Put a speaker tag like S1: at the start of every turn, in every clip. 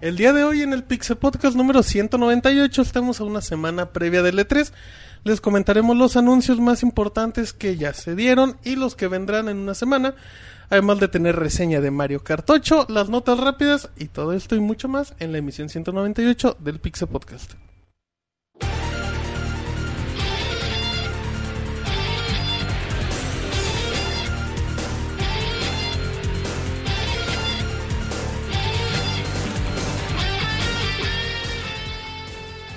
S1: El día de hoy en el Pixel Podcast número 198 estamos a una semana previa del E3. Les comentaremos los anuncios más importantes que ya se dieron y los que vendrán en una semana. Además de tener reseña de Mario Cartocho, las notas rápidas y todo esto y mucho más en la emisión 198 del Pixel Podcast.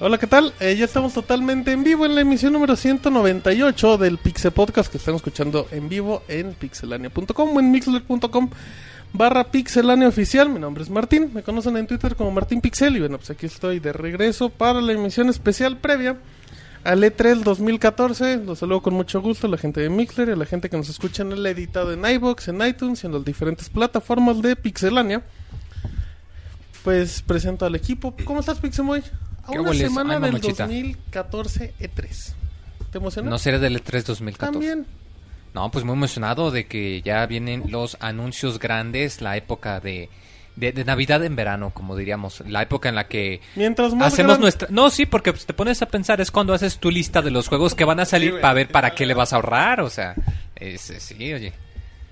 S1: Hola, ¿qué tal? Eh, ya estamos totalmente en vivo en la emisión número 198 del Pixel Podcast que están escuchando en vivo en pixelania.com o en mixler.com barra pixelania oficial. Mi nombre es Martín, me conocen en Twitter como Martín Pixel y bueno, pues aquí estoy de regreso para la emisión especial previa al E E3 2014. Los saludo con mucho gusto a la gente de Mixler y a la gente que nos escucha en el editado en iBox, en iTunes y en las diferentes plataformas de Pixelania. Pues presento al equipo. ¿Cómo estás, Pixemoy? A
S2: ¿Qué
S1: una
S2: hueles?
S1: semana
S2: Ay,
S1: del
S2: mamachita.
S1: 2014 E3. E ¿Te emocionó?
S2: No será del E E3 2014.
S1: También.
S2: No, pues muy emocionado de que ya vienen los anuncios grandes, la época de, de, de Navidad en verano, como diríamos, la época en la que
S1: Mientras más
S2: hacemos
S1: gran-
S2: nuestra... No, sí, porque pues, te pones a pensar, es cuando haces tu lista de los juegos que van a salir para ver para qué le vas a ahorrar, o sea, es- sí, oye,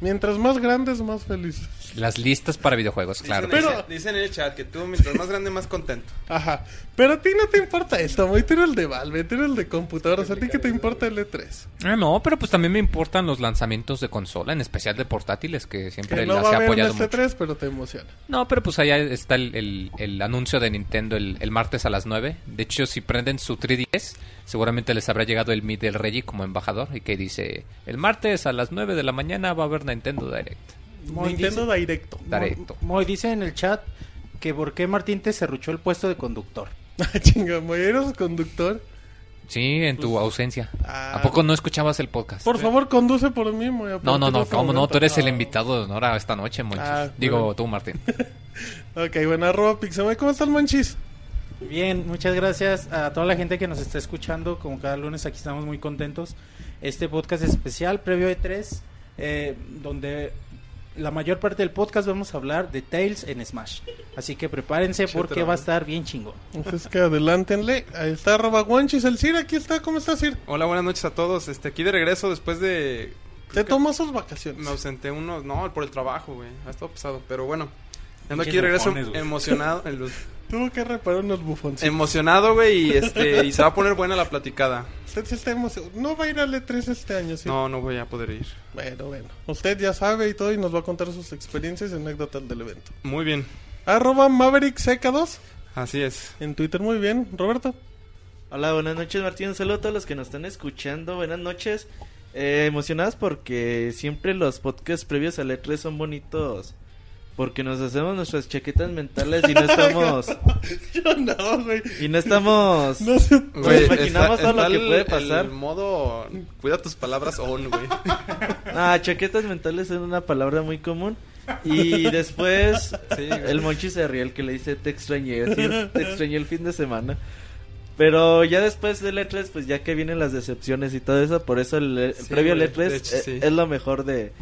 S1: Mientras más grandes, más felices.
S2: las listas para videojuegos, claro.
S3: Dicen,
S1: Pero-
S3: dicen- dicen en el chat que tú, mientras más grande, más contento.
S1: Ajá. Pero a ti no te importa esto, güey. Tú eres el de Valve, tú eres el de computadoras. ¿A ti qué te importa el E E3?
S2: Ah, no, pero pues también me importan los lanzamientos de consola, en especial de portátiles, que siempre
S1: Que no
S2: las
S1: va a
S2: he
S1: haber este un
S2: apoyado mucho.
S1: E3, pero te emociona.
S2: No, pero pues allá está el, el- el anuncio de Nintendo el, el martes a las 9. De hecho, si prenden su 3DS, seguramente les habrá llegado el Meet del Reggie como embajador y que dice, el martes a las 9 de la mañana va a haber Nintendo Direct.
S4: Muy
S1: Nintendo Directo.
S2: Directo.
S4: Moy dice en el chat que por qué Martín te cerruchó el puesto de conductor.
S1: Ah, chinga, güey. Eres conductor.
S2: Sí, en tu ausencia.
S1: ah.
S2: ¿A poco no escuchabas el podcast?
S1: Por favor, conduce por mí, güey. a
S2: no, no,
S1: partir de
S2: no,
S1: este
S2: cómo no,
S1: momento.
S2: tú eres el invitado de honor a esta noche, Monchis.
S1: Ah,
S2: Digo,
S1: bueno.
S2: tú, Martín.
S1: Ok, bueno, arroba Pixemoy. ¿Cómo estás, Monchis?
S4: Bien, muchas gracias a toda la gente que nos está escuchando. Como cada lunes aquí estamos muy contentos. Este podcast especial previo de 3, donde la mayor parte del podcast vamos a hablar de Tales en Smash. Así que prepárense porque va a estar bien chingón.
S1: Entonces Pues que adelántenle. Ahí está arroba Guanchis. El Cir, aquí está. ¿Cómo estás, Cir?
S3: Hola, buenas noches a todos. Este, aquí de regreso después de.
S1: Te
S3: creo que
S1: tomas sus vacaciones.
S3: Me ausenté unos. No, por el trabajo, güey. Ha estado pesado. Pero bueno. Ando
S4: Pinches
S3: aquí de regreso
S4: bufones, güey.
S3: emocionado. en los-
S1: Tuvo que reparar unos bufoncitos.
S3: Emocionado, güey. Y, este, y se va a poner buena la platicada.
S1: Usted sí está emocionado. No va a ir al E3 este año, sí.
S3: No, no voy a poder ir.
S1: Bueno, bueno. Usted ya sabe y todo y nos va a contar sus experiencias y anécdotas del evento.
S3: Muy bien.
S1: Arroba MaverickSeca2
S3: Así es.
S1: en Twitter. Muy bien, Roberto.
S5: Hola, buenas noches Martín, un saludo a todos los que nos están escuchando, buenas noches. Eh, emocionadas porque siempre los podcasts previos al E3 son bonitos. Porque nos hacemos nuestras chaquetas mentales y no estamos...
S1: Yo no, güey.
S5: y no estamos...
S1: No sé.
S5: Nos imaginamos todo lo que
S3: el-
S5: puede
S3: el
S5: pasar.
S3: modo. Cuida tus palabras on, güey.
S5: Ah, chaquetas mentales es una palabra muy común. Y después
S3: Sí, güey.
S5: el Monchi se rió el que le dice te extrañé, así, te extrañé el fin de semana. Pero ya después del E3, pues ya que vienen las decepciones y todo eso, por eso el, el
S3: Sí,
S5: previo al
S3: güey,
S5: E3
S3: de hecho,
S5: eh,
S3: sí.
S5: es lo mejor de,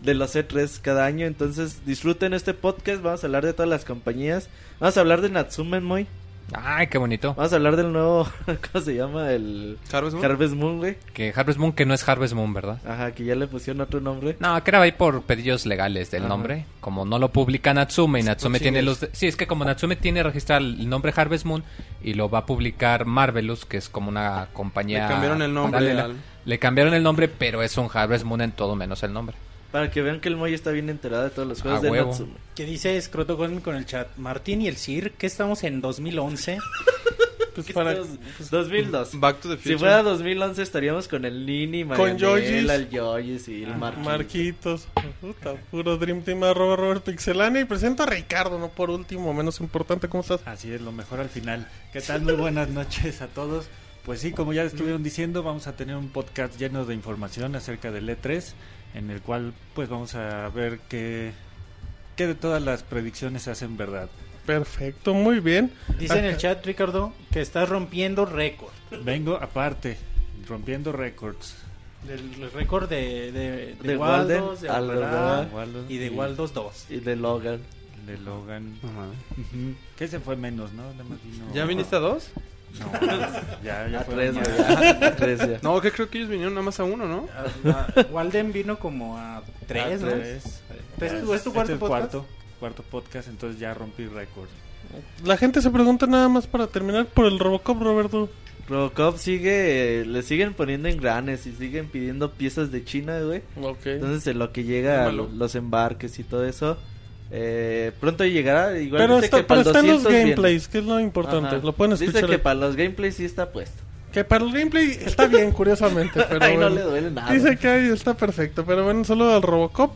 S5: de los E3 cada año. Entonces disfruten este podcast, vamos a hablar de todas las compañías. Vamos a hablar de Natsume Moy,
S2: Ay, qué bonito.
S5: vamos a hablar del nuevo, ¿cómo se llama? El
S3: Carlos, ¿no?
S5: Harvest Moon, güey.
S2: Que Harvest Moon, que no es Harvest Moon, ¿verdad?
S5: Ajá, que ya le pusieron otro nombre.
S2: No, que era ahí por pedillos legales del
S5: Ajá.
S2: nombre. Como no lo publica Natsume y Natsume
S3: sí,
S2: tiene
S3: es-
S2: los... de- Sí, es que como Natsume tiene registrado el nombre Harvest Moon y lo va a publicar Marvelous, que es como una compañía...
S3: Le cambiaron el nombre
S2: paralela.
S3: al-
S2: Le cambiaron el nombre, pero es un Harvest Moon en todo menos el nombre.
S5: Para que vean que el Moy está bien enterado de todos los
S2: A
S5: juegos de
S2: huevo.
S5: Natsume.
S4: Que dice Scroto Cósmico en el chat, Martín y el Cir, que estamos en 2011.
S1: Pues
S5: ¿Qué
S1: para-
S5: estás? 2002.
S3: Back to the Future.
S5: Si fuera 2011 estaríamos con el Nini, Marianela,
S1: Yoyis. Ah,
S5: el Yoyis y el Marquis.
S1: Marquitos. Puta, puro Dream Team arroba Robert Pixelania. Y presento a Ricardo, no por último, menos importante. ¿Cómo estás?
S6: Así es, lo mejor al final. ¿Qué tal? Muy buenas noches a todos. Pues sí, como ya estuvieron diciendo, vamos a tener un podcast lleno de información acerca del E3, en el cual pues vamos a ver qué, qué de todas las predicciones se hacen verdad.
S1: Perfecto, muy bien.
S4: Dice en el chat, Ricardo, que estás rompiendo récord.
S6: Vengo aparte, rompiendo récords.
S4: Del récord de, de, de
S5: De
S4: Waldos,
S5: Walden,
S4: de
S5: al
S4: Alvarado
S5: Alvarado.
S6: Waldo
S4: y de Waldos 2.
S5: Y de Logan.
S6: De Logan.
S3: No mames.
S6: Ujú. Que se fue menos, ¿no? Nada más vino-
S3: ¿Ya viniste a dos?
S6: No, ya, ya
S5: A
S6: fue
S5: tres,
S6: más.
S5: güey, ya, a tres ya.
S3: No, que creo que ellos vinieron nada más a uno, ¿no?
S4: Walden vino como a 3,
S5: A
S4: ¿no?
S6: tres.
S4: Entonces, ¿tú- ¿Es tu
S6: Este
S4: cuarto
S6: es
S4: podcast?
S6: cuarto, cuarto podcast, entonces ya rompí récord.
S1: La gente se pregunta nada más para terminar por el Robocop, Roberto.
S5: Robocop sigue, le siguen poniendo engranes y siguen pidiendo piezas de China, güey.
S1: Ok.
S5: Entonces, en lo que llega a
S3: Tómalo.
S5: los embarques y todo eso, eh, pronto llegará. Igual
S1: Pero,
S5: dice
S1: está-
S5: que
S1: pero
S5: para el
S1: están los
S5: 200 viene.
S1: gameplays, que es lo importante.
S5: Ajá.
S1: Lo pueden
S5: Dice
S1: escuchar.
S5: que
S1: ahí.
S5: para los gameplays sí está puesto.
S1: Que para el gameplay está bien, curiosamente. Pero
S5: Ay, no
S1: bueno.
S5: le duele nada.
S1: Dice que ahí está perfecto, pero bueno, solo al Robocop.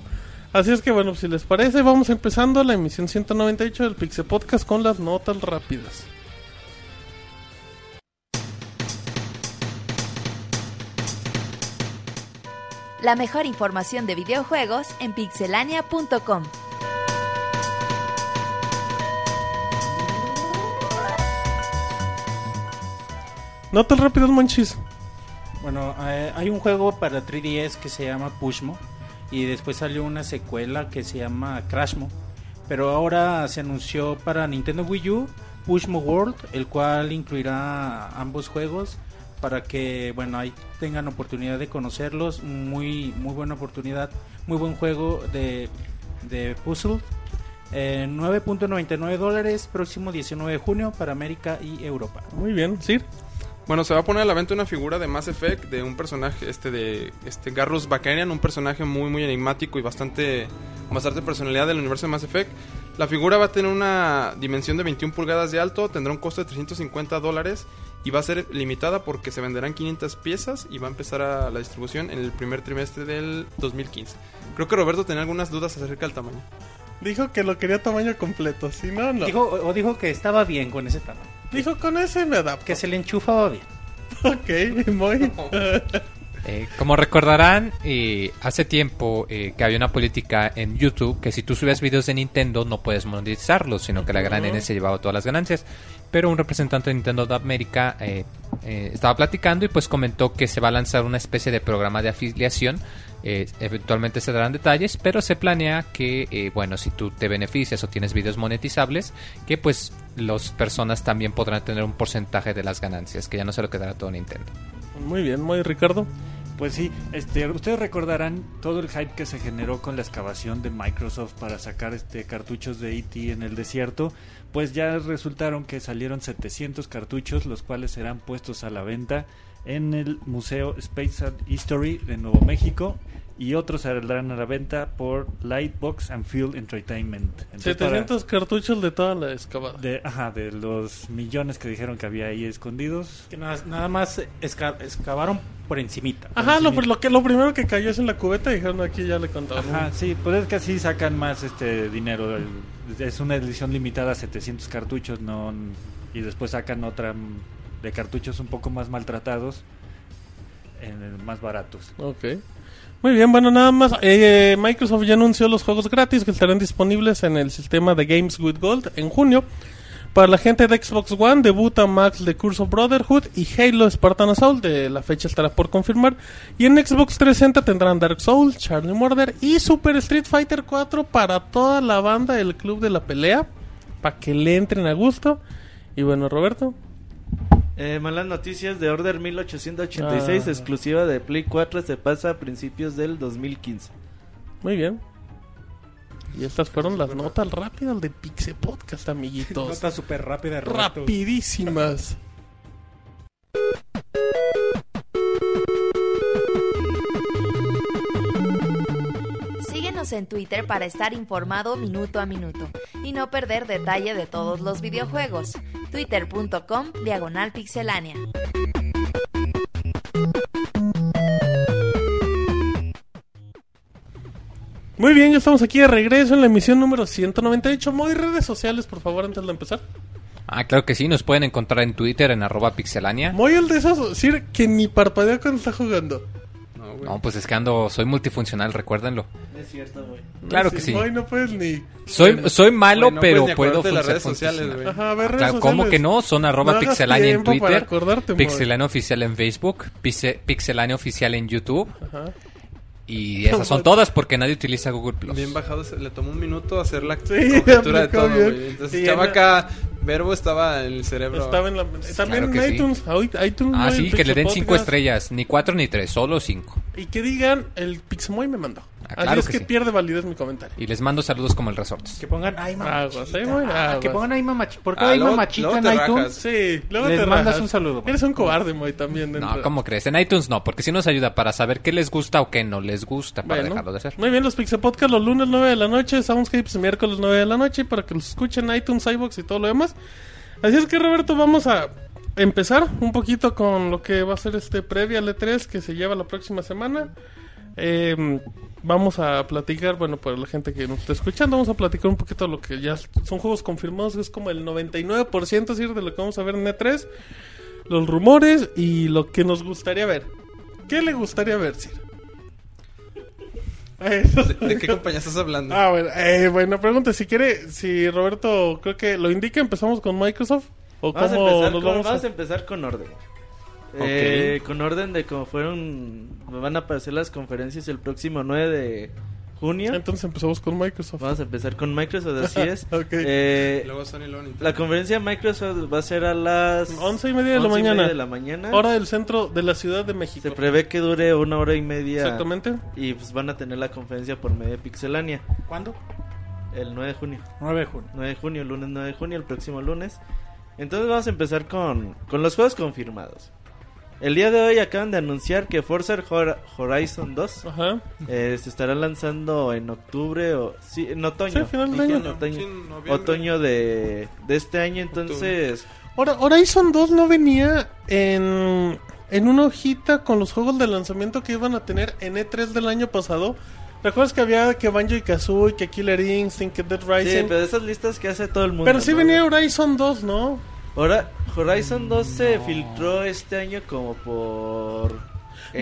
S1: Así es que bueno, si les parece, vamos empezando la emisión 198 del Pixel Podcast con las notas rápidas.
S7: La mejor información de videojuegos en pixelania.com.
S1: Notas rápidas, manchis.
S4: Bueno, eh, hay un juego para 3DS que se llama Pushmo y después salió una secuela que se llama Crashmo. Pero ahora se anunció para Nintendo Wii U Pushmo World, el cual incluirá ambos juegos para que, bueno, ahí tengan oportunidad de conocerlos. Muy, muy buena oportunidad, muy buen juego de, de puzzle. Eh, 9.99 dólares, próximo 19 de junio para América y Europa.
S1: Muy bien, Sir.
S3: Bueno, se va a poner a la venta una figura de Mass Effect de un personaje, este de este Garrus Bakarian, un personaje muy muy enigmático y bastante con bastante personalidad del universo de Mass Effect. La figura va a tener una dimensión de 21 pulgadas de alto, tendrá un costo de 350 dólares y va a ser limitada porque se venderán 500 piezas y va a empezar a la distribución en el primer trimestre del 2015. Creo que Roberto tenía algunas dudas acerca del tamaño.
S1: Dijo que lo quería tamaño completo, si no, no. Dijo,
S4: Dijo, o dijo que estaba bien con ese tamaño.
S1: con ese me adapto.
S4: que se le enchufaba bien.
S1: Ok, muy.
S2: Eh, como recordarán, eh, hace tiempo eh, que había una política en YouTube que si tú subías videos de Nintendo no puedes monetizarlos, sino que la gran N se llevaba todas las ganancias. Pero un representante de Nintendo de América eh, eh, estaba platicando y pues comentó que se va a lanzar una especie de programa de afiliación. Eh, eventualmente se darán detalles, pero se planea que, eh, bueno, si tú te beneficias o tienes videos monetizables, que pues las personas también podrán tener un porcentaje de las ganancias, que ya no se lo quedará todo Nintendo.
S1: muy bien, muy Ricardo.
S6: Pues sí, este, ustedes recordarán todo el hype que se generó con la excavación de Microsoft para sacar este cartuchos de ET en el desierto, pues ya resultaron que salieron 700 cartuchos, los cuales serán puestos a la venta en el Museo Space and History de Nuevo México y otros saldrán a la venta por Lightbox and Field Entertainment. Entonces, para-
S1: 700 cartuchos de toda la excavada.
S6: de, ajá, de los millones que dijeron que había ahí escondidos.
S4: Que nada, nada más esca- excavaron por encimita.
S1: Ajá, lo,
S6: Sí.
S1: lo que, lo primero que cayó es en la cubeta y dijeron aquí ya le contaron.
S6: Ajá, sí, pues es que así sacan más este dinero. el- Es una edición limitada a 700 cartuchos, no y después sacan otra mm, de cartuchos un poco más maltratados, en- más baratos.
S1: Ok. Muy bien, bueno, nada más. eh, Microsoft ya anunció los juegos gratis que estarán disponibles en el sistema de Games with Gold en junio. Para la gente de Xbox One, debuta Max de Curse of Brotherhood y Halo Spartan Assault, de la fecha estará por confirmar. Y en Xbox 360 tendrán Dark Souls, Charlie Murder y Super Street Fighter 4 para toda la banda del Club de la Pelea, para que le entren a gusto. Y bueno, Roberto,
S5: Eh, malas noticias de Order 1886,
S1: Ah.
S5: exclusiva de Play 4, se pasa a principios del 2015.
S1: muy bien. Y estas fueron las notas rápidas de Pixel Podcast, amiguitos.
S4: Nota súper rápida, Roberto.
S1: rapidísimas.
S7: Síguenos en Twitter para estar informado minuto a minuto y no perder detalle de todos los videojuegos. Twitter.com Diagonal Pixelánea.
S1: Muy bien, ya estamos aquí de regreso en la emisión número 198. Muy redes sociales, por favor, antes de empezar.
S2: Ah, claro que sí, nos pueden encontrar en Twitter en arroba pixelania.
S1: Muy el de esos, Sir, que ni parpadea cuando está jugando.
S3: No, güey.
S2: No, pues es que ando, soy multifuncional, recuérdenlo.
S5: Es cierto, güey.
S2: Claro que sí.
S1: Moy, no puedes ni.
S2: Soy, soy malo,
S3: Güey, no
S2: pero
S3: puedes ni
S2: puedo
S3: acordarte de las
S2: funcionar.
S3: redes sociales, güey.
S1: Ajá, a ver, redes
S2: Claro, ¿Cómo
S1: sociales.
S2: que no? Son arroba
S1: hagas
S2: pixelania en
S1: tiempo para
S2: Twitter,
S1: acordarte, Moy.
S2: pixelania oficial en Facebook, Pixe- pixelania oficial en YouTube
S1: Ajá.
S2: y esas son todas porque nadie utiliza Google Plus.
S3: Bien bajado, se- le tomó un minuto hacer la
S1: Sí,
S3: conjetura de
S1: aplicó
S3: todo,
S1: bien.
S3: güey. Entonces
S1: Sí,
S3: estaba
S1: en-
S3: acá, verbo estaba en el cerebro.
S1: Estaba en la- También
S2: Claro que
S1: en
S2: sí.
S1: iTunes. ahorita- iTunes,
S2: Ah,
S1: Moy,
S2: sí,
S1: el
S2: que le den
S1: Pixel
S2: cinco
S1: Podcast.
S2: estrellas, ni cuatro ni tres, solo cinco.
S1: Y que digan, el Pixemoy me mandó.
S2: Ah,
S1: Así
S2: claro
S1: es que,
S2: que sí.
S1: pierde validez mi comentario.
S2: Y les mando saludos como el Resortes.
S4: Que pongan ay
S1: Aguas,
S4: mamachita.
S1: ahí, güey,
S4: Ah, que
S1: aguas.
S4: pongan ay mamachita. Por
S3: Ah,
S4: cada ay
S3: luego-
S4: mamachita
S3: luego
S4: en
S3: te
S4: iTunes.
S3: rajas.
S1: Sí, luego
S4: Les
S1: te
S4: mandas
S1: rajas.
S4: un saludo, Moy.
S1: Eres un cobarde, Moy, también.
S2: No,
S1: dentro.
S2: ¿cómo crees? En iTunes no, porque si nos ayuda para saber qué les gusta o qué no les gusta para
S1: Bueno,
S2: dejarlo de hacer.
S1: Muy bien, los Pixel Podcast los lunes 9 de la noche, Soundscapes miércoles 9 de la noche para que los escuchen iTunes, iBox y todo lo demás. Así es que Roberto, vamos a empezar un poquito con lo que va a ser este previa al E3 que se lleva la próxima semana. Eh, vamos a platicar, bueno, para la gente que nos está escuchando, vamos a platicar un poquito de lo que ya son juegos confirmados, que es como el 99% es decir, de lo que vamos a ver en E E3, los rumores y lo que nos gustaría ver. ¿Qué le gustaría ver, Sir?
S3: ¿De, de qué compañía estás hablando?
S1: Ah, bueno, eh, bueno, pregunta si quiere, si Roberto creo que lo indica, empezamos con Microsoft o
S5: Vamos, a
S1: cómo nos
S5: empezar, con,
S1: vamos
S5: vamos a
S1: a...
S5: empezar con orden. Eh, con orden de cómo fueron. Van a pasar las conferencias el próximo 9 de junio.
S1: Entonces empezamos con Microsoft.
S5: Vamos a empezar con Microsoft, así es.
S1: Ok.
S5: Eh,
S3: Luego Sony, luego Nintendo.
S5: la conferencia de Microsoft va a ser a las
S1: Once y media de la
S5: 11 y media
S1: mañana.
S5: de la mañana.
S1: Hora del centro de la Ciudad de
S5: Se
S1: México.
S5: prevé que dure una hora y media.
S1: Exactamente.
S5: Y pues van a tener la conferencia por medio de Pixelania
S4: ¿Cuándo?
S5: el 9 de junio.
S4: 9 de junio.
S5: 9 de junio, lunes 9 de junio, el próximo lunes. Entonces vamos a empezar con, con los juegos confirmados. El día de hoy acaban de anunciar que Forza Hor- Horizon 2
S1: Ajá.
S5: eh, se estará lanzando en octubre o... Sí, en otoño.
S1: Sí, final de
S5: Dije
S1: año.
S5: en otoño.
S3: Sí, en noviembre.
S5: Otoño de, de este año, entonces...
S1: Ahora, Horizon 2 no venía en, en una hojita con los juegos de lanzamiento que iban a tener en E3 del año pasado. ¿Recuerdas que había que Banjo y Kazooie, que Killer Instinct, que Dead
S5: Sí,
S1: Rising?
S5: pero esas listas que hace todo el mundo.
S1: pero sí
S5: ¿no?
S1: venía Horizon 2, ¿no?
S5: Ahora, Horizon 2 se filtró este año como por...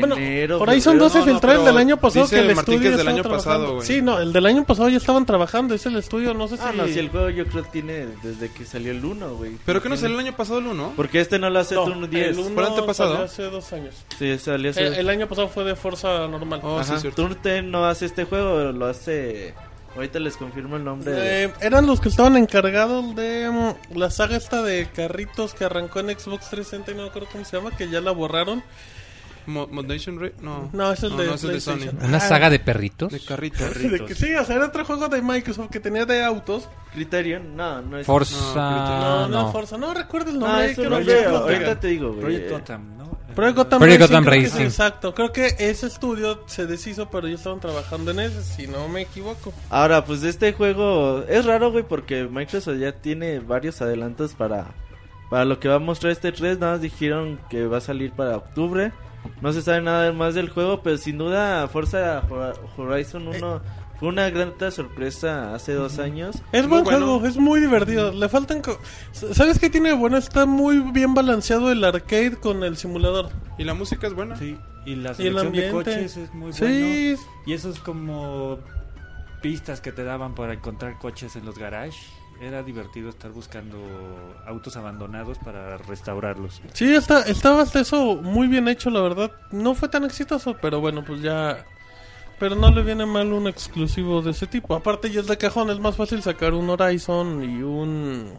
S1: Bueno,
S5: enero,
S1: Horizon 2
S5: febrero.
S1: se
S3: No, no,
S1: filtró el
S3: pero
S1: del año pasado
S3: dice
S1: que el
S3: Martín que
S1: estudio
S3: es del
S1: estaba
S3: año pasado,
S1: trabajando.
S3: güey.
S1: sí, no, el del año pasado ya estaban trabajando, es el estudio, no sé
S5: Ah,
S1: si...
S5: no, si el juego yo creo tiene desde que salió el 1, güey.
S3: ¿Pero que no salió el año pasado el 1?
S5: Porque este no lo hace
S1: No,
S5: Turn 10.
S1: el uno
S3: ¿Fue el antepasado?
S1: salió hace dos años.
S5: Sí, salió hace...
S1: Eh, El, año pasado fue de Forza normal.
S3: Oh, sí,
S5: Ajá,
S3: es cierto.
S5: Turn 10 no hace este juego, lo hace... Ahorita les confirmo el nombre. de-
S1: Eh, eran los que estaban encargados de mm, la saga esta de carritos que arrancó en Xbox 360 y no me acuerdo cómo se llama, que ya la borraron.
S3: Mo- Modation Ray? No.
S1: No, es el de
S3: es el de Sony.
S1: PlayStation.
S2: ¿Una
S1: Ah.
S2: saga de perritos?
S3: De carrito.
S1: De que- sí, o sea, era otro juego de Microsoft que tenía de autos.
S5: Criterion, no, no es...
S2: Forza...
S1: no, no, Forza, no recuerdo el
S5: Ah, No,
S1: nombre.
S5: es un
S1: quiero
S5: nombre,
S1: verlo.
S5: ahorita te digo, güey.
S6: Project Gotham, ¿no?
S1: Project Gotham
S2: Project
S1: Racing, creo
S2: Gotham
S1: que
S2: Racing.
S1: sí, exacto. Creo que ese estudio se deshizo, pero ya estaban trabajando en ese, si no me equivoco.
S5: Ahora, pues este juego es raro, güey, porque Microsoft ya tiene varios adelantos para, para lo que va a mostrar este 3. Nada más dijeron que va a salir para octubre. No se sabe nada más del juego, pero sin duda Forza Hor- Horizon 1 fue una gran sorpresa hace dos años.
S1: Es
S3: Muy
S1: buen
S3: bueno.
S1: juego, es muy divertido. Le faltan. co- ¿Sabes qué tiene de bueno? Está muy bien balanceado el arcade con el simulador.
S3: Y la música es buena.
S6: Sí, y la
S1: Y el
S6: selección de
S1: ambiente.
S6: coches es muy bueno.
S1: Sí,
S6: Y esos como pistas que te daban para encontrar coches en los garages. Era divertido estar buscando autos abandonados para restaurarlos.
S1: sí, está, estaba hasta eso muy bien hecho, la verdad. No fue tan exitoso, pero bueno, pues ya. Pero no le viene mal un exclusivo de ese tipo. Aparte, ya es de cajón, es más fácil sacar un Horizon y un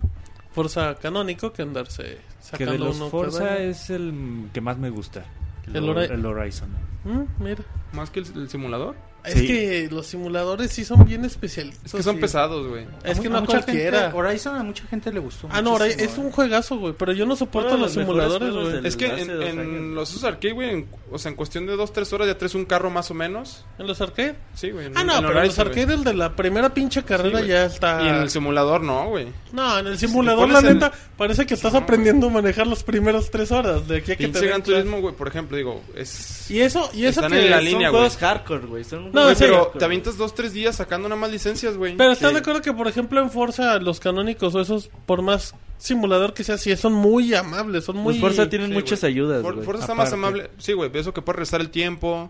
S1: Forza canónico que andarse
S6: Que
S1: sacando
S6: de los
S1: uno cada
S6: Forza
S1: año.
S6: es el que más me gusta.
S1: El
S6: Lo-
S1: Hori-
S6: el Horizon.
S1: Mm, mira.
S3: Más que el, el simulador.
S1: Es
S6: Sí.
S1: que los simuladores sí son bien especialitos.
S3: Es que son
S1: sí.
S3: pesados, güey.
S1: Es
S4: mu-
S1: que no a
S4: mucha
S1: cualquiera.
S4: gente- Horizon a mucha gente le gustó.
S1: Ah, no, ahora
S4: muchísimo,
S1: es un
S4: eh.
S1: juegazo, güey. Pero yo no soporto
S5: Uno de
S1: los
S5: los mejores
S1: simuladores,
S5: juegos
S1: güey.
S5: del-
S3: Es que
S5: Hace
S3: en,
S5: dos
S3: en
S5: años.
S3: los usos arcade, güey, en- o sea, en cuestión de 2-3 horas ya traes un carro más o menos.
S1: ¿En los arcade?
S3: Sí, güey. en-
S1: Ah, no,
S3: en
S1: pero en los
S3: Horizon, güey.
S1: arcade, el de la primera pinche carrera
S3: güey.
S1: ya está.
S3: Y en el simulador no, güey.
S1: No, en el simulador, la
S3: pones en-
S1: neta, parece que estás
S3: No,
S1: aprendiendo a manejar las primeras tres horas de aquí a que te
S3: Pinche
S1: den
S3: Gran
S1: clase.
S3: Turismo, güey, por ejemplo, digo, es...
S1: Y eso, y eso
S3: Están
S1: que
S3: en la
S1: son-
S3: línea,
S5: Son
S3: güey.
S5: juegos hardcore, güey. Son
S1: No,
S3: Güey,
S1: en
S5: juegos
S1: serio.
S3: pero
S5: hardcore,
S3: te avientas dos, tres días sacando nada más licencias, güey.
S1: Pero estás
S5: Sí.
S1: de acuerdo que, por ejemplo, en Forza, los canónicos o esos, por más simulador que sea, sí, son muy amables, son
S5: güey.
S3: Pues
S1: muy...
S5: Los Forza tienen
S3: sí,
S5: muchas
S3: güey.
S5: ayudas,
S3: Por-
S5: güey.
S3: Forza está más
S6: Aparte.
S3: amable. Sí, güey, eso que puedes rezar el tiempo.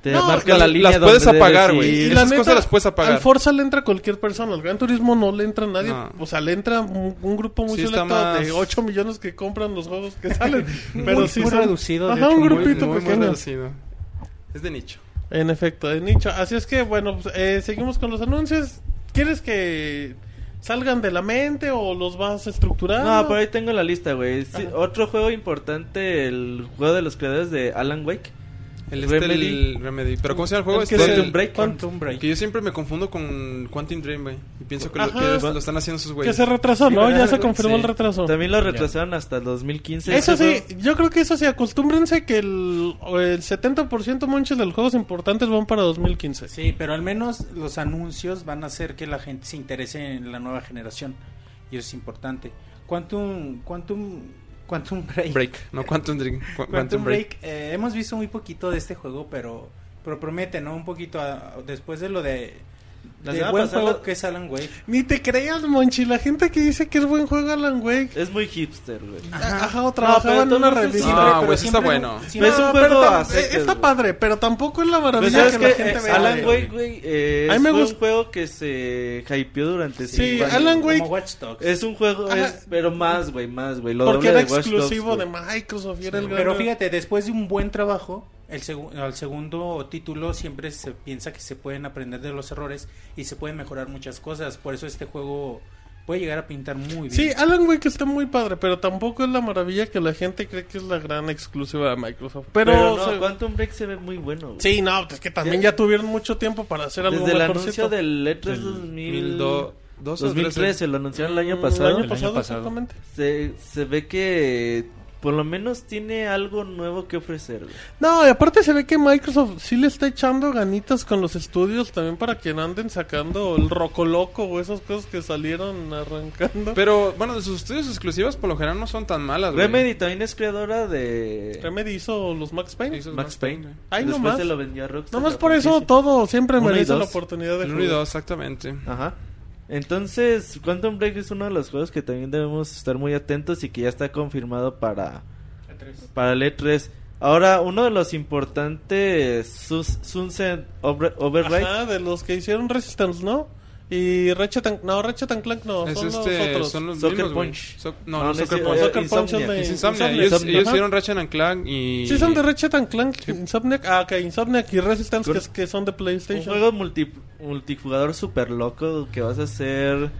S5: Te
S1: No,
S5: marca
S3: las-
S5: la línea
S3: las puedes
S5: donde
S3: apagar,
S5: debes
S3: güey.
S5: ir.
S3: Y esas cosas las puedes apagar.
S1: Al Forza le entra cualquier persona, al Gran Turismo no le entra nadie.
S3: No.
S1: O sea, le entra un, un grupo muy
S3: Sí, está
S1: selecto
S3: más-
S1: de 8 millones que compran los juegos que salen. pero
S4: Muy-
S1: sí
S4: muy
S1: son-
S4: reducido, de
S1: Ajá,
S4: hecho,
S1: un
S4: muy-
S1: grupito
S3: muy, muy
S1: pequeño.
S3: reducido. Es de nicho.
S1: En efecto, de nicho. Así es que, bueno, pues, eh, seguimos con los anuncios. ¿Quieres que salgan de la mente o los vas estructurando?
S5: No, pues, por ahí tengo la lista, güey. Sí,
S1: Ajá.
S5: otro juego importante, el juego de los creadores de Alan Wake.
S3: El este,
S5: Remedy.
S3: el Remedy. Pero ¿cómo se llama el juego?
S1: El que
S3: Este,
S1: es el-
S5: Quantum Break.
S1: Quantum Break.
S3: Que yo siempre me confundo con Quantum Dream, güey. Y pienso que, lo,
S1: Ajá.
S3: que es- lo están haciendo esos
S1: Que
S3: güeyes.
S1: se retrasó,
S5: Sí,
S1: ¿no?
S5: ¿verdad?
S1: Ya se confirmó
S5: Sí.
S1: el retraso.
S5: También lo retrasaron hasta el 2015.
S1: Eso sí,
S5: ese
S1: yo creo que eso sí, acostúmbrense que el, el 70% monches de los juegos importantes van para 2015.
S4: Sí, pero al menos los anuncios van a hacer que la gente se interese en la nueva generación. Y eso es importante. Quantum, Quantum, Quantum Break.
S3: Break. No Quantum Dream. Qu-
S4: Quantum, Break. eh, hemos visto muy poquito de este juego, pero, pero promete, ¿no? Un poquito a- después de lo de...
S5: La
S4: del
S5: semana
S4: buen
S5: pasada-
S4: juego que es Alan Wake.
S1: Ni te creas, Monchi, la gente que dice que es buen juego Alan Wake.
S5: juego Es muy hipster, güey.
S1: Ajá, o
S5: pero
S1: trabajaba en
S5: tú
S1: una
S5: Eh, no sé si-
S1: revista.
S4: Siempre,
S3: Ah,
S4: pero
S3: güey, sí está
S4: siempre-
S3: bueno.
S4: siempre-
S5: Es un
S1: pero
S5: juego
S1: tam- eh,
S5: a secas,
S1: está
S5: güey.
S1: padre, pero tampoco es la
S5: Pues
S1: maravilla
S5: sabes
S1: que,
S5: que
S1: la gente
S5: eh,
S1: ve.
S5: Alan
S1: güey.
S5: Wake, güey, eh,
S1: A mí me
S5: fue un
S1: gusta-
S5: juego que se hypeó durante
S1: Sí,
S5: cinco años.
S1: Alan
S4: como
S1: Wake.
S4: Watch Dogs.
S5: Pues, Es un juego,
S1: Ajá.
S5: es- pero más, güey, más, güey. Lo
S1: Porque
S5: doble
S1: era
S5: de Watch Dogs,
S1: exclusivo
S5: güey.
S1: de Microsoft y era el gran-
S4: Pero fíjate, después de un buen trabajo, el segu- al segundo título siempre se piensa que se pueden aprender de los errores y se pueden mejorar muchas cosas. Por eso este juego puede llegar a pintar muy bien.
S1: Sí, Alan Wake está muy padre, pero tampoco es la maravilla que la gente cree que es la gran exclusiva de Microsoft. Pero,
S5: Pero, no,
S1: o sea,
S5: Quantum Break se ve muy bueno, güey.
S1: sí, no, es que también ya tuvieron mucho tiempo para hacer algo
S5: Desde el
S1: mejorcito.
S5: anuncio del E E3 2000...
S3: 2012 o
S5: 2013, lo anunciaron el año
S1: Mm,
S5: pasado.
S1: El año
S6: El
S1: pasado,
S6: año pasado.
S1: exactamente.
S5: Se, se ve que por lo menos tiene algo nuevo que ofrecer, güey.
S1: No, y aparte se ve que Microsoft sí le está echando ganitas con los estudios también para que no anden sacando el roco loco o esas cosas que salieron arrancando.
S3: Pero, bueno, de sus estudios exclusivas por lo general no son tan malas, Ah, güey.
S5: Remedy también es creadora de
S1: Remedy hizo los Max Payne.
S3: Hizo
S5: Max Payne.
S1: Ay,
S5: Después
S1: nomás.
S5: se lo vendió a Rockstar.
S1: Nomás
S5: la
S1: por eso
S5: franquicia.
S1: todo siempre
S5: Uno y
S1: merece la
S5: dos.
S1: oportunidad de
S3: El 1 y
S1: jugar.
S3: 2, exactamente.
S5: Ajá. Entonces, Quantum Break es uno de los juegos que también debemos estar muy atentos y que ya está confirmado para, para el E3. Ahora, uno de los importantes Sus- Sunset Obre- Override.
S1: Ajá, de los que hicieron Resistance, ¿no? Y Ratchet and... No, Ratchet and Clank no,
S3: es
S1: son los
S3: este,
S1: otros. Ah,
S3: son los
S5: Soccer
S3: mismos, güey.
S5: Punch.
S3: Soc- no,
S5: No,
S3: no,
S5: no es
S3: Soccer
S5: ese-
S3: Punch.
S5: eh,
S1: Soccer Punch
S5: Insomniac.
S1: es de
S3: Es Insomnia.
S1: Insomniac.
S3: Ellos, ellos
S1: Ajá.
S3: hicieron Ratchet and Clank y...
S1: Sí, son de Ratchet and Clank, Insomniac, ah, ok, Insomniac y Resistance, que, es- que son de
S5: Un
S1: PlayStation.
S5: juego multi- multijugador super loco que vas a hacer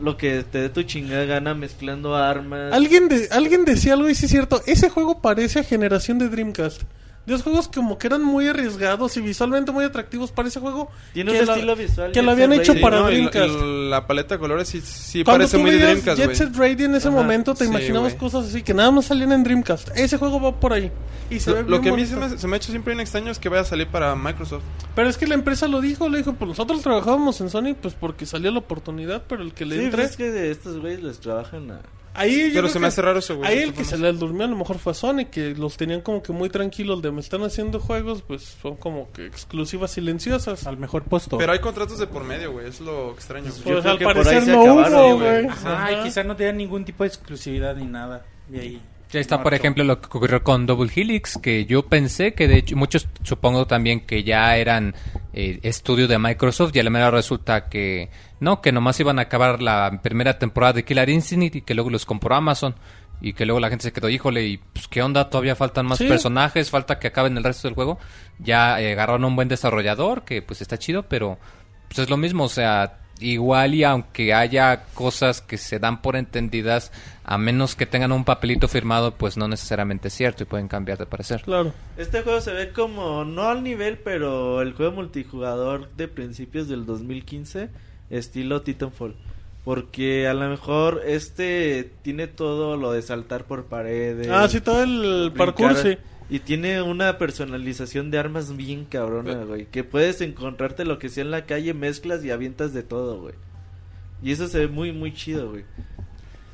S5: lo que te dé tu chingada gana mezclando armas.
S1: Alguien, de, alguien decía algo y sí es cierto, ese juego parece a generación de Dreamcast. De los juegos como que eran muy arriesgados y visualmente muy atractivos para ese juego.
S5: Tiene
S1: que
S5: un
S1: la-
S5: estilo visual.
S1: que lo
S5: ya
S1: habían
S5: se
S1: hecho
S5: ve-
S1: para
S3: y lo-
S1: Dreamcast.
S3: y la paleta de colores sí, sí
S1: Cuando
S3: parece
S1: tú
S3: muy de
S1: veías
S3: Dreamcast,
S1: Jet
S3: güey.
S1: Set Radio en ese
S5: Ajá.
S1: momento te
S3: Sí,
S1: imaginabas
S3: güey.
S1: cosas así que nada más salían en Dreamcast. Ese juego va por ahí. Y se ve
S3: Lo, lo
S1: bien
S3: que a mí
S1: bonito.
S3: se me, se me ha hecho siempre bien extraño es que vaya a salir para Microsoft.
S1: Pero es que la empresa lo dijo, le dijo, pues nosotros trabajábamos en Sony pues porque salió la oportunidad, pero el que le
S5: Sí, pues
S1: entre...
S5: es que de estos güeyes les trabajan a...
S1: Ahí yo
S3: Pero
S1: creo
S3: se me
S1: que-
S3: hace raro eso, güey.
S1: Ahí
S3: de
S1: el
S3: todas
S1: que se
S3: formas.
S1: les durmió a lo mejor fue a Sony, que los tenían como que muy tranquilos de me están haciendo juegos, pues son como que exclusivas silenciosas.
S4: Al mejor puesto.
S3: Pero hay contratos de por medio, güey. Es lo extraño. güey.
S1: Pues
S5: creo
S1: al
S5: que por ahí
S1: parecer
S5: se
S1: no
S5: acabaron,
S1: hubo,
S3: güey.
S1: güey.
S4: Ajá, y quizá no tenga ningún tipo de exclusividad ni nada. Y ahí,
S2: Ya está, por
S4: marchó.
S2: ejemplo, lo que ocurrió con Double Helix, que yo pensé que de hecho, muchos supongo también que ya eran eh, estudio de Microsoft y a la mera resulta que no, que nomás iban a acabar la primera temporada de Killer Instinct y que luego los compró Amazon y que luego la gente se quedó, híjole, y pues qué onda, todavía faltan más
S1: Sí.
S2: personajes, falta que acaben el resto del juego. Ya eh, agarraron un buen desarrollador, que pues está chido, pero pues es lo mismo, o sea, igual y aunque haya cosas que se dan por entendidas, a menos que tengan un papelito firmado, pues no necesariamente es cierto y pueden cambiar de parecer.
S5: Claro. Este juego se ve como, no al nivel, pero el juego multijugador de principios del 2015, estilo Titanfall. Porque a lo mejor este tiene todo lo de saltar por paredes.
S1: Ah, sí, todo el parkour,
S5: brincar,
S1: sí.
S5: Y tiene una personalización de armas bien
S3: Eh.
S5: cabrona, güey. Que puedes encontrarte lo que sea en la calle, mezclas y avientas de todo, güey. Y eso se ve muy, muy chido, güey.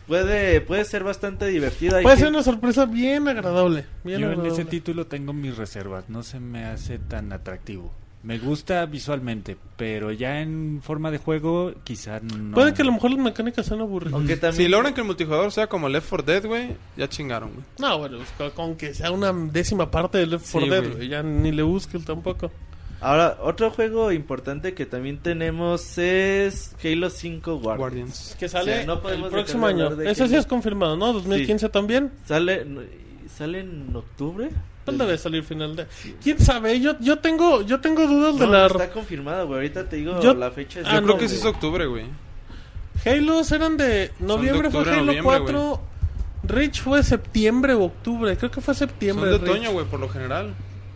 S5: Puede, puede ser bastante divertido. hay
S1: Puede ser
S5: gente-
S1: una sorpresa bien agradable. Bien
S6: Yo en
S1: agradable.
S6: ese título tengo mis reservas, no se me hace tan atractivo. Me gusta visualmente, pero ya en forma de juego quizá no.
S1: Puede que a lo mejor las mecánicas sean aburridas.
S5: Aunque también...
S3: Si logran que el multijugador sea como Left 4 Dead, güey, ya chingaron, güey.
S1: No, bueno, pues, con- con que sea una décima parte del Left
S3: Sí,
S1: 4 Dead,
S3: güey.
S1: güey, ya ni le busque tampoco.
S5: Ahora, otro juego importante que también tenemos es Halo 5 Guardians.
S3: Guardians.
S1: Que
S5: sale
S1: sale
S5: O sea, no el
S1: el
S5: podemos
S1: próximo
S5: próximo dejar de
S1: año.
S5: hablar de
S1: Eso
S5: que-
S1: sí es confirmado, ¿no? 2015 también.
S5: Sale, sale en octubre.
S1: ¿Cuál debe salir final de? ¿Quién sabe? Yo, yo tengo yo tengo dudas de
S5: No,
S1: la...
S5: no está confirmado, güey. Ahorita te digo
S1: Yo-
S5: la fecha.
S1: Ah,
S3: Yo creo
S1: no,
S3: que sí
S1: güey.
S3: es octubre, güey.
S1: Halo eran de noviembre,
S3: octubre a
S1: fue Halo
S3: noviembre,
S1: 4. Rich fue septiembre o octubre, creo que fue
S3: Son
S1: septiembre.
S3: de
S1: Reach.
S3: otoño, güey, por lo general.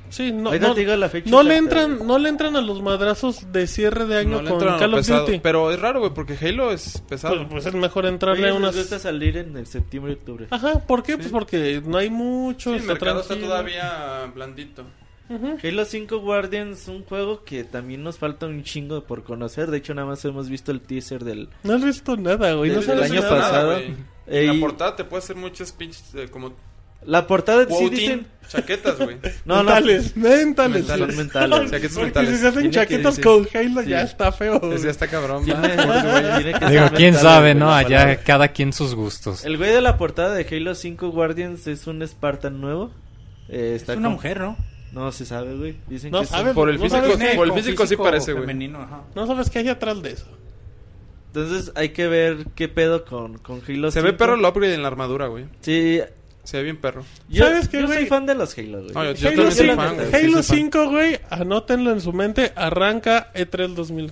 S1: Sí, no,
S5: Ahorita
S1: no-
S5: te digo la fecha
S1: no le
S5: exacta,
S1: entran,
S5: güey.
S1: no le entran a los madrazos de cierre de año
S3: No le
S1: con
S3: entran a lo
S1: Call of
S3: pesado,
S1: Duty.
S3: Pero es raro, güey, porque Halo es pesado.
S1: Pues, pues es mejor
S5: A
S1: entrarle a
S5: ellos
S1: unas.
S5: les gusta salir en este el septiembre octubre.
S1: Ajá, ¿por qué? Pues porque no hay mucho.
S3: Sí, el mercado está
S1: tranquilo.
S3: todavía blandito.
S5: Halo 5 Guardians, un juego que también nos falta un chingo por conocer. De hecho, nada más hemos visto el teaser del.
S1: No has visto nada, güey. No
S5: Desde el
S1: sabes
S5: año
S1: nada.
S3: Nada,
S5: pasado.
S3: güey. En
S5: Ey.
S3: La portada te puede hacer muchos pinches eh, como
S5: La portada sí
S3: quoting,
S5: dicen.
S3: chaquetas, güey.
S1: Pues,
S5: No, no.
S1: mentales, mentales.
S5: Mentales. Son mentales.
S3: Chaquetas
S1: Porque
S3: mentales.
S1: si se hacen
S5: Tiene que
S1: chaquetas
S5: decir-
S1: con Halo ya
S5: sí.
S1: está feo. güey.
S3: Ese ya está cabrón.
S5: Tiene-
S3: va.
S5: tiene que ser
S2: Digo, quién
S5: mental,
S2: sabe,
S5: güey,
S2: ¿no?
S5: la
S2: Allá
S5: palabra.
S2: cada quien sus gustos.
S5: El güey de la portada de Halo 5 Guardians es un Spartan nuevo. Eh,
S4: Es
S5: está
S4: una
S5: con-
S4: mujer, ¿no?
S5: No se sabe, güey. Dicen
S1: No
S5: que es un-
S1: sabe,
S3: Por el
S1: No
S3: físico,
S1: sabes
S4: Tiene
S3: por el
S4: con
S3: físico sí parece, güey.
S4: femenino, ajá.
S1: No sabes qué hay atrás de eso.
S5: Entonces hay que ver qué pedo con, con Halo
S3: Se
S5: 5.
S3: ve perro el upgrade en la armadura, güey.
S5: Sí.
S3: Se ve bien perro.
S5: Yo,
S1: ¿Sabes qué,
S5: yo
S1: güey?
S5: soy fan de los Halo, güey.
S3: No, yo- yo
S1: Halo,
S3: también soy
S1: 5,
S3: fan, güey. sí
S1: Halo
S3: soy fan.
S1: 5, güey, anótenlo en su mente. Arranca E E3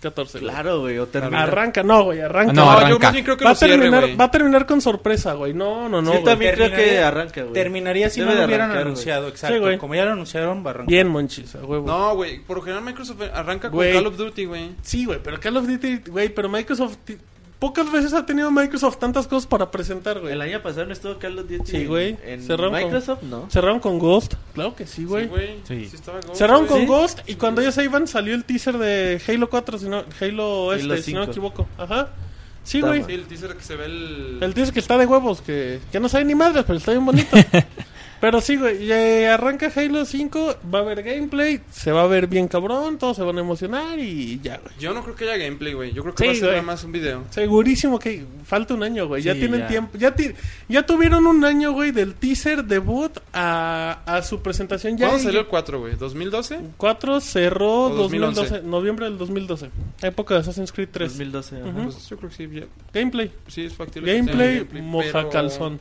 S1: 2014. güey.
S5: Claro, güey. O termina.
S1: Arranca, no, güey, arranca.
S2: No,
S3: Ah, No,
S2: arranca.
S3: yo más bien creo que
S1: va,
S3: lo
S1: a terminar,
S3: cierre, güey.
S1: va a terminar con sorpresa, güey. No, no, no.
S5: Sí,
S1: güey.
S5: también creo
S4: Terminaría-
S5: que arranca, güey.
S4: Terminaría si
S5: Debe
S4: no
S5: de
S4: lo hubieran
S5: arrancar, güey.
S4: anunciado, exacto.
S1: Sí, güey.
S4: Como ya lo anunciaron, barranca.
S1: Bien, monchis, a huevo.
S3: No, güey, por lo general Microsoft arranca
S1: Güey.
S3: con Call of Duty, güey.
S1: Sí, güey, pero Call of Duty, güey, pero Microsoft. ti- Pocas veces ha tenido Microsoft tantas cosas para presentar,
S5: El
S1: güey.
S5: año pasado no estuvo Carlos Duty.
S1: Sí, güey.
S5: En,
S1: Cerró con-
S5: Microsoft, no.
S1: Cerraron con Ghost. Claro que sí, güey.
S3: Sí, güey.
S6: Sí.
S3: Sí estaba Ghost,
S1: Cerraron con
S3: güey.
S1: Ghost y cuando ellos se iban salió el teaser de Halo 4, si no, Halo este,
S5: Halo
S1: si no me
S5: 5.
S1: equivoco. Ajá. Sí,
S5: Está
S1: güey.
S3: Sí, el teaser que se ve el...
S1: El teaser que está de huevos, que, que no sabe ni madres, pero está bien bonito. pero sí, güey, y, eh, arranca Halo 5, va a haber gameplay, se va a ver bien cabrón, todos se van a emocionar y ya, güey.
S3: Yo no creo que haya gameplay, güey. Yo creo que
S1: Sí,
S3: va a ser
S1: güey.
S3: nada más un video.
S1: Segurísimo que falta un año, güey. Ya
S6: Sí,
S1: tienen
S6: ya.
S1: tiempo. Ya, ti- ya tuvieron un año, güey, del teaser debut a, a su presentación. Ya
S3: ¿Cuándo salió el 4, güey? ¿2012?
S1: 4 cerró
S3: O
S1: 2012,
S3: 2011.
S1: noviembre del 2012. Época de Assassin's Creed 3.
S5: 2012. ajá.
S1: Ujú.
S3: Pues yo creo que sí, ya-
S1: Gameplay.
S3: sí es factible. que sea
S1: Gameplay,
S3: un gameplay,
S1: moja
S3: pero
S1: calzón.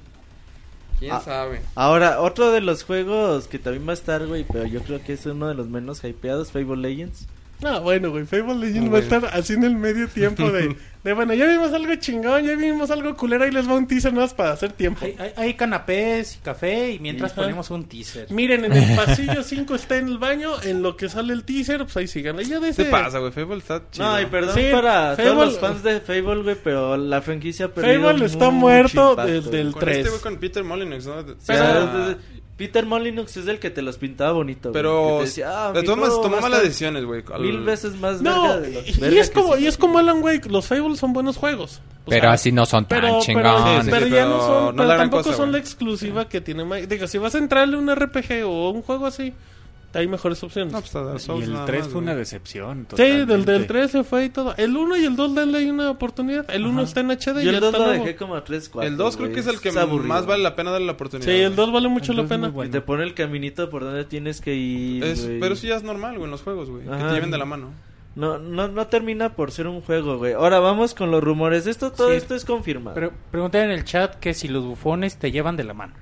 S3: ¿Quién
S5: Ah.
S3: sabe?
S5: Ahora, otro de los juegos que también va a estar, güey, pero yo creo que es uno de los menos hypeados, Fable Legends.
S1: No, bueno, güey. Fable Legends
S3: No,
S1: va a
S3: güey.
S1: estar así en el medio tiempo de, de, bueno, ya vimos algo chingón, ya vimos algo culero y les va un teaser más para hacer tiempo.
S4: Hay, hay- hay canapés y café y mientras
S1: Ajá.
S4: ponemos un teaser.
S1: Miren, en el pasillo 5 está en el baño, en lo que sale el teaser, pues ahí sigan. Ya de
S3: ¿Qué
S1: ese...
S3: te pasa, güey? Fable está chido.
S5: No, y perdón
S1: Sí,
S5: para
S1: Fable-
S5: todos los fans de Fable, güey, pero la franquicia ha perdido
S1: Fable está
S5: mucho
S1: muerto
S5: impacto,
S1: desde el
S5: güey.
S3: Con este
S1: 3.
S3: güey con Peter Molyneux, ¿no? De-
S5: O sea,
S3: Pero,
S5: desde- Peter Molyneux es el que te los pintaba bonito. güey, que
S3: pero
S5: te decía, ah,
S3: de
S5: mi
S3: todas maneras
S5: juego va
S3: tomó
S5: a
S3: malas
S5: estar
S3: decisiones, güey. Al-
S5: Mil veces más verga
S1: No,
S5: de lo-
S1: y,
S5: verga
S1: es
S5: que
S1: como,
S5: sí.
S1: y es como Alan Wake, los Fables son buenos juegos. O
S2: Pero
S1: sea,
S2: así no son tan
S1: pero, pero,
S2: chingones.
S3: sí,
S1: pero ya no
S3: pero
S1: son,
S3: no
S1: pero
S3: la gran
S1: tampoco
S3: cosa,
S1: son la
S3: güey.
S1: exclusiva que tiene Ma- Digo, si vas a entrarle a un RPG o un juego así, hay mejores opciones.
S3: No, pues a Dark
S6: Y
S3: Souls
S6: el
S3: nada
S6: 3
S3: más,
S6: fue
S3: güey.
S6: una decepción.
S1: sí, del,
S6: totalmente.
S1: del 3 se fue y todo. El 1 y el 2 denle ahí una oportunidad. El 1 está en HD y
S5: Yo
S1: ya
S5: el 2
S1: está
S5: lo
S1: nuevo.
S5: dejé como a 3, 4.
S3: El 2 creo que es el que más vale la pena darle la oportunidad.
S1: Sí, el
S3: güey.
S1: 2 vale mucho
S6: El
S1: la
S6: dos es muy
S1: pena.
S6: bueno.
S5: Te pone el caminito por donde tienes que ir.
S3: Es-
S5: güey.
S3: pero sí ya es normal, güey, en los juegos, güey. Que
S5: Ajá.
S3: te lleven de la mano.
S5: No, no, no termina por ser un juego, güey. Ahora vamos con los rumores. Esto, todo
S4: Sí.
S5: esto es confirmado.
S4: Pero preguntan en el chat que si los bufones te llevan de la mano.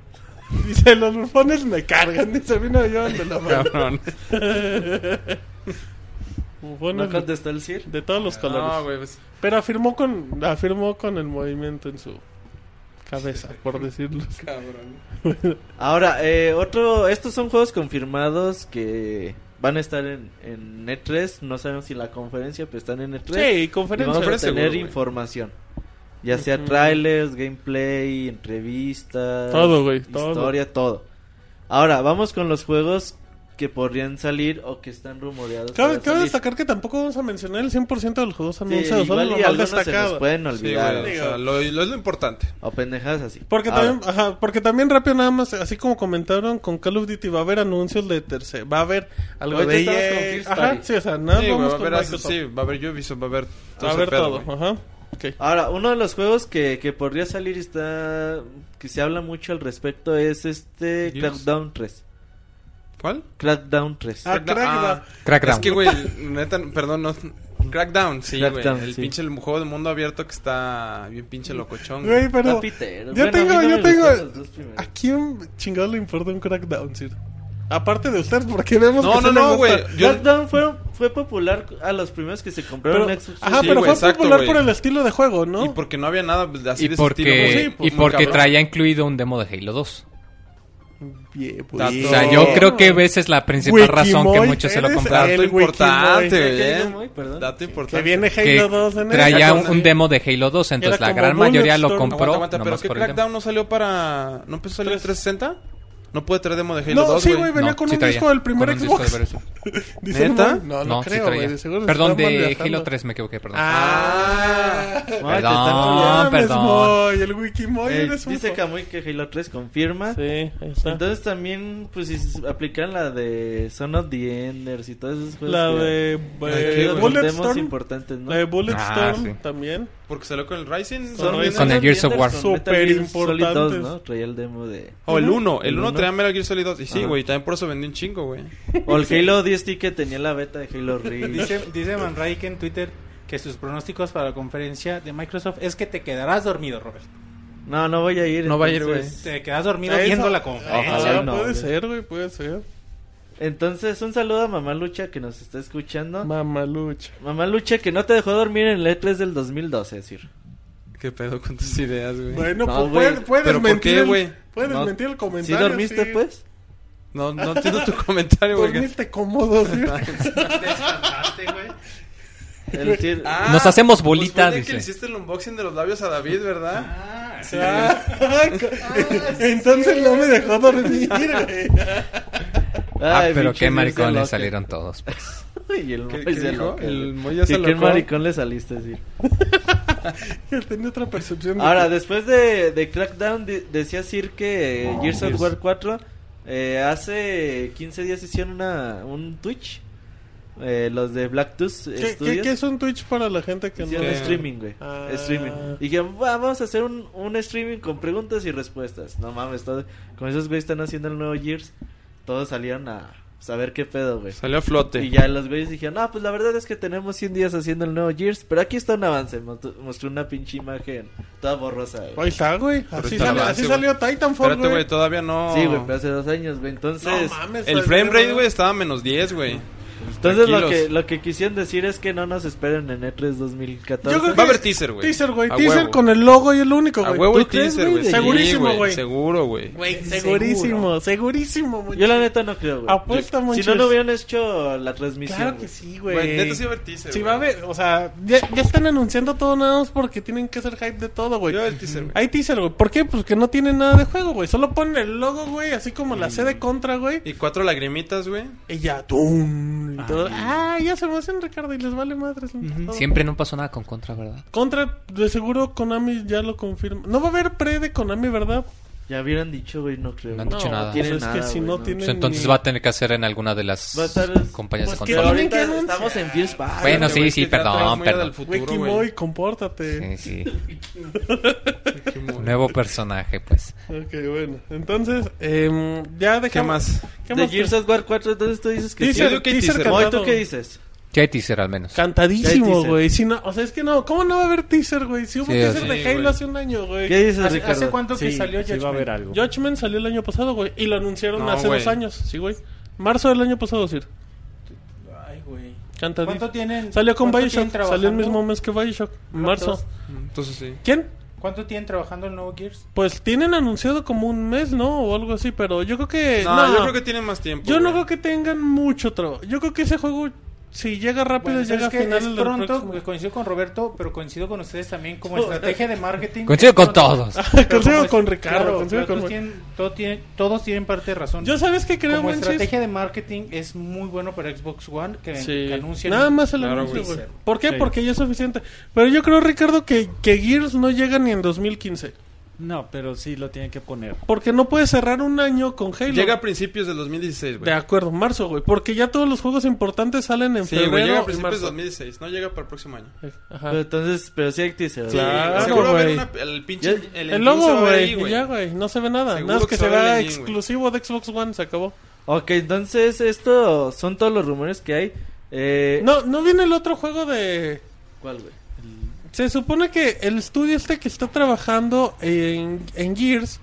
S1: Dice, los bufones me cargan. Dice, a mí no me llevan de la mano.
S2: Cabrón.
S1: Fue en
S5: ¿No
S1: el-
S5: contestó el CIR?
S1: de todos los colores.
S3: No, güey, pues,
S1: Pero afirmó con, afirmó con el movimiento en su cabeza, por decirlo. así.
S3: cabrón.
S5: Ahora, eh, otro, estos son juegos confirmados que van a estar en, en E3, no sabemos si la conferencia, pero están en E3.
S1: Sí,
S5: Y vamos
S1: conferencia.
S5: a tener
S3: Conferencia seguro, güey.
S5: información. Ya sea
S1: Ujú.
S5: trailers, gameplay, entrevistas,
S1: Todo, güey, todo.
S5: historia, todo. Ahora, vamos con los juegos que podrían salir o que están rumoreados.
S1: Cabe,
S5: para
S1: cabe
S5: salir.
S1: destacar que tampoco vamos a mencionar el 100% de los juegos
S5: Sí,
S1: anunciados, solo
S5: igual
S1: lo
S5: y
S1: más
S5: algunos se nos
S1: destacado.
S5: pueden
S3: Sí,
S5: olvidar.
S3: güey, o sea, lo, lo es lo importante.
S5: O pendejadas así.
S1: Porque
S5: Ahora,
S1: también, ajá, porque también rápido nada más, así como comentaron con Call of Duty va a haber anuncios de tercer, va a haber algo
S5: Ahorita
S1: de
S5: estamos
S1: EA,
S5: con First
S1: ajá,
S5: Party.
S1: sí, o sea, nada,
S3: sí, güey,
S1: vamos
S3: va a
S1: con
S3: haber así,
S1: Microsoft,
S3: sí, va a haber Ubisoft, va a haber
S1: va a
S3: ese
S1: haber
S3: pedo,
S1: todo,
S3: güey.
S1: ajá, ok.
S5: Ahora, uno de los juegos que, que podría salir y está. que se habla mucho al respecto es este.
S3: Dios.
S5: Crackdown 3.
S3: ¿Cuál?
S5: Crackdown 3.
S1: Ah, Crackdown.
S2: Crackdown.
S3: Es que, güey, neta, perdón, no. Crackdown, sí, güey.
S5: Crackdown,
S3: El
S5: sí.
S3: pinche el juego de mundo abierto que está bien pinche locochón.
S1: Güey,
S3: güey.
S1: pero,
S5: Yo
S1: yo tengo- yo tengo- Ah, ¿a quién chingado le importa un Crackdown, Sir? Aparte de usted, porque vemos
S3: No,
S1: que
S3: no,
S1: sí le gusta.
S3: no, güey. Yo,
S5: Crackdown fue, fue popular a los primeros que se compraron
S1: Pero-
S5: Xbox.
S1: ajá,
S3: sí,
S1: pero
S3: güey,
S1: fue
S3: exacto,
S1: popular
S3: güey.
S1: por el estilo de juego, ¿no?
S3: Y porque no había nada pues, así
S2: Y
S3: de ese
S2: porque,
S3: estilo, güey.
S1: pues,
S2: y
S3: muy
S2: porque
S3: cabrón.
S2: traía incluido un demo de Halo 2.
S1: Bien, pues.
S3: Tanto-
S2: O sea, yo creo que esa es la principal razón que
S1: Wikimoy,
S2: muchos se lo
S1: eres
S2: compraron.
S1: el
S3: Dato importante,
S1: Wikimoy.
S3: güey.
S5: ¿Qué
S3: eh.
S5: digo, güey? Perdón.
S3: Dato
S1: Que
S3: importante.
S1: viene Halo
S2: que
S1: 2 en
S2: traía
S1: esa
S2: un,
S1: cosa.
S2: un demo de Halo 2, entonces
S1: Era
S2: la
S1: como
S2: gran mayoría lo
S1: Bulletstorm.
S2: compró.
S3: Aguanta, aguanta, pero
S2: nomás
S3: que
S2: por el demo.
S3: Crackdown no salió para. ¿No empezó a salir el 360? No puede traer demo de Halo
S1: No,
S3: 2.
S1: sí, güey, venía
S2: No,
S1: con
S2: sí
S1: un
S2: traía,
S1: disco del
S2: con
S1: primer
S2: un disco de
S1: Xbox.
S2: varios-
S1: Dice,
S3: ¿neta?
S1: No, no,
S2: No, sí
S1: creo,
S2: traía.
S1: güey. de seguro se
S2: Perdón,
S1: estaban
S2: de
S1: manejando.
S2: Halo 3 me equivoqué, perdón.
S3: Ah.
S5: Ay, te
S2: Perdón.
S5: están
S1: No,
S2: perdón.
S1: perdón. el Wikimoy
S5: Eh,
S1: eres un
S5: dice
S1: po-
S5: Kamui que Halo 3 confirma.
S1: Sí, ahí está.
S5: Entonces también, pues si se aplican la de Son of the Enders y todas esas cosas.
S1: la
S5: Pues que-
S1: de
S3: Aquí,
S1: eh,
S3: güey.
S5: Bulletstorm
S1: Bulletstorm.
S5: importantes, ¿no?
S1: La de Bulletstorm
S2: Ah, sí.
S1: también.
S3: Porque salió con el Rising.
S1: Son-
S3: bien-
S2: Son el Gears of War.
S1: Súper
S5: Solid 2,
S1: importantes.
S5: ¿no? Traía el demo de...
S3: O el 1. El
S5: El
S3: 1
S5: uno.
S3: traía Metal Gear Solid 2. Y sí,
S5: Ajá.
S3: güey, también por eso vendió un chingo, güey.
S5: O el Halo 10T que tenía la beta de Halo Reach.
S4: Dice, dice Man Rake en Twitter que sus pronósticos para la conferencia de Microsoft es que te quedarás dormido, Robert.
S5: No, no voy a ir.
S3: No va a ir,
S5: entonces-
S4: Te quedas dormido
S1: Eso-
S4: viendo la
S1: Ah,
S4: conferencia.
S5: Ojalá no,
S1: puede
S5: güey.
S1: ser, güey, puede ser.
S5: Entonces, un saludo a Mamá Lucha que nos está escuchando.
S1: Mamalucha.
S5: Mamá Lucha que no te dejó dormir en el E3 del 2012, decir.
S3: ¿Qué pedo con tus ideas, güey?
S1: Bueno,
S5: No,
S1: pues
S5: güey.
S1: puedes, puedes
S3: ¿Pero por
S1: mentir.
S3: qué,
S1: el-
S3: güey?
S1: Puedes
S5: No.
S1: mentir el
S5: ¿Sí
S1: comentario.
S5: dormiste, pues?
S3: No, no entiendo tu comentario, güey.
S1: Dormiste cómodo, güey.
S5: El Sir-
S3: Ah,
S2: Nos hacemos
S3: pues fue el
S2: bolita,
S3: día que
S2: dice.
S3: le hiciste el unboxing de los labios a David, ¿verdad?
S1: Ah, Entonces no me dejó dormir, güey.
S2: Ah,
S5: Ay,
S2: pero
S5: pinche
S2: qué
S5: Sir
S2: maricones
S5: Locker.
S2: salieron todos.
S5: y el
S3: ¿Qué,
S5: Moy
S3: qué
S5: se
S3: dijo?
S5: Locker.
S3: El Moy ya
S5: Sí,
S3: se
S5: ¿Qué
S3: lo
S5: maricón le saliste, Sir?
S1: Tenía otra percepción. de-
S5: Ahora, después de, de Crackdown, de- decía Sir que eh, Gears of War 4 eh, hace 15 días hicieron una, un Twitch. eh, los de Black Tooth
S1: ¿Qué, qué,
S5: Studios.
S1: qué es un Twitch para la gente que no
S5: Hicieron
S3: Que-
S5: streaming, güey.
S1: Ah.
S5: Streaming. Y que vamos a hacer un, un streaming con preguntas y respuestas. No mames, todo, como esos güeyes están haciendo el nuevo Gears, todos salieron a saber qué pedo, güey.
S3: Salió a flote.
S5: Y ya los güeyes dijeron, no, pues la verdad es que tenemos 100 días haciendo el nuevo Gears, pero aquí está un avance. Mont- Mostró una pinche imagen toda borrosa, güey.
S1: Ahí está, güey. Así,
S3: está
S1: salió-
S3: avance,
S1: así
S3: güey.
S1: salió Titanfall,
S3: Espérate,
S1: güey.
S3: güey, todavía no.
S5: Sí, güey, pero hace dos años, güey. Entonces,
S1: mames.
S3: El frame rate, güey, estaba a menos 10, güey.
S5: entonces lo,
S3: Tranquilos.
S5: que, lo que quisieron decir es que no nos esperen en E E3 2014.
S1: Yo creo
S3: Va a
S1: que-
S3: haber teaser, güey.
S1: Teaser, güey.
S3: A
S1: Teaser
S3: huevo.
S1: con el logo y el único,
S3: A
S1: güey.
S3: huevo y
S1: ¿Tú crees,
S3: teaser,
S1: güey?
S3: güey. Sí,
S1: Segurísimo, güey.
S3: Seguro, güey.
S1: Güey, segurísimo, segurísimo, güey.
S5: Yo la neta no creo, güey.
S1: Apuesta,
S5: Si
S1: Monchis.
S5: no, no hubieran hecho la transmisión.
S1: Claro que
S5: güey.
S1: sí,
S3: Güey,
S1: güey.
S3: Pues, neta sí va a haber teaser.
S1: Sí,
S3: güey.
S1: va a haber, o sea, ya, ya están anunciando todo nada más porque tienen que hacer hype de todo,
S3: Sí
S1: güey.
S3: va a haber teaser, güey.
S1: Hay teaser, güey. ¿Por qué? Pues que no tienen nada de juego, güey. Solo ponen el logo, güey, así como la C
S3: Mm.
S1: de contra, güey.
S3: Y cuatro lagrimitas, güey.
S1: Y ya, ¡tum! Y todo. Ah, ya se me hacen, Ricardo, y les vale madres. todo.
S2: Siempre no pasó nada con Contra, ¿verdad?
S1: Contra, de seguro Konami ya lo confirma. No va a haber pre de Konami, ¿verdad?
S5: Ya hubieran dicho, güey, no creo.
S2: No han
S5: güey.
S2: dicho nada.
S5: tienen
S1: Pues es que
S5: nada,
S1: si
S5: güey,
S1: no
S5: no.
S1: tienen.
S2: Pues entonces
S1: ni-
S2: va a tener que hacer en alguna de las
S5: Va a estar-
S2: compañías
S1: Pues,
S2: de
S1: ¿qué
S2: consola.
S1: tienen que
S5: Ahorita
S1: anunciar?
S5: estamos en Gears Pass.
S2: Bueno, sí,
S3: Güey,
S2: sí,
S3: es que trata
S2: perdón,
S3: muy del
S2: perdón.
S3: futuro,
S1: Wiki
S3: güey.
S1: Moy, compórtate.
S2: Sí, sí.
S3: Wiki Moy.
S2: Nuevo personaje, pues.
S1: Ok, bueno. Entonces, em, ya
S3: ¿Qué
S1: dejamos.
S3: más?
S1: ¿Qué
S5: De
S1: más?
S5: Gears of War 4, entonces tú dices que sí.
S1: Teaser,
S3: Yo digo que
S1: teaser
S3: teaser.
S5: Moy,
S1: cantado.
S5: ¿tú qué dices?
S2: Ya hay teaser al menos.
S5: Ya hay
S1: Cantadísimo,
S5: teaser.
S1: güey. Si no, o sea, es que no, ¿cómo no va a haber teaser, güey? Si hubo
S2: Sí,
S1: teaser
S3: sí,
S1: de
S3: güey.
S1: Halo hace un año, güey.
S5: ¿Qué dices,
S4: ¿Hace,
S5: Ricardo?
S4: hace cuánto que
S6: Sí,
S4: salió
S6: sí va a haber
S4: Judgment?
S6: algo.
S1: Judgment salió el año pasado, güey. Y lo anunciaron
S3: No,
S1: hace dos
S3: güey.
S1: años, sí, güey. Marzo del año pasado, sí.
S4: Ay, güey.
S1: Canta
S4: ¿Cuánto
S1: Diff.
S4: tienen-
S1: Salió con
S4: cuánto
S1: Bioshock,
S4: tienen
S1: salió el
S4: trabajando?
S1: mismo mes que Bioshock, en
S4: Los
S1: marzo.
S4: dos.
S3: Entonces sí.
S1: ¿Quién?
S4: ¿Cuánto tienen trabajando el nuevo Gears?
S1: Pues tienen anunciado como un mes, ¿no? O algo así, pero yo creo que...
S3: Eh, No,
S1: no.
S3: yo creo que tienen más tiempo.
S1: Yo no
S3: güey.
S1: creo que tengan mucho trabajo. Yo creo que ese juego, si llega rápido,
S4: Bueno,
S1: llega a
S4: es que
S1: finales
S4: es
S1: del
S4: pronto, pues,
S1: próximo.
S4: coincido con Roberto, pero coincido con ustedes también como estrategia de marketing.
S2: Coincido
S4: es
S2: con
S4: pronto.
S2: todos.
S4: Pero
S1: Coincido
S4: como es-
S1: con Ricardo,
S4: claro,
S1: coincido
S4: pero
S1: con-
S4: todos tienen, todo tiene- todos tienen parte de razón.
S1: Yo sabes que creo,
S4: como
S1: Manches?
S4: estrategia de marketing es muy bueno para Xbox One que,
S3: Sí.
S4: que anuncien
S1: Nada más el
S3: Claro,
S1: anuncio,
S3: güey.
S1: güey. ¿Por qué?
S6: Sí.
S1: Porque ya es suficiente. Pero yo creo, Ricardo, que, que Gears no llega ni en 2015.
S6: No, pero sí lo tienen que poner.
S1: Porque no puedes cerrar un año con Halo.
S3: Llega a principios del 2016,
S1: De
S3: güey.
S1: acuerdo, marzo, güey. Porque ya todos los juegos importantes salen en
S3: Sí,
S1: febrero.
S3: güey, llega a
S1: y
S3: principios del
S1: marzo.
S3: 2016. No llega para el próximo año.
S1: Ajá.
S5: Pero entonces, pero sí Activision.
S3: Sí,
S1: Claro,
S3: seguro va a
S1: güey.
S3: haber una- el pinche.
S5: Ya-
S1: El
S3: El, engine se
S1: logo,
S3: va a ver ahí,
S1: güey. y Ya, güey. No se ve nada.
S3: Seguro
S1: nada es que,
S3: que
S1: se
S3: se va a ver
S1: vea
S3: el link, güey.
S1: exclusivo de Xbox One. Se acabó.
S5: Ok, entonces esto son todos los rumores que hay. Eh,
S1: No, no viene el otro juego de.
S5: ¿Cuál, güey?
S1: Se supone que el estudio este que está trabajando en, en Gears.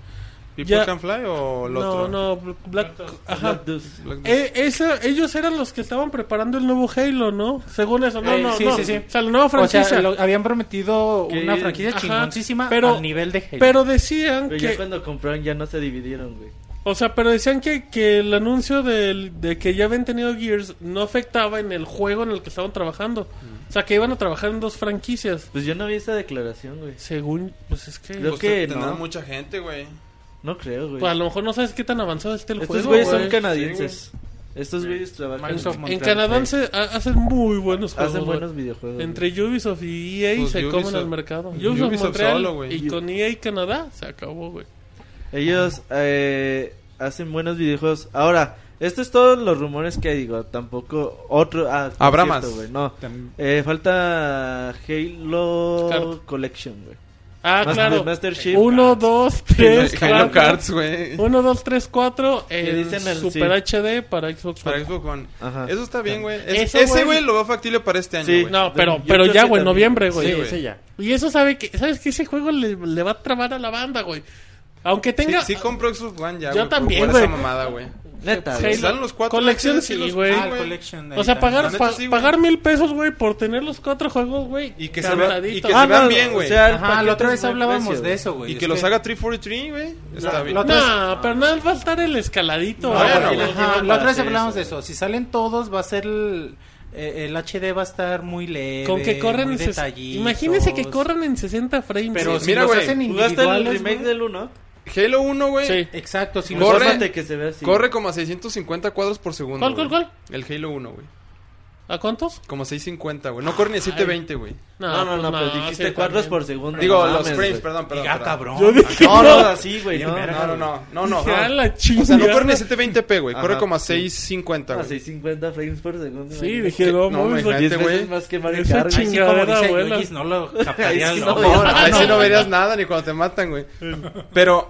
S3: ¿People
S1: Ya-
S3: Can Fly o el
S1: no,
S3: otro?
S1: no,
S3: Pues
S1: Black. Ajá.
S5: Black Dust.
S3: Black Desert.
S1: Eh, esa- ellos eran los que estaban preparando el nuevo Halo, ¿no? Según eso, no,
S4: Eh,
S1: no,
S4: sí,
S1: no.
S4: sí, sí.
S1: O sea, la nueva
S4: O
S1: franquicia.
S4: sea, lo- habían prometido
S3: Que-
S4: una franquicia
S1: ajá,
S4: chingoncísima
S1: pero-
S4: al nivel de Halo.
S1: Pero decían
S5: Pero
S1: que,
S5: ya cuando compraron ya no se dividieron, güey.
S1: o sea, pero decían que, que el anuncio del, de que ya habían tenido Gears no afectaba en el juego en el que estaban trabajando. O sea, que iban a trabajar en dos franquicias.
S5: Pues yo no vi esa declaración, güey.
S1: Según, pues es que,
S5: Creo
S3: Pues
S5: que
S3: te- tendrán
S5: no.
S3: mucha gente, güey.
S5: No creo, güey.
S1: pues, a lo mejor no sabes qué tan avanzado esté el
S5: Estos
S1: juego.
S5: güeyes son
S1: güey.
S5: canadienses. Estos güeyes trabajan.
S4: Microsoft
S1: En
S4: Montreal,
S1: Canadá
S4: güey.
S1: se- ha- hacen muy buenos juegos.
S5: Hacen
S1: güey.
S5: buenos videojuegos. güey.
S1: Entre Ubisoft y EA
S3: Pues
S1: se
S3: Ubisoft-
S1: comen el mercado. Ubisoft,
S3: Ubisoft
S1: Montreal
S3: solo, güey.
S1: y con EA Canadá se acabó, güey.
S5: Ellos eh, hacen buenos videojuegos. Ahora, esto es todos los rumores que hay, digo. Tampoco otro. Ah, por
S3: Habrá
S5: cierto,
S3: más.
S5: güey, no.
S6: Tam-
S5: Eh, falta Halo
S1: Card.
S5: Collection, güey.
S1: Ah,
S5: Master-
S1: claro.
S5: Master Chief.
S1: 1, 2,
S3: Halo
S1: 3,
S3: Halo
S1: 4.
S3: Cards, güey.
S1: 1, 2, 3, 4.
S5: dicen
S1: El
S5: el-
S1: Super HD para Xbox
S3: Para
S1: One.
S3: Xbox One.
S5: Ajá.
S3: Eso está bien, güey. Es-
S1: Eso,
S3: Ese,
S1: güey.
S3: güey, lo veo factible para este año,
S5: Sí.
S3: güey.
S1: No, pero,
S5: Yo
S1: pero
S5: creo
S1: ya,
S5: que
S1: güey,
S5: también.
S1: noviembre, güey.
S3: Sí, güey.
S6: ese ya.
S1: Y eso sabe que, ¿sabes que Ese juego le, le va a trabar a la banda, güey. Aunque tenga...
S3: Sí, sí compro Xbox One ya,
S1: Yo
S3: güey, por
S1: también,
S3: jugar
S1: güey.
S3: esa mamada, güey.
S5: Neta,
S1: Halo.
S5: güey.
S3: Salen los cuatro
S1: Colección,
S3: meses y
S1: sí,
S3: los-
S1: güey.
S4: Ah, el
S3: güey.
S4: Collection ahí
S1: O sea,
S4: también.
S1: pagar,
S3: La neta,
S1: pa-
S3: sí, güey.
S1: pagar mil pesos, güey, por tener los cuatro juegos, güey.
S3: Y que se vea- y
S1: cantadito.
S3: que
S1: Ah,
S3: se vean bien, güey.
S5: O sea, el
S4: Ajá,
S5: paquete
S4: la otra
S5: es
S4: vez
S5: buen
S4: hablábamos
S5: precio,
S4: de
S5: güey.
S4: eso, güey.
S3: Y
S4: Es
S3: que los haga 343, güey. Está bien.
S4: la otra vez-
S1: No, pero nada más va a estar el escaladito.
S4: No,
S1: güey.
S3: bueno,
S4: porque-
S3: güey.
S4: Ah, ajá,
S5: Tienen
S4: la otra
S5: para
S4: vez
S5: hacer
S4: hablábamos
S5: eso,
S4: de eso. Si salen todos, va a ser el, eh, el HD va a estar muy leve.
S1: Con que corren
S4: muy
S1: en ses-
S4: detallitos.
S1: Imagínense que corran en 60 frames.
S4: Pero
S1: Sí.
S4: si
S3: Mira,
S4: los
S3: güey,
S4: hacen
S5: ¿Jugaste el
S4: individuales,
S5: remake
S4: güey,
S5: del 1?
S3: Halo 1, güey.
S1: Sí.
S4: Exacto, si los
S3: Corre.
S4: hacen-
S5: Corre. que se vea así.
S3: Corre como a 650 cuadros por segundo.
S1: ¿Cuál, cuál,
S3: güey.
S1: cuál?
S3: El Halo 1, güey.
S1: ¿A cuántos?
S3: Como 650, güey. No corre ni a 720, güey.
S5: No, no, no,
S1: pues
S5: pero
S1: sí,
S5: dijiste
S1: también.
S5: cuadros por segundo.
S3: Digo,
S5: no
S3: los
S5: mames,
S3: frames,
S5: güey.
S3: perdón, perdón.
S4: Ah,
S3: perdón.
S4: cabrón.
S1: Yo dije,
S5: No,
S1: no,
S5: no, así, güey, no.
S3: No, no, no. No, no.
S1: Dije, "A la
S3: O sea, no
S1: chingada".
S3: corre ni a 720p, güey. Corre
S5: Ajá.
S3: como a
S1: Ah,
S3: 650,
S5: A
S3: güey.
S5: 650 frames por segundo.
S1: Sí,
S5: imagínate.
S1: dije, no,
S3: No,
S1: mames,
S3: imagínate,
S1: aquí-
S5: 10
S3: güey.
S5: veces más que Mario
S1: Esa
S5: Kart.
S4: Ay, sí, como
S1: Chingadera,
S4: dice
S1: abuela.
S4: Yoyis, no lo
S5: Ahí
S4: captarías,
S5: sí
S4: ¿no?
S5: no
S3: No,
S5: veía
S3: ahí sí no verías nada ni cuando te matan, güey. Pero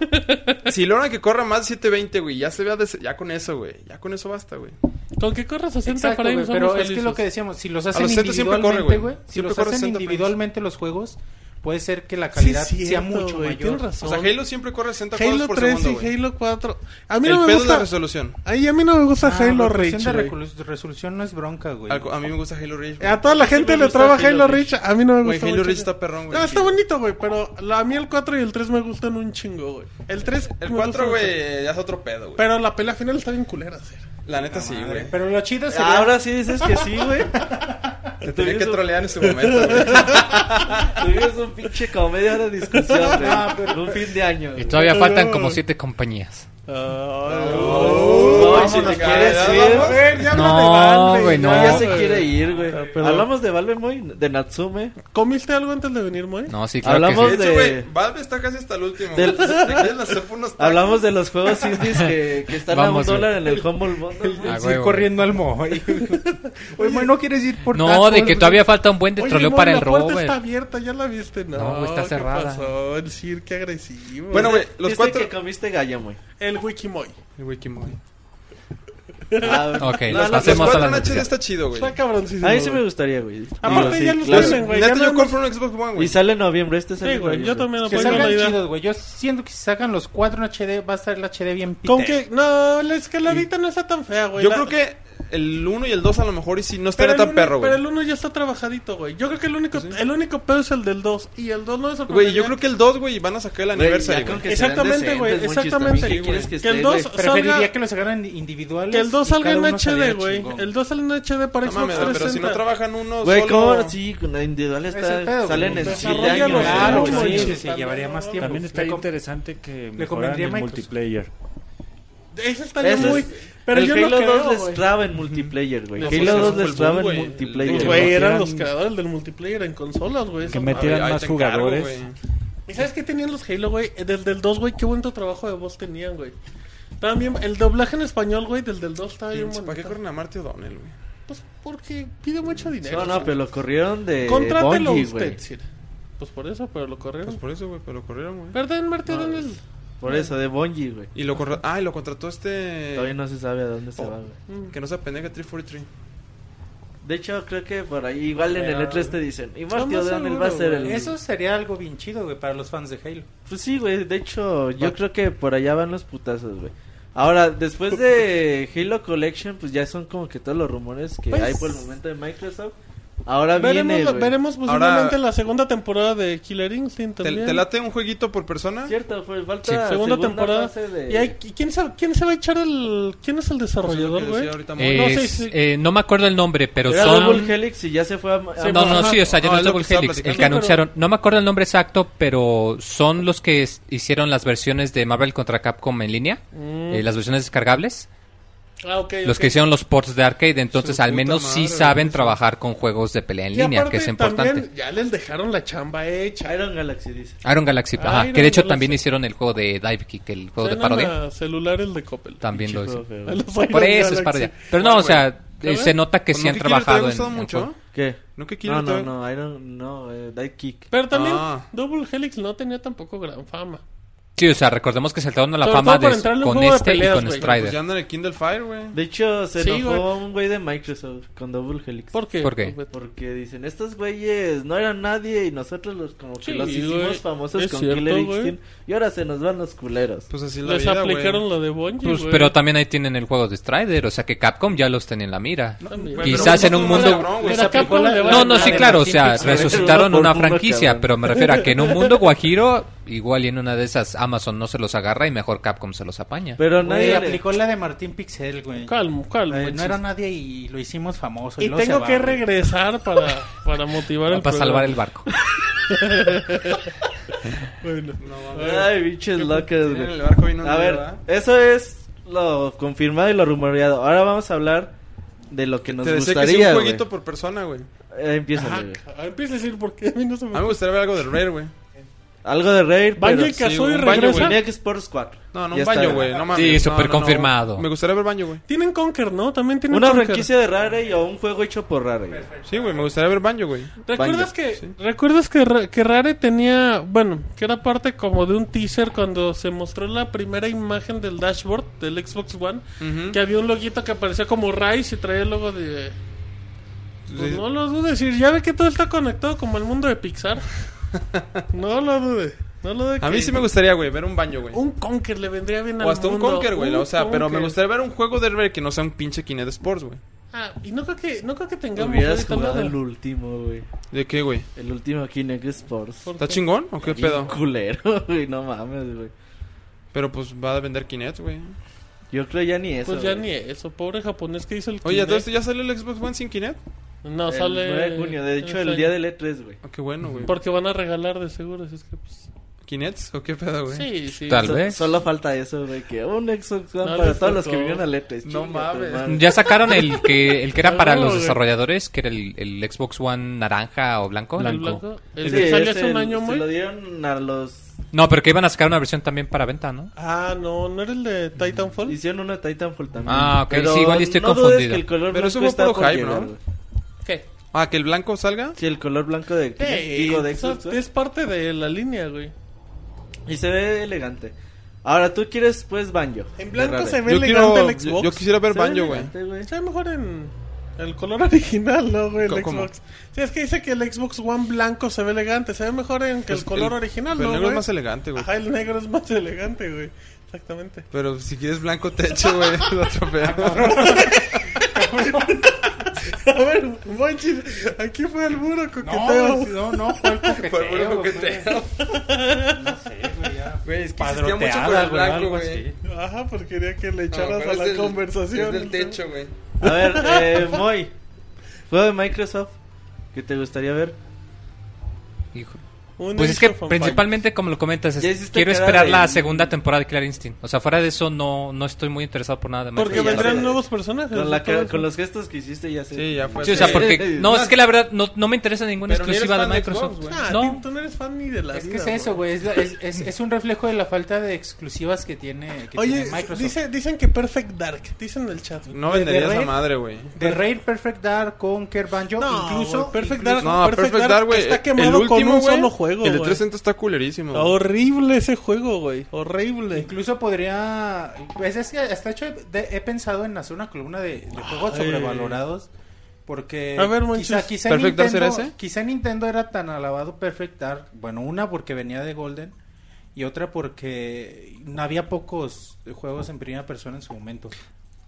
S3: si logran que corra más de 720, güey, ya se vea des- ya con eso, güey. Ya con eso basta, güey.
S1: Con que corras a 60
S4: Exacto,
S1: frames
S4: güey,
S1: somos
S4: pero es que
S1: felices.
S4: lo que decíamos, si los hacen
S3: los 60 siempre corre,
S4: individualmente,
S3: güey.
S4: güey, si
S3: Siempre
S4: los
S3: corre
S4: hacen
S3: 60 frames.
S4: individualmente los juegos, puede ser que la calidad
S1: Sí, es
S4: sea
S1: cierto,
S4: mucho
S1: güey,
S4: mayor.
S1: tienes razón.
S3: O sea, Halo siempre corre 60
S1: Halo
S3: cuadros por
S1: 3
S3: segundo,
S1: y
S3: güey.
S1: Halo 4. A mí
S3: el
S1: no me
S3: pedo es la
S1: gusta.
S3: resolución.
S1: Ay, a mí no me gusta
S4: Ah,
S1: Halo
S4: la
S1: Reach.
S4: resolución de
S1: güey.
S4: recolu- resolución no es bronca, güey.
S3: Al- A mí me gusta Halo Reach. güey.
S1: A toda la
S5: Sí me
S1: gente le
S5: gusta
S1: traba
S5: Halo
S1: Halo
S5: Reach.
S1: Reach. A mí no Ah, me
S3: Güey,
S1: gusta.
S3: Halo
S1: mucho.
S3: Reach está perrón, güey.
S1: No, está
S3: chido.
S1: bonito, güey. Pero la- a mí el 4 y el 3 me gustan un chingo, güey. El 3.
S3: El
S1: me
S3: 4,
S1: gusta mucho.
S3: güey, ya es otro pedo, güey.
S1: Pero Ah, la pelea final está bien culera, sí.
S3: La neta sí,
S4: Madre,
S3: güey.
S4: Pero lo chido sería
S5: Ahora sí dices que sí, güey.
S3: Te tenía que trolear en su momento, güey.
S5: Tuvimos un pinche comedia de discusión, güey.
S4: Ah, pero-
S5: Un fin de año.
S2: Y
S5: güey.
S2: todavía faltan como siete compañías.
S1: Oh,
S5: No, si te quieres ir.
S3: A ver, ya
S2: No, güey,
S5: No,
S2: no.
S5: ya se quiere ir, güey.
S1: pero-
S5: Hablamos de Valve Moy, de Natsume.
S1: ¿Comiste algo antes de venir, Moy?
S2: No, sí, claro
S5: Hablamos
S2: que
S3: De
S2: sí.
S3: hecho, güey,
S5: de-
S3: Valve está casi hasta el último.
S5: Del-
S3: güey. Si quieres, nos hacemos unos tacos.
S5: Hablamos de los juegos indies que, que están
S2: Vamos,
S5: a un
S2: güey.
S5: dólar en el Humble Bundle. güey.
S2: Ah,
S4: es
S2: güey, güey.
S4: ir corriendo al Moy. Oye, Moy, ¿no quieres ir por
S2: No,
S4: tacos?
S2: de que todavía falta un buen de troleo
S1: Moy,
S2: para el
S1: la puerta está
S2: Robert.
S1: abierta, ya la viste. No,
S2: No, güey, está
S1: ¿qué
S2: cerrada.
S1: pasó? El Sir, qué agresivo.
S3: Bueno, güey, los
S5: Dice
S3: cuatro.
S5: que comiste galla, güey.
S1: el Wikimoy.
S3: El Wikimoy.
S5: Ah, güey.
S2: Ok,
S5: No,
S2: los
S5: no,
S3: Los
S2: pasemos a
S3: cuatro
S2: la
S3: en HD
S2: noticia.
S3: está chido, güey.
S1: Está cabroncísimo.
S5: A mí sí
S1: güey.
S5: me gustaría, güey.
S1: Aparte,
S5: Digo,
S1: ya
S5: sí,
S1: los
S5: claro.
S1: tienen, güey. ya
S3: Neta,
S1: nada
S3: yo
S1: más-
S3: compro un Xbox One, güey.
S5: Y sale en noviembre, este sale
S1: Sí,
S5: en
S1: güey,
S5: noviembre.
S1: yo también
S4: Que
S1: apoyo la
S4: salgan
S1: idea.
S4: chidos, güey. Yo siento que si sacan los cuatro en HD va a estar el HD bien
S1: Con
S4: pitero.
S1: que, no, la escaladita no está tan fea, güey.
S3: Yo
S1: La-
S3: creo que el 1 y el 2 a lo mejor y si
S1: Pero
S3: no estaría
S1: el
S3: tan
S1: uno-
S3: perro, güey. Pues
S1: Pero el 1 ya está trabajadito, güey. Yo creo que el único,
S3: Sí.
S1: el único pedo es el del 2. Y el 2 no es
S3: Güey, yo creo que el 2, güey, van a sacar el aniversario, güey.
S1: Exactamente, güey, exactamente,
S5: ¿Qué
S1: güey.
S5: quieres que
S1: Que el
S5: esté,
S1: dos-
S5: güey?
S1: o sea,
S4: Preferiría
S1: salga-
S4: que los sacaran individuales.
S1: Que el 2
S4: y cada
S1: salga en
S4: uno
S1: HD,
S4: saliera
S1: güey.
S4: chingón.
S1: El 2 sale en HD para
S3: No
S1: Xbox
S3: mames, pero si no
S1: 360.
S3: trabajan uno
S5: Güey,
S3: solo...
S5: ¿cómo? Sí, con la individual
S4: Es el pedo,
S5: está,
S4: güey.
S5: salen en siete
S1: Desarrolla
S5: años.
S1: los
S4: Claro,
S1: juegos,
S4: sí,
S1: güey.
S4: sí, sí, llevaría más tiempo.
S6: También está
S4: pues, Le com-
S6: interesante que mejoraran
S4: convendría
S6: el
S4: Microsoft.
S6: multiplayer.
S1: Ese estaría
S5: Ese es-
S1: muy. pero
S5: el
S1: yo
S5: Halo
S1: no creo,
S5: 2 les
S1: güey.
S5: traba en multiplayer, güey.
S3: No, pues,
S5: Halo
S3: eso
S5: 2
S3: fue
S5: les
S3: el
S5: traba
S3: boom,
S5: en
S3: güey.
S5: multiplayer.
S1: Pues,
S5: güey.
S1: güey, eran
S6: metieran-
S1: los creadores del multiplayer en consolas, güey.
S6: Que
S1: esa
S3: Ay,
S6: metieran
S3: ay,
S6: más
S3: te encargo,
S6: jugadores.
S3: güey.
S1: ¿Y sabes qué tenían los Halo, güey? Eh, Desde el 2, güey, qué bonito trabajo de voz tenían, güey. También el doblaje en español, güey, desde el 2 estaba bien
S3: Pinche,
S1: bonito.
S3: ¿Para qué corren a Marte O'Donnell, güey?
S1: Pues porque pide mucho dinero.
S5: No,
S1: güey.
S5: no, pero lo corrieron
S2: Eh,
S5: de
S1: Contrátelo
S5: Bungie,
S1: usted,
S5: güey.
S1: Sir. Pues por eso, pero lo
S3: Pues
S1: corrieron.
S3: por eso, güey, pero lo corrieron, güey.
S1: ¿Verdad, Martín
S5: No,
S1: O'Donnell?
S5: Por eso, de Bungie, güey.
S3: Y lo, corra- ah, y lo contrató
S5: Todavía
S3: este...
S5: no se sabe a dónde se
S3: Oh.
S5: va, güey.
S1: Mm.
S3: Que no se pendeja 343.
S5: De hecho, creo que por ahí, igual en el
S1: Pero-
S5: E3 te dicen, y Marty
S1: Lo más
S5: O'Donnell
S1: seguro,
S5: va a ser el...
S1: güey.
S4: Eso sería algo bien chido, güey, para los fans de Halo.
S5: Pues sí, güey, de hecho,
S1: Ah.
S5: yo creo que por allá van los putazos, güey. Ahora, después de Halo Collection, pues ya son como que todos los rumores que
S1: Pues-
S5: hay por el momento de Microsoft. Ahora
S1: Veremos,
S5: viene,
S1: la-
S5: güey.
S1: veremos
S3: Ahora-
S1: posiblemente la segunda temporada de Killer Instinct
S3: ¿Te,
S1: también.
S3: te late un jueguito por persona?
S5: Cierto, pues falta
S2: Sí.
S5: segunda,
S1: segunda, temporada.
S5: fase de-
S1: ¿Y hay- quién, se, quién se va a echar el... ¿Quién es el
S3: Eso Pues es lo que
S1: desarrollador, güey?
S3: decía ahorita Moy.
S2: Eh,
S1: No, sí,
S2: es-
S1: sí.
S2: eh, no me acuerdo el nombre, pero
S5: Era
S2: son...
S5: Double Helix y ya se fue a... a-
S1: Sí,
S2: No, no,
S1: Ajá.
S2: sí, o sea, ya
S3: Ah,
S2: no
S3: es
S2: es Double
S3: lo que estaba
S2: Helix. El
S3: platicando.
S2: que anunciaron, no me acuerdo el nombre exacto, pero son los que es- hicieron las versiones de Marvel contra Capcom en línea, eh, las versiones descargables,
S1: Ah, ok,
S2: los
S1: Mm. ok.
S2: que hicieron los ports de arcade, entonces
S3: Su
S2: al
S3: puta
S2: menos sí
S3: madre,
S2: saben
S3: güey.
S2: trabajar con juegos de pelea en
S1: Y
S2: línea,
S1: aparte
S2: que es importante.
S1: también ya les dejaron la chamba hecha.
S5: Iron Galaxy, dice.
S2: Iron Galaxy,
S1: Ah,
S2: ajá,
S1: Iron
S2: que de hecho
S1: Galaxy.
S2: también hicieron el juego de Dive Kick, el juego de
S1: Suenan
S2: parodia.
S1: a celulares de Coppel.
S2: También lo
S5: Pinche
S2: hizo.
S5: juego feo.
S1: Los Iron
S2: Por eso es
S1: Galaxy. Ah,
S2: parodia. Pero no, o sea, eh, se nota que
S3: Pues
S2: sí
S3: no,
S2: han
S3: Killer te había
S2: trabajado en.
S3: gustado
S2: en
S3: mucho? ¿eh?
S2: juego.
S5: ¿Qué?
S3: No que Killer
S5: No,
S3: te
S5: no,
S3: había-
S5: no, Iron... No, eh, Dive Kick.
S1: Pero también
S3: Ah.
S1: Double Helix no tenía tampoco gran fama.
S2: Sí, o sea, recordemos que saltaron a la
S1: Sobre
S2: fama
S1: todo por
S2: de-
S1: entrarle a un
S2: con
S1: juego de
S2: este
S1: peleas,
S2: y con
S1: güey.
S3: Pues ya
S2: Strider.
S3: andan en Kindle Fire, güey.
S5: De hecho, se
S1: Sí,
S5: enojó un güey de Microsoft con Double Helix.
S1: ¿Por qué?
S2: ¿Por qué?
S5: Porque dicen, estos güeyes no eran nadie y nosotros los como que
S1: Sí,
S5: los hicimos
S1: güey.
S5: famosos
S1: Es
S5: con
S1: cierto,
S5: Killer
S1: güey.
S5: Instinct y ahora se nos van los culeros.
S3: Pues así es la
S1: Les
S3: vida, güey.
S1: aplicaron la de Bungie,
S2: Pues,
S1: güey.
S2: pero también ahí tienen el juego de Strider, o sea que Capcom ya los tenía en la mira.
S1: También.
S3: Güey,
S2: Quizás
S3: pero
S2: en un
S3: no
S2: mundo-
S3: estuvo cabrón, güey.
S1: Pero acá
S4: aplicó
S1: con
S4: la
S1: la
S4: de
S1: de
S2: No, no,
S4: la
S2: sí,
S4: de
S2: claro, o
S4: Martín
S2: sea,
S4: Pizarro.
S2: resucitaron
S5: Por
S2: una
S5: burro,
S2: franquicia,
S5: cabrón.
S2: pero me refiero a que en un mundo guajiro, igual y en una de esas Amazon no se los agarra y mejor Capcom se los apaña.
S5: Pero
S4: Nadie
S5: nadie le-
S4: aplicó la de Martín Pixel, güey.
S1: Calmo,
S4: Eh,
S1: calmo.
S4: no era nadie y lo hicimos famoso.
S1: y
S4: luego se
S1: tengo
S4: va,
S1: que
S4: güey.
S1: regresar para, para motivar el
S2: para salvar el
S1: programa.
S2: barco.
S1: Bueno.
S3: No, mames.
S5: Ay, bichos locos,
S3: Tienen
S5: güey.
S3: el barco bien
S5: A
S3: hundido,
S5: ver,
S3: ¿verdad?
S5: eso es lo confirmado y lo rumoreado. Ahora vamos a hablar de lo que nos
S3: Te decía que sí,
S5: gustaría,
S3: un
S5: güey.
S3: jueguito por persona, güey.
S5: Eh, empieza,
S3: Ah,
S1: Ajá,
S5: güey.
S1: a ver, empieza a decir por qué a mí no se
S3: A mí me
S1: me...
S3: gustaría ver algo de Rare, güey.
S5: Algo de Raid, pero...
S1: Vaya y
S3: sí,
S1: Kazooie
S3: un baño,
S1: regresa.
S5: Kinect Sports 4.
S3: No, no,
S5: Ya
S3: un
S5: está,
S3: baño, güey. No mames.
S2: Sí,
S3: No,
S2: súper
S3: no, no.
S2: confirmado.
S3: Me gustaría ver baño, güey.
S1: Tienen Conker, ¿no? También tienen
S5: Una
S1: Conker.
S5: franquicia de Rare o un juego hecho por Rare, güey.
S3: Sí, güey, me gustaría ver baño, güey.
S1: ¿Recuerdas
S5: Banjo,
S1: que,
S3: sí.
S1: ¿Recuerdas que, Ra- que Rare tenía, bueno, que era parte como de un teaser cuando se mostró la primera imagen del dashboard del Xbox One?
S3: Ujú.
S1: Que había un loguito que aparecía como Rise y traía el logo de... Pues
S3: Sí.
S1: no lo dudes, Sir. ya ve que todo está conectado como el mundo de Pixar. No lo dude, no lo dude.
S3: A mí
S1: que
S3: sí me gustaría, güey, ver un baño, güey.
S1: Un Conker le vendría bien al
S3: O hasta un
S1: mundo.
S3: Conker, güey.
S1: Un
S3: O sea, pero me
S1: Conker.
S3: gustaría ver un juego de Rare que no sea un pinche Kinect Sports, güey.
S1: Ah, y no creo que, no creo que tengamos
S5: Hubieras
S1: ahorita
S5: jugado
S1: nada.
S5: el último, güey.
S3: ¿De qué, güey?
S5: El último Kinect Sports.
S1: ¿Por
S3: ¿Está
S1: qué?
S3: chingón o qué
S5: Bien
S3: pedo?
S5: culero, güey, no mames, güey.
S3: Pero pues va a vender Kinect, güey.
S5: Yo creo ya ni eso.
S1: Pues ya
S5: güey.
S1: ni eso, pobre japonés que hizo el
S3: Oye,
S1: Kinect.
S3: entonces ya salió el Xbox One sin Kinect.
S1: No,
S5: el
S1: sale...
S5: 9 de junio, de hecho,
S1: en
S5: el
S1: ese
S5: día
S1: año.
S5: del E3, güey.
S3: Ah, qué bueno, güey.
S1: Porque van a regalar de seguro, así es que pues...
S3: ¿Kinects o qué pedo, güey?
S1: Sí, sí.
S2: Tal
S5: So-
S2: vez.
S5: Solo falta eso, güey, que un Xbox One
S1: No
S5: para
S1: les
S5: todos los que
S1: tocó.
S5: vinieron al E3.
S3: No
S5: chinga tu
S3: mames.
S5: madre.
S2: Ya sacaron el que el que era para
S1: No,
S2: los
S1: güey.
S2: desarrolladores, que era el, el Xbox One naranja o blanco.
S1: ¿El blanco? El
S5: Sí,
S1: que salió
S5: es
S1: hace un
S5: el-
S1: año,
S5: Se lo
S1: muy...
S5: dieron a los...
S2: No, pero que iban a sacar una versión también para venta, ¿no?
S1: Ah, no, ¿no era el de Titanfall?
S5: Hicieron uno de Titanfall también.
S2: Ah, ok,
S5: Pero
S2: sí, igual y estoy
S5: no dudes
S2: confundido.
S5: que el color
S3: Pero eso
S5: blanco
S3: fue
S5: está
S3: puro
S5: por
S3: hype,
S5: llegar,
S3: ¿no?
S5: güey.
S1: ¿Qué?
S3: Ah, que el blanco salga.
S5: Sí, el color blanco de,
S1: Eh,
S5: digo, de
S1: eso
S5: Xbox, güey.
S1: es parte de la línea, güey.
S5: Y se ve elegante. Ahora, tú quieres, pues, Banjo.
S1: En
S5: de
S1: blanco
S5: Rare.
S1: se ve
S3: Yo,
S1: elegante
S3: quiero,
S1: el Xbox.
S3: yo, yo quisiera ver
S5: Se ve
S3: baño, güey.
S5: elegante, güey.
S1: Está mejor en el color original, ¿no, güey? El
S3: ¿Cómo, cómo?
S1: Xbox. Sí, es que dice que el Xbox One blanco se ve elegante. Se ve mejor en que
S3: Pues
S1: el color original,
S3: pero
S1: ¿no,
S3: El negro
S1: güey?
S3: es más elegante, güey.
S1: Ajá, el negro es más elegante, güey. Exactamente.
S4: Ah,
S3: Pero si quieres blanco techo, güey, lo atropellamos.
S1: A ver, manches, aquí fue el muro coqueteo.
S4: No, no, no, ¿cuál
S3: Fue puro
S4: coqueteo?
S3: coqueteo.
S4: güey? No sé, güey, ya.
S3: Güey, es que insistía mucho con
S4: Padroteada,
S3: el
S4: güey,
S3: blanco,
S4: algo
S3: güey.
S4: así.
S1: Ajá, pues quería que le
S3: No,
S1: echaras
S3: pero
S1: a
S3: es
S1: la
S3: del-
S1: conversación.
S3: Es del techo, güey.
S5: A ver, eh, Moy. Juego de Microsoft que te gustaría ver.
S2: Hijo.
S1: Un
S2: Pues es
S1: Age
S2: que
S1: of Empires.
S2: principalmente, como lo comentas, es-
S5: Ya hiciste
S2: quiero
S5: cara
S2: esperar
S5: de-
S2: la segunda temporada de Killer Instinct. O sea, fuera de eso, no, no estoy muy interesado por nada de
S1: Porque
S5: Ya
S2: Minecraft.
S1: vendrán
S5: sé.
S1: nuevos personajes.
S5: Con, la
S1: todo
S5: ca-
S1: eso.
S5: con los gestos que hiciste ya sé.
S3: Sí, ya fue.
S2: Sí, o sea,
S3: así.
S2: porque... No, es que la verdad, no, no me interesa ninguna
S3: Pero ni eres
S2: exclusiva de
S3: fan de
S2: Microsoft.
S3: Xbox, güey.
S1: Ah, Tim,
S2: no,
S1: tú no eres fan ni de la
S4: Es que
S1: vida,
S4: es eso, güey. Es, la- es, es, es un reflejo de la falta de exclusivas que tiene, que
S1: Oye,
S4: tiene Microsoft.
S1: dice- dicen que Perfect Dark. Dicen en el chat.
S3: No
S4: de- de
S3: vendería esa
S4: Rare-
S3: madre, güey.
S4: De Raid Perfect Dark, Conker, Banjo,
S1: No,
S4: incluso.
S1: güey, Perfect
S4: incluso-
S1: Dark,
S3: No, Perfect Dark, güey.
S1: Está
S3: El
S1: quemado
S3: último,
S1: con un
S3: güey,
S1: solo juego,
S3: El de
S1: güey.
S3: 360 está culerísimo. güey.
S1: Horrible ese juego, güey. Horrible.
S4: Incluso podría. Pues es que hasta hecho he, de- he pensado en hacer una columna de, de juegos sobrevalorados. Porque.
S1: A ver, Monchis.
S4: quizá, quizá
S3: ¿Perfect Dark
S4: Nintendo,
S3: será ese?
S4: quizá Nintendo era tan alabado Perfect Dark. Bueno, una porque venía de Golden. Y otra porque no había pocos juegos en primera persona en su momento.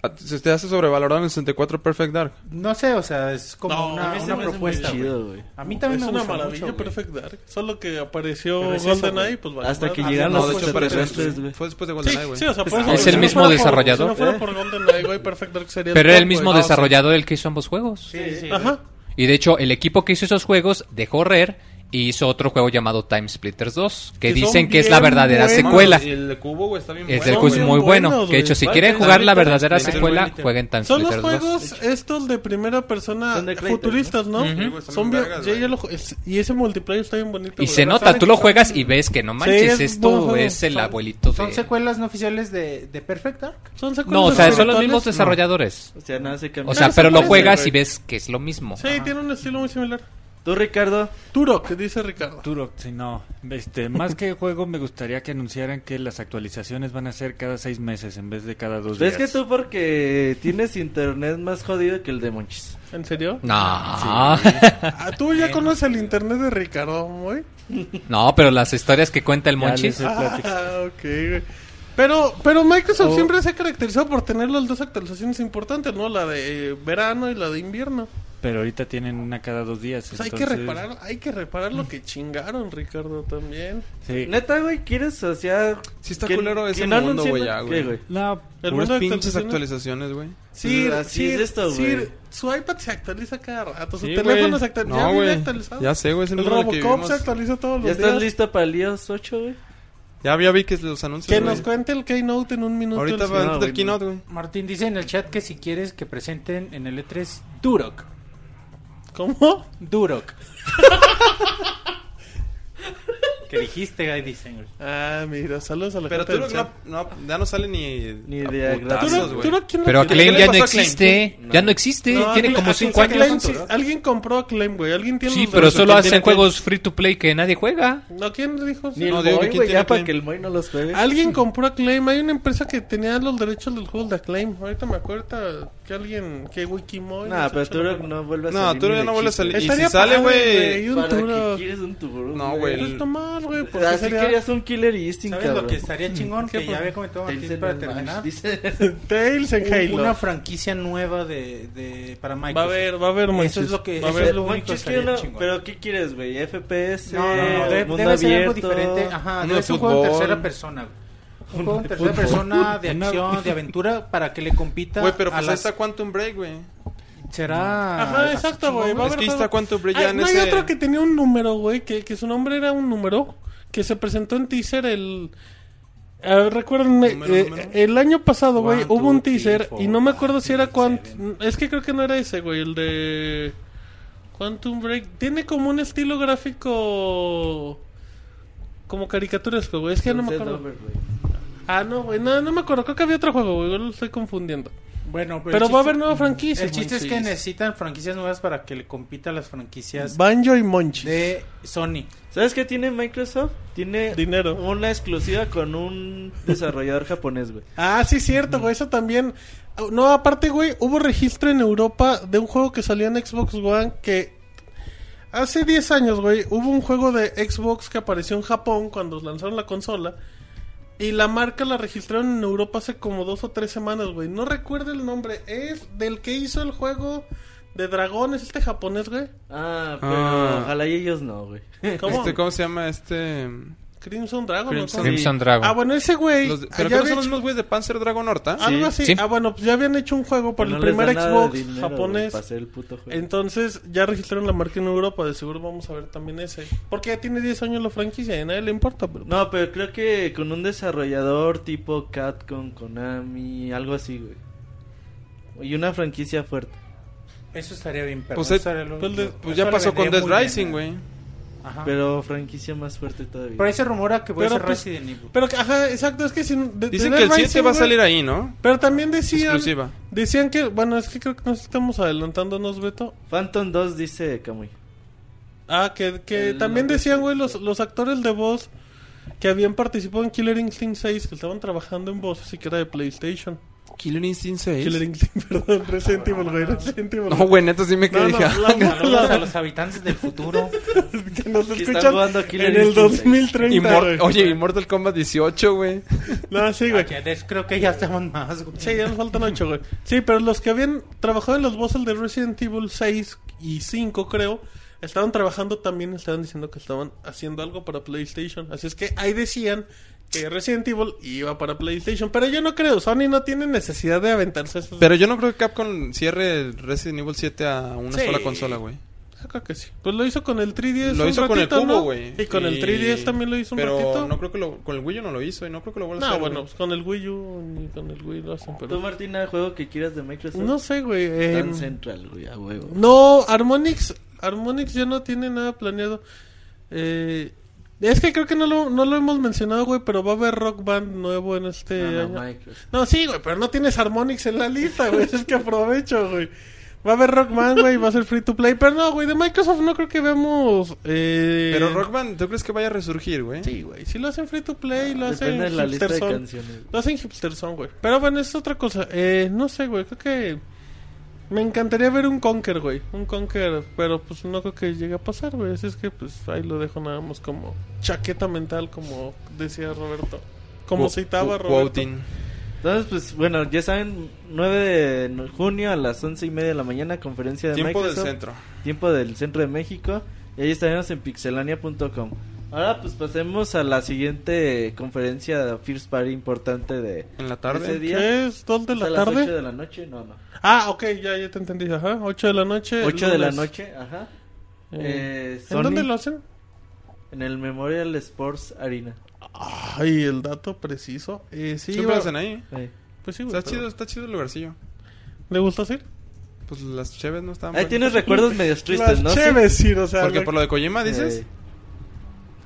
S3: Ah, Se te hace sobrevalorado en el 64 Perfect Dark.
S4: No sé, o sea, es como
S1: No, a
S4: una,
S1: mí se
S4: una
S1: me hace muy
S4: propuesta. güey.
S5: Chido, güey.
S4: A mí también
S1: es
S4: me
S1: una
S4: gusta
S1: maravilla
S4: mucho, güey.
S1: Perfect Dark. Solo que apareció
S4: Pero es eso,
S1: GoldenEye,
S4: güey.
S1: pues vale.
S5: Hasta que
S1: madre.
S5: llegaron
S3: No,
S5: los
S3: de hecho, apareció
S5: extraterrestres,
S3: después-
S5: güey.
S3: Fue después de
S1: Sí,
S3: GoldenEye, güey.
S1: sí, o sea, por
S5: Es
S1: eso-
S5: el
S1: si no
S2: mismo
S1: fuera por-
S2: desarrollador.
S1: Si no fuera
S5: ¿Eh?
S1: por GoldenEye, güey, Perfect Dark sería
S2: pero
S1: top,
S2: era el mismo
S1: güey.
S2: desarrollador el que hizo ambos juegos.
S4: Sí, sí.
S1: Ajá.
S2: Y de hecho, el equipo que hizo esos juegos dejó Rare y hizo otro juego llamado Time Splitters 2, que,
S1: Que son
S2: dicen que es la
S1: bien
S2: verdadera
S1: buenos,
S3: Mames,
S2: secuela.
S3: y el de Cubo, güey, está bien
S2: Es
S3: bueno,
S2: del
S1: son
S2: juego es
S1: bien
S3: güey.
S2: muy bueno.
S1: buenos,
S2: que de hecho,
S1: güey.
S2: si quieren
S3: Vale,
S2: jugar
S3: también
S2: la
S3: te las
S2: verdadera
S3: Splitters,
S2: secuela,
S3: güey.
S2: jueguen Time
S1: Son los
S2: Splitters 2.
S1: juegos estos de primera persona
S5: Son de Clayton,
S1: futuristas, ¿no?
S3: Sí, güey, están
S1: Son bien,
S3: bien vergas,
S1: ya-
S3: güey.
S1: ya lo ju- es- y ese multiplayer está bien bonito.
S2: Y
S1: güey.
S2: se
S1: Ahora
S2: nota,
S1: saben
S2: tú
S1: que
S2: lo
S1: está-
S2: juegas y ves que no
S1: Sí,
S2: manches,
S1: es buen
S2: esto
S1: juego.
S2: es el
S1: Son-
S2: abuelito
S4: ¿Son
S2: de...
S4: secuelas no oficiales de, de Perfect Dark?
S1: Son secuelas
S2: No, o sea, son los
S1: espirituales.
S2: mismos desarrolladores.
S5: O sea, nada se cambia.
S2: O sea,
S1: Pero se
S2: pero lo
S1: parece,
S2: juegas
S1: güey.
S2: y ves que es lo mismo.
S1: Sí, tiene un estilo muy similar.
S5: Tú, Ricardo,
S1: Turok, dice Ricardo.
S6: Turok, sí, no. Este, más que juego, me gustaría que anunciaran que las actualizaciones van a ser cada seis meses en vez de cada
S5: ves
S6: dos días.
S5: que
S3: Pues
S5: tú porque tienes internet más jodido que el de Monchis.
S1: ¿En serio?
S2: No,
S1: Ah, ¿Tú ya conoces el internet de Ricardo, güey?
S2: no, pero las historias que cuenta el
S6: Ya
S2: Monchis.
S6: les he platicado.
S1: Ah, ok, güey. Pero, pero
S3: Oh.
S1: Microsoft
S6: O-
S1: siempre se ha caracterizado por tener las dos actualizaciones importantes, ¿no? La de eh, verano y la de invierno.
S6: Pero ahorita tienen una cada dos días.
S1: Pues hay que
S6: entonces-
S1: reparar, hay que reparar lo que chingaron, Ricardo, también.
S3: Pues
S6: Sí.
S5: Neta, güey, ¿quieres? O sea...
S3: Sí está
S5: que-
S3: culero
S5: que
S3: ese
S5: no
S3: mundo,
S5: anuncien-
S3: güey, ya,
S5: ¿Qué,
S3: güey.
S6: No,
S1: El
S3: Puras
S1: mundo de
S3: pinches
S1: actualizaciones.
S3: actualizaciones, güey.
S1: Sí,
S5: Así
S1: sí,
S5: es esto,
S1: sí,
S5: güey.
S1: Su iPad se actualiza cada rato, su
S6: Sí,
S1: teléfono
S6: güey.
S1: se actualiza.
S3: No,
S1: ya viene
S3: güey.
S1: actualizado.
S3: Ya sé, güey, es el,
S1: el
S3: mundo en el que
S1: Robocop
S3: vivimos.
S1: se actualiza todos los
S3: Pues
S5: ¿Ya estás
S1: días.
S5: listo para el iOS 8, güey?
S3: Ya, ya vi que los anuncios.
S1: Que
S3: güey.
S1: nos cuente el Keynote en un minuto.
S3: Ahorita
S1: el
S3: va
S1: señor.
S3: antes del
S5: No, güey,
S3: keynote, güey.
S4: Martín dice en el chat que si quieres que presenten en el E E3 Durok.
S1: ¿Cómo?
S4: Durok. que dijiste, Guy Dicen.
S1: Ah, mira, saludos a la
S3: Pero
S1: gente
S3: tú
S1: del
S3: no,
S1: chat.
S3: no, ya no sale ni.
S5: Ni
S3: a putazos,
S5: de gratis,
S1: ¿Tú no-
S3: güey.
S1: tú no- quién no
S2: Pero
S1: quiere-
S3: ¿qué
S2: Acclaim
S3: le
S2: ya no
S3: pasó a Acclaim?
S2: existe. Ya no existe.
S1: No,
S2: Tiene
S1: alguien-
S2: como
S1: alguien-
S2: 5 años.
S1: Acclaim sí- Alguien compró Acclaim, güey. Alguien tiene
S2: Sí,
S1: los
S2: pero
S1: derechos.
S2: solo
S1: ¿Quién
S2: hacen
S1: tiene
S2: juegos free to play que nadie juega.
S1: Acclaim? No, ¿quién dijo?
S5: Ni el
S3: No, digo, ¿quién
S5: Moy, güey,
S3: tiene
S5: ya para
S3: Claim?
S5: que el Moy no los juegue.
S1: Alguien compró Acclaim. Hay una empresa que tenía los derechos del juego de Acclaim. Ahorita me acuerdo que alguien, que Wikimoy.
S5: Nah,
S1: nos
S5: Ah, pero
S1: echó la
S5: Turok
S1: mano.
S5: no vuelve a salir.
S3: No, tú
S5: ni
S3: ya
S5: de
S3: no vuelves a
S5: chiste.
S3: salir. Y
S1: Estaría
S3: si sale,
S1: padre,
S3: güey.
S1: y un
S5: ¿Para qué
S1: Turok.
S5: quieres un Turok?
S3: No, güey,
S1: No Pues está mal, güey. porque
S5: Así
S1: sería-
S5: querías un Killer Instinct,
S4: ¿Sabes lo
S5: cabrón.
S4: que estaría
S1: Mm,
S4: chingón? Que ya había comentado
S5: Te
S4: Martín
S5: dicen
S4: para
S5: no
S4: terminar.
S5: manches, dice- Pues
S1: Tails en
S4: Un-
S1: Halo.
S4: Una franquicia nueva de, de para Microsoft.
S1: Va a haber, va a haber,
S4: Eso
S1: manches.
S4: es lo que
S1: Va a
S4: eso
S1: haber-
S4: es lo único que
S5: Manches, quiero
S4: estaría
S5: una-
S4: chingón.
S5: Pero ¿qué quieres, güey? FPS,
S4: no, no, no, debe,
S5: mundo
S4: debe ser algo
S5: abierto.
S4: diferente. Ajá,
S3: uno
S4: debe
S3: de
S4: ser un juego en
S3: fútbol.
S4: tercera persona. güey. Un juego en tercera persona de acción, de aventura para que le compita
S3: Güey, pero
S4: a
S3: pues ahí
S4: las-
S3: está Quantum Break, güey.
S4: será
S1: Ajá, exacto, güey. Va a
S3: Es
S1: haber
S3: que
S1: juego.
S3: está Quantum Break ya
S1: Ay,
S3: en
S1: Ah, no hay
S3: ese-
S1: otro que tenía un número, güey, que, que su nombre era un número, que se presentó en teaser el... A ver, recuérdenme,
S3: Número,
S1: eh,
S3: número.
S1: el año pasado, güey,
S4: One,
S1: hubo
S4: two,
S1: un
S4: three,
S1: teaser
S4: four,
S1: y no me
S4: five,
S1: acuerdo si era
S4: six,
S1: Quantum... Es que creo que no era ese, güey, el de... Quantum Break. Tiene como un estilo gráfico... Como caricaturesco, güey. Es que ya no me
S5: Sunset
S1: acuerdo.
S5: Over, güey.
S1: Ah, no, güey. No, no me acuerdo. Creo que había otro juego, güey. yo Lo estoy confundiendo.
S4: Bueno,
S1: Pero, va a haber nueva franquicia.
S4: El chiste es que
S1: manches.
S4: necesitan franquicias nuevas para que le compita a las franquicias
S1: Banjo y Monchis.
S4: de Sony.
S5: ¿Sabes qué tiene Microsoft? Tiene
S1: Dinero.
S5: una exclusiva con un desarrollador japonés, güey.
S1: Ah, sí, cierto, güey. Eso también. Oh, No, aparte, güey, hubo registro en Europa de un juego que salió en Xbox One que. Hace 10 años, güey, hubo un juego de Xbox que apareció en Japón cuando lanzaron la consola. Y la marca la registraron en Europa hace como dos o tres semanas, güey. No recuerdo el nombre. Es del que hizo el juego de dragones, este japonés, güey.
S5: Ah, pero
S3: Ah.
S5: ojalá y ellos no, güey.
S1: ¿Cómo?
S3: Este, ¿Cómo se llama este?
S1: Crimson Dragon. ¿no?
S3: Crimson-
S2: Crimson Dragon.
S1: Ah, bueno, ese güey.
S3: Los de-
S1: ya
S3: pero que no
S1: había
S3: son los
S1: hecho-
S3: mismos güeyes de Panzer Dragon Horta.
S5: Ah,
S1: Algo así.
S2: Sí.
S1: Ah, bueno, pues ya habían hecho un juego para
S5: No
S1: el
S5: les dan
S1: primer
S5: nada de
S1: Xbox
S5: dinero, güey,
S1: japonés.
S5: para hacer el puto juego.
S1: Entonces ya registraron la marca en Europa, de seguro vamos a ver también ese. Porque ya tiene 10 años la franquicia y a nadie le importa, pero...
S5: No, pero creo que con un desarrollador tipo Capcom, Konami, algo así, güey. Y una franquicia fuerte.
S4: Eso estaría bien, pero
S3: Pues,
S4: eso
S3: eh,
S4: estaría lo-
S1: pues le-
S3: Pues
S4: eso
S3: ya
S4: le
S3: pasó con
S4: vendría
S3: Death
S4: muy bien,
S3: Rising,
S4: ¿eh?
S3: güey.
S1: Ah.
S4: Ajá. Pero,
S5: Pero franquicia más fuerte todavía.
S4: ahí se rumora que puede
S1: Pero,
S4: ser
S1: pues,
S4: Resident Evil.
S1: Pero, que- ajá, exacto, es que si... de-
S3: Dicen
S1: de
S3: que el
S1: Dead
S3: 7 va a
S1: Rising, güey,
S3: salir ahí, ¿no?
S1: Pero también decían...
S3: Exclusiva.
S1: Decían que... Bueno, es que creo que nos estamos adelantándonos, Beto.
S5: Phantom 2 dice Kamui.
S1: Ah, que, que
S5: El
S1: también
S5: nombre
S1: decían,
S5: es-
S1: güey, los, los actores de voz que habían participado en Killer Instinct 6, que estaban trabajando en voz, así que era de PlayStation.
S3: Killer Instinct 6.
S1: Killer Instinct, perdón, Resident Evil, güey, Resident Evil.
S3: Ah. No, güey, neta sí me
S1: No,
S3: quedé.
S1: no,
S3: dije,
S1: la-
S4: Saludos
S1: la-
S4: a los habitantes del futuro.
S1: que nos
S5: están
S1: escuchan
S5: jugando a Killer
S1: en el
S5: Instinct
S1: 2030.
S3: y Mor-
S1: güey.
S3: Oye, y Mortal Kombat 18, güey.
S1: No, sí, güey.
S4: Ya des- creo que ya estaban más, güey.
S1: Ah, Sí, ya nos faltan ocho, güey. Sí, pero los que habían trabajado en los voces de Resident Evil 6 y 5, creo, estaban trabajando también, estaban diciendo que estaban haciendo algo para PlayStation. Así es que ahí decían que Resident Evil iba para PlayStation. Pero yo no creo, Sony no tiene necesidad de aventarse esas.
S3: Pero yo no creo que Capcom cierre el Resident Evil 7 a una
S1: Sí.
S3: sola consola, güey.
S1: Ah, creo que sí. Pues lo hizo con el 3DS.
S3: Lo
S1: un
S3: hizo con el
S1: ratito,
S3: cubo,
S1: ¿no?
S3: güey.
S1: Y con el 3DS también lo hizo un
S3: pero
S1: ratito.
S3: no creo que lo... Con el Wii U no lo hizo y no creo que lo vuelva a
S1: No,
S3: hacer.
S1: bueno,
S3: güey.
S1: pues con el Wii U ni con el Wii lo hacen,
S5: Tú,
S1: pero.
S5: Martina, juego que quieras de Microsoft.
S1: No sé, güey. eh,
S5: Tan Central, güey, a huevo.
S1: No, Harmonix, Harmonix ya no tiene nada planeado. Eh, es que creo que no lo, no lo hemos mencionado, güey, pero va a haber Rock Band nuevo en este
S5: No, no,
S1: año.
S5: Microsoft.
S1: No, sí, güey, pero no tienes Harmonix en la lista, güey. es que aprovecho, güey. Va a haber Rock Band, güey, va a ser free to play. Pero no, güey, de Microsoft no creo que veamos. Eh...
S3: Pero Rock Band, ¿tú crees que vaya a resurgir, güey?
S1: Sí, güey. Si lo hacen free to play, lo hacen
S5: Depende de la lista de
S1: hipsterzón.
S5: canciones.
S1: Lo hacen hipsterzón, güey. Pero bueno, es otra cosa. Eh, no sé, güey. Creo que. Me encantaría ver un Conker, güey. Un Conker. Pero pues no creo que llegue a pasar, güey. Así es que pues ahí lo dejo nada más como chaqueta mental, como decía Roberto. Como
S3: Wo-
S1: citaba
S3: wo-
S1: Roberto.
S3: Wotin.
S5: Entonces, pues bueno, ya saben, 9 de junio a las 11 y media de la mañana, conferencia de
S3: Tiempo del
S5: Microsoft.
S3: centro.
S5: Tiempo del centro de México. Y ahí estaremos en pixelania.com. Ahora, pues pasemos a la siguiente conferencia First Party importante de
S3: En la
S5: ese
S3: tarde.
S5: día.
S1: ¿Qué es? ¿Dos de
S5: ¿Es a
S1: la
S5: las 8
S1: tarde?
S5: de la noche? No, no.
S1: Ah, ok, ya, ya te entendí. Ajá, 8 de la noche.
S5: 8 de la
S1: lunes.
S5: noche, ajá.
S1: Eh,
S5: Eh,
S1: ¿En
S5: Sony,
S1: dónde lo hacen?
S5: En el Memorial Sports Arena.
S1: Ay, el dato preciso. Eh, sí,
S3: Siempre
S1: va-
S3: hacen ahí.
S5: Ahí.
S1: Pues sí, güey.
S3: Está
S1: pero-
S3: chido, está chido el lugarcillo.
S1: ¿Le gusta hacer?
S3: Pues las cheves no estaban
S5: Ahí
S3: buenas.
S5: tienes recuerdos medios tristes, ¿no?
S1: Las
S5: Sí.
S1: cheves, sí, o sea.
S3: Porque
S1: güey.
S3: por lo de Kojima dices,
S5: Eh,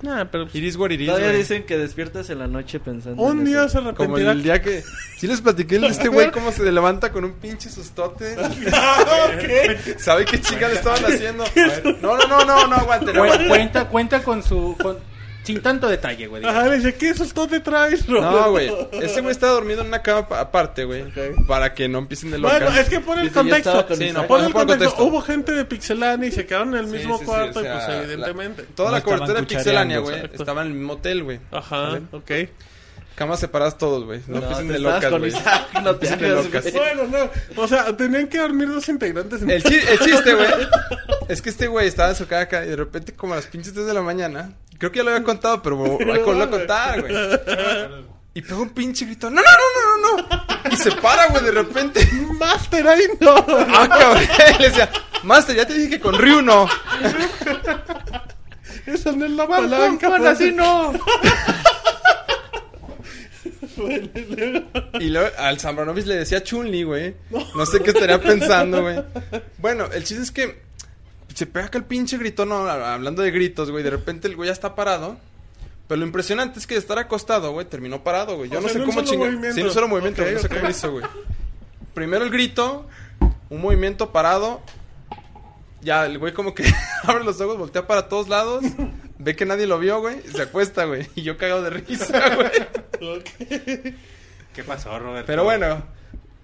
S1: Nah, pero pues,
S3: Iris what it is,
S5: Todavía
S3: güey.
S5: dicen que despiertas en la noche pensando.
S1: un
S5: en
S1: día se
S5: eso.
S3: Como
S1: arrepentirá.
S3: el día que... Sí les platiqué el de este güey cómo se levanta con un pinche sustote. ¿Sabe qué chica le estaban haciendo? No, no, no, no, no, aguanten,
S4: Cu-
S3: aguanten.
S4: Cuenta, cuenta con su. con- sin tanto detalle, güey.
S1: Ajá, le dice, ¿qué susto te traes,
S3: No,
S1: Roberto?"
S3: güey. Ese güey estaba dormido en una cama pa- aparte, güey. Para que no empiecen de loca.
S1: Bueno, es que pon el
S5: Dice, "Ya estaba
S1: contexto.
S5: con
S3: Sí,
S5: Isaac".
S3: no,
S1: Pon el
S3: Pon
S1: contexto.
S3: contexto.
S1: Hubo gente de Pixelania y se quedaron en el
S3: Sí,
S1: mismo
S3: sí, sí,
S1: cuarto
S3: o
S1: y
S3: sea,
S1: pues
S3: la-
S1: evidentemente. Ah.
S3: Toda
S6: No
S3: la cobertura de
S6: estaban
S3: Pixelania,
S6: cuchareando,
S3: güey,
S1: exacto.
S3: estaba en el mismo hotel, güey.
S1: Ajá,
S3: ¿Vale?
S1: ok.
S3: Camas separadas todos, güey. No
S5: No,
S3: empiecen
S5: te
S3: de
S5: estabas
S3: locas,
S5: Pues,
S3: güey.
S5: con Isaac, no te
S3: Empiecen de
S5: hagas,
S3: locas.
S5: güey.
S1: Bueno, no. O sea, tenían que dormir dos integrantes en
S3: El, chi- el chiste, güey. Es que este güey estaba en su caca y de repente, como a las pinches 3 de la mañana, creo que ya lo había contado, pero voy a contar, güey. Y pegó un pinche grito: ¡No, no, no, no, no! Y se para, güey, de repente.
S1: Master ahí no.
S3: ¡Ah, cabrón! Le decía: Master, ya te dije que con Ryu no.
S1: Esa no es la palanca. pues.
S3: Juan, así
S1: no.
S3: Y luego al Zambranovis le decía Chunli, güey. No sé qué estaría pensando, güey. Bueno, el chiste es que se pega acá el pinche grito, no, a- hablando de gritos, güey. De repente el güey ya está parado. Pero lo impresionante es que de estar acostado, güey, terminó parado, güey. Yo
S1: O
S3: no
S1: sea, en
S3: sé
S1: un
S3: cómo
S1: solo movimiento.
S3: chingar. Sin un solo movimiento,
S1: Ok,
S3: güey, no sé
S1: ok.
S3: cómo lo hizo, güey. Primero el grito, un movimiento parado. Ya, el güey como que abre los ojos, voltea para todos lados. Ve que nadie lo vio, güey. y Se acuesta, güey. Y yo cagado de risa, güey.
S4: ¿Qué pasó, Robert?
S3: Pero bueno,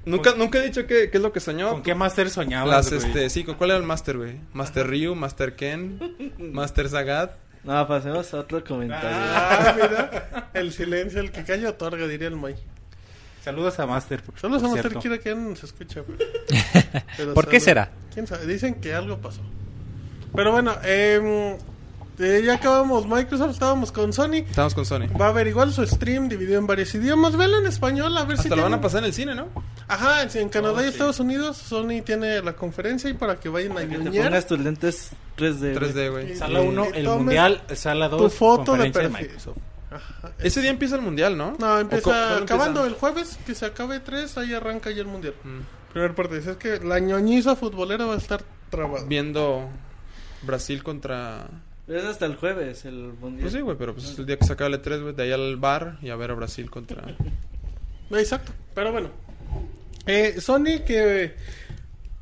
S3: nunca, nunca he dicho qué, qué es lo que soñó.
S4: ¿Con qué Master soñabas?
S3: Las,
S4: güey?
S3: este, sí, ¿cu- ¿cuál era el Master, güey? Master Ryu, Master Ken, Master Zagat.
S5: No, pasemos a otro comentario.
S1: Ah, mira, el silencio, el que calla otorga, diría el May.
S4: Saludos a Master. por-
S1: Solo
S4: por
S1: somos
S4: cierto.
S1: quiero que no se escucha. Pero, pero
S2: ¿Por qué
S1: sabe-
S2: será?
S1: ¿Quién sabe? Dicen que algo pasó. Pero bueno, em, eh, ya acabamos Microsoft, estábamos con Sony.
S3: Estamos con Sony.
S1: Va a ver igual su stream dividido en varios idiomas. Velo en español, a ver si.
S3: Hasta lo van
S1: tiene-
S3: a pasar en el cine, ¿no?
S1: Ajá, en- en Canadá
S3: Oh,
S1: y
S3: sí.
S1: Estados Unidos, Sony tiene la conferencia y para que vayan a
S5: Que te
S1: ñoñar
S5: pongas tus lentes 3D. güey.
S3: 3D, güey.
S4: Sala 1, el
S1: Tomes
S4: mundial. Sala 2,
S1: tu foto de
S4: conferencia
S1: perfil.
S4: Microsoft.
S3: Ese día empieza el mundial, ¿no?
S1: No,
S3: ¿O cu-
S1: empieza
S3: cuándo
S1: acabando
S3: empieza?
S1: el jueves, que se acabe 3, ahí arranca ya el mundial.
S3: Mm.
S1: Primer parte, dice, es que la ñoñiza futbolera va a estar trabada.
S3: Viendo Brasil contra.
S5: Es hasta el jueves, el mundial.
S3: Pues sí, güey, pero pues es el día que se acaba el E3, güey. De ahí al bar y a ver a Brasil contra.
S1: No, Exacto, pero bueno. Eh, Sony que...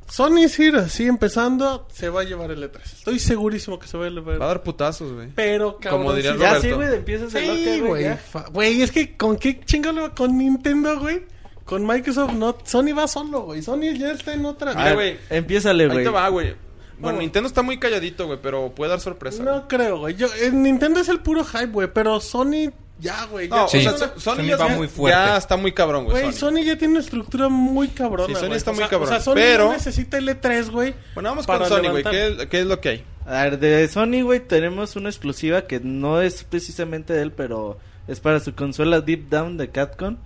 S1: Sony sí, así empezando, se va a llevar el E3. Estoy segurísimo que se va a llevar.
S3: Va a dar putazos, güey.
S1: Pero cabrón,
S3: Como diría
S1: sí.
S5: ya
S3: Roberto.
S5: sí, güey, empiezas el
S1: Sí,
S5: loca, güey.
S1: güey.
S5: ya.
S1: Fa- Güey, es que con qué chingado le va- con Nintendo, güey. Con Microsoft no, Sony va solo, güey. Sony ya está en otra.
S3: Mira, güey.
S5: Ah, Empiézale,
S3: Ahí
S5: güey.
S3: te va, güey. Bueno,
S1: Vamos.
S3: Nintendo está muy calladito, güey, pero puede dar sorpresa. güey.
S1: No creo, güey. Yo, eh, Nintendo es el puro hype, güey. Pero Sony, ya, güey. ya
S3: No,
S2: Sí.
S3: o sea, Sony,
S2: Sony
S3: ya,
S2: va
S3: ya-
S2: muy fuerte.
S3: ya está muy cabrón, güey.
S1: Güey,
S3: Sony.
S1: Sony ya tiene una estructura muy cabrona.
S3: Sí, Sony
S1: güey.
S3: está
S1: O
S3: muy
S1: sea-
S3: cabrón,
S1: O sea, Sony
S3: pero-
S1: no necesita el E3, güey.
S3: Bueno, vamos con
S1: para
S3: Sony, güey.
S1: levantar.
S3: ¿Qué, qué es lo que hay?
S5: A ver, de Sony, güey, tenemos una exclusiva que no es precisamente de él, pero es para su consola Deep Down de Capcom.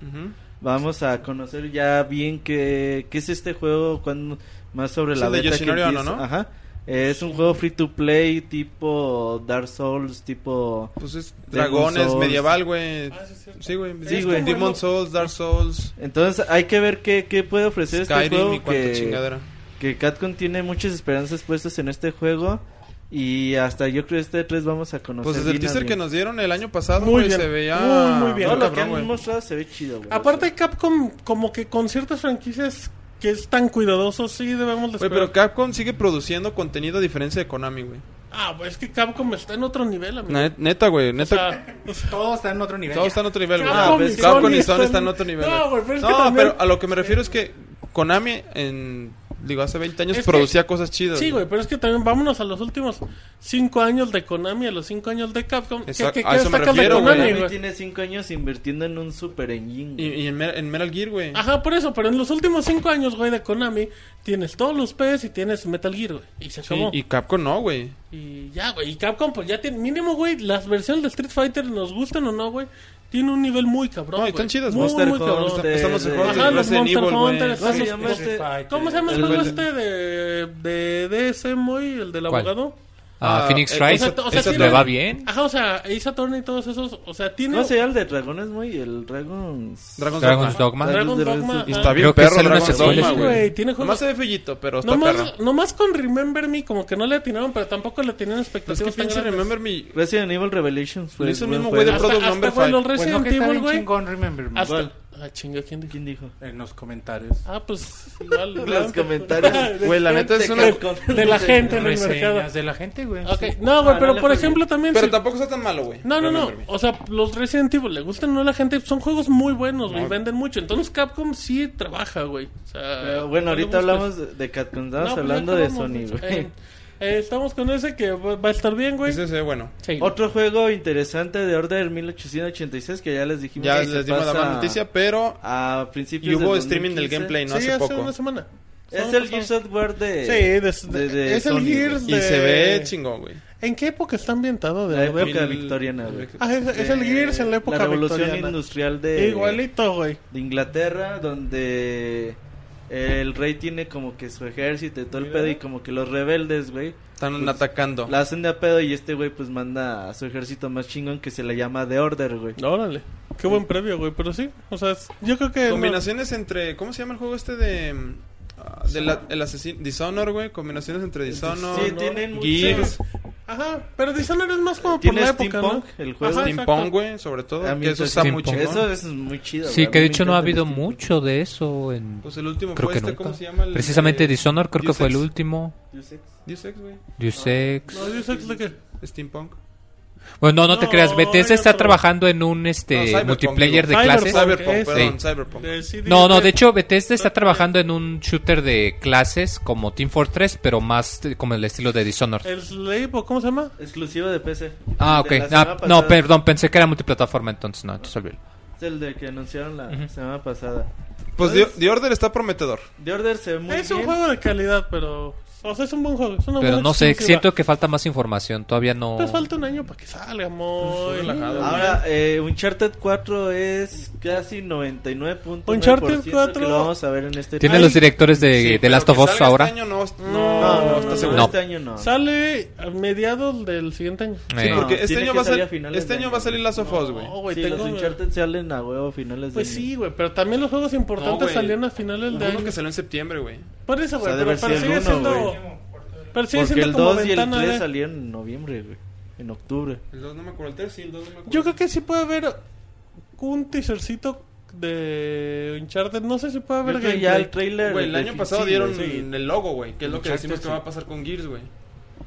S5: Vamos a conocer ya bien qué, qué es este juego, cuán- más sobre
S3: Es
S5: la
S3: el de
S5: beta que
S3: Yoshinori Ono,
S5: empieza.
S3: ¿no?
S5: Ajá. Eh, Es un juego free to play tipo Dark Souls, tipo...
S3: Pues es
S5: Demon
S3: dragones,
S5: Souls.
S3: medieval, güey.
S1: Ah, sí, es cierto.
S3: Sí, güey.
S5: Sí, güey.
S3: Demon Souls, Dark Souls,
S5: Entonces hay que ver qué, qué puede
S1: Pues
S5: ofrecer este
S3: Skyrim y
S5: juego
S3: cuánta
S5: que,
S3: chingadera.
S5: que Capcom tiene muchas esperanzas puestas en este juego y hasta yo creo que este 3 vamos a conocer.
S3: Pues desde el
S5: bien a
S3: teaser que
S5: bien.
S3: nos dieron el año pasado,
S1: Muy
S3: güey,
S1: bien.
S3: se veía...
S1: Muy, muy bien.
S5: Todo
S1: Está
S5: lo que han
S3: cabrón, güey.
S5: mostrado se ve chido, güey.
S1: Aparte, Capcom, como que con ciertas franquicias que es tan cuidadoso, sí debemos de
S3: Güey,
S1: esperar.
S3: pero Capcom sigue produciendo contenido a diferencia de Konami, güey.
S1: Ah, güey, es que Capcom está en otro nivel, amigo.
S3: Na- Neta, güey,
S1: O
S3: neta.
S1: sea, o sea,
S4: Todo está en otro nivel.
S3: Todos
S4: ya.
S3: están en otro nivel, güey.
S5: Capcom
S3: Ah,
S5: y
S3: pues, Capcom
S1: Sony
S3: y Sony
S1: están-
S3: están en otro nivel.
S1: No, güey, pero es que
S3: No,
S1: también-
S3: pero a lo que me refiero es que Konami en... Digo, hace 20 años
S1: Es que-
S3: producía cosas chidas.
S1: Sí, güey, pero es que también vámonos a los últimos cinco años de Konami, a los cinco años de Capcom. ¿Qué-
S3: Exacto,
S1: qué-
S3: a
S1: qué
S3: eso me
S1: sacas de
S3: refiero, güey.
S1: Konami,
S5: Konami
S1: güey?
S5: tiene 5 años invirtiendo en un super engine.
S3: Y,
S5: güey.
S3: y en, Mer- en Metal Gear, güey.
S1: Ajá, por eso, pero en los últimos cinco años, güey, de Konami, tienes todos los PS y tienes Metal Gear, güey. Y se
S3: Sí,
S1: acabó.
S3: y Capcom no, güey.
S1: Y ya, güey. Y Capcom, pues ya tiene. Mínimo, güey, las versiones de Street Fighter, nos gustan o no, güey. Tiene un nivel muy cabrón.
S3: No, y están
S1: güey.
S3: chidas,
S1: Muy,
S5: Monster
S1: muy cabrón.
S5: Hunter,
S3: Están los
S5: de-
S3: juegos
S1: Ajá,
S3: de
S1: los
S3: Resident
S1: Monster
S3: Evil, güey.
S1: Hunters,
S5: ¿Cómo se
S1: esos-
S5: llama
S1: esos-
S5: este?
S1: ¿Cómo se llama el
S3: El
S1: juego
S3: de-
S1: este de, de DSM, güey? El del
S2: ¿Cuál?
S1: abogado.
S2: Ah,
S3: Ah,
S2: Phoenix
S3: eh,
S2: Wright,
S3: o sea,
S1: o sea,
S2: ¿eso
S1: sí
S2: le
S1: lo-
S2: va bien?
S1: Ajá, o sea, Ace Attorney y todos esos. O sea, tiene.
S5: ¿Cómo se llama el de Dragones, güey? El Dragons...
S3: Dragon's
S2: Dragon's Dogma.
S3: Dogma.
S1: Dragon
S5: Dragon's
S1: Dogma.
S5: Dogma.
S3: Y
S1: ajá.
S3: está bien
S2: Creo que
S3: perro
S2: sale una
S3: Dragon's
S2: secuela,
S3: Dogma,
S1: sí,
S3: güey.
S1: güey, tiene juegos-
S3: Nomás se ve fillito, pero está perro.
S1: Nomás, nomás con Remember Me, como que no le atinaron, pero tampoco le tenían
S3: Es que
S1: expectativas. tan
S3: pinche
S1: grandes.
S3: Remember Me...
S5: Resident Evil Revelations
S3: Lo
S5: fue
S3: hizo el
S5: buen
S3: mismo güey de
S5: juego.
S1: Hasta,
S3: Product
S1: hasta
S3: Number
S1: bueno, el
S3: Five. Pues,
S1: Resident
S4: Bueno, que está
S1: Evil,
S4: bien
S1: güey.
S4: chingón, Remember Me.
S1: Hasta...
S5: ¿Cuál?
S1: Ah, chinga, ¿quién dijo?
S5: ¿Quién dijo?
S4: En los comentarios.
S1: Ah, pues igual.
S5: Los
S1: ¿verdad?
S5: comentarios.
S3: Güey, la neta es una...
S1: De, de la gente en el mercado.
S4: Reseñas de la gente, güey.
S1: Ok,
S4: Sí.
S1: no, güey,
S5: Ah,
S1: pero
S5: no le
S1: por
S5: fue
S1: ejemplo también...
S3: Pero
S1: sí-
S3: tampoco está tan malo, güey.
S1: No, no, no.
S3: Remember Me.
S1: O sea, los Resident Evil le gustan o no a la gente, son juegos muy buenos, güey, venden mucho. Entonces Capcom sí trabaja, güey. O sea,
S5: Pero bueno,
S1: no le
S5: ahorita
S1: busques.
S5: hablamos de- de Capcom,
S1: No,
S5: estamos
S1: pues ya
S5: hablando de
S1: acabamos,
S5: Sony,
S1: hecho.
S5: güey.
S1: Eh, eh, estamos con ese que va va a estar bien, güey.
S3: Ese se ve bueno.
S1: Sí.
S5: Otro juego interesante de Order 1886 que ya les dijimos
S3: Ya
S5: que se
S3: les dimos la
S5: pasa
S3: mala noticia, pero...
S5: a principios
S3: Y hubo
S5: del
S3: streaming del
S5: 2015.
S3: gameplay, ¿no?
S1: Sí,
S3: Hace
S1: hace
S3: poco.
S1: una semana.
S5: Es
S1: Semana
S5: el Gears
S1: pasada.
S5: of War de
S1: Sí, de-
S5: de- de
S1: es el
S5: Sony,
S1: Gears
S5: güey.
S3: Y
S1: de-
S3: se ve chingón, güey.
S1: ¿En qué época está ambientado?
S5: la
S1: De
S5: época
S1: verdad?
S3: Mil-
S5: victoriana, güey.
S1: Ah, es, es el Gears en la época
S5: La revolución
S1: victoriana.
S5: industrial de
S1: Igualito, güey.
S5: de Inglaterra donde el rey tiene como que su ejército y todo el pedo y como que los rebeldes, güey,
S3: Están
S5: Pues,
S3: atacando.
S5: la hacen de a pedo y este güey pues manda a su ejército más chingón que se le llama The Order, güey.
S1: Órale. Qué buen previo, güey. Pero sí, o sea, es- yo creo que.
S3: Combinaciones entre... ¿Cómo se llama el juego este de... mm, ah, de la- el asesino... Dishonor, güey. Combinaciones entre Dishonor...
S5: sí, tienen mucho-
S3: Gears,
S1: no- Ajá, pero Dishonored es más como por
S5: Tiene
S1: la época, ¿no?
S5: Steampunk, el juego.
S1: Ajá,
S3: Steampunk, güey, sobre todo.
S5: A mí
S3: Que eso
S5: entonces
S3: está muy
S2: Steampunk.
S3: chingón.
S5: Eso, eso es muy chido.
S2: Sí,
S5: güey.
S2: que de
S5: A mí me
S2: hecho no ha
S5: encanta
S2: habido
S5: este tipo.
S2: mucho de eso en...
S3: Pues el último
S2: Creo
S3: fue
S2: que
S3: este,
S2: nunca.
S3: ¿cómo se llama? El,
S2: Precisamente
S3: eh,
S2: Dishonor creo que
S3: Deus
S2: fue el
S3: Ex.
S2: último.
S5: Deus Ex.
S3: Deus Ex, güey.
S2: Deus Ex.
S1: No, Deus Ex de qué?
S3: Steampunk.
S2: Bueno, no, no te
S8: No,
S2: creas, BTS
S8: yo
S2: está
S8: no.
S2: trabajando en un este
S3: Cyberpunk,
S2: multiplayer de
S3: digo.
S2: clases.
S3: Cyberpunk,
S8: Sí.
S3: perdón, Cyberpunk.
S2: No, no, de hecho Bethesda está trabajando en un shooter de clases como Team Fortress, pero más eh, como el estilo de Dishonored.
S1: El Slave, ¿o ¿cómo se llama?
S5: Exclusivo de PC.
S2: Ah, ok.
S5: De la
S2: Ah,
S5: semana
S2: no,
S5: pasada.
S2: perdón, pensé que era multiplataforma, entonces no, entonces olvídalo.
S5: Es el de que anunciaron la
S2: Ujú.
S5: semana pasada.
S3: Pues The, The Order está prometedor.
S5: The Order se ve muy
S1: es un
S5: bien.
S1: juego de calidad, pero. O sea, es un buen juego. es una
S2: Pero
S1: buena
S2: no sé,
S1: exclusiva.
S2: siento que falta más información, todavía no...
S1: Pues falta un año para que salga, muy relajado.
S5: Ahora, eh, Uncharted 4 es casi 99.9%
S1: Uncharted
S5: que
S1: 4
S5: lo vamos a ver en este
S2: Tiene
S1: Ay,
S2: los directores de,
S3: Sí,
S2: de
S3: pero
S2: Last
S3: que
S2: of Us
S3: salga este
S2: ahora.
S3: año no, no,
S5: No, no, no,
S3: está
S5: no,
S3: seguro.
S2: No.
S5: este año no.
S1: Sale a mediados del siguiente año.
S2: Eh,
S5: no.
S3: Porque este
S5: tiene
S3: año
S5: que
S3: va a
S5: salir
S3: salir,
S5: a finales
S3: este
S5: de
S3: año
S5: año.
S3: va a salir Last of Us, güey.
S1: No, güey,
S5: Sí,
S1: tengo-
S5: los Uncharted salen a huevo finales
S1: Pues
S5: de
S1: sí, güey, pero también los juegos
S3: No,
S1: importantes
S3: güey.
S1: salían a finales de
S3: Uno
S1: año.
S3: que salió en septiembre, güey.
S1: Por eso, güey,
S5: O sea,
S1: pero,
S5: debe
S1: pero
S5: ser
S1: sigue
S5: uno,
S1: siendo.
S5: güey.
S1: Pero sigue
S5: Porque
S1: siendo
S5: el
S1: como
S5: 2 y el
S1: ventana eh.
S5: 3
S1: de-
S5: salieron en noviembre, güey. En octubre.
S3: El 2 no me acuerdo, el 3 sí, el 2 no me acuerdo.
S1: Yo creo que sí puede haber un teasercito de Uncharted. No sé si puede
S5: Yo
S1: haber
S5: creo que ya el trailer.
S3: Güey, el año pasado dieron el logo, güey, que es lo que
S5: Uncharted,
S3: decimos que
S5: sí.
S3: va a pasar con Gears, güey.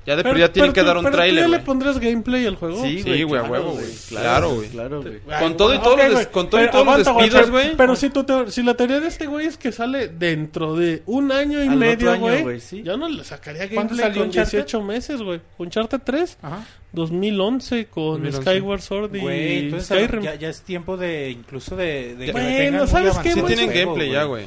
S3: Ya de ya tienen que dar un
S1: trailer
S3: tráiler,
S1: ¿Tú ya le
S3: güey.
S1: pondrías gameplay al juego?
S3: Sí, güey, a huevo, güey. Claro, güey.
S5: Claro, güey.
S3: Con todo y todos
S1: Ok,
S3: los des-
S1: güey,
S3: con todo y
S1: pero
S3: todos los
S1: aguanta, güey,
S3: despidos,
S1: pero-
S3: güey.
S1: Pero si, tu teo- si la teoría de este güey es que sale dentro de un año y
S5: Al otro
S1: medio,
S5: año,
S1: güey.
S5: güey, sí.
S1: Yo no le sacaría
S3: ¿Cuándo
S1: gameplay
S3: salió
S1: con
S3: Uncharted?
S1: 18 meses, güey. Uncharted 3,
S3: Ajá.
S1: 2011 con
S3: 2011.
S1: Skyward Sword y
S4: Güey, entonces
S1: Skyrim.
S4: ya, ya es tiempo de incluso de, de
S3: Ya-
S4: lo
S1: Bueno,
S4: tengan muy
S1: ¿sabes qué,
S4: avanzado
S3: Sí
S1: güey?
S4: el
S3: tienen
S4: juego,
S3: gameplay ya, güey.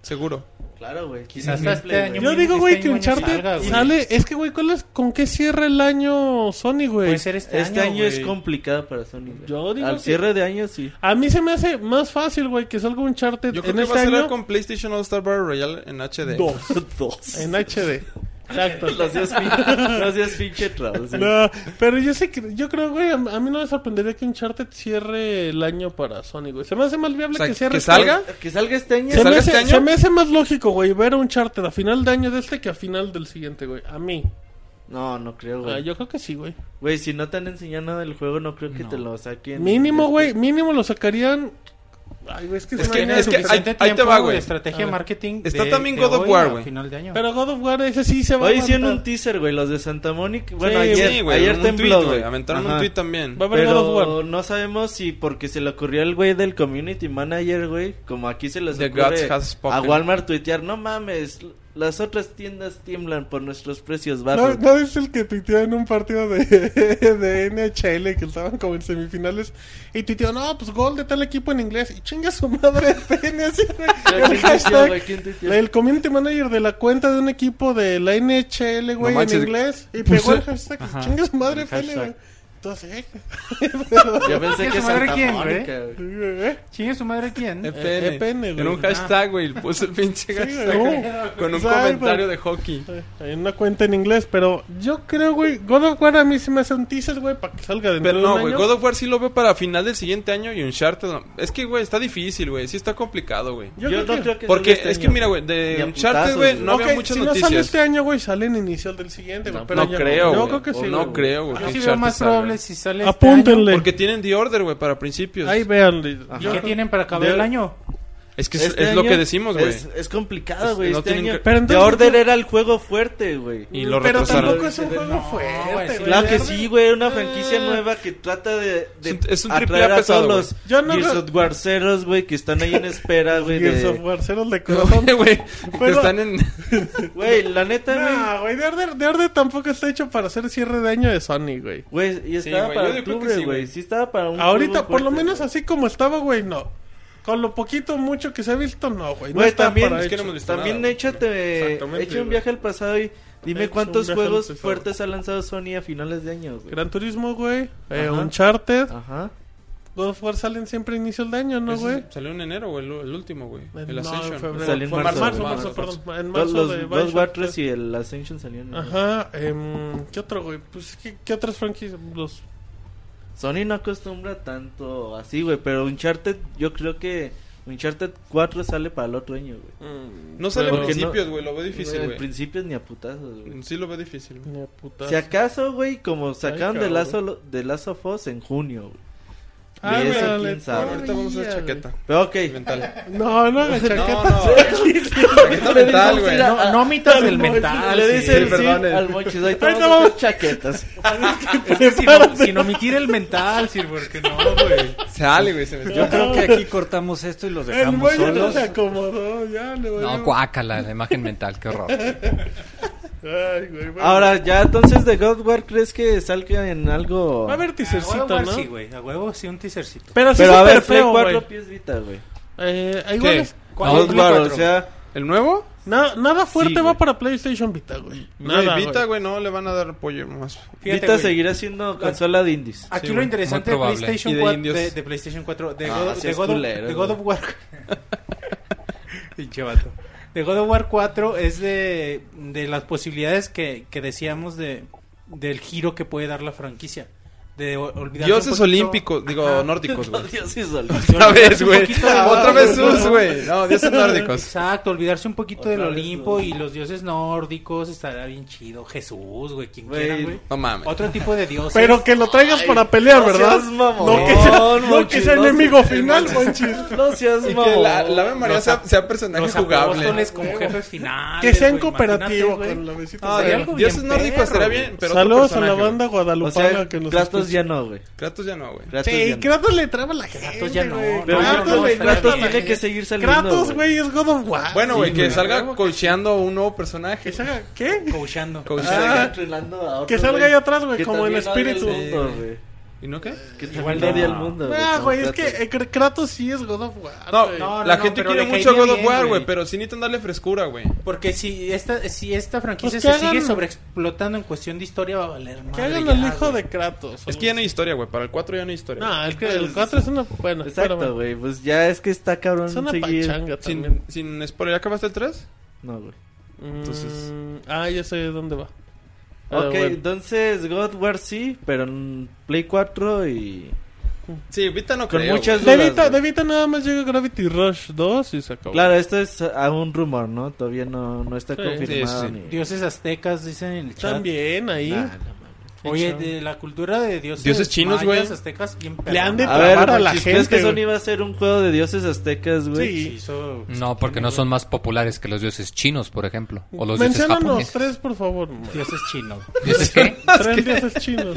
S3: Seguro.
S5: Claro, güey.
S4: Quizás
S5: Tiene
S4: este
S5: gameplay,
S4: año
S5: güey.
S1: Yo digo, güey, que
S4: Este año
S1: Uncharted
S4: salga, güey.
S1: sale... Es que, güey, ¿cuál es, ¿con qué cierra el año Sony, güey?
S4: Puede
S3: Pues
S4: ser este,
S5: Este
S4: año,
S5: año es
S4: güey.
S5: complicado para Sony. güey.
S1: Yo digo
S5: Al
S1: que-
S5: cierre de año sí.
S1: A mí se me hace más fácil, güey, que salga Uncharted
S3: Yo creo
S1: en
S3: que va
S1: este
S3: a salir
S1: año
S3: con PlayStation All Star Battle Royale en HD.
S5: Dos.
S1: en HD. Exacto.
S5: Gracias, fin- gracias, pinche troll. sí.
S1: No, pero yo sé que, yo creo, güey, a, a mí no me sorprendería que Uncharted cierre el año para Sony, güey. Se me hace más viable
S3: O sea,
S1: que cierre.
S3: que salga.
S5: Que salga este año.
S1: Se, me
S3: salga
S1: hace,
S3: este año?
S1: se me hace más lógico, güey, ver a Uncharted a final de año de este que a final del siguiente, güey. A mí.
S5: No, no creo,
S1: Ah,
S5: güey.
S1: yo creo que sí, güey.
S5: Güey, si no te han enseñado nada del juego, no creo que te lo saquen.
S1: Mínimo,
S5: Este-
S1: güey, mínimo lo sacarían. Ay, güey, es que,
S3: Es
S1: no
S3: que-
S1: hay nada
S3: es que-
S1: suficiente.
S4: Suficiente
S3: ahí- ahí te
S4: tiempo
S3: va, güey.
S4: de estrategia
S1: A ver.
S4: de marketing.
S3: Está
S4: de-
S3: también
S4: de
S3: God of
S4: hoy
S3: War,
S4: a
S3: güey.
S4: final de año.
S1: Pero God of War, ese sí se va
S5: Hoy
S1: a
S5: hicieron un
S1: aguantar.
S5: teaser, güey, los de Santa Mónica. Bueno,
S1: Sí,
S5: ayer,
S3: Sí, güey,
S5: ayer
S3: un
S5: tembló,
S3: tweet,
S5: güey.
S3: güey. Aventaron
S5: Ajá.
S3: un tweet también.
S1: Va a haber God of
S5: Pero
S1: War.
S5: no sabemos si porque se le ocurrió al güey del community manager, güey, como aquí se les
S3: The
S5: ocurre
S3: gods has spoken.
S5: a Walmart tuitear, no mames, las otras tiendas tiemblan por nuestros precios
S1: ¿No,
S5: bajos.
S1: no es el que tuiteó en un partido de, de NHL que estaban como en semifinales y tuiteó, no, pues gol de tal equipo en inglés y chinga su madre pene así, güey.
S5: ¿Quién
S1: El
S5: tuiteó,
S1: hashtag,
S5: güey? ¿Quién tuiteó?
S1: El community manager de la cuenta de un equipo de la NHL, güey, en
S3: manches.
S1: inglés y
S6: Pues,
S1: pegó el
S6: eh,
S1: hashtag,
S6: ajá,
S1: chinga su madre
S6: el
S1: pene, güey.
S6: hashtag.
S1: Entonces, ¿eh?
S5: Yo pensé
S4: ¿Quién
S5: que
S4: su madre
S5: Santa
S4: quién, güey?
S5: Mónica, güey.
S1: ¿Eh?
S4: Chingue su madre quién.
S3: EPN.
S1: EPN, güey.
S3: E En un hashtag, güey. Puso el pinche
S1: güey.
S3: hashtag. güey,
S1: No.
S3: Con un
S1: Exacto.
S3: comentario de hockey.
S1: Hay una cuenta eh, en inglés, pero yo creo, güey, God of War a mí se me hace un teaser, güey, para que salga dentro
S3: Pero
S1: de un
S3: no, güey.
S1: año.
S3: God of War sí lo veo para final del siguiente año y Uncharted. no. Es que, güey, está difícil, güey. Sí está complicado, güey.
S5: Yo, no creo que
S3: Porque
S5: salga este
S3: es que,
S5: año,
S3: mira, güey, de
S5: Ni a
S3: Uncharted,
S5: putazos,
S3: güey, no
S1: Ok,
S3: había muchas
S1: si no sale
S3: noticias.
S1: este año, güey, sale en inicial del siguiente, güey.
S3: No,
S1: pero ya-
S3: creo,
S1: Yo
S3: güey.
S1: creo que sí.
S3: No
S1: güey.
S3: creo, güey.
S4: Yo
S3: que
S4: sí veo más
S3: Uncharted salga.
S4: probable si sale este año.
S1: Apúntenle.
S3: Porque tienen The Order, güey, para principios.
S1: Ahí véanle.
S4: ¿Y
S1: Yo-
S4: qué tienen para acabar
S5: De-
S4: el año?
S3: Es que es,
S5: Este
S3: es lo
S5: año
S3: que decimos, güey.
S5: Es, es complicado,
S3: Es-
S5: güey.
S3: no
S5: este
S3: tienen
S5: año.
S3: que-
S1: Pero
S5: The
S1: entonces-
S5: Order era el juego fuerte, güey.
S3: Y lo
S1: pero
S3: retrasaron.
S1: tampoco es un juego fuerte,
S4: güey,
S1: güey.
S5: Claro que
S1: Verde.
S5: sí, güey, una
S1: Ah.
S5: franquicia nueva que trata de, de
S3: Es un- es un triple
S5: atraer
S3: A
S5: a
S3: pesado,
S5: todos los
S1: güey. Yo no
S5: Gears
S1: creo-
S5: of Warceros, güey, que están ahí en espera, güey. de-
S1: Gears of War, ceros de corazón.
S3: Güey, güey, que
S1: Pero-
S3: están en...
S5: Güey, la neta, güey.
S1: Nah, güey, de Order, de Order tampoco está hecho para hacer cierre de año de Sony, güey.
S5: Güey, y estaba
S3: güey, yo
S5: para
S3: digo que
S5: octubre,
S3: sí,
S5: güey.
S3: güey.
S5: Sí, estaba para un
S1: Ahorita,
S5: juego
S1: por lo
S5: fuerte,
S1: menos
S5: güey.
S1: así como estaba, güey, no. Con lo poquito mucho que se ha visto, no, güey. No
S5: Güey,
S1: está
S5: también,
S1: para
S3: es que
S1: hecho.
S3: no me- visto
S5: También
S3: nada,
S5: échate,
S3: Exactamente,
S5: echa un
S3: güey.
S5: viaje al pasado y dime
S1: Echa un
S5: cuántos
S1: viaje al
S5: juegos
S1: pasado.
S5: fuertes ha lanzado Sony a finales de año, güey.
S1: Gran Turismo, güey. Eh,
S5: Ajá.
S1: Uncharted.
S5: Ajá.
S1: God of War salen siempre a inicio de año, ¿no,
S3: Ah. Ese
S1: güey?
S3: salió en enero, güey, el, el último, güey.
S1: En-
S3: El
S1: no,
S3: Ascension.
S1: en febrero.
S5: Salió en
S1: Fue
S5: marzo,
S1: marzo,
S5: güey.
S1: marzo, perdón. En
S5: Los,
S1: marzo
S5: los
S1: de
S5: God
S1: Bioshock
S5: War
S1: 3.
S5: 3 y el Ascension salieron. en-
S1: Ajá, em, ¿qué otro, güey? Pues, ¿qué, qué otras franquicias? Los...
S5: Sony no acostumbra tanto así, güey, pero Uncharted, yo creo que Uncharted 4 sale para el otro año, güey.
S1: mm,
S3: No sale en
S5: Porque no-
S3: principios, güey, lo veo difícil,
S5: En
S3: güey.
S5: principio ni a putazos, güey.
S3: Sí lo veo difícil, güey.
S1: Ni a putas.
S5: Si acaso, güey, como sacaron de
S1: cabrón.
S5: Lazo de Last of Us en junio, güey.
S1: Ah,
S5: y
S1: mira,
S5: eso
S1: le-
S5: quién sabe.
S3: Ahorita vamos a hacer
S1: Ay, güey.
S3: chaqueta.
S5: Pero ok,
S3: Mental.
S1: No, no, la
S3: No,
S1: chaqueta.
S3: no. Chaqueta mental, güey.
S5: No,
S4: No, no omitas el
S5: Monchis,
S4: mental.
S5: ah, le
S4: sí.
S5: dice el
S3: sí,
S5: sí
S1: eh.
S3: perdone.
S5: al Monchis, ahí
S1: Ahorita
S5: vamos a hacer chaquetas.
S4: Es que sin, om- sin omitir el mental, Sir, porque no, güey.
S3: Sale, güey, se me
S6: Yo creo que aquí cortamos esto y los
S1: El
S6: dejamos
S1: muelle no
S6: solos.
S1: se acomodó, ya le voy
S2: No, cuácala, la imagen mental, qué horror.
S1: Ay, güey, bueno.
S5: Ahora, ya entonces de God War, ¿crees que salga en algo?
S1: Va a haber
S4: A
S1: teasercito,
S4: huevo
S1: ¿no?
S4: sí, güey. A huevo sí, un teasercito.
S1: Pero sí
S5: Pero a
S1: súper
S5: ver, Play
S1: feo,
S5: 4
S1: güey.
S5: pies Vita, güey.
S1: Eh, igual
S3: ¿Qué?
S1: es-
S4: ¿Cuál
S5: God
S4: Play
S5: War, o
S4: 4?
S5: sea,
S3: ¿El nuevo?
S1: na- nada fuerte
S5: Sí,
S1: va
S5: güey.
S1: para PlayStation Vita, güey.
S3: Güey,
S1: Nada,
S3: Vita, güey, no le van a dar apoyo más.
S4: Fíjate,
S5: Vita
S4: güey.
S5: seguirá siendo consola de indies.
S4: Aquí
S3: Sí,
S4: lo
S3: güey,
S4: interesante
S2: muy
S4: de
S2: probable.
S4: PlayStation,
S3: Y de
S4: 4,
S3: indios.
S4: de, de PlayStation 4, de,
S5: Ah,
S4: God,
S5: sí
S4: de
S5: es
S4: God of-
S5: culero,
S4: de God of War. Pinche vato. De God of War 4 es de, de las posibilidades que, que decíamos de, del giro que puede dar la franquicia. De o- olvidarse un
S3: Dioses
S4: poquito-
S3: olímpicos, digo,
S4: Ajá.
S3: nórdicos, güey.
S5: Dios y sol.
S3: Otra vez,
S4: un
S3: güey.
S4: poquito de-
S3: Otra vez sus, güey. No, dioses nórdicos.
S4: Exacto, olvidarse un poquito
S5: Otra
S4: del
S5: vez,
S4: Olimpo
S5: güey.
S4: y los dioses nórdicos estaría bien chido. Jesús, güey, quien
S5: Güey,
S4: quiera, güey.
S3: No mames.
S4: Otro tipo de dioses.
S1: Pero que lo traigas para pelear,
S5: no
S1: ¿verdad?
S5: seas mamón,
S1: no que sea, no
S5: Monchis,
S1: que sea
S5: no
S1: enemigo
S5: seas-
S1: final, Monchis.
S5: No seas
S3: Y que
S5: mamón.
S3: la, la Ave María
S4: Los
S3: sea,
S4: ap-
S3: sea personaje
S4: los
S3: jugable.
S4: apóstoles como jefes finales.
S1: Que sea en
S4: güey,
S1: cooperativo
S4: imagínate,
S1: con
S4: güey.
S1: la mesita.
S4: Ah,
S1: Saludos
S4: sería algo
S3: Dioses
S4: bien
S3: nórdicos
S4: perro,
S3: será
S4: güey.
S3: bien, pero otro
S1: Saludos a la
S3: personaje, güey.
S1: banda
S5: O
S1: guadalupana
S5: sea,
S1: que nos
S5: Kratos
S1: escucha.
S5: ya no, güey.
S3: Kratos ya no, güey.
S5: Kratos
S1: Sí,
S5: ya no.
S1: Kratos le traba la gente.
S4: Kratos ya no,
S1: güey.
S4: no,
S5: Pero
S4: Kratos,
S5: Kratos,
S4: güey,
S5: Kratos
S4: Kratos
S5: tiene
S4: tiene
S5: que seguir saliendo.
S1: Kratos, güey, es God of War.
S3: Bueno, güey, que
S1: güey.
S3: salga cocheando un nuevo personaje.
S1: Que salga, ¿qué?
S4: Coachando.
S3: Cocheando.
S5: Ah,
S1: Que salga ahí atrás, güey, como el espíritu.
S3: ¿Y no qué?
S5: Que
S4: Igual
S5: Igual nadie al
S4: no.
S5: mundo.
S1: Ah,
S5: como
S1: güey, es que
S5: Kratos.
S1: eh, Kr- Kratos sí es God of War.
S3: No,
S1: güey.
S4: no,
S3: la
S4: no,
S3: gente
S4: pero
S3: quiere
S4: le
S3: mucho a
S4: caería
S3: God of
S4: bien,
S3: War, güey,
S4: güey.
S3: pero sí necesitan darle frescura, güey.
S4: Porque si esta, si esta franquicia
S1: Pues
S4: se
S1: que
S4: sigue
S1: hagan-
S4: sobreexplotando en cuestión de historia, va a valer más.
S1: Que hagan el hijo de Kratos.
S3: Es que ya no hay historia, güey. Para el 4 ya no hay historia.
S1: No, el, el 4 es una. Bueno,
S5: Exacto,
S1: espérame.
S5: güey. Pues ya es que está cabrón
S1: Es una
S5: seguir.
S1: pachanga
S3: Sin,
S1: también.
S3: sin spoiler, ¿ya acabaste el 3?
S5: No, güey.
S1: Entonces. ah, ya sé dónde va. Pero
S5: Ok,
S1: bueno.
S5: entonces God War sí, pero en Play 4 y.
S3: Sí, Vita no
S5: Con
S3: creo.
S5: muchas
S1: De
S3: güey.
S5: dudas,
S1: Vita,
S5: güey.
S1: de Vita nada más llega Gravity Rush 2 y se acabó.
S5: Claro, esto es aún rumor, ¿no? Todavía no, no está
S1: Sí,
S5: confirmado.
S3: sí, sí.
S5: ni-
S4: Dioses aztecas, dicen en el chat.
S1: También ahí.
S5: Nah, no mames.
S4: Oye, de la cultura de dioses.
S3: Dioses chinos,
S4: mayas,
S3: güey.
S4: aztecas, bien Ah,
S1: Le han de
S4: perrona.
S5: A
S1: trabar
S5: ver,
S1: a la
S5: Monchis, ¿crees
S1: gente,
S5: que Sony
S1: güey.
S5: iba a hacer un juego de dioses aztecas, güey?
S1: Sí.
S4: Sí, eso-
S2: No, porque no son más populares que los dioses chinos, por ejemplo. O los dioses
S1: Mencionan los
S2: japoneses.
S1: tres, por favor.
S4: Dioses chinos.
S2: ¿Dioses qué?
S1: tres dioses chinos.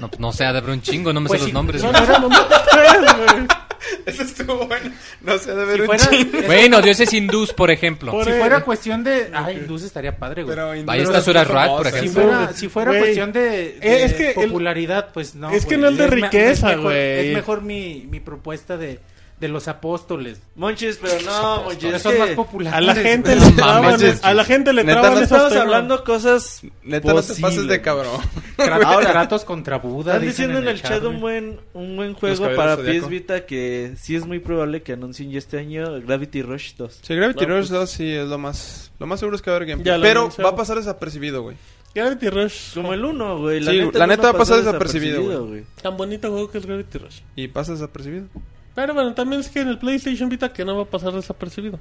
S2: No, pues no sé, ha de haber un chingo, no me
S4: Pues
S2: sé
S4: sí,
S2: los nombres.
S1: No,
S2: güey.
S1: no eran nomás tres, güey.
S3: Eso estuvo bueno. No sé, de ver
S4: Si
S3: un
S4: fuera,
S3: chingo.
S2: Bueno, dioses hindús, por ejemplo.
S1: Por-
S4: si fuera cuestión de. Ay, luz estaría padre, güey.
S3: Pero
S2: Ahí
S3: pero
S2: está Sura
S3: son
S2: Rack,
S3: famosas.
S2: por
S4: Si
S2: ejemplo.
S4: fuera, si fuera
S1: Güey.
S4: cuestión de, de
S1: Eh, es que el-
S4: popularidad, pues no.
S1: es que
S4: güey.
S1: no es de
S4: me-
S1: riqueza,
S4: mejor-
S1: güey.
S4: Es mejor mi, mi propuesta de, de los apóstoles.
S5: Monchis, pero no, Monchis.
S4: Ya
S5: es
S4: son
S5: que
S4: más populares.
S1: A la gente
S4: güey.
S1: le
S2: No
S1: traban,
S3: mames.
S1: a la gente le
S3: Neta,
S1: traban
S3: no
S1: esos
S5: Estamos
S1: temas.
S5: hablando cosas.
S3: Neta, no te pases de
S5: posibles.
S3: cabrón.
S4: Ahora, Kratos contra Buda.
S5: Están
S4: dicen
S5: diciendo en el chat
S4: güey.
S5: un buen, un buen
S3: Los
S5: juego
S3: Caballeros
S5: para
S3: Zodíaco.
S5: PS Vita que sí es muy probable que anuncien ya este año Gravity Rush 2.
S3: Sí, Gravity
S1: No,
S3: Rush 2 sí es lo más... Lo más seguro es que va a haber
S1: Ya
S3: gameplay.
S1: lo
S3: Pero
S1: anunciaron.
S3: va a pasar desapercibido, güey.
S1: Gravity Rush.
S5: Como el 1, güey. La
S3: Sí,
S5: neta,
S3: la
S5: el
S3: neta
S5: uno
S3: va a pasar
S5: pasó
S3: desapercibido,
S5: güey.
S1: Tan bonito juego que es Gravity Rush.
S3: Y pasa desapercibido.
S1: Pero bueno, también es que en el PlayStation Vita que no va a pasar desapercibido.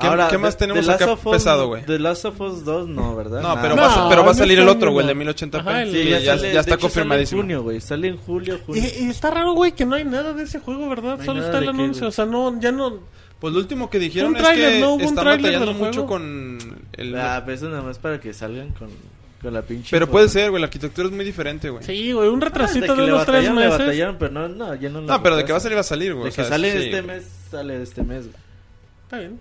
S3: ¿Qué- qué más
S5: de-
S3: tenemos
S5: de Last
S3: acá
S5: of Us-
S3: pesado, güey?
S5: De Last of Us 2, no, ¿verdad?
S3: No, pero,
S1: No,
S5: Nada.
S3: va, a- pero va a
S1: no
S3: salir el
S1: está
S3: otro, güey, el de
S1: ninguna.
S3: 1080p.
S1: Ajá, el-
S5: Sí,
S3: Sí, ya,
S5: sale-
S3: ya
S5: de
S3: está
S5: hecho,
S3: confirmadísimo.
S5: Sale en junio, güey. Sale en julio, junio.
S1: Y, y está raro, güey, que no hay nada de ese juego, ¿verdad?
S5: No hay
S1: Solo
S5: nada
S1: está el
S5: de qué,
S1: anuncio.
S5: güey.
S1: O sea, no, ya no.
S3: Pues lo último que dijeron
S1: Un tráiler,
S3: es que
S1: ¿no? Hubo un
S3: están
S1: tráiler
S3: batallando
S1: del
S3: mucho
S1: juego.
S3: con el...
S5: Ah, pero eso nada más para que salgan con, con la pinche.
S3: pero
S5: foto.
S3: puede ser, güey, la arquitectura es muy diferente, güey.
S1: Sí, güey, un
S5: Ah, de
S1: retrasito
S5: que
S1: de
S5: le
S1: unos tres
S5: batallaron, le
S1: meses.
S5: batallaron, pero no, no, ya no lo
S3: No, pero de que va a
S5: retrasan.
S3: salir va a salir, güey.
S5: De
S3: o
S5: que
S3: sea,
S5: sale
S3: sí,
S5: este
S3: güey.
S5: mes, sale este mes, güey.
S1: Está bien.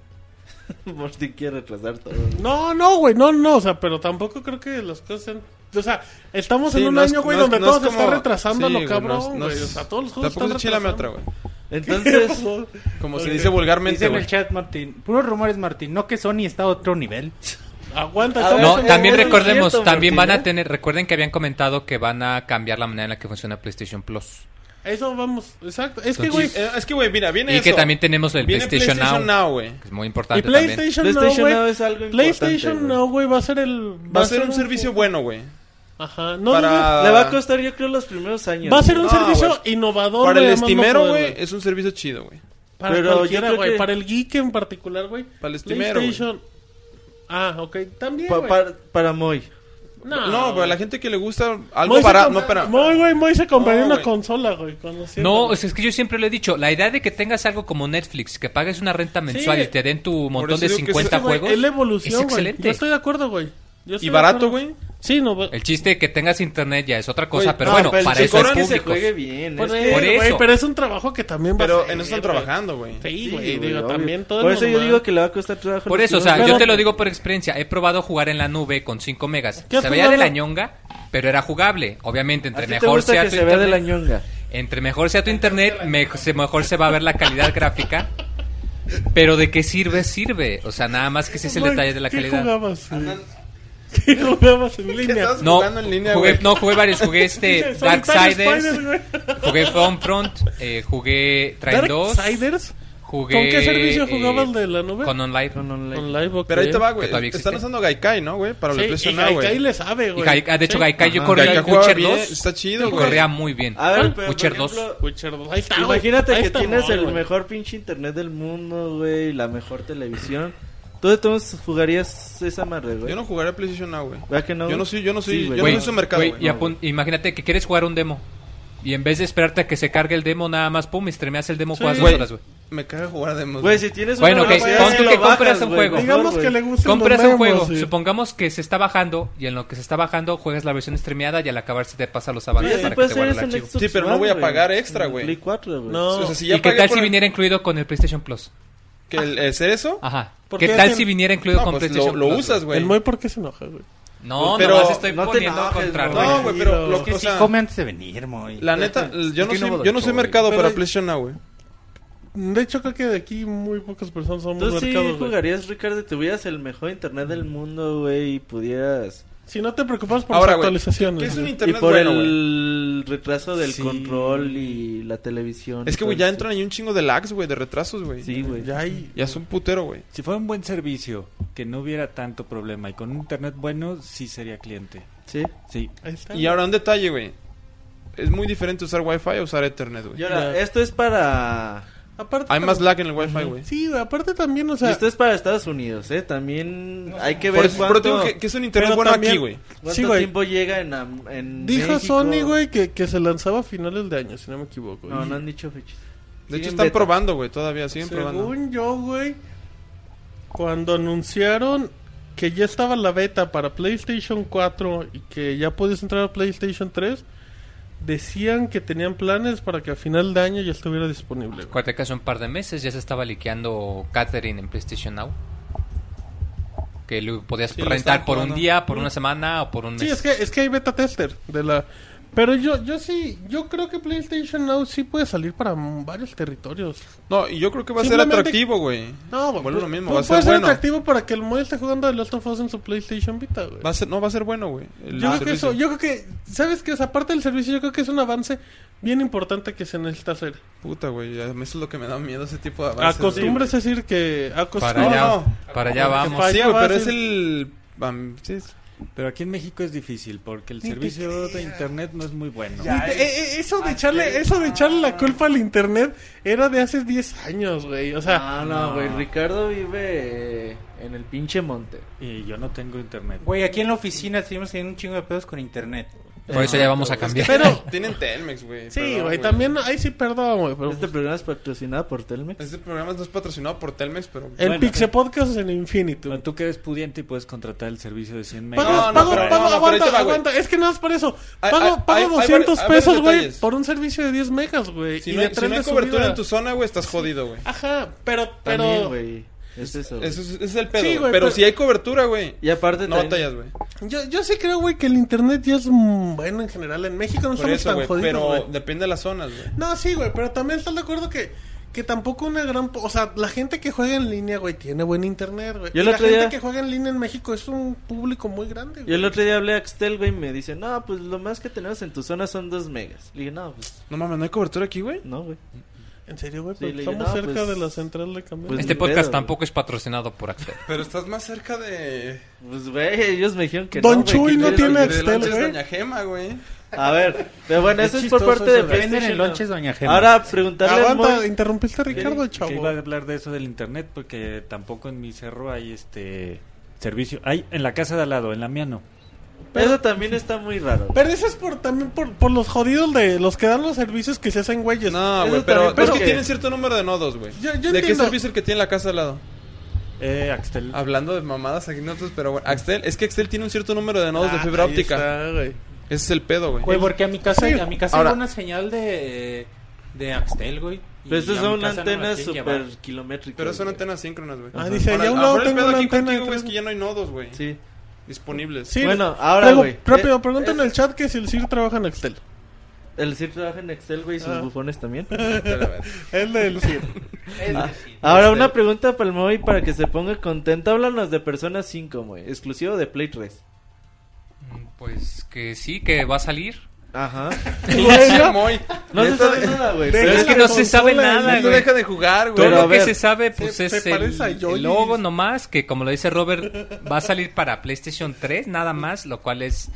S5: Morty quiere retrasar todo. güey.
S1: No, no, güey, no, no, o sea, pero tampoco creo que las cosas sean... O sea, estamos
S3: Sí,
S1: en un
S3: no es-
S1: año, güey,
S3: no es-
S1: donde
S3: no
S1: todo
S3: es
S1: se está
S3: como-
S1: retrasando
S3: sí,
S1: a
S3: güey,
S1: lo
S3: no es-
S1: cabrón, güey.
S3: no es-
S1: o sea, todos los juegos
S3: Tampoco
S1: están
S3: es chila me otra,
S1: retrasando.
S3: güey.
S5: Entonces,
S3: Como se
S1: Ok.
S3: dice vulgarmente,
S4: Dice en
S3: güey.
S4: el chat, Martín. Puros rumores, Martín. No que Sony está a otro nivel.
S1: Aguanta,
S5: A
S1: estamos-
S5: ver,
S2: No,
S5: Eso-
S2: también
S5: eso es
S2: recordemos,
S5: cierto,
S2: también
S5: Martín,
S2: van
S5: ¿eh?
S2: a tener, recuerden que habían comentado que van a cambiar la manera en la que funciona PlayStation Plus.
S1: eso vamos, exacto. Es que, güey,
S2: Entonces-
S3: Eh, Es que, güey, mira, viene
S2: Y
S3: eso.
S2: que también tenemos el
S3: Viene
S2: PlayStation, Now,
S3: Now, güey.
S2: que es muy
S1: y
S2: importante también.
S1: PlayStation,
S5: PlayStation
S1: Now,
S5: Now
S1: güey,
S5: es algo importante.
S1: PlayStation
S5: güey.
S1: Now, güey, va a ser el...
S3: Va a ser un servicio bueno, güey.
S1: Ajá, no dudes.
S3: Para...
S5: Le va a costar, yo creo, los primeros años.
S1: Va a ser un
S3: No,
S1: servicio
S3: güey.
S1: innovador,
S3: Para
S1: güey,
S3: el
S1: además no
S3: estimero,
S1: poder,
S3: güey, es un servicio chido, güey.
S1: Para
S5: Pero yo
S1: cualquiera,
S5: creo
S1: güey.
S5: que-
S1: Para el geek en particular, güey.
S3: Para el estimero, güey.
S1: PlayStation. Ah, ok. También,
S5: Pa-
S1: güey.
S5: para, para Moy.
S1: No,
S3: No, pero
S1: güey.
S3: la gente que le gusta algo
S1: Moy se
S3: barato.
S1: compra-
S3: No, espera.
S1: Moy, güey, Moy se compraría
S3: No,
S1: una
S3: güey.
S1: consola, güey. cuando sienta,
S2: No,
S1: güey.
S2: o sea, es que yo siempre lo he dicho, la idea de que tengas algo como Netflix, que pagues una renta mensual
S1: Sí.
S2: y te den tu montón
S3: eso
S2: de
S3: digo que es-
S2: 50
S3: Sí,
S1: güey,
S2: juegos,
S1: Es la evolución,
S2: es
S1: güey. Yo
S2: excelente.
S1: estoy de acuerdo, güey. Yo estoy
S3: Y
S1: de
S3: barato,
S1: acuerdo.
S3: güey.
S1: Sí, no, güey.
S2: El chiste de que tengas internet ya es otra cosa,
S3: Güey,
S2: pero
S5: No,
S2: bueno,
S5: pues, pero el
S2: para eso
S5: chingón
S2: es
S5: que se
S2: público.
S5: juegue bien.
S1: Por,
S5: es
S1: eso,
S5: que-
S2: por
S1: güey,
S2: eso.
S1: pero es un trabajo que también va
S3: Pero
S1: a ser,
S3: en eso están
S1: güey.
S3: trabajando, güey.
S1: Sí,
S5: Sí,
S1: güey,
S5: güey,
S1: digo,
S5: obvio.
S1: también todo
S5: Por
S1: es
S5: eso yo
S1: normal.
S5: digo que le va a costar trabajo.
S2: Por
S5: los
S2: eso, o
S5: primeros
S2: sea, yo
S1: Pero-
S2: te lo digo por experiencia. He probado jugar en la nube con 5 megas.
S1: ¿Qué has
S2: Se veía de la
S1: jugado?
S2: ñonga, pero era jugable. Obviamente,
S5: ¿A
S2: entre
S5: ti te
S2: mejor
S5: gusta
S2: sea
S5: que
S2: tu
S5: se vea de la
S2: internet,
S5: ñonga?
S2: entre mejor sea tu internet, me- se- mejor se va a ver la calidad gráfica. Pero de qué sirve, sirve. O sea, nada más que ese es el
S1: Moy,
S2: detalle de la
S1: ¿qué
S2: calidad.
S1: Jugabas, güey? ¿Qué jugabas en línea?
S3: estás-
S2: No,
S3: jugando en línea,
S2: jugué,
S3: güey?
S2: no, jugué varios. Jugué este
S1: Solitario Spider,
S2: Darksiders,
S1: güey.
S2: jugué Homefront, eh, jugué Train 2,
S1: ¿Darksiders?
S2: jugué...
S1: ¿Con qué servicio
S2: eh,
S1: jugabas de la nube?
S2: Con OnLive.
S5: Con online.
S1: Online, ok.
S3: Pero ahí te va,
S2: Que
S3: güey.
S2: todavía
S3: Te están
S2: existe.
S3: usando Gaikai, ¿no, güey? Para
S1: Sí,
S3: la PlayStation
S1: y
S3: Now,
S1: Gaikai
S3: güey.
S1: le sabe,
S2: Y
S1: güey.
S2: Gai- ah, de hecho,
S1: Sí.
S2: Gaikai yo
S5: Ajá.
S2: corría
S3: Gaikai
S2: en
S3: jugaba
S2: Witcher
S3: bien,
S2: 2.
S3: está chido,
S2: y
S3: güey. Ah,
S2: corría muy bien.
S5: A ver, pero,
S2: Witcher
S5: por
S2: 2.
S5: ejemplo,
S1: Witcher dos, ahí está, güey.
S5: Imagínate
S1: Ahí
S5: que
S1: está,
S5: tienes
S1: Moy,
S5: el
S1: güey.
S5: mejor pinche internet del mundo, güey, la mejor televisión. ¿Tú de todos jugarías esa madre, güey?
S3: Yo no jugaría PlayStation Now, güey.
S5: ¿Verdad que no?
S3: Yo no soy, yo no soy,
S5: Sí,
S3: yo
S5: güey.
S3: no
S2: Güey,
S3: soy su mercado,
S2: güey,
S3: güey.
S2: y apun- Imagínate que quieres jugar un demo. Y en vez de esperarte a que se cargue el demo, nada más, pum, y streameas el demo
S1: Sí.
S2: jugadas dos
S3: Güey,
S2: horas, güey.
S3: me caga jugar a demos.
S5: Güey, si tienes
S2: Bueno,
S5: una
S2: ok,
S5: güey,
S2: pon
S5: sí
S2: tú
S5: lo
S2: que compras
S5: bajas,
S2: un
S5: güey,
S2: juego.
S5: mejor,
S1: Digamos que
S5: güey.
S1: le gusta
S2: Compras un juego, supongamos que se está bajando y en lo que se está bajando juegas la versión streameada y al acabar se te pasa los avances
S5: Sí,
S2: para que
S5: puede
S2: te
S5: ser
S2: guarde el
S5: eso en
S2: archivo.
S5: Xbox
S3: Sí, pero no
S5: One,
S3: voy a
S5: güey.
S3: pagar extra,
S5: En
S3: güey.
S5: Play 4, güey.
S1: No.
S3: O sea, si ya
S2: ¿Y qué
S3: pagué
S2: tal
S3: por
S2: si
S3: el-
S2: viniera incluido con el PlayStation Plus?
S3: que el, hacer eso?
S2: Ajá.
S1: ¿Por
S2: ¿Qué
S1: qué
S2: tal
S1: hacen-
S2: si viniera incluido
S3: No,
S2: con
S3: pues lo,
S2: PlayStation
S3: lo
S2: Plus?
S3: usas,
S1: El
S3: güey.
S1: Moy, ¿por qué se enoja, güey?
S2: No,
S3: Pero-
S2: nomás estoy
S5: no te
S2: poniendo
S5: enojes,
S2: contra
S5: güey.
S3: No, güey, pero lo
S4: Es
S3: que
S4: que
S3: o
S4: sí
S3: sea,
S4: come antes de venir, muy.
S3: la neta, yo no
S2: que no
S3: soy,
S2: va
S3: yo
S2: del
S3: no soy
S2: show,
S3: mercado
S1: güey.
S3: para
S1: Pero-
S3: PlayStation Now, güey.
S1: De hecho, creo que de aquí muy pocas personas somos
S5: Tú sí
S1: mercados, güey.
S5: jugarías, Ricardo, y tuvieras el mejor internet del mundo, güey, y pudieras...
S1: Si no te preocupas por
S3: Ahora,
S1: las
S3: güey,
S1: actualizaciones.
S3: ¿Qué es un
S1: güey.
S5: Y
S3: internet
S5: por
S3: bueno, güey?
S5: el retraso del
S4: Sí.
S5: control y la televisión.
S3: Es que,
S5: y
S3: güey,
S5: todo
S3: ya
S5: eso.
S3: entran ahí un chingo de lags, güey, de retrasos, güey.
S5: Sí, güey.
S1: Ya hay...
S3: Ya es un putero, güey.
S6: Si fuera un buen servicio, que no hubiera tanto problema y con un internet bueno, sí sería cliente.
S5: Sí.
S6: Sí.
S1: ahí está,
S3: Y ahora un detalle, güey. Es muy diferente usar Wi-Fi a usar Ethernet,
S5: Y
S3: güey.
S5: ahora,
S1: Ya.
S5: esto es para...
S1: güey. Aparte,
S3: Hay más
S1: también-
S3: lag en el Wi-Fi, güey.
S1: Sí, güey, aparte también, o
S5: Y este
S1: sea...
S5: esto es para Estados Unidos, ¿eh? También hay que
S3: Por
S5: ver
S3: eso, pero
S5: cuánto,
S3: te digo que, que es un internet
S1: Pero
S3: bueno
S1: también-
S3: aquí, güey.
S5: cuánto
S1: Sí, güey.
S5: tiempo llega en, am- en
S1: Dijo
S5: México.
S1: Sony, güey, que, que se lanzaba a finales de año, si no me equivoco.
S5: No,
S1: Y
S5: no han dicho fechas.
S3: De hecho,
S5: Siguen
S3: están
S5: beta.
S3: probando, güey, todavía. Siguen probando.
S1: Según yo, güey, cuando anunciaron que ya estaba la beta para PlayStation 4 y que ya podías entrar a PlayStation 3, decían que tenían planes para que a final de año ya estuviera disponible. güey.
S2: Acuérdate que hace un par de meses ya se estaba liqueando Catherine en PlayStation Now. Que lo podías
S3: Sí, lo
S2: rentar
S3: estaban
S2: por un
S3: jugando.
S2: día, por una semana o por un mes.
S1: Sí, es que, es que hay beta tester de la... Pero yo, yo sí, yo creo que PlayStation Now sí puede salir para m- varios territorios.
S3: No, y yo creo que va a ser
S1: Simplemente-
S3: atractivo, güey.
S1: No, güey,
S3: Vuelve lo
S1: pu-
S3: mismo,
S1: pu-
S3: va a ser
S1: puede ser
S3: bueno.
S1: atractivo para que el móvil esté jugando The Last of Us en su PlayStation Vita, güey.
S3: Va a ser, no, va a ser bueno, güey. el
S1: Yo creo que
S3: servicio.
S1: eso, yo creo que, ¿sabes qué? O sea, aparte del servicio, yo creo que es un avance bien importante que se necesita hacer.
S3: Puta, güey, a mí eso es lo que me da miedo, ese tipo de avances. güey.
S1: Acostumbres a decir que...
S2: Para
S1: Acostumbres.
S2: allá,
S3: No,
S2: para allá
S1: Porque
S2: vamos.
S1: para
S3: Sí,
S1: allá
S3: güey,
S1: va,
S3: pero
S1: sí.
S3: es el... am, sí, es-
S6: Pero aquí en México es difícil porque el servicio de internet no es muy bueno.
S1: Y te- eh, eh, eso, de echarle, eso de echarle la culpa al internet era de hace 10 años, güey. O sea,
S5: Ah, no, güey. Ricardo vive eh, en el pinche monte.
S6: Y yo no tengo internet.
S4: Güey, aquí en la oficina seguimos teniendo un chingo de pedos con internet.
S2: Por eso ya vamos a cambiar.
S1: pero...
S3: Tienen Telmex, güey.
S1: Sí,
S3: perdón,
S1: güey, también... Ahí sí, perdón, güey, pero...
S5: Este programa es patrocinado por Telmex.
S3: Este programa no es patrocinado por Telmex, pero...
S1: El
S6: Bueno.
S1: Pixel Podcast es en Infinitum.
S6: Pero tú que eres pudiente y puedes contratar el servicio de 100 megas.
S1: Pago,
S3: No, no,
S1: pago,
S3: pero-
S1: pago,
S3: no, no, pero ahí
S1: aguanta,
S3: te va, güey.
S1: aguanta. Es que nada más por eso.
S3: Hay-
S1: Pago,
S3: hay- hay- hay
S1: pago
S3: vari-
S1: 200
S3: hay varios
S1: pesos, güey,
S3: detalles.
S1: por un servicio de 10 megas, güey.
S3: Si
S1: y
S3: no,
S1: de
S3: hay- si
S1: tren
S3: no
S1: de
S3: hay cobertura
S1: subida.
S3: en tu zona, güey, estás jodido, güey.
S1: Ajá, pero, pero.
S5: También, güey. Es eso. güey.
S3: Eso es, ese es el pedo,
S1: Sí,
S3: güey,
S1: güey,
S3: pero,
S1: pero-
S3: si hay cobertura, güey,
S5: Y aparte
S3: no batallas,
S5: también-
S3: güey.
S1: yo, yo sí creo, güey, que el internet ya es mm, bueno en general. En México no
S3: Por
S1: estamos
S3: eso,
S1: tan
S3: güey,
S1: jodidos.
S3: pero
S1: güey.
S3: depende de las zonas, güey.
S1: No, sí, güey, pero también estás de acuerdo que, que tampoco una gran. po- O sea, la gente que juega en línea, güey, tiene buen internet, güey. Y
S5: Yo el
S1: la
S5: otro
S1: gente
S5: día-
S1: que juega en línea en México es un público muy grande,
S5: Yo
S1: güey.
S5: el otro día hablé a Axtel, güey, y me dice, no, pues lo más que tenemos en tu zona son dos megas. Le dije, no, pues
S3: No mames, ¿no hay cobertura aquí, güey?
S5: no, güey.
S1: En serio, güey,
S5: Sí,
S1: pero
S5: le digo,
S1: estamos
S5: no,
S1: cerca
S5: pues-
S1: de la central de cambio.
S5: pues,
S2: este
S5: ni
S2: podcast
S5: pedo, güey.
S2: tampoco es patrocinado por Axel.
S3: Pero estás más cerca de...
S5: Pues, güey, ellos me dijeron que
S1: Don
S5: no, güey,
S1: Chuy
S5: que
S1: no
S5: yo-
S1: tiene
S3: de
S1: Axtel,
S3: lonches
S1: güey.
S3: Doña Gema, güey.
S5: A ver, pero bueno, eso es por
S4: chistoso
S5: parte de
S4: eso, güey. Venden
S5: PlayStation.
S4: en
S5: ¿no?
S4: lonches, doña Gema.
S5: Ahora, preguntarle a
S1: Aguanta,
S5: Moy-
S1: interrumpiste a Ricardo,
S6: que
S1: chavo.
S6: iba a hablar de eso del internet porque tampoco en mi cerro hay este servicio. Hay en la casa de al lado, en la mía no.
S5: Eso también está muy raro. güey.
S1: Pero eso es por, también por, por los jodidos de los que dan los servicios que se hacen güeyes.
S3: No, güey,
S5: también,
S3: pero,
S5: pero
S3: es que
S5: que-
S3: tienen cierto número de nodos, güey.
S1: Yo- yo
S3: ¿De qué
S1: entiendo.
S3: servicio el que tiene la casa al lado?
S6: Eh, Axtel.
S3: Hablando de mamadas aquí nosotros, pero bueno, Axtel, es que Axtel tiene un cierto número de nodos de fibra
S1: Ah, Ahí
S3: óptica.
S1: está, güey.
S3: Ese es el pedo, güey.
S4: Güey,
S5: pues,
S4: porque a mi casa,
S1: Sí.
S4: a mi casa
S3: Ahora-
S4: llegó una señal de, de Axtel, güey. y
S5: Pero estas
S4: a mi
S5: son
S4: casa no me la
S5: antenas
S4: quieren llevar.
S5: super kilométricas.
S3: Pero son
S5: güey.
S3: antenas síncronas, güey.
S1: Ah,
S3: Ajá.
S1: dice,
S3: Ahora,
S1: ya a un
S3: a
S1: lado
S3: lo mejor el
S1: tengo
S3: pedo
S1: una
S3: aquí
S1: antena
S3: contigo, güey, es
S1: de
S3: que ya no hay nodos, güey.
S5: Sí.
S3: Disponibles.
S1: Sí,
S5: Bueno, ahora,
S1: luego,
S5: güey.
S1: Rápido,
S5: Eh,
S1: pregunta en
S5: eh.
S1: el chat que si el CIR trabaja en Excel.
S5: El CIR trabaja en Excel, güey, y sus
S1: Ah.
S5: bufones también. Ah,
S3: Pero, a ver.
S1: El del CIR.
S5: Ahora,
S3: Este-
S5: una pregunta para el Moy para que se ponga contento. Háblanos de Persona 5, güey. Exclusivo de Play 3.
S2: Mm, Pues que sí, que va a salir.
S5: Ajá.
S3: Pinche Moy.
S5: No se
S3: Neta,
S5: sabe nada, güey.
S1: Deja
S5: Pero es
S1: la
S5: que no
S2: se sabe
S1: consola,
S2: nada,
S1: neta,
S3: No
S2: güey.
S3: deja de jugar,
S2: Todo
S3: güey.
S5: Pero a
S2: lo que
S5: ver,
S2: se sabe pues
S1: se-
S2: es
S1: se
S2: el,
S1: parece a Yoyis.
S2: el logo nomás, que como lo dice Robert, va a salir para PlayStation 3 nada más, lo cual es...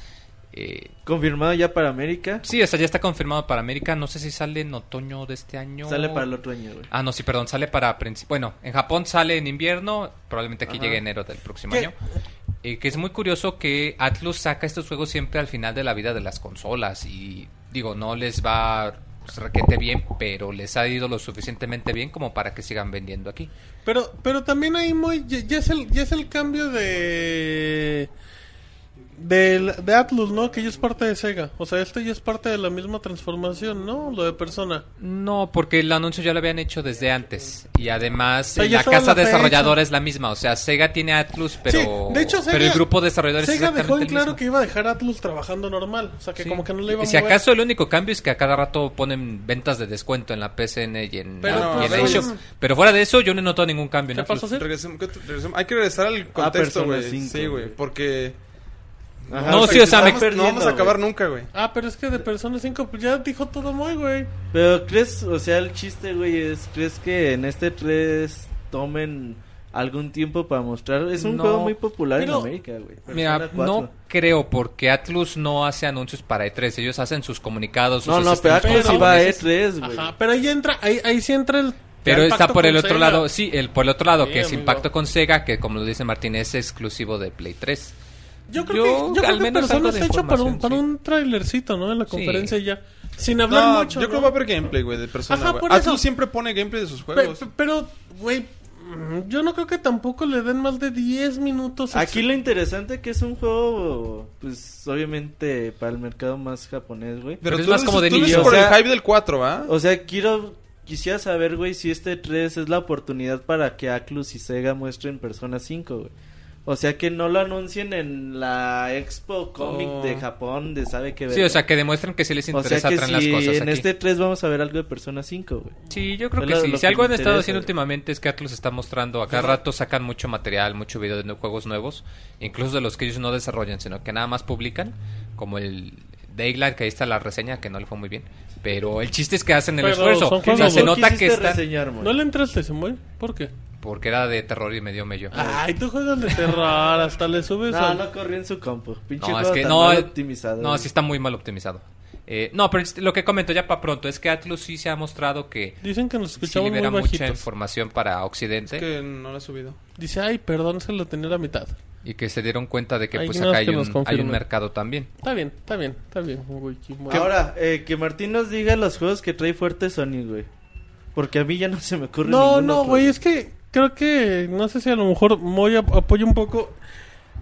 S2: eh,
S5: confirmado ya para América.
S2: sí, o sea, ya está confirmado para América, no sé si sale en otoño de este año.
S5: Sale para el otro año, güey.
S2: Ah, no, sí, perdón, sale para princip- Bueno, en Japón sale en invierno, probablemente aquí
S5: Ajá.
S2: llegue enero del próximo
S4: ¿Qué?
S2: año. Eh, que es muy curioso que Atlus saca estos juegos siempre al final de la vida de las consolas y digo, no les va pues, requete bien, pero les ha ido lo suficientemente bien como para que sigan vendiendo aquí.
S1: Pero, pero también ahí muy, ya, ya es el, ya es el cambio de, del- de Atlus, ¿no? Que ya es parte de Sega. O sea, este ya es parte de la misma transformación, ¿no? Lo de persona.
S2: No, porque el anuncio ya lo habían hecho desde antes. Y además,
S1: sea, ya
S2: la
S1: estaba
S2: casa
S1: la
S2: desarrolladora
S1: fecha.
S2: es la misma. O sea, Sega tiene Atlus, pero,
S1: Sí, de hecho,
S2: pero
S1: Sega-
S2: el grupo de desarrolladores es
S1: Sega
S2: exactamente
S1: dejó en
S2: el
S1: claro
S2: mismo.
S1: que iba a dejar a Atlus trabajando normal. O sea, que
S2: Sí.
S1: como que no le iba a
S2: Y si
S1: mover.
S2: acaso el único cambio es que a cada rato ponen ventas de descuento en la PSN y en,
S1: Pero,
S2: y en
S3: pues,
S2: la eShop.
S1: oye.
S2: Pero fuera de eso, yo no he notado ningún cambio. en
S1: ¿Qué
S2: Atlus.
S1: pasó, Sir?
S3: Regresemos- ¿qué- regresemos? Hay que regresar
S1: Ah,
S3: al contexto,
S5: Persona
S3: güey.
S5: 5,
S3: Sí, güey.
S5: güey.
S3: Porque.
S5: Ajá.
S2: No,
S3: vamos a-
S2: sí, o sea, me-
S3: vamos- No vamos a acabar nunca, güey.
S1: Ah, pero es que de Persona 5 pues ya dijo todo muy, güey.
S5: Pero crees, o sea, el chiste, güey, es, ¿crees que en este 3 tomen algún tiempo para mostrar? Es un
S2: No,
S5: juego muy popular
S1: pero-
S5: en América, güey.
S2: Mira,
S5: Persona 4.
S2: no creo porque Atlus no hace anuncios para E3. Ellos hacen sus comunicados. sus
S5: No, no, pero
S2: streams
S1: Atlus sí
S5: Atlus sí
S1: pero-
S5: va ¿eh?
S2: japoneses.
S5: a E3, güey.
S1: Ajá, pero ahí entra, ahí, ahí sí entra el...
S2: Pero
S1: el
S2: está
S1: pacto
S2: por el
S1: con
S2: otro
S1: Sega.
S2: lado, sí, el por el otro lado,
S1: Sí,
S2: que es
S1: amigo.
S2: impacto con Sega, que como lo dice Martín, es exclusivo de Play 3.
S1: Yo creo
S2: Yo,
S1: que, yo creo
S2: al
S1: que
S2: menos algo
S1: Persona
S2: de
S1: está hecho para un,
S2: información,
S1: para
S2: sí.
S1: un trailercito, ¿no? En la
S2: Sí.
S1: conferencia y ya. Sin hablar
S3: No,
S1: mucho.
S3: yo creo que
S1: ¿no?
S3: va a haber gameplay, güey, de persona.
S1: Ajá,
S3: güey.
S1: por eso.
S3: Atlus siempre pone gameplay de sus
S1: Pe-
S3: juegos.
S1: pe- Pero, güey, mm, yo no creo que tampoco le den más de 10 minutos.
S5: Aquí lo interesante que es un juego, pues obviamente para el mercado más japonés, güey.
S2: Pero es más
S3: dices-
S2: como de
S3: tú dices
S2: niño.
S3: por
S5: O sea-
S3: el hype del 4, ¿va?
S5: O sea, quiero, quisiera saber, güey, si este 3 es la oportunidad para que Atlus y Sega muestren Persona 5, güey. O sea, que no lo anuncien en la Expo Comic
S3: Oh.
S5: de Japón de sabe qué ver.
S2: Sí, o sea, que demuestren que sí les
S5: O sea
S2: interesa
S5: que
S2: traen
S5: si
S2: las cosas.
S5: en
S2: aquí.
S5: este 3 vamos a ver algo de Persona 5, güey.
S2: Sí, yo creo
S5: Es
S2: que
S5: lo-
S2: sí.
S5: lo
S2: Si
S5: que
S2: algo
S5: me
S2: han estado
S5: interesa,
S2: haciendo
S5: güey.
S2: últimamente es que Atlus está mostrando. A cada rato sacan mucho material, mucho video de nue- juegos nuevos, incluso de los que ellos no desarrollan, sino que nada más publican, como el Daylight, que ahí está la reseña, que no le fue muy bien. Pero el chiste es que hacen el
S1: Pero
S2: esfuerzo.
S1: son
S2: O sea,
S1: juegos,
S2: se
S1: ¿no?
S2: nota que
S5: quisiste
S2: está.
S5: reseñar, güey.
S1: No le entraste, Samuel. ¿Por qué?
S2: Porque era de terror y medio medio.
S3: Ah.
S1: Ay, tú juegas de terror. Hasta le subes
S5: No,
S1: al-
S5: no corrió en su compu. Pinche
S2: No, es
S5: juego
S2: que
S5: tan
S2: no.
S5: mal
S2: eh,
S5: optimizado.
S2: No,
S5: güey.
S2: sí está muy mal optimizado. Eh, no, pero lo que comento ya para pronto es que Atlus sí se ha mostrado que
S1: Dicen que nos
S2: sí
S1: escuchamos muy
S2: libera mucha
S1: bajitos.
S2: información para Occidente.
S3: Que no lo he subido.
S1: Dice, ay, perdón, se lo tenía a la mitad.
S2: Y que se dieron cuenta de que
S1: Ahí
S2: pues
S1: nada más
S2: acá hay
S1: que nos
S2: un, hay un
S1: confirmen.
S2: mercado también.
S1: Está bien, está bien, está bien. güey, qué mal.
S5: Ahora, eh, que Martín nos diga los juegos que trae fuerte Sony, güey. Porque a mí ya no se me ocurre
S1: No,
S5: ninguno,
S1: no,
S5: otro,
S1: güey, es que creo que, no sé si a lo mejor Moy ap- apoya un poco.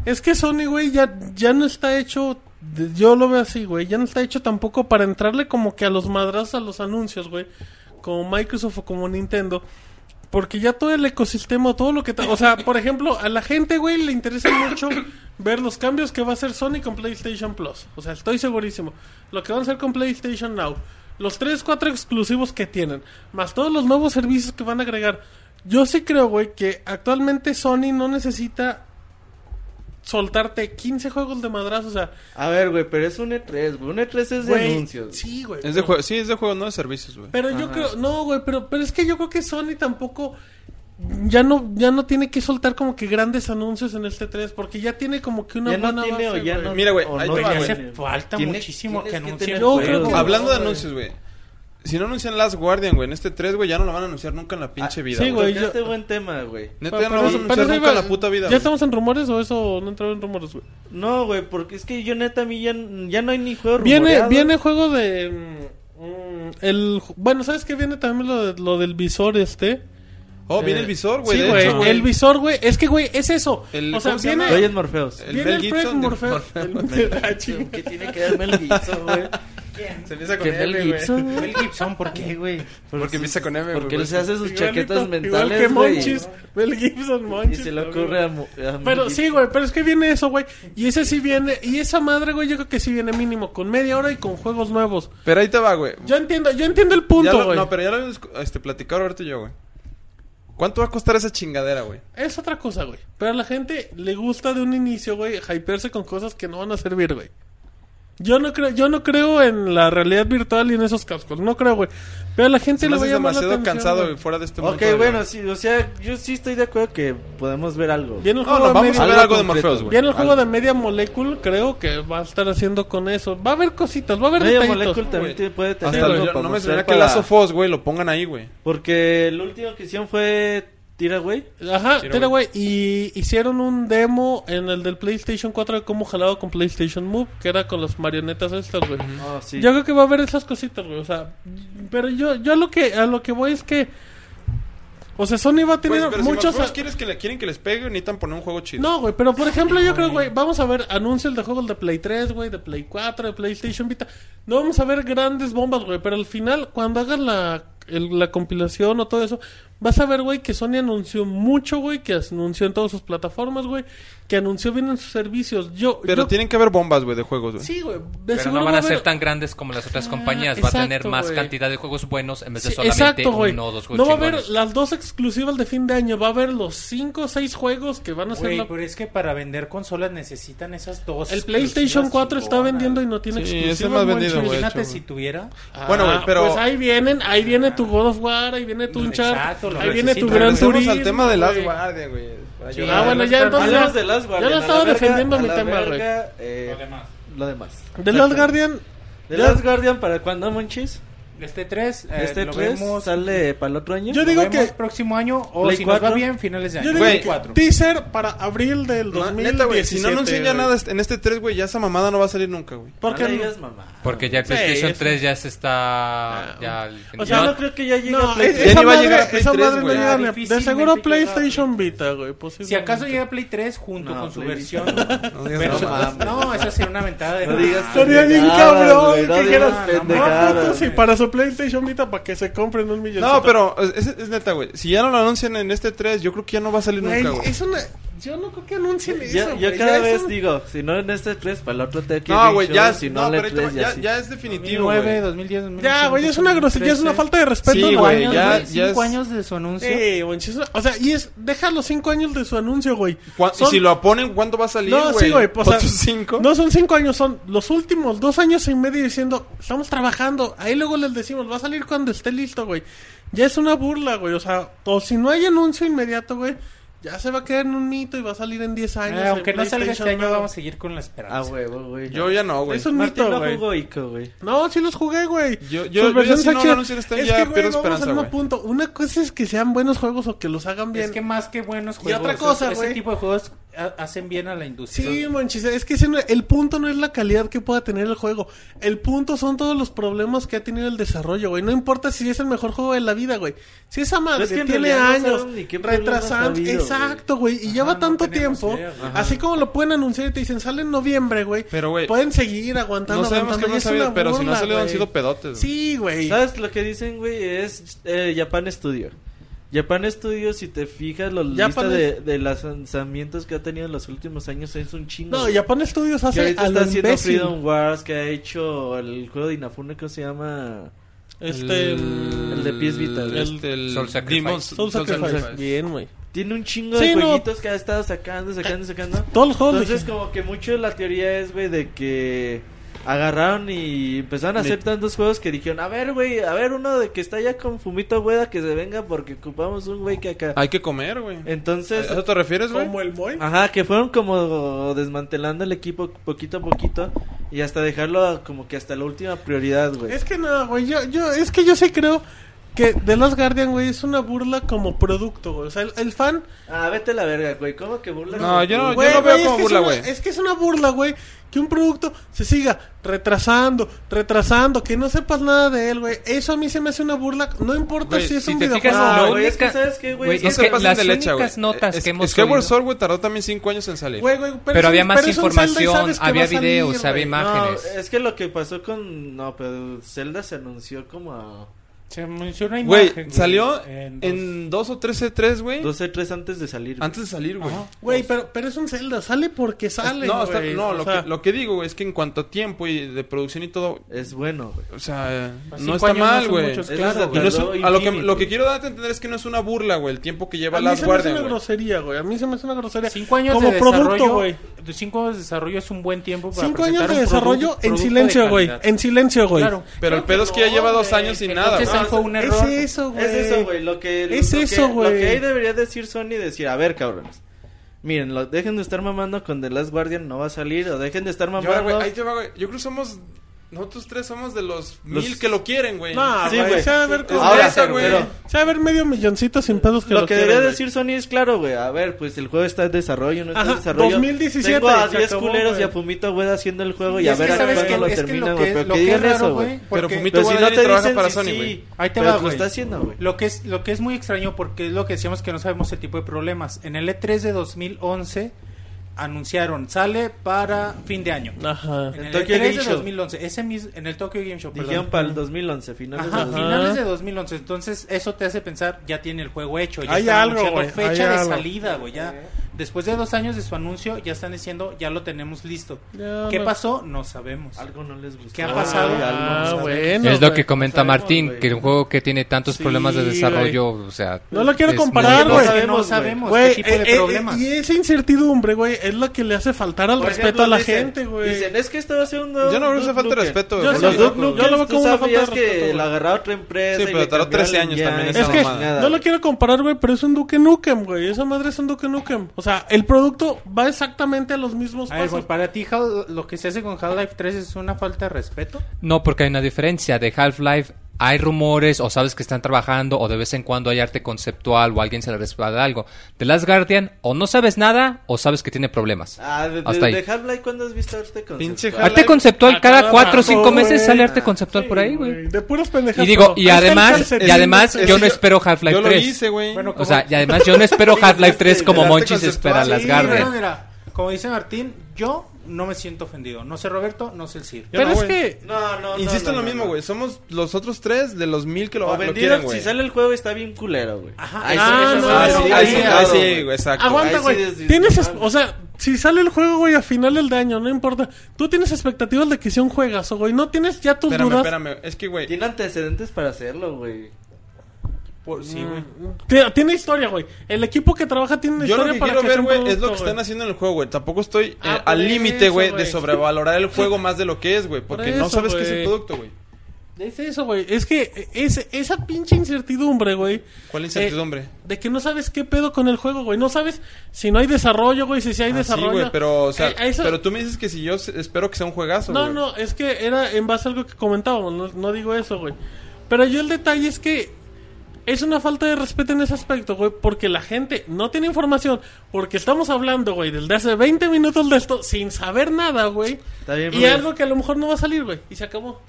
S1: Es que Sony, güey, ya, ya no está hecho, de- yo lo veo así, güey, ya no está hecho tampoco para entrarle como que a los madrazos a los anuncios, güey, como Microsoft o como Nintendo. Porque ya todo el ecosistema, todo lo que... tra- O sea, por ejemplo, a la gente, güey, le interesa mucho ver los cambios que va a hacer Sony con PlayStation Plus. O sea, estoy segurísimo. Lo que van a hacer con PlayStation Now. Los 3, 4 exclusivos que tienen. Más todos los nuevos servicios que van a agregar. Yo sí creo, güey, que actualmente Sony no necesita soltarte 15 juegos de madrazo. O sea,
S5: A ver, güey, pero es un E3, güey. Un E3 es de
S1: güey,
S5: anuncios.
S1: Sí, güey.
S3: Es de
S1: pero-
S3: juego, sí, es de juego, no de servicios, güey.
S1: pero yo creo, no, güey, pero, pero es que yo creo que Sony tampoco ya no, ya no tiene que soltar como que grandes anuncios en este 3, porque ya tiene como que una
S5: Ya no
S1: buena
S5: tiene o
S1: base,
S5: ya
S1: güey.
S5: no.
S3: Mira, güey,
S5: o
S3: ahí
S5: no
S3: te va,
S4: Güey,
S5: tiene.
S4: hace
S3: güey.
S4: falta
S5: Tiene-
S4: muchísimo que
S5: tienes que
S4: anuncien
S5: tener
S1: Yo
S5: juegos.
S1: creo que-
S3: Hablando de
S1: güey.
S3: anuncios, güey. Si no anuncian Last Guardian, güey, en este 3, güey, ya no lo van a anunciar nunca en la pinche
S5: Ah,
S3: vida.
S1: sí,
S3: güey.
S1: güey,
S5: Tocaste
S1: yo-
S5: buen tema, güey.
S3: Neta,
S1: Para- para
S3: ya no lo van
S1: eso-
S3: a anunciar
S1: para eso
S3: nunca
S1: iba-
S3: en la puta vida.
S1: ¿Ya
S3: güey.
S1: estamos en rumores o eso no entraba en rumores, güey?
S5: No, güey, porque es que yo neta a mí ya, ya no hay ni juego
S1: Viene,
S5: rumoreado.
S1: viene juego de. mm, mm, el, ju- bueno, ¿sabes qué viene también lo, de- lo del visor este?
S3: Oh, viene
S1: Eh,
S3: el visor, güey.
S1: Sí,
S3: de
S1: güey.
S3: hecho,
S1: el visor, güey. Es que, güey, es eso.
S3: El-
S1: o sea,
S3: ¿cómo se
S1: viene.
S3: llama?
S5: Ryan Morpheus.
S3: El
S1: viene
S3: Mel
S1: el Fred
S3: Gibson de-
S1: Morfeo.
S5: Gibson, ¿Qué tiene que ver Mel Gibson, güey?
S3: Se empieza con
S5: ¿Que Mel
S3: M, güey.
S5: Gibson? güey?
S4: Mel Gibson, ¿por qué, güey?
S3: Porque empieza con M,
S5: Porque
S3: güey.
S5: él se hace sus chaquetas
S1: Igual que
S5: mentales, güey.
S1: Monchis. Mel Gibson
S5: Y
S1: Monchis.
S5: se le ocurre a, Mo- a
S1: Pero
S5: Mel
S1: sí,
S5: Gibson.
S1: güey, pero es que viene eso, güey. Y ese sí viene. Y esa madre, güey, yo creo que sí viene mínimo. Con media hora y con juegos nuevos.
S3: Pero ahí te va, güey.
S1: Yo entiendo, yo entiendo el
S3: Ya
S1: punto,
S3: lo-
S1: güey.
S3: no, pero ya lo habíamos este, platicado Roberto y yo, güey. ¿Cuánto va a costar esa chingadera, güey?
S1: Es otra cosa, güey. Pero a la gente le gusta de un inicio, güey, hypearse con cosas que no van a servir, güey. Yo no creo, yo no creo en la realidad virtual y en esos cascos, no creo, güey. Pero a la gente
S3: Se me
S1: le va
S3: hace
S1: a llamar la
S3: demasiado
S1: atención.
S3: cansado,
S1: güey.
S3: güey, fuera de este mundo.
S5: Ok, bueno, sí, o sea, yo sí estoy de acuerdo que podemos ver algo.
S1: Viene el
S3: No,
S1: juego,
S3: no,
S1: de,
S3: vamos a
S1: media,
S3: ver algo de
S5: concreto.
S3: Morpheus, güey.
S1: viene el juego de media molécula, creo que va a estar haciendo con eso. Va a haber cositas, va a haber
S5: Media
S1: detallitos.
S5: Molecule también
S3: güey.
S5: te puede tener
S3: Hasta
S1: Sí,
S5: algo
S3: lo- yo-
S5: para
S3: no me
S5: mostrar
S3: suena que
S5: para-
S3: Last of Us, güey, lo pongan ahí, güey.
S5: Porque el último que hicieron fue Tira, güey.
S1: Ajá,
S3: Sí,
S1: tira,
S3: güey.
S1: güey. Y hicieron un demo en el del PlayStation 4 de cómo jalaba con PlayStation Move, que era con las marionetas estas, güey.
S5: No, sí.
S1: Yo creo que va a haber esas cositas, güey. O sea, pero yo, yo a lo que a lo que voy es que. O sea, Sony va a
S3: Pues,
S1: tener
S3: pero si
S1: muchos.
S3: Morpheus quieres que le, quieren que les pegue, necesitan poner un juego chido.
S1: No, güey, pero por ejemplo, yo creo, güey, vamos a ver anuncios de juegos de Play 3, güey, de Play 4, de PlayStation Vita. No vamos a ver grandes bombas, güey, pero al final, cuando hagan la, el- la compilación o todo eso, vas a ver, güey, que Sony anunció mucho, güey, que anunció en todas sus plataformas, güey, que anunció bien en sus servicios. Yo,
S3: Pero
S1: yo-
S3: tienen que haber bombas, güey, de juegos, güey.
S1: Sí, güey, de
S2: Pero
S1: seguro
S2: no van
S1: va
S2: a ser
S1: haber-
S2: tan grandes como las otras
S1: Ah,
S2: compañías. Va a tener
S1: exacto,
S2: más
S1: güey.
S2: cantidad de juegos buenos en vez de
S1: Sí,
S2: solamente
S1: exacto, güey.
S2: uno o dos
S1: No
S2: juegos
S1: va a haber
S2: chingones.
S1: las dos exclusivas de fin de año. Va a haber los cinco o seis juegos que van a ser
S4: Güey,
S1: la-
S4: pero es que para vender consolas necesitan esas dos.
S1: El PlayStation 4 está vendiendo y
S4: y
S1: no tiene
S3: Sí,
S1: exclusivas.
S3: es el más
S1: Monchis.
S3: vendido, güey.
S4: Imagínate
S3: hecho,
S4: si tuviera.
S1: Ah,
S3: Bueno, güey, pero-
S1: Pues ahí vienen, ahí viene tu God of War, ahí viene tu
S4: Exacto,
S1: Uncharted,
S4: lo
S1: ahí viene tu
S4: necesitan.
S1: Gran
S4: Regresemos
S3: Volvemos
S1: Turismo.
S3: al tema de Last
S1: güey.
S3: Guardian, güey.
S1: Ah, bueno, ya entonces-
S5: Hablemos de Last Guardian.
S1: ya lo
S5: a
S1: estaba
S5: verga,
S1: defendiendo
S5: a
S1: mi
S5: la
S1: tema, güey.
S5: verga, eh, Lo demás.
S1: De Last Guardian,
S5: ¿De Last Guardian para cuándo, Monchis?
S4: Este 3,
S3: Eh,
S5: Este
S4: lo
S5: 3
S4: vemos,
S5: sale para el otro año.
S1: Yo
S4: lo
S1: digo
S4: vemos
S1: que-
S4: próximo año o
S5: Play
S4: si nos va
S5: 4.
S4: bien finales de
S1: yo
S4: año.
S1: digo
S3: Güey,
S1: que teaser para abril del
S3: No,
S1: 2017.
S3: neta, güey, si no anuncian ya
S1: güey.
S3: nada en este 3, güey, ya esa mamada no va a salir nunca, güey.
S1: Porque
S5: no le
S1: no-
S5: digas mamá.
S2: Porque ya el
S1: Sí,
S2: PlayStation
S1: es-
S2: 3 ya se está... ya el-
S1: O sea,
S5: Yo
S2: no-
S5: no creo que ya llegue
S1: No,
S5: a Play
S1: es-
S3: Ya
S5: 3.
S1: esa
S3: ni va a llegar a
S1: madre,
S3: Play
S1: esa
S3: 3,
S1: madre no
S3: güey.
S1: llega ni a- De
S4: Difícilmente
S1: seguro
S4: llega a Play
S1: PlayStation Vita, güey.
S4: Si acaso
S1: posiblemente.
S4: llega Play 3 junto
S5: No,
S4: con su
S5: Play
S4: versión.
S3: No digas
S4: Versión-
S3: mamadas, güey.
S4: no, esa sería una ventada de
S5: No digas
S4: madre.
S3: Ah,
S1: Sería bien
S5: Pendejadas,
S1: cabrón
S5: güey, no
S1: que dijeras,
S5: digas pendejadas,
S1: "Ah, puto, sí,
S5: güey".
S1: para su PlayStation Vita para que se compren un millón.
S3: No, pero es, es- es neta, güey. Si ya no lo anuncian en este 3, yo creo que ya no va a salir
S1: Güey,
S3: nunca, güey.
S1: es una... Yo no creo que anuncien eso,
S5: Yo, yo
S1: güey,
S5: cada
S1: ya
S5: vez
S1: es un-
S5: digo, si no en este 3, para el otro te
S3: No, güey, ya,
S5: Si no,
S3: no,
S5: le
S3: pero ahí te va,
S5: 3 y
S3: ya,
S5: así.
S3: ya es definitivo,
S4: 2009,
S3: güey.
S4: 2010, 2011,
S1: Ya, güey, es una grosería, es una falta de respeto.
S3: Sí,
S1: ¿no?
S3: güey,
S4: años,
S3: ya-
S4: güey,
S3: ya
S4: cinco
S3: es-
S4: años de su anuncio. Eh,
S1: Sí, manches, o sea, y es... Deja los cinco años de su anuncio, güey.
S3: Cu-
S1: Son-
S3: Y si lo ponen, ¿cuándo va a salir, güey?
S1: No, sí, güey, pues, o sea,
S3: ¿Otros cinco?
S1: No son cinco años, son los últimos dos años y medio diciendo, estamos trabajando. Ahí luego les decimos, va a salir cuando esté listo, güey. Ya es una burla, güey. O sea, o si no hay anuncio inmediato, güey, ya se va a quedar en un mito y va a salir en 10
S4: Eh,
S1: años. en
S4: aunque no salga este
S1: PlayStation
S4: año,
S1: nuevo.
S4: vamos a seguir con la esperanza.
S5: Ah, güey, güey, güey.
S3: Yo ya no, güey.
S1: Es un
S5: Martín
S1: mito,
S5: no
S1: güey.
S5: jugó Ico, güey.
S1: No, sí los jugué, güey.
S3: Yo- yo-
S1: Sus
S3: yo ya
S1: versiones
S3: si no lo
S1: HD.
S3: anuncian este año,
S1: es
S3: ya
S1: que, güey,
S3: pierdo
S1: vamos
S3: esperanza,
S1: al mismo
S3: güey.
S1: punto. Una cosa es que sean buenos juegos o que los hagan bien.
S4: Es que más que buenos
S1: Y
S4: juegos.
S1: otra cosa,
S4: es-
S1: güey.
S4: Ese tipo de juegos ha- hacen bien a la industria.
S1: Sí, manches, es que ese no- el punto no es la calidad que pueda tener el juego. El punto son todos los problemas que ha tenido el desarrollo, güey. No importa si es el mejor juego de la vida, güey. Si esa madre
S5: es que en
S1: tiene
S5: realidad no
S1: años
S5: saben ni qué problemas ha
S1: retrasando,
S5: habido, güey.
S1: exacto, güey, y lleva
S4: no
S1: tanto
S4: tenemos
S1: tiempo,
S4: idea, güey.
S1: así como lo pueden anunciar y te dicen, sale en noviembre, güey.
S3: Pero, güey,
S1: pueden seguir aguantando,
S3: No sabemos
S1: aguantando,
S3: qué
S1: y
S3: más
S1: es
S3: ha habido,
S1: una
S3: pero si no
S1: burla,
S3: ha salido han
S1: güey.
S3: sido pedotes. güey.
S1: Sí, güey.
S5: ¿Sabes lo que dicen, güey? Es eh, Japan Studio. Japan Studio, si te fijas, la lista
S1: Japan
S5: de, de los lanzamientos que ha tenido en los últimos años es un chingo.
S1: No,
S5: güey.
S1: Japan Studios
S5: Que
S1: hace
S5: ahorita
S1: al
S5: está haciendo
S1: imbécil.
S5: Freedom Wars, que ha hecho el juego de Inafune, que se llama...
S1: Este
S5: el de PS Vita,
S3: El, este, el
S2: Soul Sacrifice.
S3: Demon's-
S1: Soul Sacrifice. Bien, güey.
S5: Tiene un chingo
S1: Sí,
S5: de
S1: no.
S5: jueguitos que ha estado sacando, sacando, sacando.
S1: Todos los juegos de-
S5: Entonces, como que mucho de la teoría es, güey, de que agarraron y empezaron a hacer tantos juegos que dijeron, a ver, güey, a ver uno de que está ya con Fumito Güeda que se venga porque ocupamos un güey que acá.
S3: Hay que comer, güey. ¿A
S5: Entonces,
S3: eso te refieres, güey?
S1: Como el Moy.
S5: ajá, que fueron como desmantelando el equipo poquito a poquito y hasta dejarlo a- como que hasta la última prioridad, güey.
S1: Es que no, güey, yo, yo, es que yo sí creo que The Last Guardian, güey, es una burla como producto, güey. O sea, el, el fan...
S5: Ah, vete a la verga, güey, ¿cómo que burlas?
S3: No, yo no-
S1: Güey,
S3: lo veo
S1: güey, es
S3: como
S1: que es
S3: burla,
S1: una-
S3: güey.
S1: Es que es una burla, güey, que un producto se siga retrasando, retrasando, que no sepas nada de él, güey. Eso a mí se me hace una burla, no importa
S3: Güey,
S1: si es
S2: si
S1: un
S2: te
S1: videojuego. Ah,
S2: fijas,
S5: No,
S2: lo
S5: güey, es
S2: única-
S5: que sabes qué, güey,
S2: güey,
S5: no
S2: es
S5: se
S2: que
S3: pasen
S2: las
S3: de leche,
S2: únicas
S3: güey.
S2: notas
S3: Es-
S2: que hemos
S3: Skyward
S2: oído-
S3: Sword, güey, tardó también 5 años en salir.
S1: Güey, güey, es
S2: Pero había
S1: un-
S2: más
S1: pero es un Zelda y
S2: información,
S1: sabes que va
S2: había
S1: a salir,
S2: videos,
S1: güey.
S2: había imágenes.
S5: No, es que lo que pasó con. No, pero Zelda se anunció como a
S4: Se anunció una
S3: Güey,
S4: imagen,
S3: salió
S4: en
S3: en,
S4: dos-
S3: dos o tres E3, güey.
S5: 12, 3 e antes de salir. güey.
S3: Antes de salir, güey.
S1: Güey, pero, pero es un Zelda, sale porque sale,
S3: no, está-
S1: güey.
S3: no,
S1: O
S3: lo,
S1: sea,
S3: que, lo que digo, güey, es que en cuanto a tiempo y de producción y todo,
S5: Es bueno, güey.
S3: o sea,
S4: Pues
S3: no
S4: cinco
S3: está
S4: años no
S3: mal,
S4: son
S3: Pues güey.
S4: muchos,
S3: Y
S5: Es
S4: claro,
S5: la-
S4: güey.
S3: no es un- A lo que,
S5: Infinity.
S3: lo que quiero darte a entender es que no es una burla, güey, el tiempo que lleva
S1: a mí
S3: Last
S1: se me hace
S3: Guardian,
S1: una
S3: güey.
S1: grosería, güey. A mí se me hace una grosería.
S4: Cinco años
S1: Como
S4: de
S1: producto,
S4: desarrollo,
S1: güey.
S4: de Cinco años de desarrollo es un buen tiempo para
S1: Cinco años
S4: presentar
S1: de
S4: un produ-
S1: desarrollo en
S4: producto
S1: silencio,
S4: de
S1: güey.
S4: calidad.
S1: En silencio, güey.
S4: Claro.
S3: Pero el pedo es que ya lleva dos años sin nada,
S4: Entonces
S3: güey.
S4: ahí fue un
S1: Es
S4: error.
S1: eso, güey.
S5: Es eso, güey. Lo que,
S1: Es
S5: lo que-
S1: eso, güey.
S5: Lo que ahí debería decir Sony y decir, a ver, cabrones. Miren, lo, dejen de estar mamando con The Last Guardian, no va a salir. O dejen de estar
S3: Y ahora, güey,
S5: mamando.
S3: ahí te va, güey. Yo creo que somos. Nosotros tres somos de los,
S5: Los-
S3: mil que lo quieren, güey.
S1: No,
S5: Sí,
S1: güey,
S5: güey.
S1: Se va a ver como-
S5: Ahora,
S1: Neta, güey.
S5: pero-
S1: Se va a ver medio milloncito sin pedos que
S5: lo
S1: lo
S5: que
S1: quieren,
S5: debería
S1: güey.
S5: decir Sony es claro, güey. A ver, pues el juego está en desarrollo, no está
S1: Ajá,
S5: en desarrollo.
S1: 2017,
S5: Tengo a
S1: se
S5: 10
S1: acabó,
S5: culeros y a
S1: güey.
S5: Fumito, güey, haciendo el juego.
S4: Y
S5: y a
S4: es que
S5: ver a
S4: sabes
S5: cuándo
S4: que-
S5: lo
S4: es que
S5: terminan,
S4: lo
S5: güey.
S4: que-
S5: Pero
S4: lo
S5: que
S4: que es
S5: digan eso,
S4: raro,
S5: güey.
S4: güey,
S3: Pero
S4: porque-
S3: Fumito
S5: Pero si
S3: Guada
S5: no
S3: ya
S5: te
S3: trabaja
S5: dicen
S3: para
S5: sí,
S3: Sony, güey.
S4: Ahí te
S5: pero
S4: va,
S5: lo
S4: güey.
S5: está haciendo, güey.
S4: Lo que, es, lo que es muy extraño, porque es lo que decíamos que no sabemos ese tipo de problemas. En el E3 de 2011 anunciaron, sale para fin de año.
S1: Ajá.
S4: En el
S5: Tokyo
S4: E3
S5: Game
S4: de
S5: Show.
S4: 2011, ese mis- en el Tokyo Game Show,
S5: Dijeron
S4: perdón.
S5: para el 2011, finales
S4: Ajá,
S5: de
S4: finales de 2011. Entonces, eso te hace pensar, ya tiene el juego hecho. Ya
S1: Hay
S4: están
S1: algo,
S4: anunciando
S1: güey, hay
S4: fecha de
S1: algo.
S4: salida, güey. Ya,
S5: Eh.
S4: después de dos años de su anuncio, ya están diciendo, ya lo tenemos listo.
S1: Ya
S4: ¿Qué
S1: lo-
S4: pasó? No sabemos.
S5: Algo no les gustó.
S4: ¿Qué ha pasado?
S5: Ay, algo no
S1: Ah,
S5: saben.
S1: bueno.
S2: es lo
S1: güey.
S2: que comenta
S5: sabemos,
S2: Martín,
S5: güey.
S2: que un juego que tiene tantos
S1: Sí,
S2: problemas de
S1: güey.
S2: desarrollo, o sea...
S1: No lo quiero
S2: es
S1: comparar,
S2: muy-
S1: güey.
S4: No sabemos, no
S5: Güey,
S4: sabemos
S1: Güey,
S4: qué tipo de
S1: eh, eh,
S4: problemas.
S1: y esa incertidumbre, güey, es la que le hace faltar al
S5: Por
S1: respeto
S5: ejemplo,
S1: a la
S5: dicen-
S1: gente, güey.
S5: Dicen, es que esto va a ser un nuevo
S3: Yo no creo que
S5: Duke
S3: sea falta de
S5: Nukem".
S3: respeto,
S1: Yo
S3: güey.
S1: sí,
S3: porque-
S5: Los Duke
S1: yo lo
S5: Nukem,
S1: veo
S5: tú
S1: como una falta de
S5: sabías
S1: respeto,
S5: que
S1: güey.
S5: la agarraba otra empresa.
S3: Sí,
S5: y
S3: pero
S5: le
S3: tardó
S5: cambiaba
S3: 13
S5: la
S3: años
S5: engine,
S3: también
S5: y
S3: esa
S1: Es
S5: la
S1: que
S3: mamada.
S1: no lo quiero comparar, güey, pero es un Duke Nukem, güey. Esa madre es un Duke Nukem. O sea, el producto va exactamente a los mismos
S4: A ver, güey,
S1: pasos.
S4: para ti, Hal- lo que se hace con Half-Life 3 es una falta de respeto.
S2: No, porque hay una diferencia. De Half-Life hay rumores, o sabes que están trabajando, o de vez en cuando hay arte conceptual, o alguien se le respalda algo. De Last Guardian, o no sabes nada, o sabes que tiene problemas.
S5: Ah, de,
S2: Hasta
S5: de,
S2: ahí.
S5: de Half-Life, ¿cuándo has visto este concepto?
S3: Pinche Half-Life.
S2: Arte conceptual,
S1: Ah,
S2: cada
S1: cada
S2: cuatro o
S1: rato,
S2: cinco meses
S1: güey.
S2: sale arte conceptual por ahí, güey.
S1: De puras pendejadas.
S2: Y
S1: pero
S2: digo, y
S1: ahí está el
S2: además,
S1: calcetín,
S2: y además,
S1: güey.
S2: yo no espero Half-Life
S3: Yo lo
S2: 3.
S3: hice, güey.
S4: Bueno,
S2: O sea, y además yo no espero Half-Life 3 como
S3: El arte
S1: Pues,
S2: Monchis
S3: conceptual.
S2: espera a Las
S4: Sí,
S2: Guardian.
S4: no, mira, como dice Martín, yo no me siento ofendido. No sé Roberto, no sé el Cir.
S1: Pero
S3: no,
S1: es
S3: güey.
S1: que.
S5: No, no, no.
S3: Insisto en
S5: no,
S3: lo
S5: no,
S3: mismo,
S5: no.
S3: güey. Somos los otros tres de los mil que lo,
S5: O
S3: lo
S5: vendido,
S3: quieren, güey.
S5: si sale el juego está bien culero, güey.
S4: Ajá.
S5: Ahí
S1: Ah,
S5: sí-
S1: no,
S5: ahí
S1: no,
S5: sí-
S1: no,
S5: ahí
S1: no,
S5: sí,
S1: no,
S5: ahí
S3: ahí
S5: sí,
S3: sí, güey, exacto.
S1: Aguanta,
S5: Ahí sí
S1: güey.
S5: des-
S1: tienes, es-
S5: des-
S1: o sea, si sale el juego, güey, a final del año, no importa. Tú tienes expectativas de que sea un juegazo, güey. No tienes ya tus
S3: Espérame,
S1: dudas.
S3: espérame. Es que, güey.
S5: Tiene antecedentes para hacerlo, güey.
S1: Mm. Tiene, tiene historia, güey. El equipo que trabaja tiene una
S3: Yo lo
S1: historia
S3: que
S1: para
S3: quiero
S1: que
S3: ver,
S1: sea un
S3: güey, es lo que
S1: producto,
S3: están
S1: güey.
S3: haciendo en el juego, güey. Tampoco estoy eh,
S1: Ah, por
S3: al límite, güey,
S1: eso,
S3: de
S1: güey.
S3: sobrevalorar el juego más de lo que es, güey.
S1: Por
S3: Porque no
S1: eso,
S3: sabes qué es
S1: güey.
S3: el producto, güey.
S1: Es eso, güey. Es que es, esa pinche incertidumbre, güey.
S3: ¿Cuál incertidumbre?
S1: Eh, de que no sabes qué pedo con el juego, güey. No sabes si no hay desarrollo, güey, si, si hay
S3: Ah, sí,
S1: desarrollo.
S3: güey, pero, o sea,
S1: Eh, a eso-
S3: pero tú me dices que si yo se- espero que sea un juegazo,
S1: No,
S3: güey.
S1: no, es que era en base a algo que comentábamos, no, no digo eso, güey. Pero yo el detalle es que es una falta de respeto en ese aspecto, güey, porque la gente no tiene información, porque estamos hablando, güey, desde hace 20 minutos de esto sin saber nada, güey.
S5: Está bien,
S1: Y
S5: pero-
S1: algo que a lo mejor no va a salir, güey, y se acabó.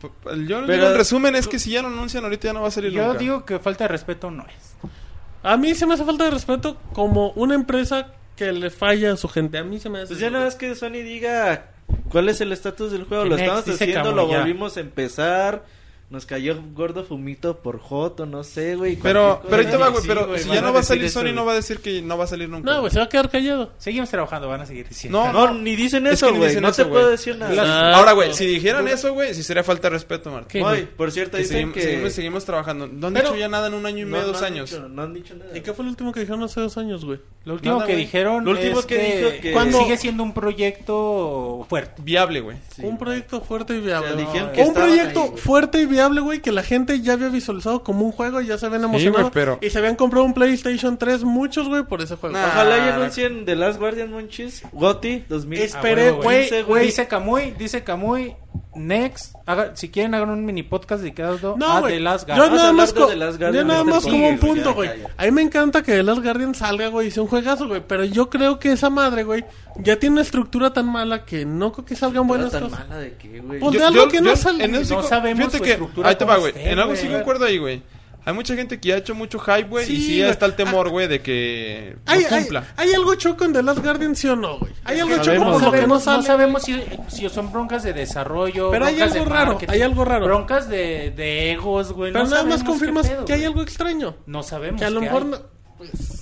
S3: P- p- Yo
S5: Pero-
S3: digo, en resumen es que si ya no anuncian ahorita ya no va a salir
S4: Yo
S3: nunca.
S4: digo que falta de respeto no es.
S1: A mí se me hace falta de respeto como una empresa que le falla a su gente. A mí se me hace.
S5: Pues ya nada más que Sony diga cuál es el estatus del juego.
S4: Que
S5: Lo
S4: next,
S5: estamos
S4: dice
S5: haciendo,
S4: Camo,
S5: lo
S4: ya.
S5: volvimos a empezar. Nos cayó gordo fumito por Joto, no sé, güey.
S3: Pero,
S5: cualquier
S3: pero ahí te
S5: cosa.
S3: va, güey,
S5: Sí,
S3: pero si
S5: van
S3: ya no va a
S5: decir
S3: salir
S5: eso,
S3: Sony,
S5: güey.
S3: no va a decir que no va a salir nunca.
S1: No, güey, se va a quedar callado.
S4: Seguimos trabajando, van a seguir diciendo.
S3: No,
S5: No, ni dicen
S3: Es que
S5: eso,
S3: ni
S5: güey.
S3: dicen
S5: No
S3: eso,
S5: te puedo
S3: güey.
S5: decir nada.
S1: Las-
S3: Ahora, güey, si dijeran eso, güey, Ah, sí sería falta de respeto, Marta.
S1: ¿Qué?
S5: Oye, por cierto,
S3: Que
S5: dicen
S3: seguimos,
S5: que...
S3: seguimos, seguimos trabajando. No han
S1: Pero-
S3: dicho ya nada en un año y
S5: No,
S3: medio,
S5: no
S3: dos
S5: han
S3: años.
S5: dicho- no han dicho nada.
S1: ¿Y qué fue lo último que dijeron hace dos años, güey?
S4: Lo último
S3: Nada,
S4: que
S3: güey.
S4: dijeron
S5: Lo último
S4: es
S5: que dijo que-
S4: cuando- sigue
S1: ¿Cuándo?
S4: siendo un proyecto fuerte.
S3: Viable, güey.
S1: un proyecto fuerte y viable.
S5: O sea, dijeron
S1: No,
S5: que
S1: un
S5: estaba
S1: proyecto
S5: ahí, güey.
S1: fuerte y viable, güey, que la gente ya había visualizado como un juego y ya se habían emocionado.
S3: güey, pero-
S1: Y se habían comprado un PlayStation 3 muchos, güey, por ese juego.
S3: Nah.
S5: Ojalá y
S3: Ah,
S5: anuncien The Last Guardian Monchis. Gotti 2000.
S4: Esperé,
S5: Ah,
S4: güey,
S5: quince,
S4: güey. Dice Camuy, dice Camuy, next, haga- si quieren hagan un mini podcast dedicado
S1: No,
S5: Ah,
S4: a
S1: güey.
S4: The
S1: Yo
S4: Last Guardian.
S5: Vamos a
S1: nada
S5: hablar
S1: más,
S5: de
S1: co-
S5: The Last
S1: yo
S5: Guardian
S1: nada
S5: de
S1: más
S5: este
S1: como un
S5: podcast, güey,
S1: punto,
S5: ya,
S1: güey.
S5: ya, ya.
S1: A mí me encanta que The Last Guardian salga, güey, y sea un juegazo, güey. Pero yo creo que esa madre, güey, ya tiene una estructura tan mala que no creo que salgan
S5: Pero
S1: buenas
S5: tan
S1: cosas.
S5: mala de qué, güey.
S1: Pues de algo que no sale.
S3: en eso sí
S4: No
S3: co-
S4: sabemos
S3: Fíjate
S4: su
S3: que.
S4: estructura
S3: Ahí te va,
S4: cómo
S3: güey.
S4: esté,
S3: En algo
S4: güey.
S3: sí concuerdo ahí, güey. Hay mucha gente que ha hecho mucho hype, güey.
S1: Sí,
S3: y sí
S1: güey. Ah.
S3: está el temor, güey, de que no
S1: ¿Hay, hay,
S3: cumpla.
S1: hay algo choco en The Last Guardian, sí o no, güey? Hay algo choco
S4: No
S1: por lo que no
S4: sabemos, no
S1: sale.
S4: sabemos si, si son broncas de desarrollo.
S1: Pero hay
S4: broncas
S1: algo
S4: de
S1: raro,
S4: marketing,
S1: hay algo raro.
S4: Broncas de, de egos, güey.
S1: pero
S4: no
S1: nada
S4: sabemos
S1: más
S4: qué
S1: confirmas
S4: pedo,
S1: que hay
S4: güey.
S1: algo extraño.
S4: No sabemos.
S1: Que a lo
S4: qué
S1: mejor
S4: hay.
S1: no.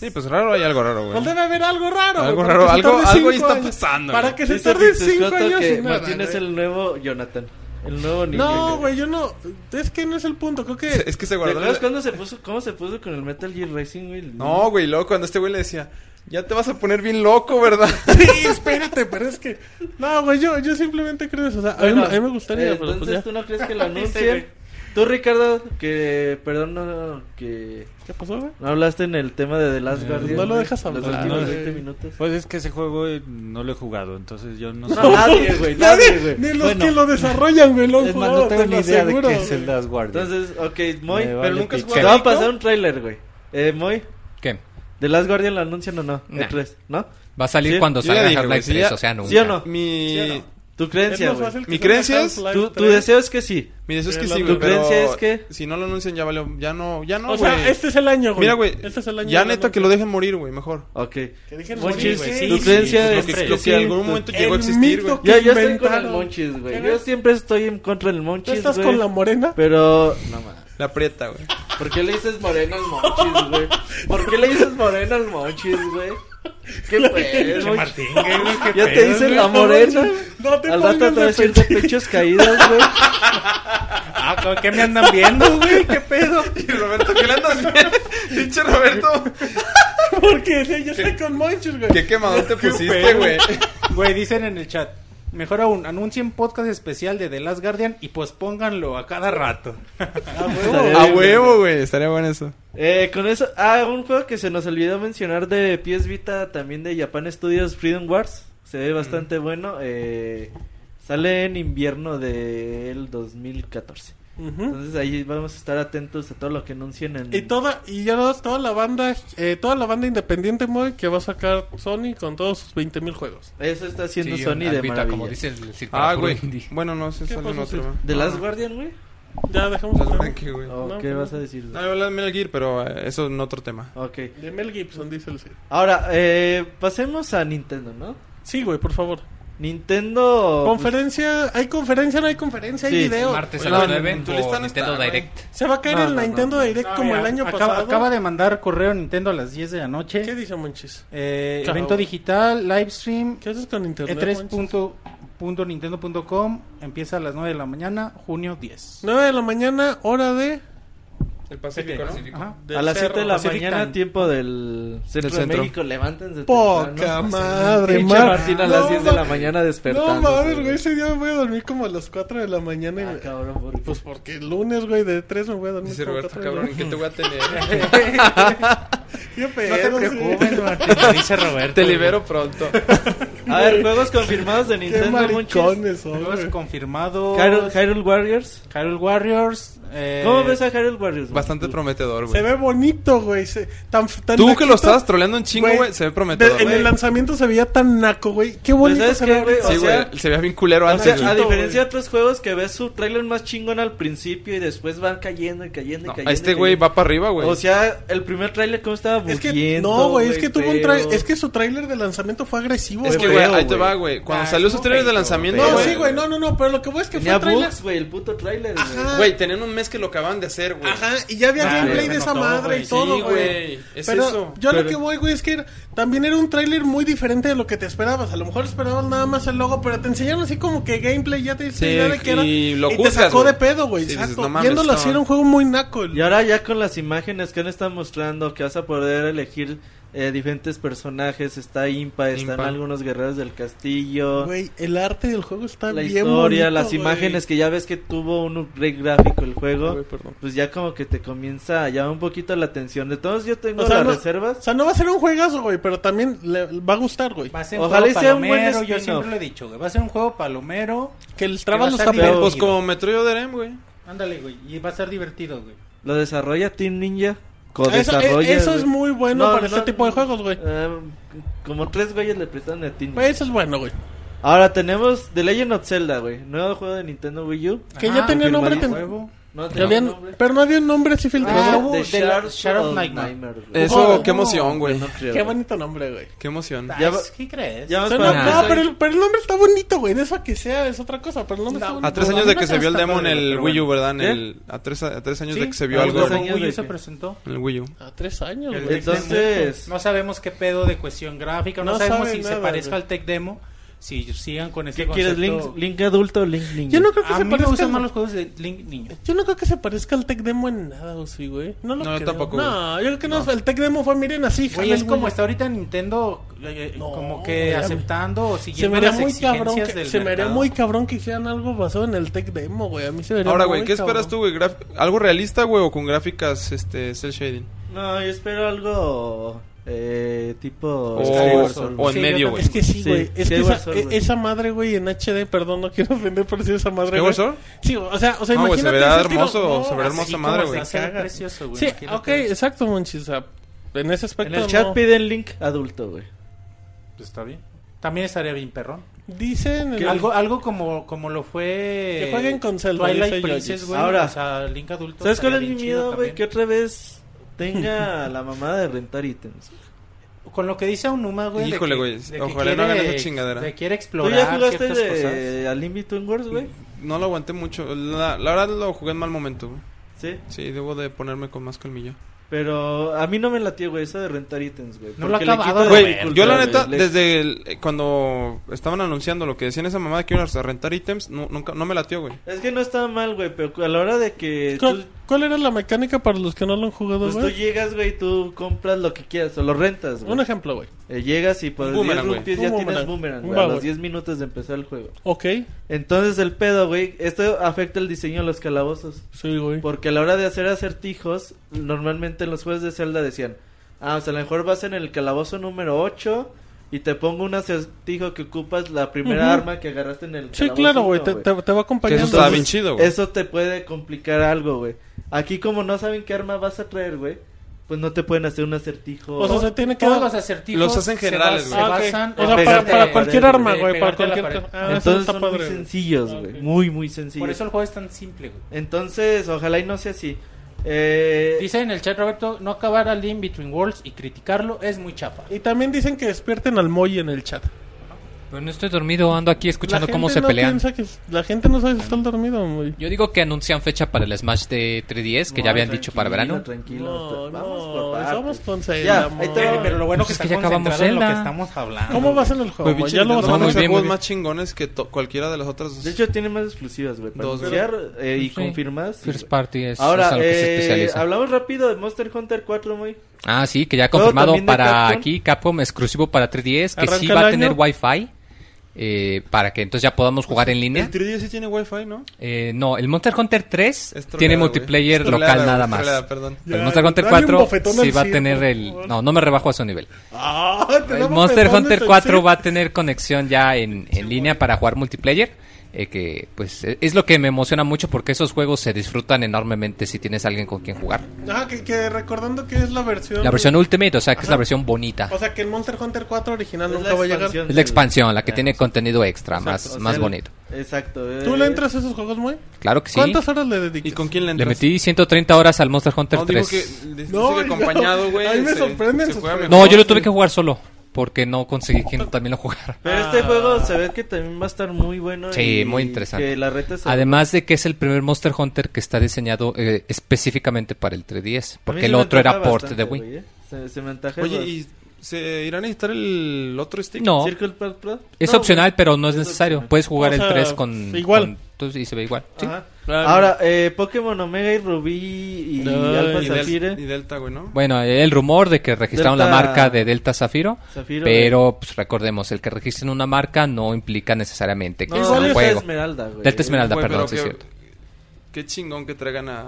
S3: Sí, pues raro hay algo raro,
S1: Pues
S3: güey.
S1: debe haber algo raro.
S3: Algo
S1: güey,
S3: raro,
S1: porque se
S3: algo-
S1: tarde
S3: algo ahí
S1: cinco
S3: está
S1: años.
S3: pasando,
S1: Para
S3: güey.
S1: que se
S5: Dice
S1: tarde
S5: Francisco
S1: 5
S5: Otto
S1: años
S5: que
S1: y nada.
S5: Martín es
S1: güey.
S5: el nuevo Jonathan. El nuevo niño.
S1: No, güey, yo no. Es que no es el punto. Creo que.
S3: Es que se
S5: ¿Te
S3: guardó.
S5: acuerdas cuando se puso, cómo se puso con el Metal Gear Racing, güey? El
S3: No, güey, loco, cuando este güey le decía, ya te vas a poner bien loco, ¿verdad?
S1: Sí, espérate, pero es que. No, güey, yo, yo simplemente creo eso. O sea, a, mí,
S5: Bueno,
S1: a mí me
S5: eh,
S1: gustaría, pero
S5: entonces
S1: pues ya.
S5: tú no crees que lo
S4: Sí,
S5: anuncien.
S4: güey.
S5: tú, Ricardo, que. Perdón, no, que.
S1: ¿Qué pasó, güey?
S5: No hablaste en el tema de The Last Guardian.
S1: Eh, no lo
S5: güey,
S1: dejas hablar,
S5: Los últimos
S6: no,
S5: 20
S1: güey.
S5: minutos.
S6: Pues es que ese juego eh, no lo he jugado, entonces yo no
S5: No, nadie, güey, nadie,
S1: Nadie,
S5: güey.
S1: ni los
S6: Bueno.
S1: que lo desarrollan, güey, lo han
S6: Es más, no
S1: jugado,
S6: tengo
S1: te pues lo
S6: ni idea de
S1: aseguro,
S6: qué es
S1: güey.
S6: el Last Guardian.
S5: Entonces, ok, Moy.
S6: Me
S5: Pero
S6: vale
S5: nunca has
S6: pixel.
S5: jugado. Te va a pasar un tráiler, güey. Eh, Moy,
S2: ¿Qué?
S5: ¿The Last Guardian lo anuncian o no?
S2: Nah.
S5: El 3, ¿no?
S2: Va a salir
S5: Sí,
S2: cuando
S3: yo ya
S2: salga
S3: dije, güey,
S2: Half-Life
S3: si
S2: 3,
S3: ya-
S2: o sea, nunca.
S5: ¿Sí o no?
S3: Mi,
S5: Tu
S1: Es
S5: creencia,
S1: más
S5: güey.
S1: fácil que
S3: Mi
S1: salga
S3: creencia es-
S1: Half-Life
S5: Tu, tu
S1: 3.
S5: deseo es que sí.
S3: mi deseo es que
S1: ¿Tu
S3: sí, güey. pero
S5: creencia es que?
S3: Si no lo anuncian, ya valió. Ya no, ya no,
S1: O
S3: güey.
S1: sea, este es el año, güey.
S3: Mira, güey.
S1: Este es el año.
S3: ya
S1: del
S3: neta
S1: año.
S3: que lo dejen morir, güey, mejor.
S5: Ok.
S1: Que dejen de morir,
S5: Monchis,
S1: güey.
S5: tu
S1: Sí,
S5: creencia
S3: Lo
S5: es
S3: que,
S5: que
S3: lo que
S5: sí.
S3: en algún momento
S1: El
S3: llegó a existir,
S1: mito
S3: güey.
S5: Ya, yo estoy con el
S1: inventaron.
S5: Monchis, güey.
S1: ¿Qué
S5: Yo
S1: ves?
S5: siempre estoy en contra del
S1: ¿Tú
S5: Monchis,
S1: estás
S5: güey.
S1: con la morena?
S5: Pero, no mames.
S3: La prieta, güey.
S5: ¿Por qué le dices moreno al Monchis, güey? ¿Por qué le dices moreno al Monchis, güey? ¿Qué pues, Monchis? Ya te dicen la morena.
S1: No te
S5: al rato te
S1: pongas
S5: va a
S1: de
S5: decir de pechos caídos, güey.
S4: Ah, ¿con ¿qué me andan viendo, güey? ¿Qué pedo?
S3: Y Roberto, ¿qué le andas viendo? Pinche Roberto.
S1: Porque sí, yo estoy con Monchis, güey.
S3: Qué quemadón te pusiste,
S4: pedo?
S3: güey.
S4: Güey, dicen en el chat. Mejor aún, anuncien podcast especial de The Last Guardian y pues pónganlo a cada rato.
S5: Estaría
S1: Ah,
S3: A
S5: bien, güey.
S3: huevo, güey. Estaría bueno eso.
S5: Eh, con eso, ah, un juego que se nos olvidó mencionar de PS Vita, también de Japan Studios Freedom Wars. Se ve bastante
S1: Mm.
S5: bueno. Eh, sale en invierno del 2014.
S1: Ujú.
S5: Entonces ahí vamos a estar atentos a todo lo que anuncien en...
S1: Y toda, y ya no, toda la banda, eh, toda la banda independiente muy que va a sacar Sony con todos sus 20.000 mil juegos.
S5: Eso está haciendo
S2: Sí,
S5: Sony
S2: un
S5: de
S2: Alvita,
S5: maravilla.
S2: como dice el el
S3: Ah,
S2: puro
S3: güey.
S2: indie.
S3: Bueno, no, se
S1: ¿Qué
S3: sale en
S1: pasó,
S3: otro.
S1: sí?
S3: güey.
S5: ¿The Last Guardian, güey?
S1: Ya dejamos
S3: Las
S1: el tema.
S3: Blanqui, güey.
S5: ¿O
S1: Ah. No,
S5: ¿Qué
S1: pues
S5: vas
S1: no.
S5: a decir?
S3: No, yo hablé de Metal Gear, pero eh, eso en otro
S1: Ah,
S3: tema.
S5: Ok.
S1: De Mel Gibson, dice el sí.
S5: Ahora, eh, pasemos a Nintendo, ¿no?
S1: Sí, güey, por favor.
S5: Nintendo...
S1: Conferencia, hay conferencia, no hay conferencia, hay
S5: pues. Sí,
S1: video.
S2: Martes a
S3: Bueno,
S2: las 9
S3: tu lista
S2: o
S3: no está,
S2: Nintendo
S3: güey.
S2: Direct.
S1: Se va a caer
S5: No,
S1: el
S5: no,
S1: Nintendo
S5: no.
S1: Direct
S4: No,
S1: como
S4: mira,
S1: el año
S4: acaba,
S1: pasado.
S4: Acaba de mandar correo Nintendo a las 10 de la noche.
S1: ¿Qué dice Monchis?
S4: Eh,
S1: Chao.
S4: evento digital, live stream,
S1: ¿Qué haces con
S4: E
S1: internet? Monchis?
S4: e3.nintendo.com. Empieza a las 9 de la mañana, junio 10.
S1: 9 de la mañana, hora de...
S3: El Pacífico, ¿no?
S4: Ajá.
S1: del
S5: a las 7 de
S1: cerro.
S5: la
S4: Pacific
S5: mañana,
S4: Time.
S5: tiempo del centro,
S3: Del centro.
S5: de México, levántense.
S1: Poca
S5: temprano.
S1: madre,
S5: Pinche
S1: Mar-
S5: Martín a
S1: No,
S5: las 10 de
S1: ma-
S5: la mañana despertando.
S1: No mames, güey, ese día me voy a dormir como a las 4 de la mañana. y
S5: Ah,
S1: me-
S5: cabrón, ¿por qué?
S1: Pues porque el lunes, güey, de 3 me voy a dormir
S3: Dice
S1: como
S3: Roberto,
S1: cuatro de la
S3: cabrón, ¿en qué te voy a tener?
S1: Qué
S4: No te
S1: pedo, sí.
S4: preocupes, Martín, te dice Roberto.
S3: Te libero pronto.
S5: A ver, juegos confirmados de
S1: Qué
S5: Nintendo, Monchis.
S1: maricones son,
S4: Juegos
S1: güey.
S4: confirmados.
S5: Hyrule, Hyrule Warriors.
S4: Hyrule Warriors. eh,
S5: ¿Cómo ves a Hyrule Warriors?
S3: Bastante prometedor, güey.
S1: Se ve bonito, güey. se- Tan, tan
S3: Tú que
S1: naquito,
S3: lo estabas troleando un chingo,
S1: güey,
S3: güey, se ve
S1: de-
S3: prometedor.
S1: En el
S3: güey.
S1: lanzamiento se veía tan naco, güey. Qué bonito
S5: ¿Sabes
S1: se
S5: qué,
S1: ve
S5: güey?
S1: ahorita.
S3: Sí,
S5: o sea-
S3: güey, se veía bien culero
S5: O sea,
S3: antes,
S5: a
S3: güey.
S1: Chiquito,
S5: diferencia
S1: güey.
S5: de otros juegos que ves su trailer más chingón al principio y después van cayendo y cayendo y
S3: No,
S5: cayendo.
S3: a
S5: y
S3: este
S5: cayendo.
S3: güey va para arriba, güey.
S5: O sea, el primer trailer cómo estaba
S1: Es que,
S5: buguiento,
S1: no, güey, es que tuvo un
S5: feo.
S1: trailer. Es que su trailer de lanzamiento fue agresivo,
S3: es que,
S1: güey.
S3: güey,
S5: feo,
S3: ahí te
S5: güey.
S3: va, güey. Cuando
S4: Ah,
S3: salió
S4: estuvo
S3: esos trailers de
S4: feo,
S3: lanzamiento,
S1: No,
S5: güey.
S1: sí, güey, no, no, no. Pero lo que voy es que
S5: Tenía
S1: fue trailer.
S5: bugs, güey, el puto trailer,
S1: Ajá.
S5: güey.
S3: Güey, tenían un mes que lo acaban de hacer, güey.
S1: Ajá, y ya había
S4: Ah,
S1: gameplay
S4: se
S1: de esa
S4: notó,
S1: madre
S4: güey.
S1: y todo,
S3: Sí,
S1: güey.
S3: güey, es
S1: Pero
S3: eso.
S1: yo lo
S3: Pero-
S1: que voy, güey, es que era- también era un tráiler muy diferente de lo que te esperabas. A lo mejor esperabas nada más el logo, pero te enseñaron así como que gameplay, ya te diste
S3: Sí,
S1: idea de que era.
S3: y lo
S1: te
S3: juzgas,
S1: sacó
S3: güey.
S1: de pedo, güey.
S3: Sí, dices,
S1: exacto.
S3: "No mames,
S1: Viéndolo así
S3: no".
S1: era un juego muy naco. el-
S5: Y ahora ya con las imágenes que han estado mostrando que vas a poder elegir eh, diferentes personajes, está Impa, están
S3: Impa.
S5: algunos guerreros del castillo,
S1: Güey, el arte del juego está
S5: la
S1: bien
S5: historia,
S1: bonito,
S5: las
S1: güey.
S5: imágenes que ya ves que tuvo un upgrade gráfico el juego.
S3: Güey, perdón.
S5: Pues ya como que te comienza a llamar un poquito la atención. De todos yo tengo
S1: O sea,
S5: las
S1: no-
S5: reservas.
S1: O sea, no va a ser un juegazo, güey, pero también le va a gustar, güey.
S4: Va a ser
S5: Ojalá
S4: un
S5: y
S4: juego
S5: sea un buen
S4: palomero, yo
S5: spin-off.
S4: siempre lo he dicho, güey. Va a ser un juego palomero.
S1: Que el trabajo
S4: va a
S1: los
S4: ser
S1: japoneses.
S5: divertido.
S3: Pues como Metroid Derem, güey.
S4: Ándale, güey. Y va a ser divertido, güey.
S5: Lo desarrolla Team Ninja.
S1: Eso,
S5: Codesarrolla,
S1: eh, eso es
S5: güey.
S1: muy bueno
S5: No,
S1: para
S5: no,
S1: este tipo de
S5: no.
S1: juegos, güey.
S5: Eh, como tres güeyes le prestaron a Team Ninja.
S1: Güey, Eso es bueno, güey.
S5: Ahora tenemos The Legend of Zelda, güey. Nuevo juego de Nintendo Wii U.
S1: Que ya tenía
S5: confirmado.
S1: nombre.
S4: Ah,
S1: ten-
S4: huevo.
S5: No
S1: que habían-
S5: nombre.
S1: Pero no había un nombre así
S4: Ah,
S1: filtrado.
S4: hubo-
S5: The
S4: de
S5: Shadow,
S4: Shadow- Shadow
S5: of
S4: Nightmare.
S5: Nightmare, güey.
S3: Eso,
S1: no.
S3: qué emoción, güey.
S5: No creo,
S1: Eh, Qué
S5: güey.
S1: bonito nombre, güey.
S3: Qué emoción.
S4: Ay,
S5: Ya va-
S4: ¿Qué crees?
S5: Ya vas
S1: Suena-
S5: para
S1: no,
S5: empezar.
S1: pero, el, pero el nombre está bonito, güey. En eso que sea es otra cosa, pero el nombre está bonito.
S3: A tres
S4: No,
S3: años
S4: no
S3: de que
S4: te
S3: se vio el
S4: está
S3: demo en
S4: padre,
S3: el
S4: pero
S3: Wii U,
S4: bueno.
S3: ¿verdad? En
S5: ¿Qué?
S3: el, a, tres, a tres años
S4: Sí,
S3: de que se vio
S4: el
S3: algo
S4: Wii
S5: años
S4: U
S5: de
S4: se
S5: que-
S4: presentó.
S3: en el Wii U.
S1: A tres años,
S3: El
S1: güey.
S5: Entonces,
S4: No sabemos qué pedo de cuestión gráfica, no,
S1: No
S4: sabemos
S1: sabe
S4: si se
S1: nada,
S4: parezca
S1: güey.
S4: al tech demo, si sigan con este
S5: ¿qué quieres?
S4: concepto.
S5: ¿Link, ¿Link adulto o Link niño?
S1: Yo no creo que
S4: A
S1: se
S4: mí me
S1: parezca.
S4: gustan más los juegos de Link niño.
S1: Yo no creo que se parezca al Tech Demo en nada, o sí, güey. No lo
S3: No, yo
S1: creo.
S3: tampoco,
S1: No, yo creo que no. El Tech Demo fue, miren, así.
S4: Güey,
S1: jalen,
S4: es como
S1: güey.
S4: está ahorita Nintendo, eh, eh,
S1: No,
S4: como
S1: güey,
S4: que
S1: a mí-
S4: aceptando o siguiendo
S1: Se me haría
S4: las
S1: muy
S4: exigencias
S1: cabrón. que-
S4: del
S1: se me haría
S4: mercado.
S1: muy cabrón que hicieran algo basado en el Tech Demo, güey. A mí se me haría
S3: Ahora,
S1: muy
S3: güey, ¿qué esperas tú,
S1: cabrón.
S3: güey? Graf- ¿Algo realista, güey, o con gráficas este, cel shading?
S5: No, yo espero algo eh, tipo...
S3: O,
S5: Skyward Sword,
S3: o
S5: güey.
S3: en
S4: Sí, yo
S3: medio, güey.
S1: Es que sí,
S5: Sí,
S1: güey. es que
S5: Skyward
S1: esa,
S5: Sword,
S1: e-
S5: güey.
S1: esa madre, güey, en HD, perdón, no quiero ofender, pero sí, esa madre.
S3: ¿Skyward
S1: güey.
S3: Sword?
S1: Sí, o sea, o sea,
S3: No, güey, se
S1: imagínate.
S3: verá
S1: ese estilo-
S3: hermoso,
S1: no,
S3: se verá
S1: así
S3: hermoso,
S1: como
S3: madre,
S1: se
S3: güey.
S1: hace.
S4: Se ve precioso, güey.
S1: Sí,
S4: imagínate.
S1: ok, exacto, Monchis. O sea, en ese aspecto.
S5: En el chat
S1: no.
S5: piden Link adulto, güey.
S4: Pues está bien. También estaría bien perrón.
S1: Dicen. en el-
S4: Algo, algo como, como lo fue...
S1: Que jueguen con Zelda, dice
S4: Twilight
S1: Yoyis.
S4: Princess, güey.
S5: Ahora.
S4: o sea, Link adulto.
S5: ¿Sabes cuál
S4: estaría
S5: es mi
S4: bien chido
S5: miedo, güey?
S4: también.
S5: Que otra vez tenga la mamada de rentar ítems.
S4: Con lo que dice Aonuma, güey. de
S3: Híjole,
S4: que-
S3: güey,
S4: de que
S3: ojalá no hagan esa chingadera.
S4: de quiere
S5: ¿Tú
S4: explorar
S5: ya jugaste
S4: ciertas
S5: de... a Limbo Twin Wars, güey?
S3: No lo aguanté mucho. La, la verdad lo jugué en mal momento, güey.
S5: Sí.
S3: Sí, debo de ponerme con más colmillo.
S5: Pero a mí no me latió, güey, eso de rentar ítems, güey.
S4: No lo
S5: Porque le
S4: acabado
S5: quita
S4: de
S3: Güey,
S4: ver,
S3: yo la
S5: güey.
S3: neta,
S5: Le-
S3: desde el- eh, cuando estaban anunciando lo que decían esa mamada que iban a rentar ítems, no, nunca, no me latió, güey.
S5: Es que no estaba mal, güey, pero a la hora de que tú,
S1: ¿Cuál, cuál era la mecánica para los que no lo han jugado,
S5: pues, tú
S1: güey?
S5: llegas, güey, tú compras lo que quieras o lo rentas, güey.
S1: Un ejemplo, güey.
S5: Eh, llegas y por
S3: Un
S5: 10
S3: boomerang, güey.
S5: rupias
S1: Un
S5: ya
S1: boomerang.
S5: tienes boomerang,
S1: Un
S5: güey, a
S1: va,
S5: los
S1: güey.
S5: 10 minutos de empezar el juego.
S1: Ok.
S5: Entonces el pedo, güey, esto afecta el diseño de los calabozos.
S1: Sí, güey.
S5: Porque a la hora de hacer acertijos, normalmente en los juegos de Zelda decían, ah, o sea, a lo mejor vas en el calabozo número 8 y te pongo un acertijo que ocupas la primera
S1: Ujú.
S5: arma que agarraste en el
S1: Sí,
S5: calabozo
S1: claro, güey. Te,
S5: uno,
S1: te- te va
S3: Que eso
S1: acompañando.
S3: estaba bien chido, güey.
S5: Eso te puede complicar algo, güey. Aquí como no saben qué arma vas a traer, güey, pues no te pueden hacer un acertijo.
S1: O sea, se tiene que
S4: Todos
S1: dar.
S4: los acertijos
S3: Los hacen
S4: se
S3: generales,
S4: bas-
S3: güey.
S4: se
S1: Ah, ok.
S4: basan
S1: O sea,
S4: en
S1: para,
S5: pegarte
S4: pegarte
S5: a
S1: para
S5: la
S1: cualquier
S5: pared,
S1: arma,
S4: güey,
S1: güey. Para
S4: pegarte a la
S1: cualquier.
S4: pared.
S1: Ah, eso
S5: Entonces
S1: está
S5: son muy
S1: padre, güey.
S5: sencillos,
S1: Ah,
S5: güey.
S1: ok.
S5: Muy, muy sencillos.
S4: Por eso el juego es tan simple, güey.
S5: Entonces, ojalá y no sea así. Eh,
S4: Dice en el chat Roberto, no acabar al In Between Worlds y criticarlo es muy chafa.
S1: Y también dicen que despierten al Moy en el chat.
S2: Pero no estoy dormido, ando aquí escuchando
S1: La
S2: cómo
S1: gente
S2: se
S1: no
S2: pelean.
S1: piensa que- la gente no sabe si está dormido, güey.
S2: Yo digo que anuncian fecha para el Smash de 3DS, que
S5: no,
S2: ya habían dicho para
S5: tranquilo,
S2: verano.
S5: Tranquilo,
S1: No,
S5: vamos
S1: no,
S5: por partes.
S1: vamos con Zelda,
S5: Ya,
S1: amor.
S5: ahí te va.
S4: Pero lo bueno
S2: Pues
S4: que
S2: es
S4: está
S2: que ya acabamos
S4: concentrado en lo que
S2: Zelda.
S4: estamos hablando.
S1: ¿Cómo va a
S4: güey.
S1: ser el
S3: Güey,
S1: juego?
S3: pinche
S1: ya lo vas
S3: Nintendo
S1: a
S2: muy
S3: Switch
S2: bien,
S3: juegos
S2: muy
S3: más chingones que to- cualquiera de las otras.
S5: De hecho, tiene más exclusivas, güey. Para
S3: Dos,
S5: anunciar eh, y
S2: Sí.
S5: confirmar. sí,
S2: First
S5: güey.
S2: Party es,
S5: Ahora,
S2: es a lo que se
S5: eh,
S2: especializa.
S5: hablamos rápido de Monster Hunter 4, muy.
S2: Ah, sí, que ya ha
S5: Todo
S2: confirmado
S5: también de
S2: para
S5: Capcom.
S2: aquí Capcom exclusivo para 3DS, que sí
S1: Arranca
S2: va a
S1: el
S2: tener
S1: año. Pues
S2: Wi-Fi, eh, para que entonces ya podamos jugar en línea.
S3: El 3DS sí tiene Wi-Fi, ¿no?
S2: Eh, no, el Monster Hunter 3
S3: Es troleada,
S2: tiene
S3: güey.
S2: multiplayer
S3: Es troleada,
S2: local
S3: güey,
S2: nada
S3: es
S2: más.
S3: troleada, perdón.
S2: Pero
S1: Ya,
S2: el Monster Hunter
S1: dale un
S2: 4
S1: bofetón
S2: sí
S1: al
S2: va a
S1: Sir,
S2: tener
S1: por
S2: el...
S1: favor.
S2: No, no me rebajo a su nivel.
S1: Ah, te
S2: El
S1: damos
S2: Monster
S1: pezones
S2: Hunter
S1: en
S2: 4
S1: serio.
S2: va a tener conexión ya en, en línea para jugar multiplayer. eh, que pues eh, es lo que me emociona mucho porque esos juegos se disfrutan enormemente si tienes alguien con quien jugar.
S1: Ajá, que, que recordando que es la versión.
S2: La versión Ultimate, o sea que es
S1: Ajá.
S2: la versión bonita.
S1: O sea, que el Monster Hunter 4 original
S5: Es
S1: nunca
S5: la
S1: va a llegar.
S5: expansión
S2: Es la
S5: del-
S2: expansión, la que
S5: Ah,
S2: tiene
S5: o sea,
S2: contenido extra, más,
S5: o sea,
S2: más
S5: el-
S2: bonito.
S5: Exacto. eh,
S1: ¿Tú le entras a esos juegos, Moy?
S2: Claro que sí.
S1: ¿Cuántas horas le dedicas?
S3: ¿Y con quién le
S2: Le
S3: entras?
S2: metí 130 horas al Monster Hunter
S3: No, digo
S2: 3.
S3: que, dice
S1: No,
S3: que
S1: no.
S3: acompañado, güey.
S1: A mí me
S3: se-
S1: sorprenden
S3: se
S1: sus
S3: juega
S1: juegos.
S2: No,
S3: mejor.
S2: yo lo tuve que jugar solo porque no conseguí quien también lo jugara.
S5: Pero este juego se ve que también va a estar muy bueno.
S2: Sí,
S5: y
S2: muy interesante.
S5: Que la reta se-
S2: Además de que es el primer Monster Hunter que está diseñado eh, específicamente para el 3DS,
S5: A mí
S2: porque
S5: se
S2: el
S5: me
S2: otro era
S5: antoja
S2: port de
S5: bastante,
S2: Wii.
S5: güey, eh. Se, se me antaja
S3: Oye,
S5: bastante.
S3: ¿y se irá a necesitar el otro stick?
S2: No,
S5: Circle Pad Pro?
S2: es
S5: No,
S2: opcional,
S5: güey.
S2: pero no es
S5: Es
S2: necesario.
S5: opcional.
S2: Puedes jugar
S1: O
S2: el
S1: sea,
S2: 3 con...
S1: igual.
S2: con- entonces, y se ve igual. sí.
S5: Ajá. Ahora, eh, Pokémon Omega y Rubí y
S3: Ay,
S5: Alfa
S3: y Del-
S5: Zafiro.
S3: y Delta, güey, ¿no?
S2: Bueno, el rumor de que registraron la
S5: Delta-
S2: marca de Delta Zafiro,
S5: Zafiro,
S2: pero pues, recordemos, el que registren una marca no implica necesariamente que
S5: No,
S2: sea un
S5: Delta
S2: juego.
S5: Esmeralda, güey.
S2: Delta Esmeralda,
S3: Güey,
S2: perdón,
S3: pero
S2: sí es
S3: qué-
S2: cierto.
S3: Qué chingón que traigan a,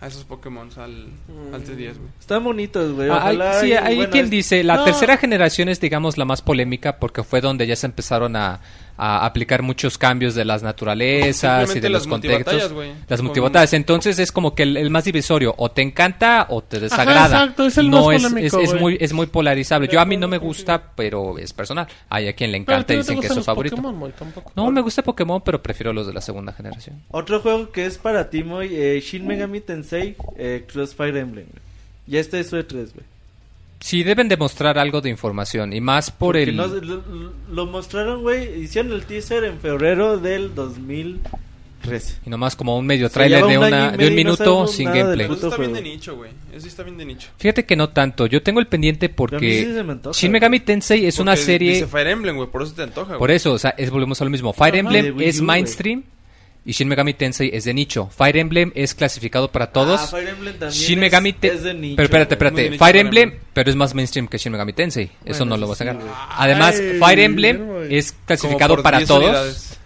S3: a esos Pokémon al, al T10, güey.
S5: Están bonitos, güey.
S2: Ah, hay-
S5: Ojalá
S2: sí,
S5: y,
S2: hay
S5: bueno,
S2: quien
S5: es-
S2: dice, la
S5: No,
S2: tercera generación es, digamos, la más polémica porque fue donde ya se empezaron a, a aplicar muchos cambios de las naturalezas y
S3: Simplemente
S2: de los
S3: las
S2: contextos.
S3: multibatallas, güey.
S2: Las
S3: Con-
S2: multibatallas. Entonces es como que el, el más divisorio, o te encanta o te desagrada.
S1: exacto, es el
S2: no
S1: más
S2: es,
S1: polémico,
S2: es, es
S1: güey. pues,
S2: muy, es muy polarizable. Yo a mí no me gusta, pero es personal. Hay a quien le
S1: Pero a
S2: encanta
S1: ti
S2: y
S1: no te
S2: dicen que es
S1: gustan
S2: su
S1: los
S2: favorito.
S1: Pokémon, güey, tampoco.
S2: No, me gusta Pokémon, pero prefiero los de la segunda generación.
S5: Otro juego que es para ti, Moy, eh, Shin Megami Tensei eh, Crossfire Emblem. güey. Ya está eso de tres, güey.
S2: Sí, deben demostrar algo de información y más por
S5: Porque
S2: el...
S5: no- lo, lo mostraron, güey. Hicieron el teaser en febrero del 2013.
S2: Y nomás como un medio
S5: Se
S2: trailer
S5: lleva
S2: de,
S5: un año
S2: una, de un
S5: y medio y no
S2: minuto
S5: sabemos
S2: sin
S5: nada del
S2: gameplay.
S3: Eso
S5: Puto
S3: está bien de
S5: juego.
S3: nicho, güey. Eso sí está bien de nicho.
S2: Fíjate que no tanto. Yo tengo el pendiente
S5: A mí sí
S2: porque
S5: se me antoja,
S2: Shin
S5: güey.
S2: Megami Tensei es una
S3: Porque Dice
S2: serie.
S3: Fire Emblem, güey, por eso te antoja,
S2: Por
S3: güey.
S2: eso, o sea, es, volvemos a lo mismo. Fire
S5: Ajá. De
S2: Emblem
S5: Wii
S2: es
S5: U, güey.
S2: mainstream y Shin Megami Tensei es de nicho. Fire Emblem es clasificado para todos.
S5: Ah, Fire Emblem también
S2: Shin
S5: es-
S2: Megami Te-
S5: es de nicho,
S2: Pero espérate,
S5: güey.
S2: espérate.
S3: Muy de nicho
S2: Fire
S3: Fire
S2: Emblem,
S3: Emblem.
S2: pero es más mainstream que Shin Megami Tensei. Eso
S5: Bueno,
S2: no lo
S5: eso
S2: vas a
S5: sí,
S2: negar.
S5: güey.
S2: Además,
S1: Ay,
S2: Fire Emblem
S1: bien, güey.
S2: es
S3: Como
S2: clasificado
S3: por
S2: para
S3: 10
S2: todos.
S3: unidades.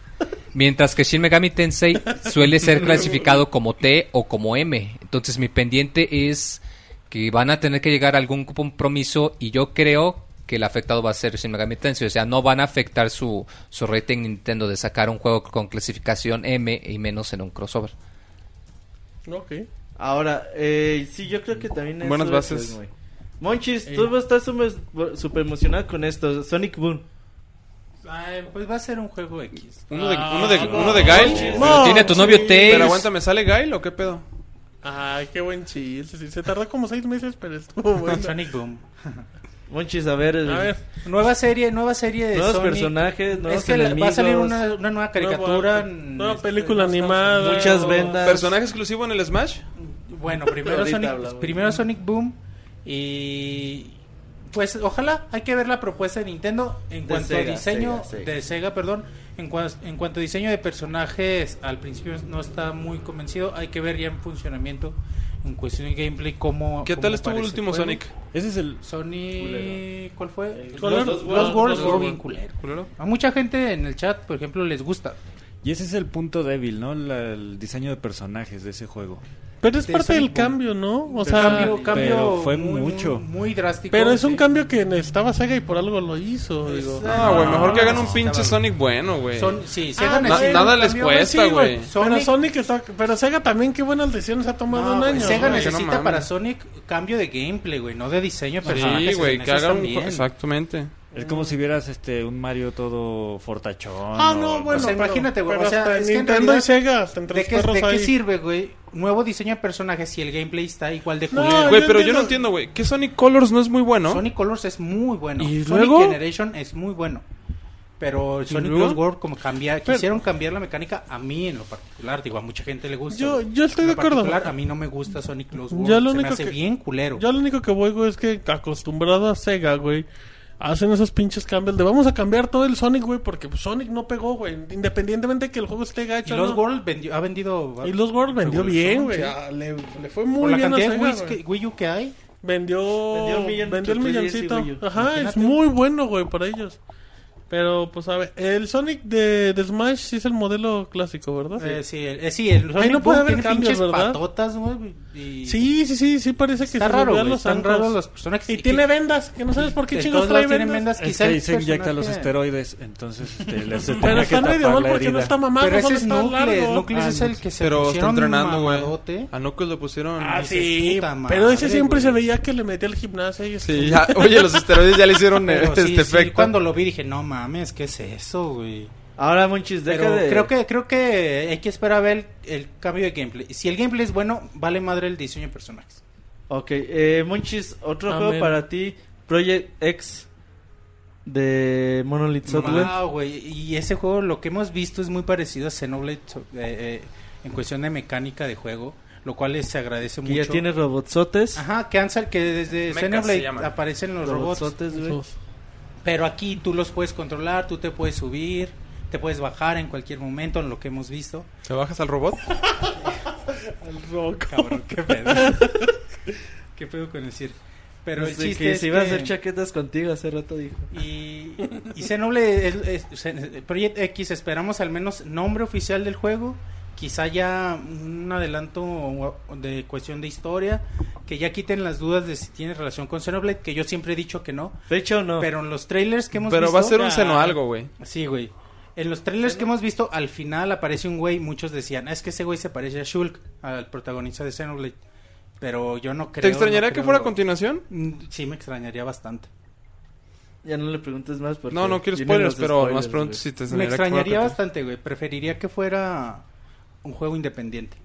S2: Mientras que Shin Megami Tensei suele ser clasificado como T o como M. Entonces mi pendiente es que van a tener que llegar a algún compromiso y yo creo que el afectado va a ser Shin Megami Tensei. O sea, no van a afectar su, su rating Nintendo de sacar un juego con clasificación M y menos en un crossover.
S1: Ok.
S5: Ahora, eh, sí, yo creo que también es.
S3: Buenas
S5: sobre
S3: bases.
S5: tres, güey. Monchis,
S4: Eh.
S5: tú estás súper súper emocionado con esto. Sonic Boom.
S4: Ay, pues va a ser un juego X.
S3: Uno de, uno
S4: Ah,
S3: de, uno de Gail.
S1: No,
S2: Tiene a tu novio Tails.
S3: Pero aguántame, ¿sale Gail o qué pedo?
S1: Ay, qué buen chiste. sí, Se tardó como seis meses, pero estuvo bueno.
S4: Sonic Boom.
S5: Monchis, a ver.
S1: A ver,
S4: Nueva serie, nueva serie de
S5: Nuevos
S4: Sonic.
S5: personajes, nuevos
S4: es que la- va a salir
S5: enemigos.
S4: una, una nueva caricatura.
S1: Nueva-
S4: mm,
S1: nueva
S4: este,
S1: película
S4: no estamos-
S1: animada.
S5: Muchas vendas.
S3: ¿Personaje exclusivo en el Smash?
S4: Bueno, primero,
S5: Ahorita
S4: Sonic,
S5: hablamos.
S4: primero Sonic Boom y pues ojalá hay que ver la propuesta de Nintendo en
S5: De
S4: cuanto
S5: Sega,
S4: a diseñua
S5: Sega, Sega.
S4: de Sega, perdón, en, cuan- en cuanto a diseño de personajes, al principio no está muy convencido, hay que ver ya en funcionamiento en cuestión de gameplay cómo
S3: ¿Qué
S4: cómo
S3: tal estuvo el
S4: parece
S3: último
S4: juego.
S3: Sonic?
S6: Ese es el.
S4: Sonic, ¿cuál fue?
S5: El-
S4: Los,
S5: Lost World.
S4: Worlds,
S5: Lost
S4: estuvo
S5: World.
S4: bien culero.
S3: ¿Culero?
S4: A mucha gente en el chat, por ejemplo, les gusta.
S6: Y ese es el punto débil, ¿no? La- el diseño de personajes de ese juego.
S1: pero es
S4: De
S1: parte del
S4: Sonic Boom.
S1: cambio, ¿no? O
S4: El
S1: sea,
S4: cambio, cambio
S6: pero fue
S4: muy,
S6: mucho.
S4: muy, muy drástico.
S1: pero es un
S4: sí.
S1: cambio que necesitaba Sega y por algo lo hizo. Digo.
S4: Ah,
S3: No, Ah,
S5: Ah,
S3: güey, mejor que hagan
S4: no,
S3: un
S4: sí,
S3: pinche
S4: cabrón.
S3: Sonic bueno, güey.
S4: Son, sí,
S1: Ah,
S4: Sega
S1: na-
S4: necesita
S3: nada
S4: un
S3: les
S4: cambio,
S3: cuesta,
S4: güey.
S3: güey.
S1: Pero
S4: Sonic-
S1: Sonic está- pero Sega también qué buenas decisiones ha tomado
S4: No,
S1: en un
S4: güey,
S1: año.
S4: Sega
S1: güey.
S3: Que no
S4: necesita
S3: mames.
S4: para Sonic cambio de gameplay, güey, no de diseño de personajes.
S3: Sí, güey, que
S4: necesitan
S3: hagan un...
S4: bien.
S3: Exactamente.
S6: Es
S4: Mm.
S6: como si vieras este un Mario todo fortachón.
S1: Ah,
S6: o-
S1: no, bueno,
S4: sea,
S1: pero-
S4: imagínate, güey,
S1: pero
S4: o sea,
S1: hasta
S4: es que en
S1: Nintendo y
S4: realidad-
S1: Sega, hasta entre
S4: ¿De
S1: los
S4: qué,
S1: perros
S4: de qué
S1: hay-
S4: sirve, güey? Nuevo diseño de personajes si el gameplay está igual de
S1: No,
S4: culero.
S3: Güey,
S1: yo
S3: pero yo no
S1: entiendo.
S3: entiendo, güey. ¿Qué Sonic Colors no es muy bueno?
S4: Sonic Colors es muy bueno.
S3: ¿Y
S4: Sonic
S3: luego?
S4: Generation es muy bueno. Pero Sonic
S3: luego?
S4: Cross World como cambiar,
S1: Pero-
S4: quisieron cambiar la mecánica a mí en lo particular, digo, a mucha gente le gusta.
S1: Yo-
S4: güey.
S1: yo estoy
S4: En
S1: de
S4: lo
S1: acuerdo.
S4: particular, a mí no me gusta Sonic Cross World.
S1: Yo lo
S4: Se me
S1: único
S4: hace
S1: que-
S4: bien culero.
S1: Yo lo único que voy, güey, es que acostumbrado a Sega, güey, hacen esos pinches cambios de vamos a cambiar todo el Sonic, güey, porque pues, Sonic no pegó, güey, independientemente de que el juego esté
S4: Y
S1: gacho.
S4: Lost
S1: ¿no?
S4: World vendió- ha vendido
S1: Y Lost World vendió
S4: Revolution,
S1: bien, güey.
S4: sí.
S1: Ah, Le, le fue
S4: por
S1: muy
S4: la
S1: bien a
S4: cantidad de
S1: Sega,
S4: Wii,
S1: güey.
S4: que- Wii U que hay.
S1: Vendió, vendió,
S5: Vendió un millón-
S1: el
S5: 3DS y
S1: milloncito.
S5: Wii U.
S1: Ajá, es
S4: Imagínate.
S1: muy bueno, güey, para ellos. Pero, pues, a ver, el Sonic de, de Smash sí es el modelo clásico, ¿verdad?
S4: Eh, sí, el- eh, sí, el Sonic
S1: no puede
S4: Boom
S1: haber
S4: tiene
S1: cambios,
S4: pinches
S1: ¿verdad?
S4: patotas, güey. y-
S1: Sí, sí, sí, sí parece que
S4: Está
S1: se
S4: raro,
S1: volvió a
S4: güey.
S1: los
S4: Están
S1: zancos.
S4: raros los personajes.
S1: Y
S4: que-
S1: tiene vendas, que no sabes por qué
S4: que de
S1: chingos
S4: todos
S1: trae
S4: lados tienen
S1: vendas.
S4: vendas,
S6: Es
S4: quizá
S6: que
S4: el
S6: ahí se inyecta
S4: personaje-
S6: los esteroides, entonces este, le se
S1: Pero
S6: tenía que
S1: está medio
S6: tapar
S1: mal
S6: la
S1: porque no
S6: herida.
S1: está mamado,
S4: Pero
S1: no
S4: ese
S1: se
S4: es
S1: está
S4: Nucleus.
S1: largo.
S3: Ah,
S4: Nucleus es el que se
S3: Pero está
S4: pusieron ¿eh?
S3: entrenando, güey.
S4: mamadote.
S3: A Knuckles lo pusieron...
S1: Ah,
S4: Dices,
S1: sí,
S4: puta madre,
S1: pero ese siempre
S4: güey.
S1: se veía que le metía al gimnasio y
S3: Sí, ya- Oye, los esteroides ya le hicieron eh,
S4: Pero
S3: este
S4: sí, sí,
S3: efecto.
S4: cuando lo vi dije, no mames, ¿qué es eso, güey?
S5: Ahora, Monchis, deja
S4: Pero
S5: de.
S4: creo que creo que hay que esperar a ver el, el cambio de gameplay. Si el gameplay es bueno, vale madre el diseño de personajes.
S5: Ok, eh, Monchis, otro
S1: Amén.
S5: juego para ti. Project X de Monolith Software.
S4: Wow, güey, y ese juego lo que hemos visto es muy parecido a Xenoblade so- eh, eh, en cuestión de mecánica de juego, lo cual eh, se agradece
S5: que
S4: mucho.
S5: ya tiene robotsotes.
S4: Ajá, que, han sal- que desde
S3: Mechas se
S4: Xenoblade
S3: llaman.
S4: aparecen los robots.
S5: robotsotes, güey.
S4: Pero aquí tú los puedes controlar, tú te puedes subir, te puedes bajar en cualquier momento, en lo que hemos visto.
S3: ¿Te bajas al robot?
S4: Al rock, cabrón, qué pedo. qué pedo con decir. Pero el
S5: Desde
S4: chiste
S5: Pues que
S4: es
S5: se iba a
S4: que-
S5: hacer chaquetas contigo hace rato dijo.
S4: Y, y Xenoblade es- es- Xen- Project X esperamos al menos nombre oficial del juego, quizá ya un adelanto de cuestión de historia, que ya quiten las dudas de si tiene relación con Xenoblade, que yo siempre he dicho que no,
S5: ¿Fecha o no?
S4: pero en los trailers que hemos
S3: Pero
S4: visto
S3: va a ser un
S4: Ah,
S3: seno algo, güey.
S4: Sí, güey. En los trailers que hemos visto, al final aparece un güey, muchos decían, es que ese güey se parece a Shulk, al protagonista de Xenoblade, pero yo no creo.
S3: ¿Te extrañaría
S4: no
S3: que
S4: creo-
S3: fuera a continuación?
S4: Mm, Sí, me extrañaría bastante.
S5: Ya no le preguntes más porque
S3: No, no quiero
S5: vienen
S3: spoilers,
S5: los
S3: pero
S5: spoilers,
S3: más pronto
S5: güey.
S3: si te
S4: Me
S3: extrañaría que fuera a
S4: extrañaría
S3: continuación.
S4: bastante, güey. Preferiría que fuera un juego independiente.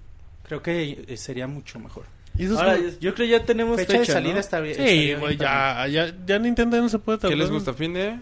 S4: Creo que eh, sería mucho mejor.
S1: Y eso es
S5: Ahora,
S1: como-
S5: yo- yo creo que ya tenemos
S4: Fecha,
S5: fecha,
S4: de salida
S5: ¿no?
S4: está bien.
S1: Sí, güey, ya, ya, ya Nintendo ya no se puede
S3: ¿Qué
S1: tardar.
S3: les gusta? ¿Fin de...?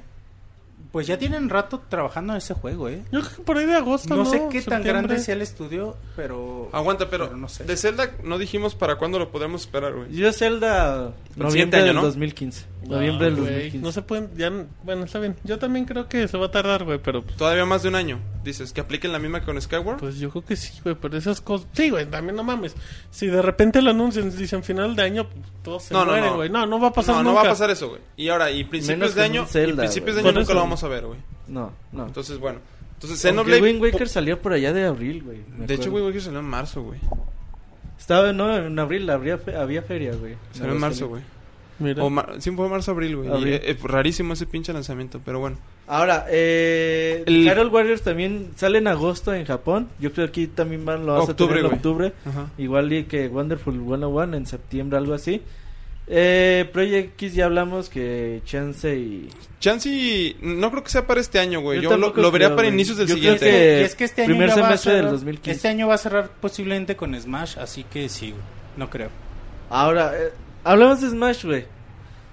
S4: Pues ya tienen rato trabajando en ese juego, ¿eh?
S1: Yo creo que por ahí de agosto,
S4: No,
S1: ¿no?
S4: sé qué tan
S1: Septiembre.
S4: grande sea el estudio, pero...
S3: Aguanta, pero,
S4: no sé.
S3: de Zelda no dijimos para cuándo lo podemos esperar, güey.
S5: Yo Zelda
S3: siguiente
S5: noviembre
S3: año,
S5: del
S3: ¿no?
S5: 2015.
S3: Ah,
S5: Noviembre del
S1: güey,
S5: 2015.
S1: No se pueden, ya, no- bueno, está bien. Yo también creo que se va a tardar, güey, pero pues,
S3: Todavía más de un año. Dices, que apliquen la misma que con Skyward.
S1: pues yo creo que sí, güey, pero esas cosas... Sí, güey, también no mames. Si de repente lo anuncian, dicen final de año, pues, todos se
S3: No, no,
S1: mueren,
S3: no.
S1: güey. No. no, va a pasar
S3: no,
S1: nunca.
S3: no va a pasar eso, güey. Y ahora, y principios
S5: Menos
S3: de
S5: con
S3: año,
S5: un Zelda,
S3: y principios
S5: güey.
S3: de año
S1: Por
S3: nunca
S1: eso.
S3: lo vamos a ver, güey.
S5: No, no.
S3: Entonces, bueno. Entonces,
S5: Xenoblade...
S3: Xenoblade...
S5: Wind
S3: po-
S5: Waker salió por allá de abril, güey. me
S3: De hecho, Wind
S5: acuerdo.
S3: Waker salió en marzo, güey.
S5: Estaba, no, en abril habría fe- había feria, güey.
S3: Salió en marzo, güey.
S1: Mira.
S3: O mar- sí, fue marzo-abril, güey.
S5: Abril.
S3: Y, eh, eh, rarísimo ese pinche lanzamiento, pero bueno.
S5: Ahora, eh,
S3: El-
S5: Carol Warriors también sale en agosto en Japón. Yo creo que aquí también van, lo vas
S3: Octubre,
S5: a tener en
S3: güey.
S5: octubre.
S3: Ajá.
S5: Igual y que Wonderful 101 en septiembre, algo así. Eh, Project X ya hablamos que Chance y...
S3: Chance y- No creo que sea para este año, güey.
S5: Yo
S3: Yo, lo,
S5: tampoco
S3: lo vería
S5: creo,
S3: para
S5: güey.
S3: inicios del
S5: Yo creo
S4: Y es
S3: siguiente.
S5: que-
S4: que- y es que este año
S5: Eh, primer
S4: ya va a
S5: semestre del
S4: cerrar-
S5: 2015.
S4: Este año va a cerrar posiblemente con Smash, así que sí, güey. No creo.
S5: Ahora, eh, hablamos de Smash, güey.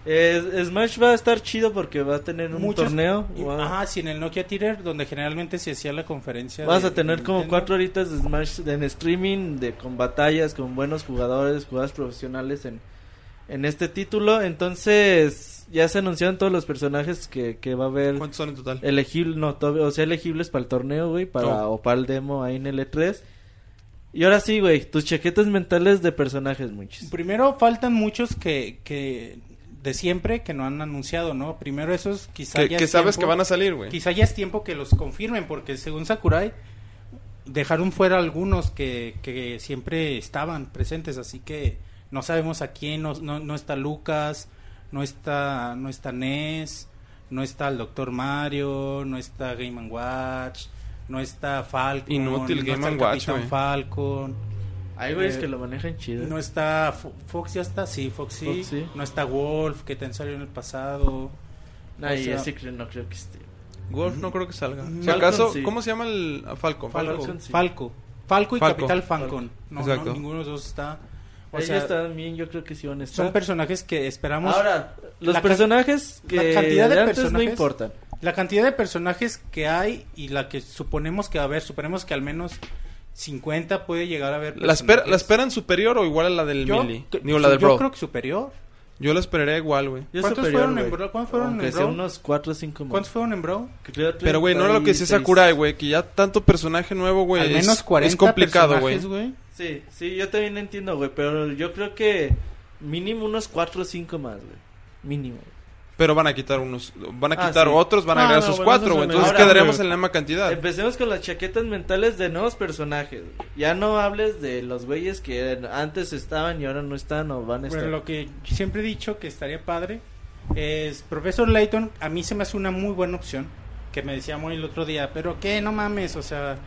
S5: Eh, Smash va a estar chido porque va a tener un
S4: Muchos-
S5: torneo.
S4: y-
S5: va-
S4: Ajá, sí, en el Nokia Theater, donde generalmente se hacía la conferencia.
S5: Vas
S4: de-
S5: a tener
S4: de
S5: como
S4: Nintendo.
S5: cuatro horitas de Smash en streaming, de con batallas, con buenos jugadores, jugadas profesionales en, en este título. Entonces, ya se anunciaron todos los personajes que, que va a haber
S3: ¿Cuántos son en total?
S5: elegibles, no, todavía- o sea, elegibles para el torneo, güey, para,
S3: Oh.
S5: o para el demo ahí en el E3. Y ahora sí, güey, tus chaquetas mentales de personajes, muchos.
S4: Primero faltan muchos que, que de siempre que no han anunciado, ¿no? Primero esos quizá
S3: que
S4: ya
S3: que
S4: es
S3: sabes
S4: tiempo-
S3: que van a salir, güey.
S4: quizá ya es tiempo que los confirmen porque según Sakurai dejaron fuera algunos que, que siempre estaban presentes, así que no sabemos a quién, no, no, no está Lucas, no está no está Ness, no está el Doctor Mario, no está Game and Watch, no está Falcon,
S3: Inútil
S4: no
S3: Game
S4: está el
S3: and Watch,
S4: Capitán
S3: güey.
S4: Falcon.
S5: Hay güeyes
S4: Eh,
S5: que lo manejan chido.
S4: No está Fo- Fox, ya está, sí, Fox sí.
S5: Fox sí.
S4: No está Wolf, que te salió en el pasado.
S5: Nah,
S4: o
S5: y
S4: sea-
S5: ese creo- no creo que esté.
S3: Golf no creo que salga.
S4: Mm.
S3: Si acaso,
S5: Falcon, sí.
S3: ¿cómo se llama el a Falco?
S4: Falco,
S3: Falco.
S4: Falco,
S5: sí.
S4: Falco, y
S3: Falco.
S4: Capital Falcon. No,
S3: Exacto.
S4: no, ninguno de los dos está. O
S5: Ellos
S4: sea,
S5: también yo creo que sí van a estar.
S4: son personajes que esperamos.
S5: Ahora, los
S4: la ca-
S5: personajes que
S4: la cantidad de
S5: de antes
S4: personajes-
S5: no importan.
S4: La cantidad de personajes que hay y la que suponemos que va a haber, suponemos que al menos 50 puede llegar a haber.
S3: ¿La, espera-
S4: personajes.
S3: ¿La esperan superior o igual a la del
S4: Yo,
S3: Mili?
S4: que-
S3: Digo, la del
S4: yo
S3: Bro.
S4: creo que superior.
S3: Yo la esperaría igual, güey.
S5: Yo
S4: ¿Cuántos
S5: superior,
S4: fueron en
S5: güey.
S4: bro- cuántos fueron en
S5: Aunque
S4: bro?
S5: sea unos 4 o 5 más.
S4: ¿Cuántos fueron en Bro?
S5: Creo
S3: Pero, güey, no era lo que decía
S5: 36.
S3: Sakurai, güey. Que ya tanto personaje nuevo, güey.
S4: al
S3: Pues, es-
S4: menos 40
S3: Es complicado, güey.
S4: personajes, güey.
S5: Sí, sí, yo también entiendo, güey. Pero yo creo que mínimo unos 4 o 5 más, güey. Mínimo.
S3: Pero van a quitar unos. Van a
S5: Ah,
S3: quitar
S5: sí.
S3: otros, van a
S1: No,
S3: agregar
S1: no,
S3: sus
S1: bueno,
S3: cuatro,
S1: eso
S3: güey.
S1: me-
S3: Entonces
S5: Ahora,
S3: quedaremos
S5: güey.
S3: en la misma cantidad.
S5: Empecemos con las chaquetas mentales de nuevos personajes. güey. Ya no hables de los güeyes que antes estaban y ahora no están o van a estar.
S1: este.
S4: Bueno, lo que siempre he dicho que estaría padre es Profesor Layton. A mí se me hace una muy buena opción. Que me decía Mori el otro día, pero qué, no mames, o sea,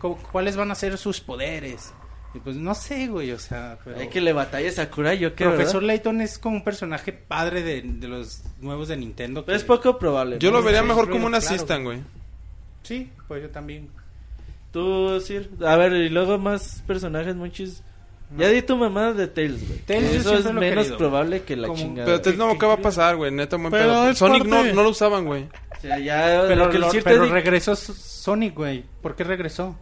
S4: cu- ¿cuáles van a ser sus poderes? Y pues no sé, güey, o sea, pero.
S5: Hay que le batalla a Sakurai, yo creo.
S4: Profesor
S5: ¿verdad?
S4: Layton es como un personaje padre de, de los nuevos de Nintendo.
S5: Pero es
S4: que-
S5: poco probable.
S3: Yo
S5: ¿no?
S3: lo vería
S4: sí,
S3: mejor
S4: sí,
S3: como un
S4: claro.
S3: asistan, güey.
S4: Sí, pues yo también.
S5: Tú, Sir. A ver, y luego más personajes, muchos. Ya di tu mamá de Tails, güey.
S4: Tails yo
S5: Eso
S4: siempre
S5: es
S4: lo he
S5: menos
S4: querido.
S5: probable que la
S4: Como-
S5: chingada.
S3: Pero te
S4: ¿qué-
S3: no,
S4: qué
S3: ¿qué va a
S4: crees?
S3: pasar, güey? Neta, buen
S1: Pero
S3: pedo.
S1: es
S3: Sonic no,
S1: parte-
S3: no lo usaban, güey.
S5: O sea, ya.
S4: Pero,
S5: lo que el
S4: lo-
S5: Sir te
S4: pero
S5: di-
S4: regresó S- Sonic, güey. ¿Por qué regresó?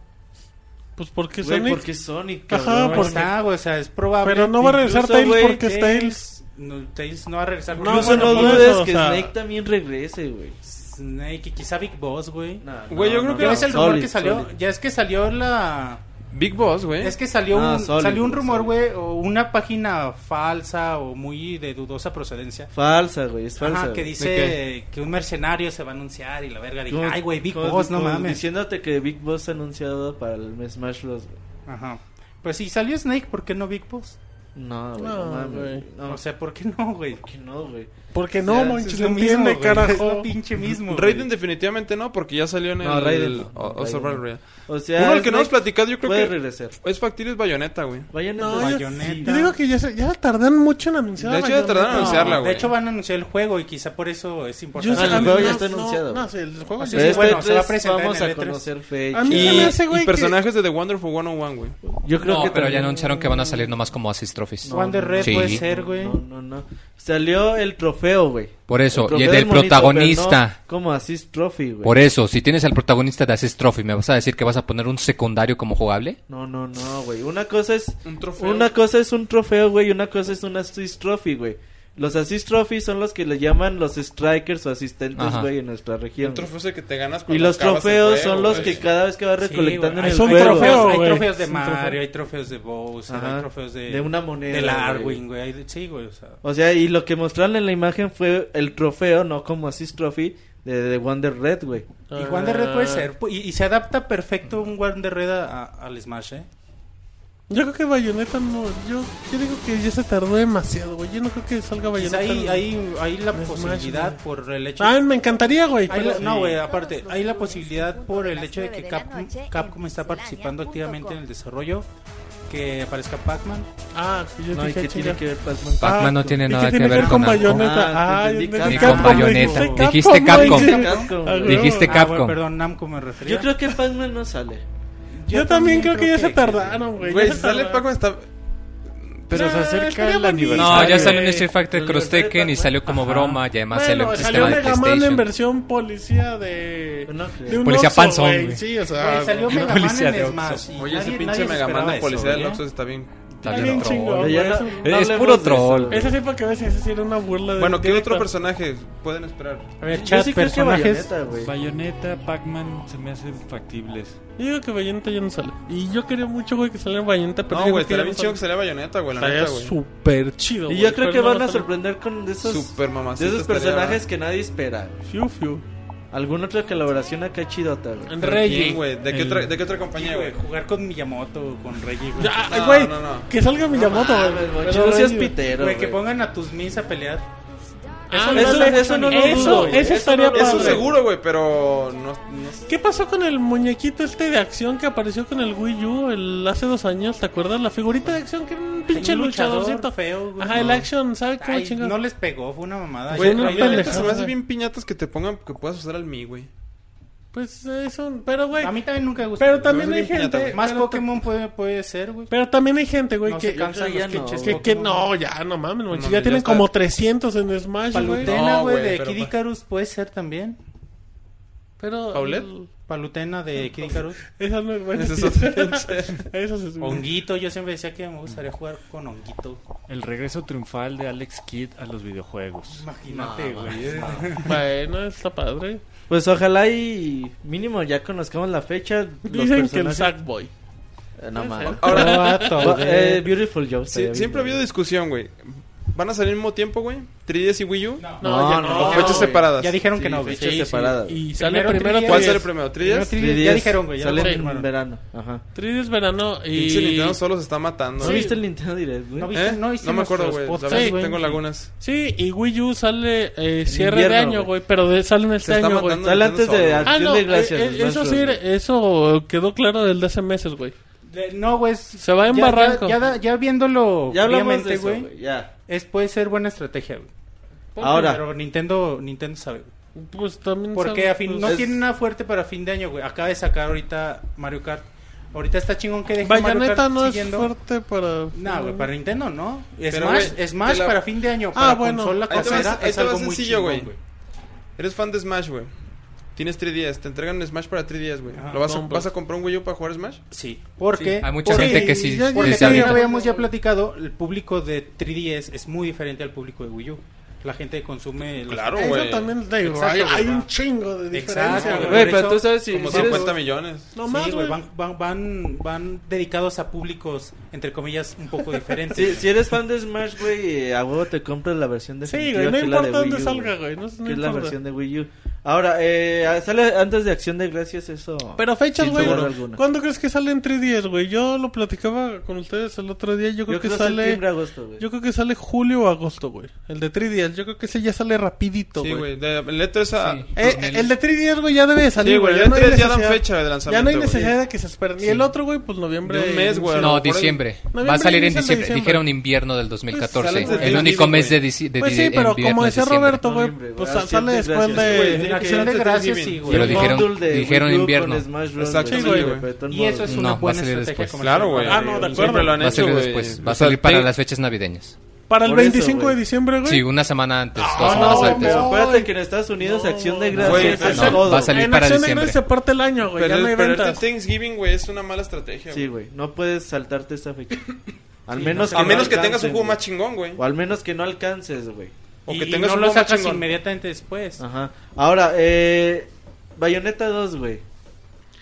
S1: Pues porque
S5: Güey,
S1: Sonic...
S5: porque Sonic.
S1: Ajá,
S5: cabrón.
S4: No
S1: porque-
S4: está, güey, o sea, es probable.
S1: Pero no va a regresar
S5: Incluso,
S1: Tails
S5: güey,
S1: porque es Tails.
S4: No, Tails no va a regresar. pues,
S1: No,
S4: porque-
S5: Incluso
S1: bueno,
S5: no
S1: por
S5: dudes
S1: eso,
S5: que
S1: o sea-
S5: Snake también regrese, güey.
S4: Snake y quizá Big Boss, güey.
S3: Güey, yo creo que-
S4: ¿Ya ves el rumor
S5: Solid,
S4: que salió?
S5: Solid.
S4: Ya es que salió la...
S3: Big Boss, güey.
S4: Es que salió,
S5: Ah,
S4: un,
S5: Solid,
S4: salió un
S5: güey,
S4: rumor,
S5: Solid.
S4: güey, o una página falsa o muy de dudosa procedencia.
S5: Falsa, güey, es falsa.
S4: Ajá, que
S5: güey.
S4: dice que un mercenario se va a anunciar y la verga dije,
S5: Como-
S4: ay, güey, Big
S5: como-
S4: Boss, no
S5: como
S4: mames.
S5: Diciéndote que Big Boss anunciado para el Smash Bros. güey.
S4: Ajá. Pues si salió Snake, ¿por qué no Big Boss?
S5: No, güey,
S1: No,
S5: no, mames.
S1: güey.
S5: güey, No,
S4: O sea, ¿por qué no, güey?
S5: que no, güey.
S1: Porque
S5: Ya,
S1: no,
S5: es
S1: manches,
S4: Es
S1: no
S4: lo mismo,
S1: entiende,
S4: güey, Es
S1: carajo.
S4: lo pinche mismo. güey.
S3: Raiden definitivamente no, porque ya salió en el...
S5: No, Raiden no,
S3: o- o
S5: Raiden
S3: Survival
S5: no.
S3: Royale.
S5: O sea,
S3: Uno al que no
S5: Snake
S3: hemos platicado, yo creo
S5: puede
S3: que
S5: regresar.
S3: es factible es Bayonetta, güey.
S5: Vayan
S1: No,
S5: a
S1: yo-
S4: Bayonetta.
S1: Yo digo que ya, se- ya tardan mucho en anunciar.
S3: De
S1: la
S3: hecho, ya
S1: Bayonetta.
S3: tardaron en anunciarla,
S4: De
S3: güey. Ah,
S4: hecho, van a anunciar Ah, el juego y quizá por eso es
S1: Yo
S4: importante.
S5: No,
S1: sé-
S5: el
S1: a mí
S5: juego
S1: no-
S5: ya está
S1: no-
S5: anunciado. Ah,
S1: No, sí, el juego
S4: Así
S1: ya
S4: es,
S1: está-
S4: bueno, se va a
S5: E3
S4: presentar en
S5: Este vamos
S4: el
S5: a
S4: E3.
S5: conocer fecha.
S1: A mí se
S3: Y,
S1: me hace, güey, que-
S3: y personajes de The Wonderful 101, güey.
S5: Yo creo
S2: No,
S5: que
S2: pero ya
S5: también-
S2: anunciaron que van a salir nomás como Assist Trophies.
S4: No, Wonder Red
S2: Sí.
S4: puede ser, güey.
S5: No, no, no. Salió el trofeo, güey.
S2: Por eso,
S5: El trofeo
S2: y el del
S5: monito,
S2: protagonista.
S5: pero no como Assist Trophy, güey.
S2: Por eso, si tienes al protagonista de Assist Trophy, ¿me vas a decir que vas a poner un secundario como jugable?
S5: No, no, no, güey. Una cosa es
S3: Un trofeo.
S5: una cosa es un trofeo, güey, y una cosa es un assist trophy, güey. Los assist trophy son los que le llaman los strikers o asistentes,
S2: Ajá.
S5: güey, en nuestra región.
S3: Un trofeo es el que te ganas
S5: y
S3: cuando
S5: los
S3: acabas el
S5: trofeos
S3: juego,
S5: son los
S3: güey.
S5: que cada vez que vas
S4: Sí,
S5: recolectando
S4: güey.
S5: en el
S4: Son
S5: juego.
S4: trofeos, hay
S1: güey.
S4: trofeos de
S1: Es un trofeo.
S4: Mario, hay trofeos de Bowser,
S5: Ajá.
S4: hay trofeos de,
S5: De una moneda,
S4: de
S5: güey.
S4: Larwing, güey. hay de- Sí, güey, o sea.
S5: O sea, y lo que mostraron en la imagen fue el trofeo, no como assist trophy de, de Wonder Red, güey.
S1: Ah.
S4: Y Wonder Red puede ser. pu- Y, y se adapta perfecto un Wonder Red a- a- al Smash, ¿eh?
S1: Yo creo que Bayonetta no. Yo, yo digo que ya se tardó demasiado, güey. Yo no creo que salga
S4: Pues
S1: Bayonetta.
S4: hay, hay, hay la
S1: Smash,
S4: posibilidad
S1: güey.
S4: por el hecho.
S1: Ah, me encantaría, güey.
S4: hay la-
S1: pero-
S4: no,
S1: sí.
S4: güey, aparte, hay la posibilidad por el hecho de que Capcom, Capcom está participando activamente en el desarrollo, que aparezca Pac-Man.
S1: Ah, yo
S5: No, y
S1: dije,
S5: que tiene
S1: chinga. Ah,
S5: que ver Pac-Man.
S2: Pac-Man no tiene
S1: ¿Y
S2: nada
S1: qué
S2: que
S1: tiene
S2: ver con Namco.
S1: Bayonetta?
S5: Ah,
S1: Ah,
S5: entendí
S1: yo entendí
S5: Capcom.
S1: Capcom, güey.
S2: Bayonetta.
S1: Dije
S2: Dijiste Capcom.
S1: güey.
S5: Capcom, güey.
S2: Dijiste
S4: Ah, bueno,
S2: Capcom.
S4: perdón, Namco me refería.
S5: Yo creo que Pac-Man no sale.
S1: Yo también creo que ya se tardaron, güey.
S3: Güey,
S1: Ya
S3: si
S1: se
S3: sale
S1: tardaron.
S3: Paco está...
S6: Pero se
S1: Ah,
S6: acerca
S1: estaría
S6: el
S1: bonito.
S6: aniversario.
S2: No, ya
S1: sale
S2: salió en Street Fighter Cross Tekken y salió como
S4: Ajá.
S2: broma y además salió
S1: pues. Bueno,
S2: el
S1: salió
S2: sistema de
S1: Mega Man en
S2: PlayStation.
S1: versión policía de.
S5: No
S1: de
S5: creo.
S1: un
S2: Policía
S1: oxo,
S2: panzón,
S1: güey.
S2: güey.
S1: Sí, o sea.
S4: Güey, salió
S1: una
S4: Mega Man
S1: policía de
S4: en Smash.
S1: Oxxo.
S4: y
S3: Oye, ese
S4: nadie-
S3: pinche
S4: nadie se
S3: Mega Man de
S4: esperaba
S3: policía
S4: eso,
S3: del
S4: ¿eh?
S3: Oxxo está bien...
S2: Está
S1: Está
S2: bien
S1: bien
S2: troll.
S1: chingón. güey,
S5: Ya no-
S1: eso-
S5: no
S2: Es
S5: hablemos
S2: puro
S5: de eso,
S2: troll.
S5: güey.
S1: Esa sí, porque a veces sí era una burla. de-
S3: Bueno, ¿qué
S1: directa.
S3: otro personaje pueden esperar?
S4: A ver,
S5: Yo
S4: chat,
S5: sí creo que
S4: personajes.
S5: Bayonetta, güey.
S6: Bayonetta, Pac-Man se me hacen factibles.
S1: Yo digo que Bayonetta ya no sale. Y yo quería mucho, güey, que saliera Bayonetta, pero
S3: No,
S1: yo
S3: güey,
S1: creo
S3: estaría
S1: que
S3: bien
S1: ya
S3: chido que
S1: no
S3: saliera Bayonetta, güey, la
S1: sale.
S3: neta,
S1: Estaría
S3: güey.
S1: súper chido,
S5: Y
S1: güey,
S5: yo creo
S1: pero
S5: que
S1: no
S5: van
S1: va
S5: a
S1: salir.
S5: sorprender con de esos,
S3: Super
S5: de
S3: mamacita
S5: esos
S3: estaría,
S5: personajes que nadie espera. güey.
S1: Fiu, fiu.
S5: Alguna otra colaboración acá chidota, güey.
S1: En
S3: ¿Pero
S1: Reggie.
S3: quién, güey? ¿De, qué
S6: El-
S3: otra- ¿De qué otra
S4: Sí,
S3: compañía,
S4: güey,
S3: güey?
S4: Jugar con Miyamoto, con Reggie, güey.
S1: Ya,
S3: No,
S1: güey.
S3: no, no.
S1: Que salga Miyamoto, güey.
S5: mames,
S1: Ah, Pero
S5: mochi, no seas
S1: Reggie,
S5: pitero,
S4: Güey, que
S5: güey.
S4: pongan a tus mis a pelear.
S1: Ah,
S5: Eso-
S1: no,
S5: eso- eso no lo
S1: eso-
S5: dudo, güey.
S1: eso
S5: Eso
S1: estaría
S5: no lo dudo.
S3: Eso
S1: padre.
S3: seguro, güey, pero... No, no sé.
S1: ¿Qué pasó con el muñequito este de acción que apareció con el Wii U el, hace dos años? ¿Te acuerdas? La figurita de acción que era un pinche
S4: Un
S1: luchadorcito.
S4: feo, güey.
S1: Ajá, el action, ¿sabes cómo
S4: Ay,
S1: chingado?
S4: no les pegó, fue una mamada.
S3: Güey,
S1: Yo no
S3: a mí la neta
S1: pendejada,
S3: se me hace
S1: güey.
S3: bien piñatas que te pongan... Que puedas usar al Mi, güey.
S1: Pues eso, pero güey.
S4: a mí también nunca me gustó.
S1: Pero también
S3: me hace
S1: hay
S3: bien piñata,
S1: gente.
S3: güey.
S4: Más
S1: pero,
S4: Pokémon puede, puede ser, güey.
S1: pero también hay gente, güey,
S4: No
S1: que.
S4: se cansan
S5: Yo creo
S4: los
S5: ya no,
S4: pinches
S1: Que, que
S4: Pokémon.
S1: no, ya, no mames, mochi,
S3: mames,
S1: ya
S3: ya
S1: tienen
S3: está.
S1: como 300 en Smash, güey.
S4: Palutena,
S3: No,
S4: güey,
S3: güey,
S4: de
S3: pero
S4: Kid
S3: pa-
S4: Icarus puede ser también.
S1: Pero.
S3: ¿Paulette?
S4: Palutena de Kid Icarus.
S1: Esa no es buena.
S3: Ese es
S1: sí.
S3: otro
S1: Esa sí es buena.
S4: Honguito, yo siempre decía que me gustaría jugar con Honguito.
S6: El regreso triunfal de Alex Kidd a los videojuegos.
S4: Imagínate, güey.
S1: Bueno, está padre.
S5: Pues ojalá y mínimo ya conozcamos la fecha. los
S1: Dicen que el
S5: personajes.
S1: Sackboy.
S5: Eh, No mames.
S3: Ahora,
S5: Va- eh, Beautiful Joe.
S3: sí, siempre ha habido discusión, güey. ¿van a salir al mismo tiempo, güey? 3DS y Wii U.
S1: No, ya no.
S3: Con fechas
S1: güey.
S3: separadas.
S4: Ya dijeron que no, güey.
S5: fechas
S1: Sí, sí.
S5: separadas.
S1: Y sale
S4: Primero
S1: primero,
S4: tres.
S3: ¿Cuál
S1: 3DS.
S3: sale primero?
S4: Primero
S3: ¿3DS?
S4: 3DS. Ya dijeron, güey. Ya lo
S5: Sale en
S4: confirmaron.
S5: verano. Ajá.
S1: 3DS verano y.
S3: Pinche Nintendo solo se está matando.
S5: ¿No
S1: Sí.
S5: viste el Nintendo Direct, güey?
S4: No vi-
S3: ¿Eh?
S4: no
S3: No,
S4: hicimos
S3: me acuerdo,
S4: los
S3: güey. La
S4: podcasts,
S3: verdad es que
S1: güey.
S3: tengo lagunas.
S1: Sí, y Wii U sale eh, cierre de
S5: invierno,
S1: año,
S5: güey.
S1: güey, pero de, sale en este
S3: Se está
S1: año, güey.
S3: matando
S5: Sale
S3: Nintendo
S5: antes de
S3: solo.
S1: Ah,
S5: Acción
S1: no,
S5: de gracias,
S1: eh, eh,
S5: los
S1: eso
S5: Smash
S1: sí,
S5: Bros.
S1: eso quedó claro del de hace meses, güey.
S4: De- No, güey. es-
S1: Se va en
S4: ya- ya-
S1: barranco.
S4: Ya, da- ya viéndolo
S5: Ya hablamos de
S4: fríamente,
S5: eso, güey. Ya.
S4: Es, puede ser buena estrategia, güey.
S5: Ahora.
S4: Pero Nintendo, Nintendo sabe. güey.
S1: Pues también
S4: Porque
S1: sale,
S4: a fin,
S1: pues,
S4: no
S5: Es-
S4: tiene nada fuerte para fin de año, güey. Acaba de sacar ahorita Mario Kart. Ahorita está chingón que deje Mario
S1: Bayonetta
S4: Kart
S1: no
S4: siguiendo.
S1: es fuerte para.
S4: No, güey, para Nintendo no. Es
S3: Pero,
S4: más,
S3: güey,
S4: es más
S3: te la-
S4: para fin de año.
S1: Ah,
S4: Para
S1: bueno.
S4: consola
S3: Ahí te va-
S4: casera
S3: ahí te
S4: es
S3: va
S4: algo muy
S3: sencillo,
S4: chingón,
S3: güey.
S4: güey.
S3: Eres fan de Smash, güey. Tienes 3DS, te entregan un Smash para 3DS, güey.
S4: Ajá.
S3: ¿Lo vas a,
S1: No,
S3: vas a comprar un Wii U para jugar Smash?
S4: Sí. Porque.
S2: Hay mucha
S4: porque-
S2: gente que sí.
S1: ya- ya-
S4: Porque
S2: desde
S4: también
S2: ahorita.
S4: habíamos ya platicado, el público de 3DS es muy diferente al público de Wii U. la gente consume. los-
S3: Claro,
S1: Eso
S3: güey.
S1: también te digo,
S4: Exacto,
S1: hay,
S4: güey.
S1: hay un chingo de
S4: Exacto,
S1: diferencia,
S4: güey.
S1: güey.
S5: Güey,
S4: por
S5: pero
S4: eso,
S5: tú sabes si,
S3: Como
S5: si eres-
S3: 50 millones.
S1: No
S4: Sí,
S1: más,
S4: güey,
S1: güey.
S4: van, van, van, van dedicados a públicos, entre comillas, un poco diferentes.
S5: si- si eres fan de Smash, güey, eh, a huevo te compras la versión de
S1: Sí, güey, no importa dónde salga, güey. No, no
S5: que es la
S1: importa.
S5: versión de Wii U. Ahora, eh, sale antes de Acción de Gracias eso.
S1: Pero fechas,
S5: Sin
S1: güey.
S5: duda alguna.
S1: ¿Cuándo crees que sale en 3 güey? Yo lo platicaba con ustedes el otro día. Yo creo que sale.
S5: septiembre, agosto, güey.
S1: Yo creo que sale julio o agosto, güey. El de 3DS. Yo creo que ese ya sale rapidito,
S3: Sí,
S1: güey.
S3: güey. de- El E3 a...
S2: Sí.
S1: Eh, el... de 3DS, güey, ya debe de salir,
S3: Sí, güey.
S1: güey.
S3: El
S1: no hay
S3: E3 ya dan
S1: necesidad-
S3: fecha de
S1: Ya
S3: lanzamiento.
S1: no hay
S3: güey.
S1: necesidad de que se esperen. Y el otro, güey, pues noviembre.
S3: De un mes, güey.
S1: inicio.
S3: a
S2: No,
S3: lo mejor
S2: diciembre.
S1: Noviembre,
S2: Va a salir en
S1: inicio de
S2: diciembre.
S1: diciembre.
S2: Dijeron invierno del 2014.
S3: Pues sale
S2: el
S3: desde
S2: único
S3: diciembre,
S2: mes de,
S3: güey.
S2: dici- de
S1: Pues
S2: di-
S1: sí, pero
S2: invierno
S1: como
S2: es
S1: decía
S2: diciembre.
S1: Roberto, güey,
S5: Noviembre,
S1: pues
S5: güey.
S1: sale
S5: Acción de
S1: después
S5: gracias,
S3: güey,
S1: de.
S3: tiene que
S4: Acción de
S3: ser
S4: gracias,
S3: Thanksgiving.
S4: sí, güey.
S2: Pero
S5: El
S2: dijeron-
S5: bundle de
S2: dijeron
S5: Wii U
S2: invierno.
S5: con Smash Bros,
S3: Exactamente,
S5: güey.
S3: güey.
S5: De todos
S4: Y eso es
S5: modos.
S2: un-
S4: una
S2: No, va a
S4: buena
S2: salir
S4: estrategia
S2: después.
S4: comercial.
S3: Claro, güey.
S1: Ah, no, de acuerdo.
S3: Siempre lo han
S2: Va a
S3: hecho,
S2: salir
S3: güey.
S2: después. Va a
S3: O sea,
S2: salir para
S3: te-
S2: las fechas navideñas.
S1: Para el
S5: Por eso,
S1: 25 de
S5: güey.
S1: diciembre, güey.
S2: Sí, una semana antes, dos
S1: Ah,
S2: semanas
S1: no,
S2: antes.
S5: Pero
S1: no.
S5: acuérdate que en Estados Unidos
S1: No,
S5: Acción de
S1: no,
S3: güey,
S5: Gracias es
S3: pero-
S5: todo.
S2: va a salir
S1: Pues, en
S2: para
S1: Acción de
S2: diciembre.
S1: Gracias se parte el año, güey. Ya
S3: Pero
S1: no hay
S3: esperarte
S1: ventas.
S3: Thanksgiving, güey, es una mala estrategia.
S5: Sí,
S3: güey.
S5: güey. No puedes saltarte esa fecha. Al
S4: Sí,
S5: menos
S4: no.
S3: A
S5: no
S3: menos que tengas
S5: alcances,
S3: un juego
S5: güey.
S3: más chingón, güey.
S5: O al menos que no alcances, güey.
S3: O
S4: Y-
S3: que
S4: y
S3: tengas
S4: no
S3: un
S4: lo
S3: juego más
S4: sacas
S3: chingón.
S4: inmediatamente después.
S5: Ajá. Ahora, eh. Bayonetta 2, güey.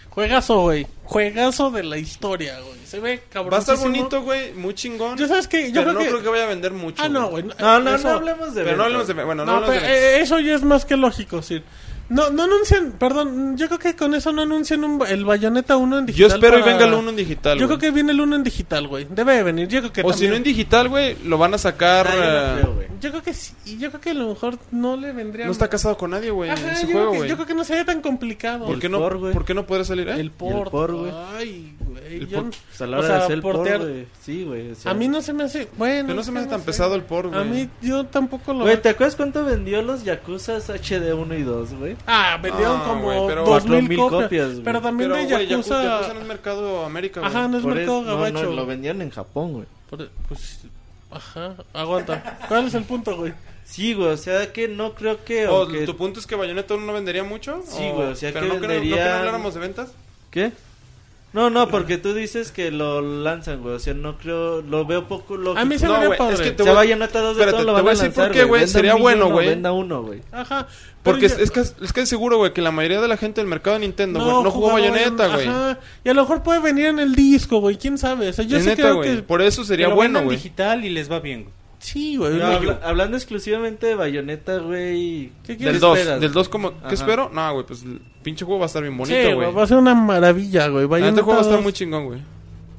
S1: Juegazo, güey. Juegazo de la historia, güey. Se ve cabrón.
S3: Va a estar bonito, güey. Muy chingón.
S1: Yo sabes que yo
S3: pero
S1: creo
S3: no
S1: que...
S3: creo que vaya a vender mucho.
S1: Ah, no, güey.
S5: No, no,
S1: eso-
S5: no hablemos de
S3: Pero no
S5: ventas.
S3: hablemos de. Bueno, no,
S1: No,
S3: hablemos
S1: pero,
S3: de.
S1: eh, eso ya es más que lógico, sí. No, no anuncian, perdón, yo creo que con eso no anuncian un- el Bayonetta 1 en
S3: Yo
S1: eh, digital.
S3: espero y
S1: para-
S3: venga el uno en digital.
S1: Yo
S3: güey.
S1: creo que viene el 1 en digital, güey. Debe de venir. Yo creo que
S3: O si no en
S1: también.
S3: digital, güey, lo van a sacar.
S5: Ah, yo no
S3: eh,
S5: creo, güey.
S1: Yo creo que sí. y Yo creo que a lo mejor no le vendría.
S3: No está casado con nadie, güey.
S1: Ajá,
S3: Ese
S1: yo, creo
S3: juego,
S1: que-
S3: güey.
S1: yo creo que no sería tan complicado.
S3: ¿Por
S5: El
S3: qué no?
S5: por, güey.
S3: ¿Por qué no podría salir? eh?
S1: El port.
S5: por, güey.
S1: Ay, güey.
S3: El
S1: yo
S3: por-
S1: no-
S5: Pues a la hora
S1: o sea,
S5: de hacer por,
S1: portear-
S5: güey. Sí, güey. o sea.
S1: A mí no se me hace. Bueno.
S3: Que no
S1: es
S3: se me
S1: que
S3: hace tan
S1: sé.
S3: pesado el por,
S1: A
S3: güey.
S1: mí yo tampoco lo.
S5: Güey, ¿te acuerdas cuánto vendió los Yakuzas HD 1 y 2, güey?
S1: Ah, vendieron
S3: Ah,
S1: como
S3: güey, pero-
S1: 2000
S5: 4000
S1: copias.
S5: copias, güey.
S1: pero también
S3: Pero,
S1: de
S3: güey,
S1: Yakuza.
S3: Yakuza no es mercado América, güey.
S1: Ajá, no es
S5: Por
S1: mercado
S5: eso- no,
S1: gabacho.
S5: no, lo vendían en Japón, güey.
S1: Por- pues, ajá, aguanta. ¿Cuál es el punto, güey?
S5: Sí, güey, o sea que no creo que...
S3: O,
S5: aunque-
S3: Oh, ¿Tu punto es que Bayonetta uno no vendería mucho?
S5: Sí, güey, o sea,
S3: pero
S5: que
S3: no, creo, no
S5: venderían-
S3: creo que habláramos de ventas.
S5: ¿Qué? No, no, porque tú dices que lo lanzan, güey. O sea, no creo... Lo veo poco lógico.
S1: A mí se me
S3: No,
S1: haría
S3: güey,
S1: padre.
S3: es que
S5: Se
S3: Te voy-
S5: vayan a todos de
S3: espérate,
S5: todo, lo
S3: te
S5: van
S3: voy
S5: a
S3: a decir
S5: lanzar,
S3: por qué, güey,
S5: Venda
S3: sería
S5: un
S3: bueno,
S5: millón, no,
S3: güey.
S5: Venda uno, güey.
S1: Ajá. pero
S3: Porque es,
S1: yo-
S3: es que, es que seguro, güey, que la mayoría de la gente del mercado de Nintendo, güey, no, jugó Bayonetta,
S1: Bayonetta,
S3: güey.
S1: Ajá. Y a lo mejor puede venir en el disco, güey. ¿Quién sabe? O sea, yo
S3: Es
S1: sí
S3: neta,
S1: creo
S3: güey.
S1: que...
S3: Por eso sería
S4: Que lo
S3: bueno,
S4: vendan
S3: güey.
S4: digital y les va bien. güey.
S1: Sí, güey.
S5: No,
S1: güey.
S5: habla- hablando exclusivamente de Bayonetta, güey.
S1: ¿Qué
S3: Del
S1: quieres?
S3: 2,
S5: esperas?
S3: del 2 como...
S5: Ajá.
S3: ¿Qué espero? No, güey, pues el pinche juego va a estar bien bonito,
S1: sí,
S3: güey.
S1: Va a ser una maravilla, güey.
S3: Ah,
S1: Bayonetta
S3: Este juego va a estar
S1: 2.
S3: muy chingón, güey.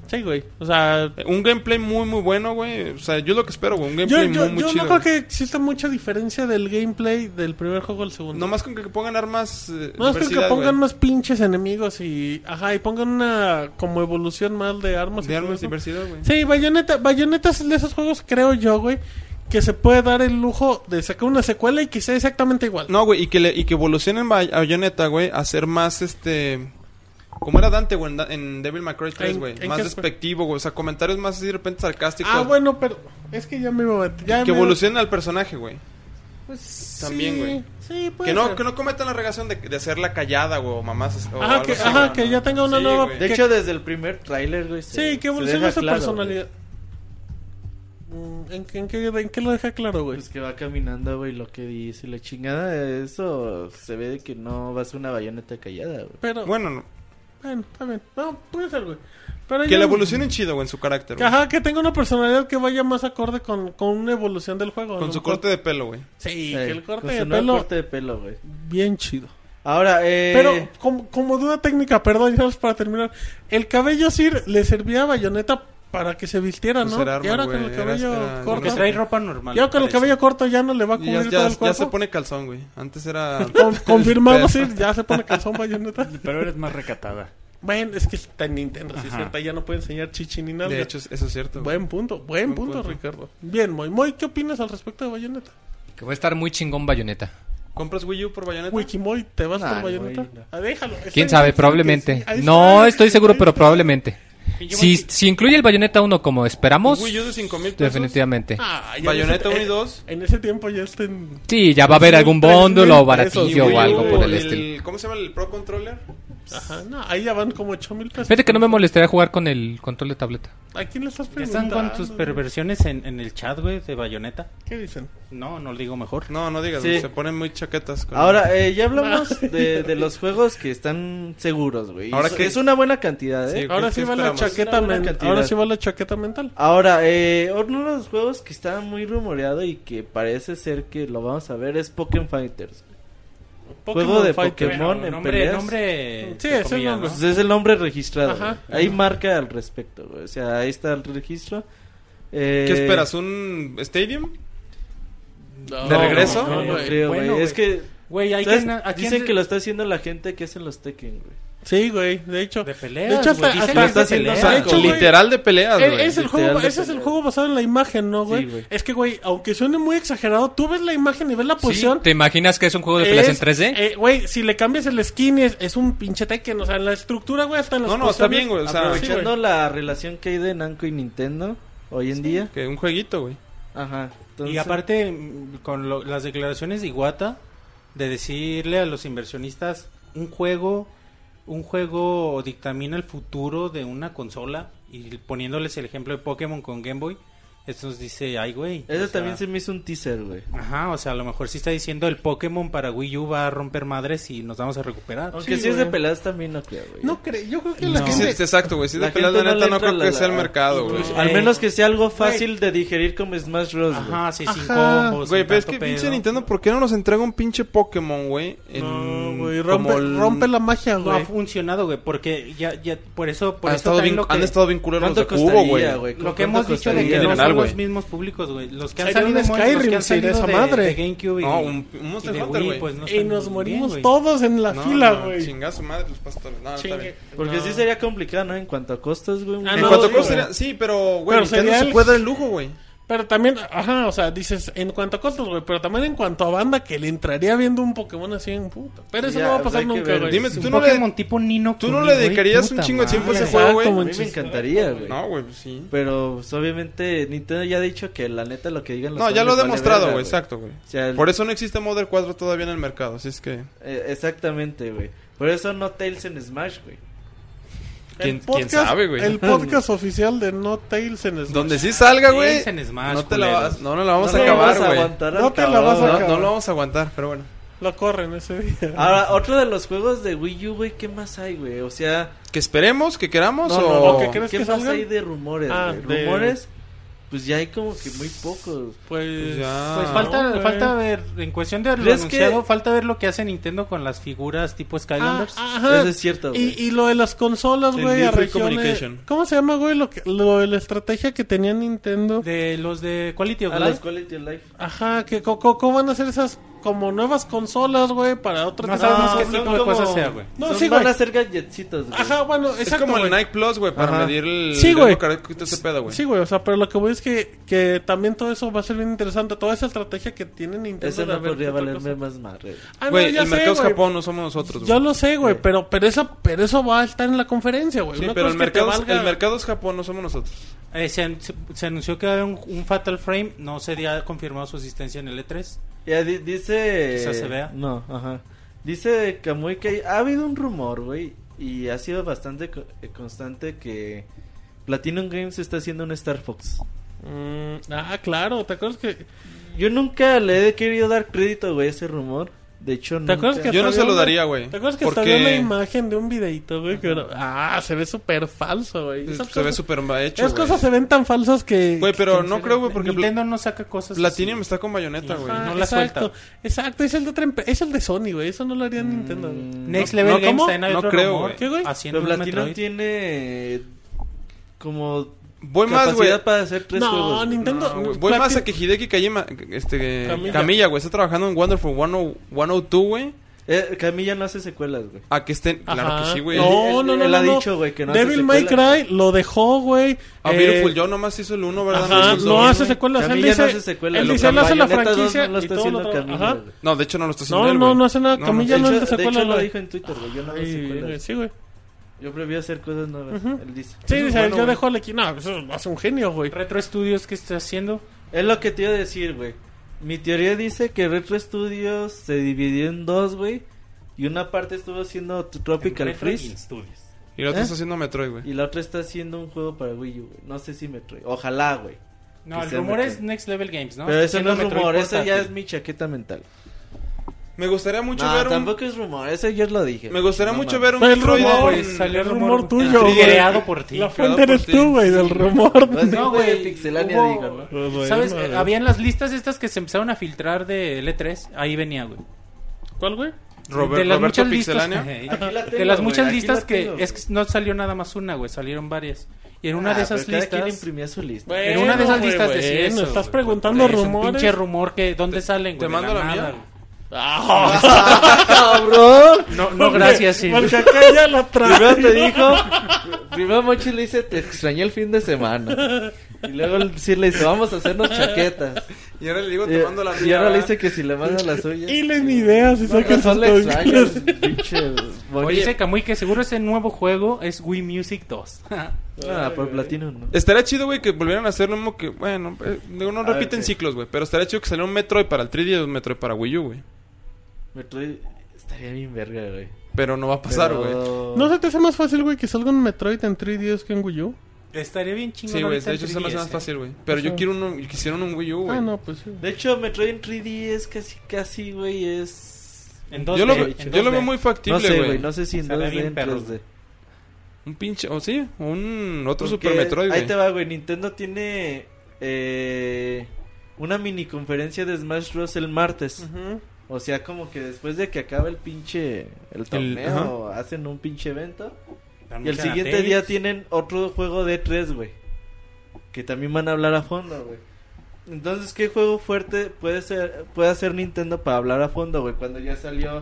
S1: Sí, güey. O sea...
S3: Eh, Un gameplay muy, muy bueno, güey. O sea, yo lo que espero, güey. Un
S1: Yo,
S3: gameplay
S1: yo,
S3: muy, muy
S1: yo
S3: chido.
S1: no creo que exista mucha diferencia del gameplay del primer juego al segundo.
S3: Nomás con que pongan armas. eh,
S1: No, es que
S3: diversidad,
S1: pongan
S3: güey.
S1: más pinches enemigos y... Ajá, y pongan una como evolución mal de armas.
S3: De
S1: y todo
S3: armas
S1: eso.
S3: diversidad, güey.
S1: Sí, Bayonetta, Bayonetta es de esos juegos, creo yo, güey, que se puede dar el lujo de sacar una secuela y que sea exactamente igual.
S3: No, güey, y que, le, y que evolucionen Bay- Bayonetta, güey, a ser más este. Como era Dante, güey, en, Da- en Devil May Cry 3,
S1: ¿En-
S3: güey.
S1: en
S3: Más
S1: qué-
S3: despectivo, güey. O sea, comentarios más así de repente sarcásticos.
S1: ah, bueno, pero es que ya me iba a meter- ya
S3: Que
S1: me iba-
S3: evolucionen al personaje, güey.
S1: Pues,
S3: también,
S1: sí,
S3: güey.
S1: Sí, puede
S3: Que no,
S1: ser.
S3: que no cometan la regación de, de hacerla callada, güey, o mamás. o
S1: Ajá,
S3: algo
S1: que,
S3: así,
S1: ajá,
S3: güey.
S1: que ya tenga una
S3: Sí,
S1: nueva...
S3: güey.
S5: De
S1: que-
S5: hecho, desde el primer tráiler, güey. se-
S1: sí, que
S5: se
S1: evolucione
S5: deja
S1: su
S5: claro,
S1: personalidad.
S5: güey.
S1: Mm, ¿En, en qué, en qué lo deja claro, güey?
S5: Pues que va caminando, güey, lo que dice. y La chingada, eso se ve de que no va a ser una bayoneta callada, güey.
S1: Pero, bueno,
S3: Bueno, no.
S1: está bien. No, puede ser, güey. Pero
S3: que
S1: yo-
S3: la evolucionen chido, güey, en su carácter.
S1: que,
S3: güey.
S1: Ajá, que tenga una personalidad que vaya más acorde con, con una evolución del juego.
S3: Con
S1: ¿no?
S3: su corte de pelo, güey.
S1: Sí,
S5: Eh,
S1: que el corte
S5: con su
S1: de
S5: nuevo
S1: pelo...
S5: corte de pelo, güey.
S1: Bien chido.
S5: Ahora, eh.
S1: Pero como, como duda técnica, perdón, ya para terminar. El cabello Sir le servía a Bayonetta para que se vistiera,
S3: Pues
S1: ¿no?
S3: era arma,
S1: y ahora con
S3: güey,
S1: el
S3: era
S1: cabello
S3: esta-
S1: corto.
S4: Porque
S3: no sé.
S4: trae ropa normal.
S1: Y ahora con el
S4: parece.
S1: cabello corto ya no le va a
S3: Ya,
S1: cubrir
S3: ya-
S1: todo el
S3: ya
S1: cuerpo.
S3: se pone calzón, güey. Antes era.
S1: Con- confirmado,
S3: Pero-
S1: Sir, ya se pone calzón Bayonetta.
S6: Pero eres más recatada.
S1: Bueno, es que está en Nintendo, si es
S6: Ajá.
S1: cierto, ya no puede enseñar chichi ni nada.
S3: De hecho, eso es cierto. güey.
S1: buen punto, buen,
S3: Buen
S1: punto,
S3: punto.
S1: Ricardo. Bien, Moy. Moy, ¿qué opinas al respecto de Bayonetta?
S2: Que va a estar muy chingón Bayonetta.
S3: ¿Compras Wii U por Bayonetta?
S1: Wikimoy, ¿te vas
S5: Nah,
S1: por Bayonetta?
S5: güey, no.
S1: Ah, déjalo.
S2: ¿Quién
S1: está-
S2: sabe?
S1: está-
S2: Probablemente.
S1: ahí está,
S2: No
S1: ahí
S2: estoy
S1: está,
S2: seguro,
S1: ahí
S2: pero
S1: está.
S2: probablemente. Si, si incluye el Bayonetta 1 como esperamos,
S3: Un Wii U de 5,000 pesos.
S2: definitivamente.
S1: Ah, ya
S3: Bayonetta
S1: en ese-
S3: 1 y 2.
S1: En ese tiempo ya está en...
S2: Sí, ya va a haber algún
S1: Tres mil
S2: bundle o
S1: pesos,
S3: Y
S2: baratillo
S1: Wii
S2: o algo
S1: U,
S2: por
S1: el-
S2: el estilo.
S3: ¿Cómo se llama el Pro Controller?
S1: Ajá, no, ahí ya van como 8 mil pesos.
S2: Fíjate que no me molestaría jugar con el control de tableta.
S1: ¿A quién le estás
S4: Ya
S1: preguntando?
S4: están con tus perversiones en, en el chat, güey, de bayoneta.
S1: ¿Qué dicen?
S4: No, no lo digo mejor.
S3: No, no digas,
S5: Sí.
S3: se ponen muy chaquetas. con-
S5: Ahora, eh, ya hablamos de, de los juegos que están seguros, güey.
S3: Ahora
S5: Es-
S3: que-
S5: es una buena cantidad, ¿eh?
S3: Sí.
S1: Ahora
S3: ¿Qué-
S1: sí,
S3: qué
S1: va la
S3: esperamos?
S1: chaqueta
S5: Una
S1: men-
S5: cantidad.
S1: Ahora sí va la chaqueta mental.
S5: Ahora, eh, uno de los juegos que está muy rumoreado y que parece ser que lo vamos a ver es Pokémon Fighters. Juego de
S1: Fighter.
S5: Pokémon en
S4: nombre,
S5: peleas.
S3: Eh,
S4: nombre.
S1: Sí,
S4: entre
S1: es el
S4: comillas,
S1: nombre.
S4: ¿no?
S5: Pues es el nombre registrado.
S1: Ajá.
S5: güey. Hay marca al respecto, güey. O sea, ahí está el registro. Eh,
S3: ¿Qué esperas? ¿Un Stadium?
S1: No, eh.
S3: ¿De regreso?
S5: No, no
S1: güey.
S5: creo, güey.
S4: Bueno,
S5: es que.
S4: Güey, hay
S5: ¿sabes?
S4: quien- a quien-
S5: Dicen que lo está haciendo la gente que hace los Tekken, güey.
S1: Sí, güey, de hecho. eh,
S4: De peleas,
S1: De hecho, hasta-
S4: güey, dicen
S1: hasta-
S4: que
S1: lo
S5: está haciendo
S4: peleas.
S1: Eh, De
S5: Sanko,
S1: hecho, güey,
S3: Literal de peleas,
S1: Es,
S3: güey.
S1: es el
S5: Literal
S1: juego, ese
S5: de
S1: es el
S5: pelear.
S1: juego basado en la imagen, ¿no, güey?
S5: Sí, güey.
S1: es que, güey, aunque suene muy exagerado, tú ves la imagen y ves la posición.
S2: ¿Te imaginas que es un juego de peleas
S1: Ah, pues es-
S2: en 3D?
S1: eh, Güey, si le cambias el skin es, es un pinche Tekken, o sea, la estructura, güey, hasta en las
S3: No, no,
S1: posiciones-
S3: está
S1: Ah,
S3: bien, güey, o sea,
S1: Aprovechando
S5: Aprovechando la relación que hay de Namco y Nintendo hoy en día.
S3: Que un jueguito, güey.
S5: Ajá.
S4: Y aparte, mm, con lo- las declaraciones de Iwata, de decirle a los inversionistas, un juego, un juego dictamina el futuro de una consola, y poniéndoles el ejemplo de Pokémon con Game Boy, eso nos dice, ay, güey.
S5: Ese
S4: o sea,
S5: también se me hizo un teaser, güey.
S4: Ajá, o sea, a lo mejor sí está diciendo el Pokémon para Wii U va a romper madres y nos vamos a recuperar.
S5: Aunque
S1: sí,
S5: si es de
S1: güey.
S5: peleas también no creo, güey.
S1: No creo, yo creo que la
S4: No.
S3: Sí,
S1: gente...
S3: es- exacto, güey. Si es de
S5: La
S3: peleas, la
S5: gente no le
S3: neta, no
S5: entra
S3: creo
S5: la-
S3: que sea el
S5: la-
S3: mercado, güey.
S4: Incluso-
S5: Al
S4: Eh,
S5: menos que sea algo fácil de digerir como Smash Bros. güey.
S4: Ajá, sí, sin
S1: Ajá.
S4: combos.
S3: Güey,
S4: sin
S3: pero es
S4: tanto
S3: que pinche
S4: pedo.
S3: Nintendo, ¿por qué no nos entrega un pinche Pokémon, güey?
S1: No,
S3: En-
S1: güey,
S3: como
S1: rompe,
S3: el-
S1: rompe la magia,
S4: No ha
S1: güey.
S4: funcionado, güey, porque ya, ya, por eso, por
S3: han,
S4: eso
S3: estado
S4: también
S3: bien,
S4: lo que-
S3: han estado vinculados los de
S5: ¿Cuánto
S3: Cubo,
S5: costaría,
S3: güey.
S5: güey?
S4: Lo que
S5: ¿Cuánto
S4: hemos dicho de
S5: costaría?
S4: que no
S3: general,
S4: son
S3: güey.
S4: los mismos públicos, güey. Los que han
S1: Salió
S4: salido de
S1: un
S4: Mon- los que
S1: Skyrim
S4: han
S1: sin
S4: salido
S1: esa
S4: de-
S1: madre.
S4: de GameCube y,
S3: No, un, un Monster
S4: y de
S3: Hunter,
S4: Wii,
S3: güey.
S4: pues no
S1: Y
S4: están
S1: nos
S4: bien,
S1: morimos
S4: güey.
S1: todos en la
S3: No,
S1: fila,
S3: no,
S1: güey.
S3: Chinga su madre, los pastores. No, está
S1: Chingue.
S3: bien.
S5: Porque sí sería complicado, ¿no? En cuanto a costos, güey. un-
S1: Ah,
S3: en
S1: no,
S3: cuanto a
S1: sí,
S3: costos
S1: güey.
S3: sería- sí, pero, güey,
S1: Pero
S3: Nintendo
S1: sería
S3: se
S1: el-
S3: puede dar el lujo, güey.
S1: Pero también, ajá, o sea, dices, en cuanto a costos, güey, pero también en cuanto a banda que le entraría viendo un Pokémon así en puta. Pero eso
S5: Ya,
S1: no va a
S3: pues
S1: pasar
S5: hay que
S1: nunca,
S5: ver.
S1: güey.
S3: Dime,
S4: Un
S3: tú no
S4: Pokémon
S3: le,
S4: tipo Nino
S3: tú no
S4: Kuni,
S3: le
S4: güey,
S3: dedicarías un
S4: puta
S3: chingo de tiempo a ese
S4: madre.
S3: juego,
S5: A
S1: Exacto,
S3: güey.
S5: mí me encantaría, güey.
S3: No, güey, pues sí.
S5: Pero obviamente Nintendo ya ha dicho que la neta lo que digan los
S3: No, ya
S5: fans
S3: lo he
S5: les vale
S3: demostrado,
S5: verga,
S3: güey, exacto, güey.
S5: O sea, el-
S3: Por eso no existe Modern 4 todavía en el mercado, así es que...
S5: eh, exactamente, güey. Por eso no Tails en Smash, güey.
S1: El
S3: ¿Quién, quién sabe, güey?
S1: El podcast oficial de No Tails en Smash.
S3: Pues Donde sí salga, güey.
S4: Tails en Smash,
S3: No te la
S4: culeros.
S3: vas, no, no la vamos
S5: No
S3: a
S5: lo
S3: acabar,
S5: vas a
S3: güey.
S5: aguantar
S1: No
S5: al
S1: te la vas a
S3: No,
S5: cabrón.
S1: acabar.
S3: no lo vamos a aguantar, pero bueno.
S1: Lo corren ese día.
S3: Ah,
S5: Ahora, otro de los juegos de Wii U, güey, ¿qué más hay, güey? O sea,
S3: Que esperemos, que queramos
S5: no,
S3: o...
S5: no, no,
S1: ¿Lo que crees
S5: ¿qué
S1: que
S5: más
S1: salgan?
S5: hay de rumores,
S1: Ah,
S5: güey?
S1: de-
S5: Rumores, pues ya hay como que muy pocos.
S1: Pues,
S3: Pues ya.
S4: Pues
S3: Ah,
S4: falta,
S1: no, güey.
S4: falta ver, en cuestión de lo
S5: ¿Crees que-
S4: anunciado, falta ver lo que hace Nintendo con las figuras tipo
S1: Ah,
S4: Skylanders.
S1: ajá.
S5: Eso es cierto, güey.
S1: Y, y lo de las consolas,
S3: El
S1: güey,
S3: Need
S1: a
S3: for
S1: regiones.
S3: Communication.
S1: ¿Cómo se llama, güey? Lo, que- lo de la estrategia que tenía Nintendo.
S4: De los de Quality of
S5: A
S4: Life.
S5: Ah, los Quality of Life.
S1: Ajá, que co- co- cómo van a hacer esas como nuevas consolas, güey, para otro
S4: No
S1: tipo de
S4: sabemos
S1: cosas?
S4: qué tipo de cosas sea, güey.
S1: No,
S5: Son-
S1: sí, Pues,
S5: van
S1: güey.
S5: a ser gadgetcitos, güey.
S1: Ajá, bueno,
S3: Es
S1: exacto,
S3: como el
S1: güey.
S3: Nike Plus, güey, para
S5: Ajá.
S3: medir el...
S1: Sí,
S3: el
S1: güey.
S3: ritmo cardíaco, ese pedo, güey.
S1: Sí, güey, o sea, pero lo que voy es que, que también todo eso va a ser bien interesante. Toda esa estrategia que tiene Nintendo.
S5: Ese
S1: de
S5: no
S1: ver
S5: podría
S1: qué otra
S5: valerme
S1: cosa.
S5: más madre.
S1: Ah, no,
S3: Güey,
S1: ya
S3: el
S1: sé,
S3: mercado es
S1: güey.
S3: Japón, no somos nosotros,
S1: Yo
S3: güey.
S1: lo sé, güey,
S5: Sí.
S1: pero, pero, eso, pero eso va a estar en la conferencia, güey.
S3: Sí,
S1: Una
S3: pero
S1: cosa
S3: el
S1: es que te
S3: mercado, es-
S1: valga-
S3: el mercado es Japón, no somos nosotros.
S4: Eh, se, an- se- se anunció que había un, un Fatal Frame, no sería confirmado su asistencia en el E E3.
S5: Ya di- dice.
S4: Quizás se vea.
S5: No, ajá. Dice Kamui que hay- ha habido un rumor, güey. Y ha sido bastante co- eh, constante que Platinum Games está haciendo un Star Fox.
S1: Mm, ah, claro, ¿te acuerdas que...?
S5: Yo nunca le he querido dar crédito, güey, a ese rumor. De hecho, no.
S1: acuerdas que-
S3: Yo no
S1: hasta
S3: se
S1: vi
S3: lo
S1: una-
S3: daría, güey.
S1: ¿Te acuerdas que
S3: porque
S1: hasta había una imagen de un videito, güey? que era- Ah, se ve súper falso, güey.
S3: Se
S1: Esas
S3: se ve
S1: cosas-
S3: súper mal hecho,
S1: Esas
S3: güey.
S1: cosas se ven tan falsas que...
S3: Güey, pero no creo, güey, porque Pla-
S4: Nintendo no saca cosas.
S3: Platinum
S4: así.
S3: está con bayoneta, güey.
S1: Ajá,
S4: no la
S1: Ah, exacto,
S4: suelta.
S1: Exacto, es el de otra empre- es el de Sony, güey. Eso no lo haría Nintendo. güey.
S4: Next
S3: No,
S4: Level
S3: no,
S4: Games
S3: ¿cómo?
S4: también hay
S3: No
S4: otro
S3: creo,
S4: rumor
S3: güey.
S1: ¿Qué, güey?
S4: haciendo
S5: Mm, Pero
S4: un
S5: Platinum
S4: Metroid.
S5: tiene. eh, Como.
S3: Voy más, güey.
S5: capacidad para hacer tres
S1: No,
S5: juegos. güey.
S1: Nintendo-
S3: No, Ah, güey, Voy más
S1: Platin-
S3: a que Hideki Kajima, este,
S1: Camilla.
S3: Camilla, güey, está trabajando en Wonderful 10- 102, güey.
S5: Eh, Camilla no hace secuelas, güey.
S3: A que estén, claro
S1: Ajá.
S3: que sí, güey.
S1: No,
S5: Él-
S1: no,
S5: él-
S1: no.
S5: él
S1: no,
S5: ha
S1: no.
S5: dicho, güey, que no hace
S1: Devil May
S5: secuela.
S1: Cry lo dejó, güey.
S3: A
S1: Eh,
S3: Beautiful Joe nomás hizo Ah, el uno, ¿verdad?
S1: Ajá,
S3: hizo el
S1: no
S3: dos.
S1: hace secuelas. Él
S5: Camilla
S1: dice,
S5: no hace secuelas,
S1: él
S5: lo
S1: dice, él hace la
S5: Bayonetta dos
S1: franquicia.
S5: no lo está
S1: y todo lo
S5: haciendo
S1: tra-
S5: Camilla,
S1: ajá.
S5: güey.
S3: No, de hecho no lo está haciendo
S1: No,
S3: pues, él,
S1: no,
S3: güey.
S1: no hace nada. Camilla
S5: De
S1: no
S5: hecho,
S1: hace
S5: de hecho
S1: secuelas,
S5: lo
S1: güey.
S5: dijo en Twitter, güey. Yo no hago
S1: Ay,
S5: secuelas.
S1: güey, Sí, güey.
S5: Yo prefiero hacer cosas nuevas.
S1: Ujú.
S5: Él dice.
S1: Sí,
S3: Eso es
S1: dice,
S3: bueno,
S1: yo
S3: güey.
S1: dejo al equipo. No, pues, eso hace un genio, güey.
S4: Retro Studios, ¿qué está haciendo?
S5: Es lo que te iba a decir, güey. Mi teoría dice que Retro Studios se dividió en dos, güey. Y una parte estuvo haciendo Tropical Freeze.
S3: Y lo otro
S5: ¿Eh?
S3: está haciendo Metroid, güey.
S5: Y la otra está haciendo un juego para Wii U, güey. No sé si Metroid. Ojalá, güey.
S4: No,
S5: Que
S4: el
S5: sea
S4: rumor
S5: Metroid.
S4: es Next Level Games, ¿no?
S5: Pero
S4: Está
S5: eso
S4: haciendo
S5: no es
S4: Metroid
S5: rumor, eso
S4: portátil.
S5: ya es mi chaqueta mental.
S3: Me gustaría mucho
S5: no,
S3: ver un...
S5: tampoco es rumor, eso yo lo dije.
S3: Me gustaría
S5: No pues,
S3: mucho
S5: mames.
S3: ver un
S1: Fue el
S3: Metroid
S1: rumor,
S3: en-
S1: güey, salió el rumor tuyo,
S4: Sí,
S1: güey.
S4: creado por ti.
S1: La
S3: Creado
S1: fuente eres
S3: por ti.
S1: tú, güey, del rumor.
S5: No, sí,
S4: No, güey,
S5: Pixelania,
S4: hubo-
S5: digo, ¿no?
S4: ¿Sabes? Eh, Habían las listas estas que se empezaron a filtrar de L3. Ahí venía, güey.
S1: ¿Cuál, güey?
S3: Robert-
S4: de las
S3: Roberto
S4: muchas listas,
S3: Pixelania.
S4: Ajá.
S5: Aquí la
S4: de
S5: tengo,
S4: las
S5: güey,
S4: muchas
S5: aquí
S4: listas
S5: la
S4: que
S5: tengo,
S4: es que no salió nada más una, güey, salieron varias. Y en una
S5: Ah,
S4: de esas
S5: pero cada quien
S4: listas,
S5: imprimía su lista.
S4: en una de esas
S1: Bueno,
S4: listas
S1: güey,
S4: decía
S1: bueno,
S4: eso,
S1: estás
S4: güey,
S1: preguntando
S4: porque es un
S1: rumores.
S4: pinche rumor que dónde salen,
S3: te
S4: güey.
S3: mando la mía.
S4: güey.
S1: Ah,
S5: ¡Cabrón!
S4: No, no, gracias, sí.
S1: Porque acá ya la trae.
S5: Primero te dijo, primero Mochi le dice, te extrañé el fin de semana. Y luego sí le dice, vamos a hacernos chaquetas.
S3: Y ahora le digo,
S5: Y,
S3: te mando la mía.
S5: y ahora le
S3: ¿verdad?
S5: dice que si le manda la suya.
S1: Y le ni idea si
S5: No,
S1: sacas
S5: son le
S1: sus
S5: extrañas,
S1: cosas.
S5: pinche.
S4: Oye,
S5: Mochi.
S4: dice Kamui que seguro ese nuevo juego es Wii Music 2.
S5: Ah, por platino, ¿no?
S3: Estaría chido, güey, que volvieran a hacer lo mismo que... Bueno, eh, digo, no
S5: A ver,
S3: repiten
S5: sí.
S3: ciclos, güey. Pero estaría chido que saliera un Metroid para el 3D y un Metroid para Wii U, güey.
S5: Metroid estaría bien verga, güey.
S3: Pero no va a pasar, güey.
S1: ¿No se te hace más fácil, güey, que salga un Metroid en 3DS que en Wii U?
S4: Estaría bien chingón.
S3: Sí, güey,
S4: ahorita
S3: de hecho
S4: el
S3: se me hace
S4: 3DS,
S3: más
S4: eh.
S3: fácil, güey. Pero yo
S1: Ajá.
S3: quiero uno, yo quisiera uno en Wii U, güey.
S1: Ah, no, pues sí.
S5: De hecho, Metroid en 3D es casi, casi, güey, es...
S4: En
S3: Yo lo,
S4: 2D,
S3: veo-
S4: en
S3: yo lo
S4: 2D.
S3: veo muy
S5: No
S3: factible,
S5: sé,
S3: güey.
S5: güey, no sé si en
S4: Se ve
S5: 2D,
S4: bien
S5: en
S4: perro.
S5: 3D.
S3: Un pinche, o sí, un otro
S5: Porque
S3: Super Metroid,
S5: Ahí te
S3: güey.
S5: va, güey. Nintendo tiene eh, una mini conferencia de Smash Bros. el martes. O sea, como que después de que acaba el pinche el torneo, hacen un pinche evento. Y el
S4: También
S5: siguiente
S4: Xanatex.
S5: día tienen otro juego de 3, güey. Que también van a hablar a fondo, güey. Entonces, ¿qué juego fuerte puede ser puede hacer Nintendo para hablar a fondo, güey? Cuando ya salió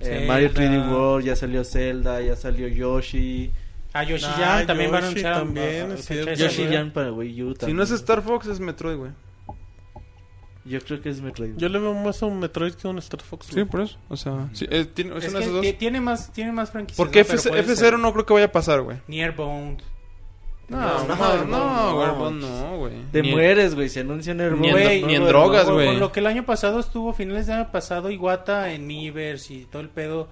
S5: eh,
S4: Zelda.
S5: Mario 3D World, ya salió Zelda, ya salió Yoshi.
S4: Ah, Yoshi
S1: Ah,
S4: Jam también va a
S1: Yoshi
S4: anunciar.
S1: también,
S4: ah,
S1: es
S4: fecha de
S1: cierto.
S5: Yoshi
S4: salida.
S1: güey.
S5: Jam para Wii U
S3: Si
S5: también.
S3: no es Star Fox, es Metroid, güey.
S5: Yo creo que es Metroid.
S1: Yo le veo más a un Metroid que a un Star Fox.
S3: Sí,
S1: güey.
S3: por eso. O sea, sí, eh, tiene, es,
S4: Es
S3: una de
S4: que
S3: esas dos.
S4: ti- tiene más, tiene más franquicias.
S3: Porque
S4: ¿no? Pero
S3: F-
S4: puede
S3: F0
S4: ser
S3: no creo que vaya a pasar, güey.
S4: Nearbound.
S3: No,
S5: no,
S3: no,
S5: no,
S3: no, güey,
S5: no.
S3: no, güey.
S5: Te
S3: Ni-
S5: mueres, güey. Se anuncia en el
S3: Ni en-
S4: Güey,
S3: ni en
S5: no,
S3: drogas,
S4: Con-
S3: güey.
S4: Con lo que el año pasado estuvo, finales de año pasado, Iwata en Miiverse y todo el pedo,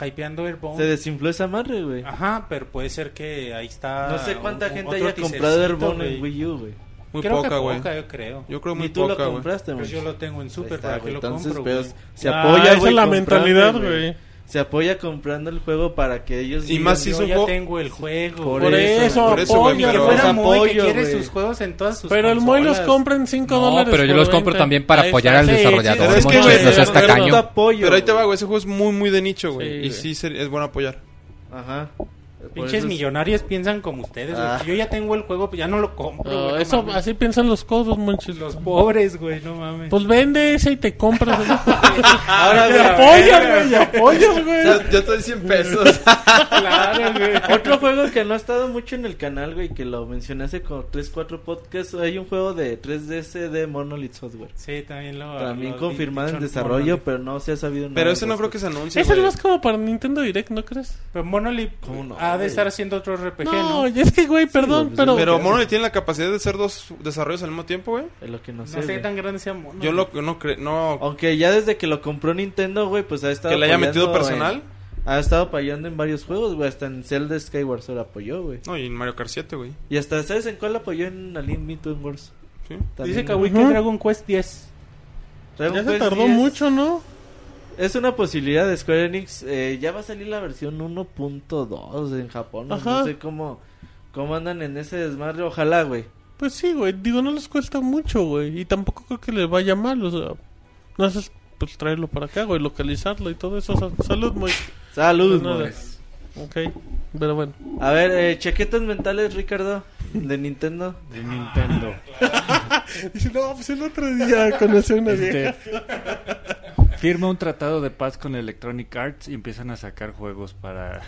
S4: hypeando Airbound.
S5: Se desinfló esa madre, güey.
S4: Ajá, pero puede ser que ahí está.
S5: No sé cuánta
S4: un-
S5: gente
S4: otro
S5: haya comprado
S4: teasercito,
S5: Airborne en Wii U, güey.
S3: Muy
S4: creo
S3: poca,
S4: que
S3: güey.
S4: poca, yo creo.
S3: Yo creo
S5: Ni
S3: muy
S5: tú lo
S3: poca, güey.
S5: compraste, güey.
S4: Pues yo lo tengo en
S5: Ahí
S4: Super,
S5: está,
S4: ¿para
S5: güey.
S4: qué lo
S5: Entonces,
S4: compro,
S5: pero
S3: pues,
S4: güey?
S5: se
S1: Ah,
S5: apoya,
S1: esa
S5: güey.
S1: es la
S5: comprando,
S1: mentalidad, güey.
S5: Se apoya comprando el juego para que ellos...
S3: Y
S5: digan,
S3: más si
S4: Yo
S3: es un
S4: ya
S3: juego-
S4: tengo el juego.
S5: Por
S1: Por
S5: eso,
S1: eso,
S3: por eso, güey,
S4: Y que
S1: apoya,
S3: pero-
S1: güey.
S4: fuera
S5: Los
S4: muy que
S5: apoyo,
S4: quiere
S5: güey.
S4: sus juegos en todas sus
S1: Pero el Moy los
S4: consolas.
S1: compra en 5
S2: No,
S1: dólares.
S2: pero yo
S1: por
S2: los
S1: 20.
S2: compro también para
S1: Ahí
S2: apoyar
S1: está,
S2: al
S1: sí, sí,
S2: desarrollador.
S1: sí,
S3: Es que,
S1: sí,
S3: güey,
S1: sí,
S3: no seas
S1: sí, sí,
S2: tacaño.
S1: sí, sí,
S5: apoyo,
S3: Pero ahí te va, güey. Ese juego es muy, muy de nicho,
S1: Sí,
S3: güey. y
S1: güey.
S3: sí se- es bueno apoyar.
S5: Ajá. Por
S4: Pinches
S5: eso es-
S4: millonarios piensan como ustedes, güey.
S5: Ah.
S4: Si Yo ya tengo el juego, pues ya no lo compro.
S1: No,
S4: güey, no
S1: eso,
S4: mames.
S1: así piensan los codos, monchis.
S4: Los pobres, güey, no mames.
S1: Pues vende ese y te compras. Y
S5: Ahora,
S4: Ah,
S5: güey,
S1: apoyas, güey, y apoyas, güey.
S3: Yo estoy 100 pesos.
S4: claro, güey.
S5: Otro juego que no ha estado mucho en el canal, güey, que lo mencioné hace como 3, 4 podcasts. Hay un juego de 3DS de Monolith Software.
S4: Sí, también lo.
S5: También
S4: lo-
S5: confirmado en
S4: dicho
S5: desarrollo,
S4: Monolith.
S5: pero no pues, se ha sabido nada.
S3: Pero
S5: al
S3: ese no creo que
S5: respecto.
S3: se anuncie,
S1: Ese es
S3: güey.
S1: más como para Nintendo Direct, ¿no crees?
S4: Pero Monolith
S5: ¿Cómo no,
S4: ha de
S5: güey?
S4: estar haciendo otro RPG,
S1: No,
S4: Pues ¿no?
S1: y es que, güey, perdón,
S5: güey, pues,
S1: pero.
S3: Pero Monolith tiene la capacidad de hacer dos desarrollos al mismo tiempo, güey.
S5: Es lo que no,
S4: No
S5: sé.
S4: sé qué
S5: güey.
S4: tan grande sea Monolith.
S3: Yo lo, no creo. No,
S5: Aunque ya desde que lo compró Nintendo, güey, pues ha estado.
S3: que le haya
S5: apoyando
S3: metido personal.
S5: en- ha estado apoyando en varios juegos, güey. Hasta en Zelda Skyward Sword apoyó, güey.
S3: No, y en Mario Kart 7, güey.
S5: Y hasta, ¿sabes en cuál apoyó en Alien Between Worlds?
S3: Sí.
S4: Dice
S5: También, güey.
S4: Kawi que
S1: Ujú.
S4: Dragon Quest 10.
S5: Dragon
S1: Ya se
S5: Quest
S1: tardó
S5: 10
S1: mucho, ¿no?
S5: Es una posibilidad de Square Enix. eh, ya va a salir la versión 1.2 en Japón. no-
S1: Ajá.
S5: No sé cómo, cómo andan en ese desmadre. Ojalá, güey.
S1: Pues sí, güey. Digo, no les cuesta mucho, güey. Y tampoco creo que les vaya mal, o sea. No haces, pues traerlo para acá, güey, localizarlo y todo eso. o sea, salud, muy.
S5: Salud,
S1: Pues nada.
S5: güey.
S1: Ok, pero bueno.
S5: A ver, eh, chaquetas mentales, Ricardo, de Nintendo.
S6: De Nintendo.
S1: Dice, no, pues el otro día conocí a una vieja.
S6: Este, firma un tratado de paz con Electronic Arts y empiezan a sacar juegos para...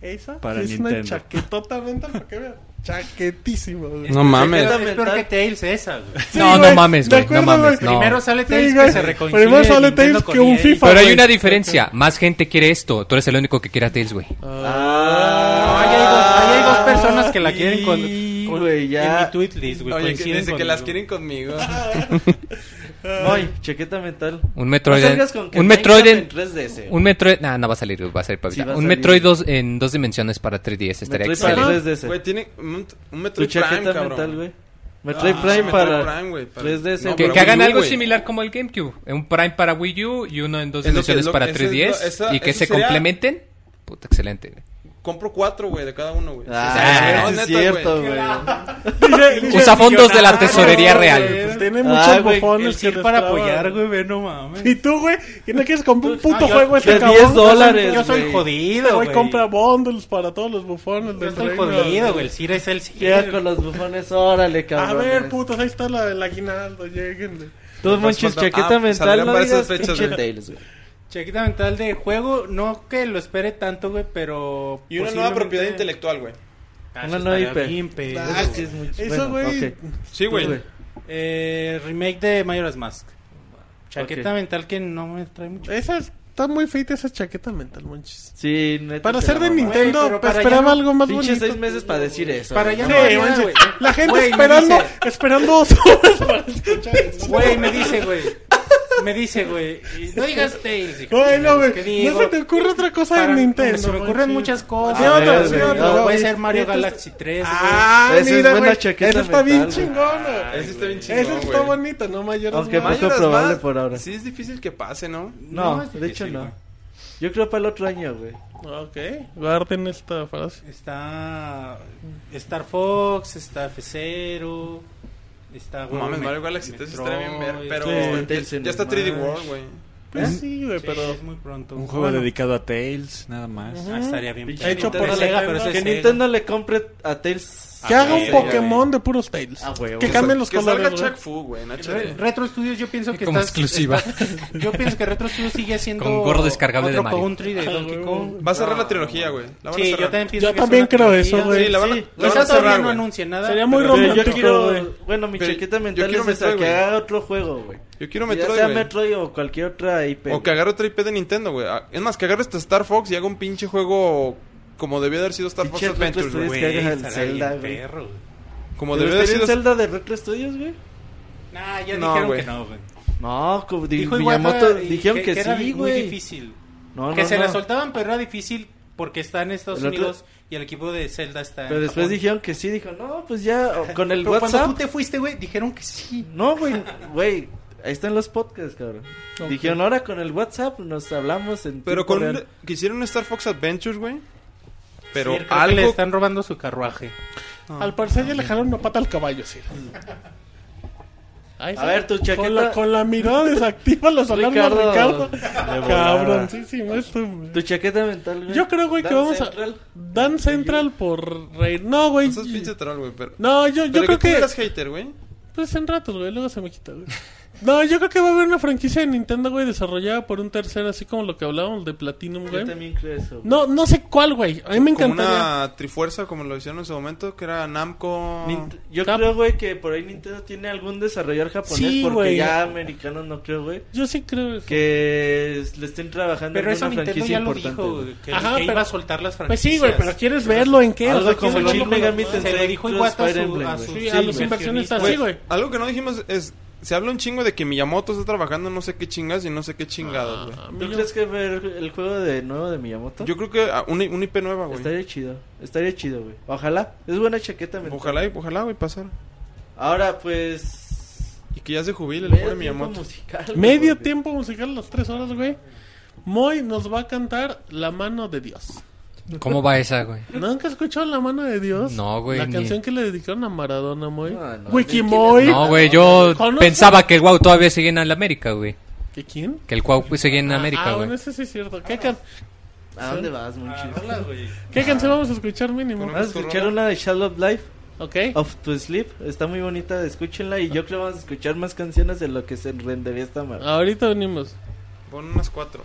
S1: Esa
S6: Para
S1: es una
S6: Nintendo.
S1: chaquetota mental, para que vean. Chaquetísima, güey.
S3: No mames.
S5: Chaqueta
S4: Es peor
S5: mental.
S4: que Tails esa, güey.
S1: Sí,
S2: no,
S1: güey,
S2: no mames,
S1: de
S2: güey. No
S1: acuerdo,
S2: mames,
S1: güey.
S2: no.
S4: Primero sale Tails
S1: Sí,
S4: que
S1: güey.
S4: se reconcilia.
S1: Primero sale
S4: Nintendo
S1: Tails
S4: con
S1: que un
S4: EA.
S1: FIFA.
S2: Pero
S1: güey.
S2: hay una diferencia. Más gente quiere esto. Tú eres el único que quiere a Tails, güey.
S3: Ah.
S4: Ah.
S5: Ah.
S4: No, ahí hay, dos, ahí hay dos personas que la quieren con.
S5: Sí,
S4: con-
S5: güey, ya.
S4: En mi tweet list, güey.
S3: Oye, que
S4: coinciden
S3: desde que las
S4: conmigo.
S3: quieren conmigo.
S5: Voy, chaqueta Ah. mental.
S2: Un Metroid.
S5: No
S2: en-
S5: salgas con que
S2: un
S5: Minecraft
S2: Metroid. en-
S5: en 3DS.
S2: Un Metroid. Nah, no va a salir, güey, va a salir para
S5: Sí,
S2: Vita.
S5: va a
S2: un
S5: salir.
S2: Metroid dos- en dos dimensiones para 3DS. Estaría
S5: Metroid
S2: excelente.
S5: para 3DS.
S3: Güey, tiene un, un
S5: Tu
S3: Metroid
S5: chaqueta
S3: Prime, cabrón.
S5: mental, güey.
S3: Ah,
S5: Metroid Prime
S3: Metroid
S5: para
S3: Prime, güey, para-
S5: 3DS.
S3: No,
S2: Que,
S3: pero
S2: que hagan
S3: Wii U,
S2: algo
S3: güey.
S2: similar como el GameCube. Un Prime para Wii U y uno en dos
S3: Es lo que-
S2: dimensiones
S3: lo-
S2: para
S3: ese es
S2: 3DS.
S3: lo- esa-
S2: y que
S3: eso
S2: se
S3: sería-
S2: complementen. Puta, excelente. güey.
S3: Compro cuatro, güey, de cada uno, güey.
S5: Ah,
S3: O
S5: sí
S3: sea,
S5: es
S3: no, neta,
S5: cierto,
S3: güey.
S5: güey.
S2: Usa fondos de la tesorería
S1: Ah, güey,
S2: real.
S1: pues Tiene
S5: Ay,
S1: muchos
S5: güey,
S4: El
S1: bufones que
S4: Sir
S1: les
S4: para
S1: traba.
S4: apoyar, güey, ve, no mames.
S1: Y tú, güey, que no quieres comprar un puto
S4: Ah, yo-
S1: juego
S5: de
S1: este cabrón.
S5: 10 dólares,
S4: Yo soy
S5: güey.
S4: jodido,
S1: Hoy
S4: güey.
S1: compra bundles para todos los bufones.
S4: Yo
S1: del
S4: estoy
S1: reino.
S4: jodido, güey. El Sir es el
S5: Llega
S4: Sir.
S5: con los bufones, órale, cabrón.
S1: A ver, putos, ahí está la del aguinaldo, lleguen.
S5: Tú, Monchis,
S3: faltando-
S5: chaqueta
S3: ah,
S5: mental,
S3: salían
S5: no
S3: para esas
S5: digas
S3: fechas,
S5: pinche
S3: güey.
S5: Tales, güey.
S4: Chequita mental de juego, no que lo espere tanto, güey, pero... Ah,
S3: Y una nueva propiedad intelectual, güey.
S5: Una nueva IP.
S4: IP.
S5: Ah, sí, es muy-
S4: Pues
S1: Eso,
S5: bueno,
S1: güey.
S5: ok.
S3: Sí,
S5: Tú,
S3: güey.
S4: Eh, remake de Majora's Mask. Chaqueta
S5: Ok.
S4: mental que no me trae mucho.
S1: Esa está muy feita esa chaqueta mental, monchis.
S5: Sí, neta,
S1: Para
S5: te
S1: ser
S5: la
S1: de
S5: mamá.
S1: Nintendo,
S4: pero para
S1: esperaba
S4: allá no-
S1: algo más
S5: Pinche
S1: bonito.
S5: seis meses para decir eso.
S4: Para
S5: güey,
S4: allá
S1: Sí,
S5: no
S4: no-
S1: manches,
S4: güey.
S1: La gente
S4: Güey, me
S1: esperando,
S4: dice-
S1: esperando dos horas para escuchar eso.
S4: Güey, me dice, güey. Me dice, güey. y No digas Tails. hijo.
S1: Güey, no, güey,
S4: ¿Qué digo?
S1: No se te ocurre otra cosa
S4: Para-
S1: de Nintendo.
S4: Se me ocurren
S1: Monchis.
S4: muchas cosas.
S1: Sí, otra,
S5: ver,
S1: sí,
S5: güey,
S1: otra,
S5: no,
S4: puede
S1: güey.
S4: ser Mario
S1: Entonces-
S4: Galaxy 3.
S1: Ah,
S5: Esa es
S1: mira,
S5: buena
S1: güey.
S5: chaqueta
S1: Esa está bien
S5: mental, güey.
S1: chingona.
S3: Ese está bien chingón,
S1: Ese está
S3: güey.
S1: bonito, no mayor.
S5: Aunque
S1: más.
S5: poco
S3: Mayoras
S5: probable
S3: Mask,
S5: por ahora.
S3: Sí, es difícil que pase, ¿no?
S5: No,
S4: No, es
S5: de hecho
S4: difícil,
S5: no.
S4: güey.
S5: Yo creo para el otro año, güey.
S1: Ok, guarden esta frase.
S4: güey. Está Star Fox, está F0. Está
S3: No mames,
S4: Gourmet-
S3: Mario Galaxy 3 estaría bien ver,
S4: Metroid.
S3: pero
S1: Sí.
S3: ya- ya, está 3D World, güey.
S1: Pues sí, güey,
S4: Sí,
S1: pero.
S4: es muy pronto.
S6: Un juego dedicado a Tails, nada más.
S4: Ah, estaría bien.
S5: Pinche
S4: perro.
S1: Hecho
S5: Nintendo
S1: por
S5: Sega,
S1: Nintendo,
S4: pero ese
S5: Que
S4: es Sega.
S5: Nintendo le compre a Tails.
S1: Que
S5: Ah,
S1: haga un
S5: sí,
S1: Pokémon de puros Tails.
S5: Ah, güey,
S1: Que
S5: güey.
S1: cambien los
S3: que
S1: colores,
S3: salga
S1: güey.
S3: Chuck Fu, güey, en
S4: Re-
S3: HD.
S4: Retro Studios yo pienso que
S2: Como
S4: estás-
S2: exclusiva.
S4: estás- yo pienso que Retro Studios sigue siendo
S2: Con gorro descargable
S4: otro
S2: de Mario.
S4: country de Donkey Kong.
S3: Va a cerrar la trilogía, güey. La van
S4: Sí,
S3: a
S4: yo
S3: cerrar.
S4: también pienso
S1: Yo
S4: que es
S1: también
S4: una
S1: creo
S4: trilogía.
S1: eso,
S3: Sí, la van a,
S5: Sí.
S3: la van a
S4: Quizás todavía
S3: cerrar,
S4: no
S3: güey.
S4: anuncia nada.
S1: Sería muy
S4: pero-
S5: Pero yo
S1: romántico,
S5: quiero.
S1: güey.
S5: Bueno, mi
S3: Pero
S5: chaqueta
S3: yo
S5: mental
S3: quiero
S5: es esa,
S3: Metroid,
S5: que
S3: güey.
S5: haga otro juego, güey.
S3: Yo quiero
S5: ya
S3: Metroid,
S5: sea
S3: güey.
S5: Metroid o cualquier otra IP.
S3: O que agarre otra IP de Nintendo, güey. Ah, Es más, que agarre este Star Fox y haga un pinche juego como debió haber sido Star Fox
S5: Pinche Retro
S3: Adventures,
S5: Studios
S3: güey.
S5: que haga el
S4: Estaría
S5: Zelda,
S4: bien
S5: güey.
S4: perro, güey.
S3: Como
S5: ¿Te
S3: debió haber
S5: gustaría
S3: sido
S5: un Zelda de Retro Studios, güey?
S4: Nah, ya
S3: No,
S4: dijeron
S3: güey.
S4: que no, güey.
S5: No, como di-
S4: Dijo igual
S5: Miyamoto,
S4: para- y
S5: dijeron que,
S4: era
S5: sí,
S4: muy
S5: güey.
S4: difícil.
S5: No, no,
S4: que se la
S5: no.
S4: soltaban, pero era difícil porque está en Estados
S5: El otro-
S4: Unidos y el equipo de Zelda está en
S5: Pero después
S4: Japón.
S5: dijeron que sí, dijo, no, pues ya, o con el
S4: Pero cuando tú
S5: WhatsApp.
S4: te fuiste, güey, dijeron que sí.
S5: No, güey, güey, ahí están los podcasts, cabrón. Dijeron, ahora con el WhatsApp nos hablamos en
S3: Pero
S5: tiempo
S3: con un,
S5: real".
S3: que hicieron un Star Fox Adventures, güey. Pero
S4: Sí, creo que le
S3: algo
S4: están robando su carruaje.
S5: Ah.
S1: Al parecer ya le jalaron una pata al caballo, sí. Ahí
S5: A
S1: está.
S5: ver, tu chaqueta.
S1: Con la, con la mirada desactiva las alarmas,
S5: Ricardo.
S1: Ricardo.
S5: volada.
S1: Cabroncísimo esto,
S5: Tu
S1: güey.
S5: chaqueta mental, güey.
S1: Yo creo, güey, que
S5: Dan
S1: vamos
S5: Central.
S1: a. Dan Central por reír. No, güey.
S3: Eso es pinche troll, güey, pero...
S1: No, yo, yo
S3: pero
S1: creo
S3: que... tú
S1: que.
S3: eras hater, güey.
S1: Pues en ratos, güey. Luego se me quita, güey. No, yo creo que va a haber una franquicia de Nintendo, güey, desarrollada por un tercero, así como lo que hablábamos de Platinum,
S5: Yo
S1: güey.
S5: también creo eso. güey.
S1: No, no sé cuál, güey. A mí me
S3: Como
S1: encantaría.
S3: una trifuerza, como lo hicieron en su momento, que era Namco...
S5: Nint- Yo
S1: Cap-
S5: creo, güey, que por ahí Nintendo tiene algún desarrollador japonés.
S1: Sí,
S5: porque
S1: güey.
S5: ya americanos no creo, güey.
S1: Yo sí creo eso.
S5: Que es- le estén trabajando
S4: Pero
S5: en
S4: eso
S5: una
S4: Nintendo
S5: franquicia
S4: ya lo
S5: importante.
S4: dijo,
S5: güey.
S4: güey, que,
S1: Ajá,
S4: que
S1: pero-
S4: iba a soltar las
S1: Pues
S4: franquicias.
S1: sí, güey, pero ¿quieres verlo en qué?
S5: Algo como
S1: ¿quieres
S5: Shin
S1: verlo
S5: Megami
S1: con los-
S4: Se lo dijo
S5: Cross
S4: Iwata a,
S5: Fire
S4: su,
S5: Emblem,
S4: a
S5: güey.
S4: sus
S1: Sí, a los inversionistas, sí, güey.
S3: Pues, Algo que no dijimos es... Se habla un chingo de que Miyamoto está trabajando no sé qué chingas y no sé qué chingados, güey.
S1: Ah,
S5: ¿Tú
S1: mira.
S5: crees que ver el juego de nuevo de Miyamoto?
S3: Yo creo que ah, una, una IP nueva, güey.
S5: Estaría chido, estaría chido, güey. Ojalá, es buena chaqueta, mental.
S3: Ojalá, y- ojalá, güey, pasar.
S5: Ahora, pues.
S3: Y que ya se jubile el
S5: medio
S3: pobre
S5: tiempo
S3: Miyamoto.
S5: musical, güey,
S1: Medio
S5: porque-
S1: tiempo musical, las tres horas, güey. Moy nos va a cantar La mano de Dios.
S2: ¿Cómo va esa, güey?
S1: ¿Nunca has escuchado La mano de Dios?
S2: No, güey,
S1: La
S2: ni-
S1: canción que le dedicaron a Maradona, Moy.
S5: No, no,
S1: Wikimoy.
S2: No, güey, yo
S1: ¿Conoces?
S2: pensaba que el WoW todavía seguía en la América, güey.
S1: ¿Qué, ¿Quién?
S2: Que el WoW pues, seguía en
S1: ah,
S2: América,
S1: bueno,
S2: güey.
S1: ese sí es cierto. ¿Qué, can-
S5: ¿A dónde vas, muy
S3: Ah,
S5: chido?
S1: qué canción vamos a escuchar mínimo?
S3: Con-
S5: Vamos a escuchar una de Shadow of Life,
S1: ¿Ok?
S5: Of To Sleep. Está muy bonita, escúchenla. Y yo creo que vamos a escuchar más canciones de lo que se rendería esta madre.
S1: Ahorita venimos.
S3: Pon unas cuatro.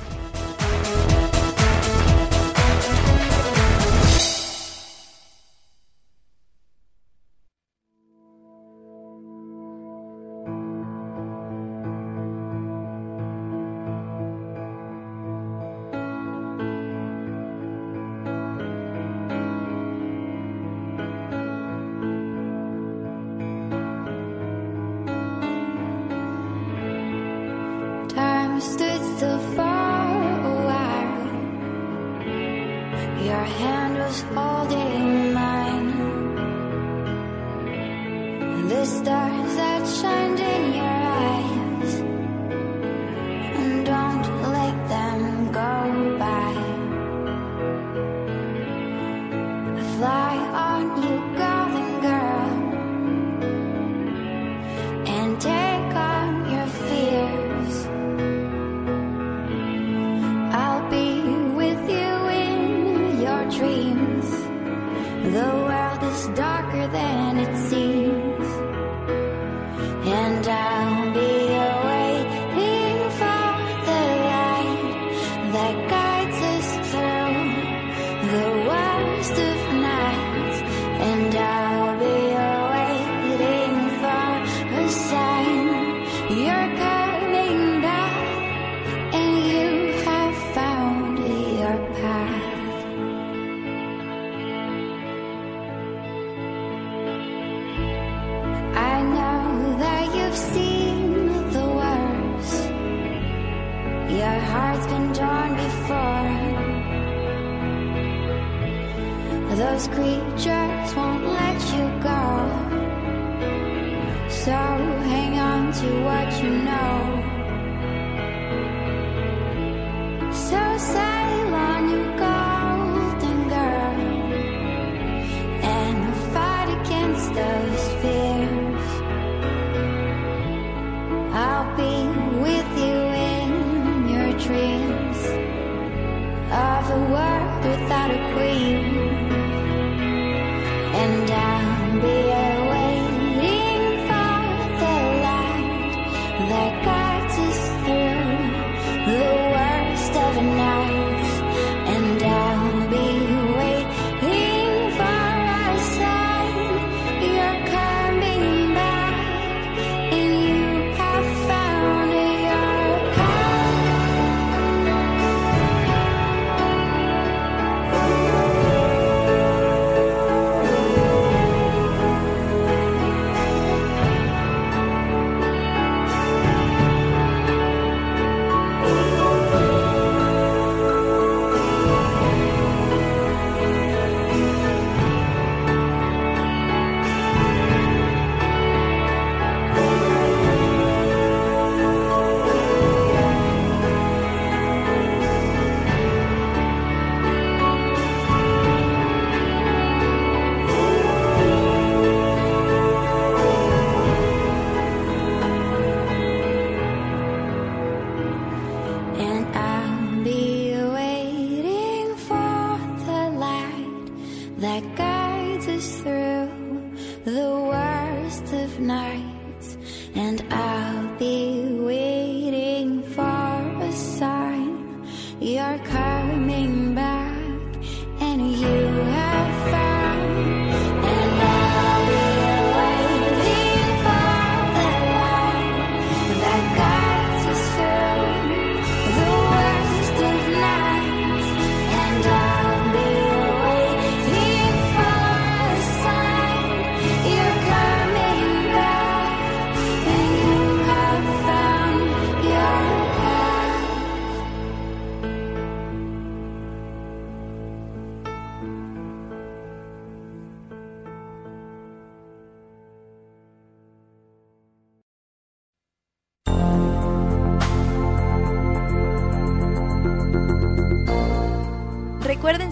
S8: heart's been torn before. Those creatures won't let you go. So hang on to what you know. So sail on, you golden girl, and fight against those fears. I'll be with you in your dreams of a world without a queen. And I'll be here waiting for the light that guides us through the worst of nights. And I'll be waiting for a sign you're coming back. And you have found your path. And I'll be waiting for the light that guides us through the worst of nights. And I'll be waiting for a sign you're coming back. And you have found. And I'll be waiting for the light that guides us through the worst of nights, and I'll be waiting for a sign. You're coming back, and you have found your path.
S7: Recuerden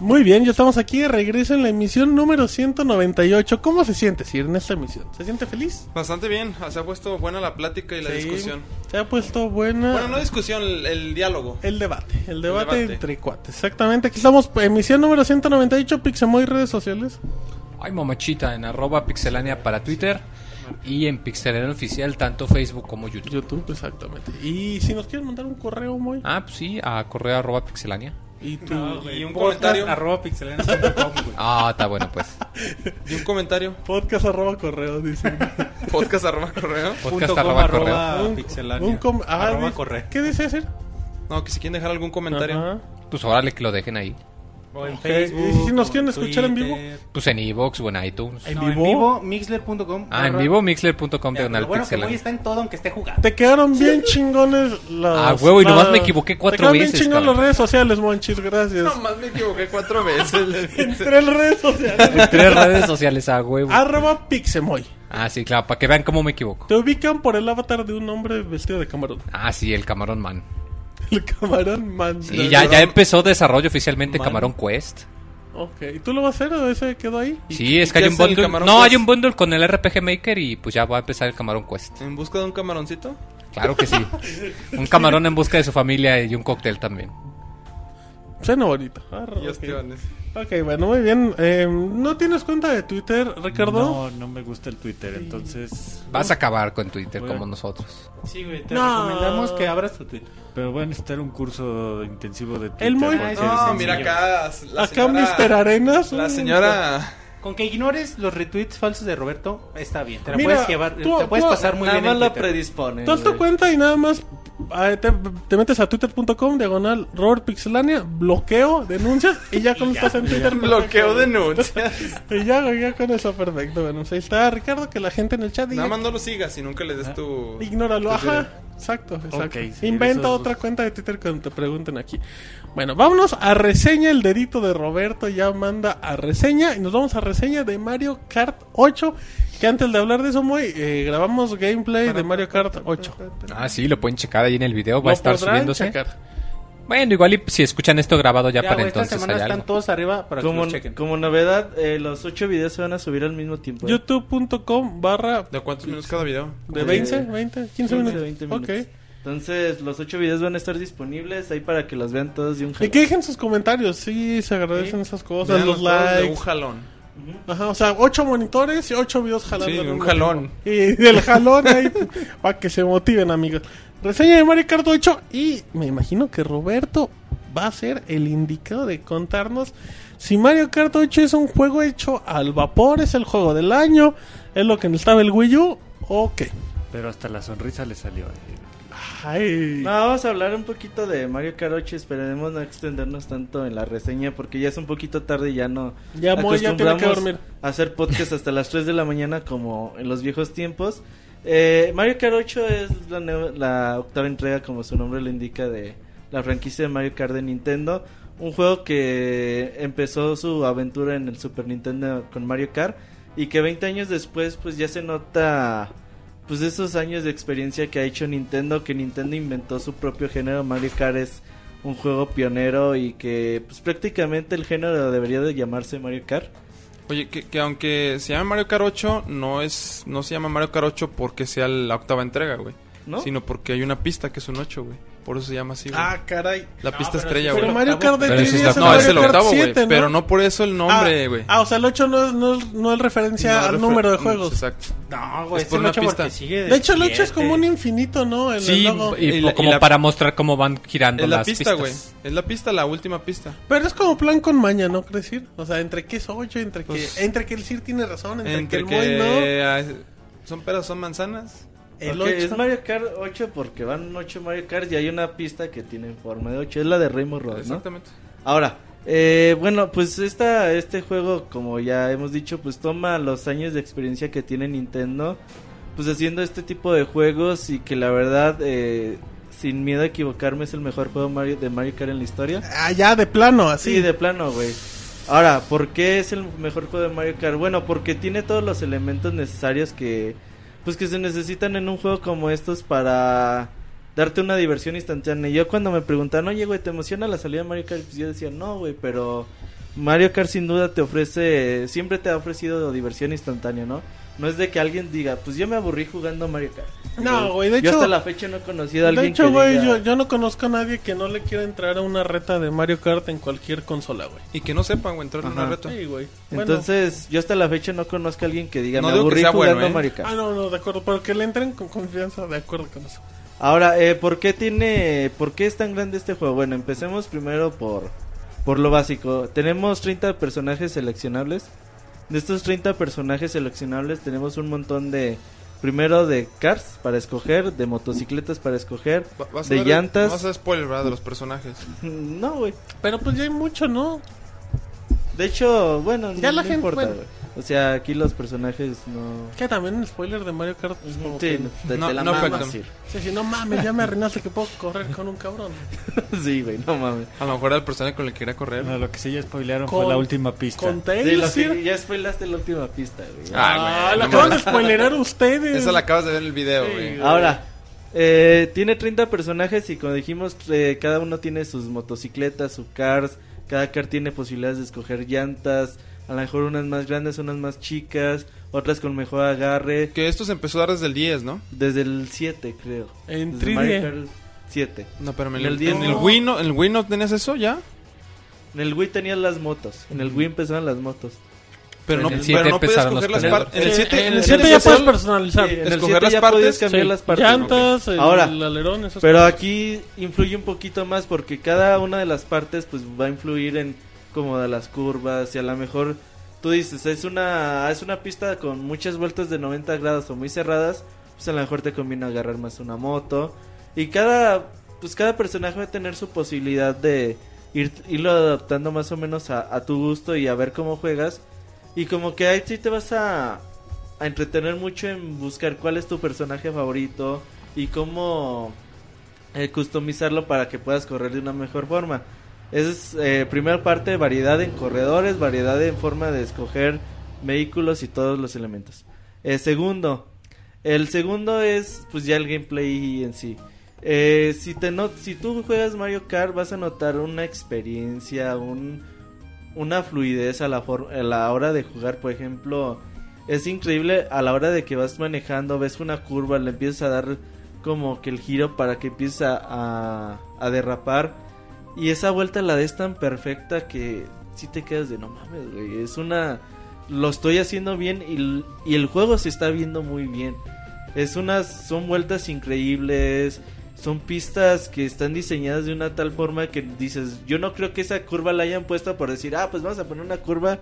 S1: Muy bien, ya estamos aquí de regreso en la emisión número 198. ¿Cómo se siente, Sir, en esta emisión? ¿Se siente feliz?
S3: Bastante bien, se ha puesto buena la plática y la
S1: Sí.
S3: discusión.
S1: Se ha puesto buena...
S3: Bueno, no discusión, el, el diálogo.
S1: El debate, el debate,
S3: debate.
S1: entre cuates. Exactamente, aquí estamos, emisión número 198, Pixemoy, redes sociales.
S2: Ay, mamachita, en arroba pixelania para Twitter y en pixelania oficial, tanto Facebook como YouTube.
S1: YouTube, exactamente. Y si nos quieren mandar un correo, Moy.
S2: Ah, pues sí, a correo arroba pixelania.
S1: Y tú.
S3: güey. Y un
S4: Podcast
S3: comentario.
S4: arroba pixelania.com, güey.
S2: Ah, está bueno, pues.
S3: Y un comentario,
S1: Podcast arroba correo, dice.
S3: podcast arroba correo.
S2: Podcast
S4: com,
S2: arroba correo.
S3: Ah,
S4: arroba
S1: Un-
S4: pixelania.
S1: un com- ah,
S4: Arroba
S1: dice-
S4: correo.
S1: ¿Qué dice, Sir?
S3: No, que si quieren dejar algún comentario.
S1: Ajá.
S2: Pues órale que lo dejen ahí.
S4: O en
S1: ¿Y si nos quieren
S4: o
S1: escuchar en vivo?
S4: Twitter.
S2: Pues en iVoox o en iTunes.
S1: ¿En
S4: No,
S1: vivo?
S4: mixler.com.
S2: Ah, en
S4: barra-
S2: vivo, mixler.com
S4: Ya,
S2: diagonal
S4: lo bueno que
S2: pixelania.
S4: Moy está en todo aunque esté jugando.
S1: Te quedaron bien chingones las.
S2: Ah, huevo, y
S1: las-
S2: nomás me equivoqué
S1: Te
S2: cuatro
S1: quedaron
S2: veces,
S1: bien chingón
S2: cabrón.
S1: las redes sociales, Monchis, gracias.
S3: Nomás me equivoqué cuatro veces. le dije.
S1: Tres redes sociales.
S2: En Tres redes sociales a huevo.
S1: arroba Pixemoy.
S2: Ah, sí, claro, para que vean cómo me equivoco.
S1: Te ubican por el avatar de un hombre vestido de camarón.
S2: Ah, sí, el Camarón Man.
S1: El camarón man.
S2: Y ya, ya empezó desarrollo oficialmente Camarón Quest.
S1: Ok, ¿y tú lo vas a hacer o ese quedó ahí?
S2: Sí, es que
S3: qué
S2: hay un
S3: es el
S2: bundle.
S3: Camarón
S2: No,
S3: Quest?
S2: hay un bundle con el RPG Maker y pues ya va a empezar el Camarón Quest.
S3: ¿En busca de un camaroncito?
S2: Claro que sí. Un camarón en busca de su familia y un cóctel también.
S1: Suena bonito. Arroba,
S3: Y
S1: Ah, ok.
S3: ostiones.
S1: Ok, bueno, muy bien. Eh, ¿No tienes cuenta de Twitter, Ricardo?
S6: No, no me gusta el Twitter, entonces...
S2: Vas a acabar con Twitter
S6: Bueno.
S2: como nosotros.
S4: Sí, güey, te
S1: No.
S4: recomendamos que abras tu Twitter.
S6: Pero voy a necesitar un curso intensivo de Twitter.
S1: El muy-
S6: porque
S4: Ah,
S6: es
S3: No,
S6: sencillo.
S3: mira acá. La
S1: Acá
S3: señora,
S1: Mr. Arenas. Mm,
S3: La
S1: un-
S3: señora
S4: Con que ignores los retweets falsos de Roberto, está bien. Te la
S1: Mira,
S4: puedes llevar,
S1: tú-
S4: te la puedes
S1: tú-
S4: pasar muy
S5: Nada
S4: bien.
S5: más
S4: en
S5: la
S4: Twitter.
S5: predispone.
S1: Tú hazte cuenta y nada más ah, te, te metes a twitter.com, diagonal, Robert Pixelania, bloqueo, denuncias y ya con estás en Twitter.
S3: Bloqueo de nudes.
S1: Y ya, güey, ya con eso, perfecto. Bueno, pues ahí está Ricardo, que la gente en el chat diga,
S3: Nada más no lo sigas y nunca le des tu.
S1: ignóralo. Ajá, exacto, exacto.
S6: Ok, sí,
S1: Inventa
S6: eso es-
S1: otra cuenta de Twitter cuando te pregunten aquí. Bueno, vámonos a reseña. El dedito de Roberto ya manda a reseña. Y nos vamos a reseña de Mario Kart 8. Que antes de hablar de eso, muy eh, grabamos gameplay de Mario Kart 8.
S2: Ah, sí, lo pueden checar ahí en el video. Va a
S1: Lo
S2: estar
S1: podrán
S2: subiéndose.
S1: checar.
S2: Bueno, igual y si escuchan esto grabado ya,
S4: Ya,
S2: para
S4: güey,
S2: entonces
S4: Esta
S2: hay
S4: semana están
S2: algo.
S4: todos arriba para que
S5: Como,
S4: los chequen.
S5: como novedad, eh, los ocho videos se van a subir al mismo tiempo. ¿eh?
S1: YouTube.com barra
S3: ¿De cuántos minutos cada video?
S1: de
S5: Eh,
S1: 20, 20, 15 minutos.
S5: 20 minutos.
S1: Ok.
S5: Entonces, los ocho videos van a estar disponibles ahí para que los vean todos de un
S1: Y
S5: jalón.
S1: que dejen sus comentarios, sí, se agradecen esas cosas,
S3: Vean
S1: los
S3: todos De
S1: likes.
S3: un jalón.
S1: Ajá, o sea, ocho monitores y ocho videos jalando.
S3: Sí,
S1: al
S3: un
S1: mismo
S3: jalón.
S1: tiempo. Y del jalón ahí, para que se motiven, amigos. Reseña de Mario Kart 8 y me imagino que Roberto va a ser el indicado de contarnos si Mario Kart 8 es un juego hecho al vapor, es el juego del año, es lo que necesitaba el Wii U o qué.
S6: Pero hasta la sonrisa le salió. eh.
S1: Ay.
S5: No, vamos a hablar un poquito de Mario Kart 8. Esperemos no extendernos tanto en la reseña porque ya es un poquito tarde y ya no.
S1: Ya, Moy, ya tiene que
S5: acostumbramos
S1: dormir.
S5: a hacer podcast hasta las 3 de la mañana como en los viejos tiempos. Eh, Mario Kart 8 es la, nue- la octava entrega, como su nombre lo indica, de la franquicia de Mario Kart de Nintendo. Un juego que empezó su aventura en el Super Nintendo con Mario Kart y que 20 años después pues ya se nota pues esos años de experiencia que ha hecho Nintendo, que Nintendo inventó su propio género, Mario Kart es un juego pionero y que pues prácticamente el género debería de llamarse Mario Kart.
S3: Oye, que, que aunque se llame Mario Kart 8, no, es, no se llama Mario Kart 8 porque sea la octava entrega, güey.
S5: ¿No?
S3: Sino porque hay una pista que es un 8, güey. Por eso se llama así, güey.
S1: Ah, caray.
S3: la pista
S4: pero
S3: estrella, güey.
S4: sí
S3: Ah,
S1: Pero Mario Kart de
S2: Pero ese es
S1: trivia
S2: la-
S1: es el
S3: no,
S1: Mario
S3: es el
S1: Kart
S3: octavo, güey.
S1: 7, ¿no?
S3: Pero no por eso el nombre,
S1: ah,
S3: güey.
S1: ah, o sea, el 8 no es, no es- no es referencia
S3: No,
S1: al
S3: refer- mm,
S1: número de
S3: no,
S1: juegos.
S3: Exacto.
S4: No, güey,
S3: Es
S4: es
S3: por
S4: el
S3: una
S4: ocho porque
S3: pista.
S4: sigue
S1: De hecho, el 8 es
S4: siete.
S1: como un infinito, ¿no? El,
S3: Sí,
S1: el logo.
S3: y
S2: Y po-
S3: la- y
S2: como
S3: la-
S2: para mostrar cómo van girando
S3: Es la
S2: las
S3: pista, güey.
S2: pistas.
S3: Es la pista, la última pista.
S1: Pero es como plan con maña, ¿no crees decir? O sea, entre que es 8, entre que,
S3: Pues-
S1: entre que el Sir tiene razón, entre,
S3: Entre
S1: que el Moy
S3: que... ah, ¿Son peras, son manzanas?
S1: no. El
S5: Porque
S1: 8.
S5: es Mario Kart 8 porque van 8 Mario Kart y hay una pista que tiene forma de 8, es la de Rainbow Road, ¿no?
S3: Exactamente.
S5: Ahora, eh, bueno, pues esta, este juego, como ya hemos dicho, pues toma los años de experiencia que tiene Nintendo, pues haciendo este tipo de juegos y que la verdad, eh, sin miedo a equivocarme, es el mejor juego Mario- de Mario Kart en la historia.
S1: Ah, ya, de plano, así.
S5: Sí, de plano, güey. Ahora, ¿por qué es el mejor juego de Mario Kart? Bueno, porque tiene todos los elementos necesarios que pues que se necesitan en un juego como estos para darte una diversión instantánea. Y Yo cuando me preguntaron, "Oye, güey, ¿te emociona la salida de Mario Kart?" Pues yo decía, "No, güey, pero Mario Kart sin duda te ofrece, siempre te ha ofrecido diversión instantánea, ¿no? No es de que alguien diga, "Pues yo me aburrí jugando Mario Kart."
S1: No, güey, de
S5: Yo
S1: hecho...
S5: hasta la fecha no he conocido a
S1: De
S5: alguien
S1: hecho,
S5: que
S1: güey,
S5: diga,
S1: yo, yo no conozco a nadie que no le quiera entrar a una reta de Mario Kart en cualquier consola, güey.
S3: Y que no sepan, güey, entrar en una
S5: Ajá.
S3: reta.
S1: Sí, güey. Bueno.
S5: Entonces, yo hasta la fecha no conozco a alguien que diga,
S3: No
S5: "Me
S3: digo que
S5: aburrí
S3: sea bueno,
S5: jugando
S3: ¿eh?
S5: Mario Kart."
S1: Ah, no, no, de acuerdo. Pero que le entren con confianza, de acuerdo con eso.
S5: Ahora, eh, ¿por qué tiene, por qué es tan grande este juego? Bueno, empecemos primero por, por lo básico. Tenemos 30 personajes seleccionables. De estos 30 personajes seleccionables tenemos un montón de, primero de cars para escoger, de motocicletas para escoger.
S3: Va- vas a
S5: De
S3: dar-
S5: llantas.
S3: Vas a dar spoiler, ¿verdad? De los personajes.
S5: No, güey.
S1: Pero pues ya hay mucho, ¿no?
S5: De hecho, bueno,
S1: Ya
S5: no,
S1: la
S5: no
S1: gente-
S5: importa,
S1: bueno.
S5: güey. O sea, aquí los personajes no...
S1: Que también el spoiler de Mario Kart es como
S5: Sí,
S1: que...
S5: te,
S3: No-
S5: te la
S3: no
S5: mamas.
S3: afectan.
S5: Sir.
S1: Sí, sí, no mames, ya me arruinaste que puedo correr con un cabrón.
S5: Sí, güey, no mames.
S3: A lo mejor era el personaje con el que quería correr.
S6: No, lo que sí ya spoilearon
S1: Con-
S6: fue la última pista.
S1: Con
S5: Sí,
S1: Tails,
S5: lo
S1: sí.
S5: que- ya spoilaste la última pista, güey.
S1: Ah, la
S3: no
S1: acaban de
S3: mames.
S1: spoilerar ustedes.
S3: Esa la acabas de ver en el video,
S1: Sí,
S3: güey.
S1: güey.
S5: Ahora, eh, tiene 30 personajes y como dijimos, eh, cada uno tiene sus motocicletas, sus cars. Cada car tiene posibilidades de escoger llantas. A lo mejor unas más grandes, unas más chicas, otras con mejor agarre.
S3: Que esto se empezó a dar desde el 10, ¿no?
S5: Desde el 7, creo.
S1: En
S5: Desde
S1: 3D.
S5: Mario Kart 7.
S3: No, pero en
S5: En
S3: el,
S5: el 10
S3: en el
S5: no.
S3: Wii no, en el Wii no tenías eso ya.
S5: En el Wii tenías las motos. En el Wii empezaron las motos.
S3: Pero
S2: En
S3: no,
S2: el siete
S3: pero no podías
S2: empezaron los
S3: escoger
S2: primeros.
S3: las partes. En el 7
S1: Eh, en el 7 ya puedes personalizar.
S5: Sí, en el
S3: Escoger
S5: 7
S3: las
S5: ya
S3: partes,
S5: podías cambiar
S1: Sí,
S5: las partes.
S1: Llantas, el,
S5: Ahora.
S1: alerón, esas
S5: Pero
S1: cosas.
S5: aquí influye un poquito más porque cada una de las partes pues va a influir en como de las curvas y a lo mejor tú dices, es una, es una pista con muchas vueltas de 90 grados o muy cerradas, pues a lo mejor te conviene agarrar más una moto. Y cada, pues cada personaje va a tener su posibilidad de ir, irlo adaptando más o menos a, a tu gusto y a ver cómo juegas. Y como que ahí sí te vas a, a entretener mucho en buscar cuál es tu personaje favorito y cómo eh, customizarlo para que puedas correr de una mejor forma. Esa es eh, primera parte, variedad en corredores, variedad en forma de escoger vehículos y todos los elementos. Eh, segundo, el segundo es pues ya el gameplay en sí. Eh, si, te no- si tú juegas Mario Kart vas a notar una experiencia, un, una fluidez a la, for- a la hora de jugar, por ejemplo, es increíble a la hora de que vas manejando, ves una curva, le empiezas a dar como que el giro para que empieces a, a- a derrapar y esa vuelta la des tan perfecta que si te quedas de no mames, güey, es una lo estoy haciendo bien y, l- y el juego se está viendo muy bien. Es unas son vueltas increíbles, son pistas que están diseñadas de una tal forma que dices, yo no creo que esa curva la hayan puesto por decir, ah, pues vamos a poner una curva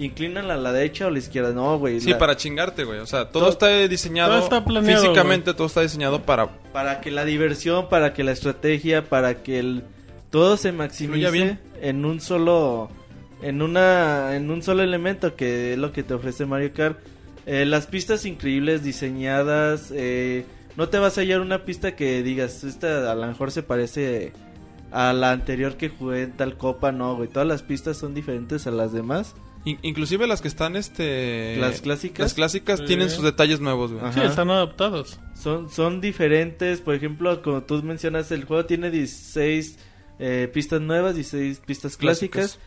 S5: Inclínala a la derecha o a la izquierda, no, güey.
S3: Sí,
S5: la-
S3: para chingarte, güey. O sea, todo
S5: Todo-
S3: está diseñado
S1: todo está planeado,
S3: físicamente, todo está diseñado para
S5: para que la diversión, para que la estrategia, para que el todo se maximice
S3: Fluya bien.
S5: en un solo en una en un solo elemento que es lo que te ofrece Mario Kart. Eh, las pistas increíbles diseñadas, eh, no te vas a hallar una pista que digas esta a lo mejor se parece a la anterior que jugué en tal copa, no, güey. Todas las pistas son diferentes a las demás,
S3: in- inclusive las que están este
S5: las clásicas.
S3: las clásicas
S1: Sí.
S3: tienen sus detalles nuevos, güey.
S5: Ajá.
S1: Sí, están adaptados.
S5: son, son diferentes. Por ejemplo, como tú mencionas, el juego tiene 16 eh, pistas nuevas, 16 pistas clásicas.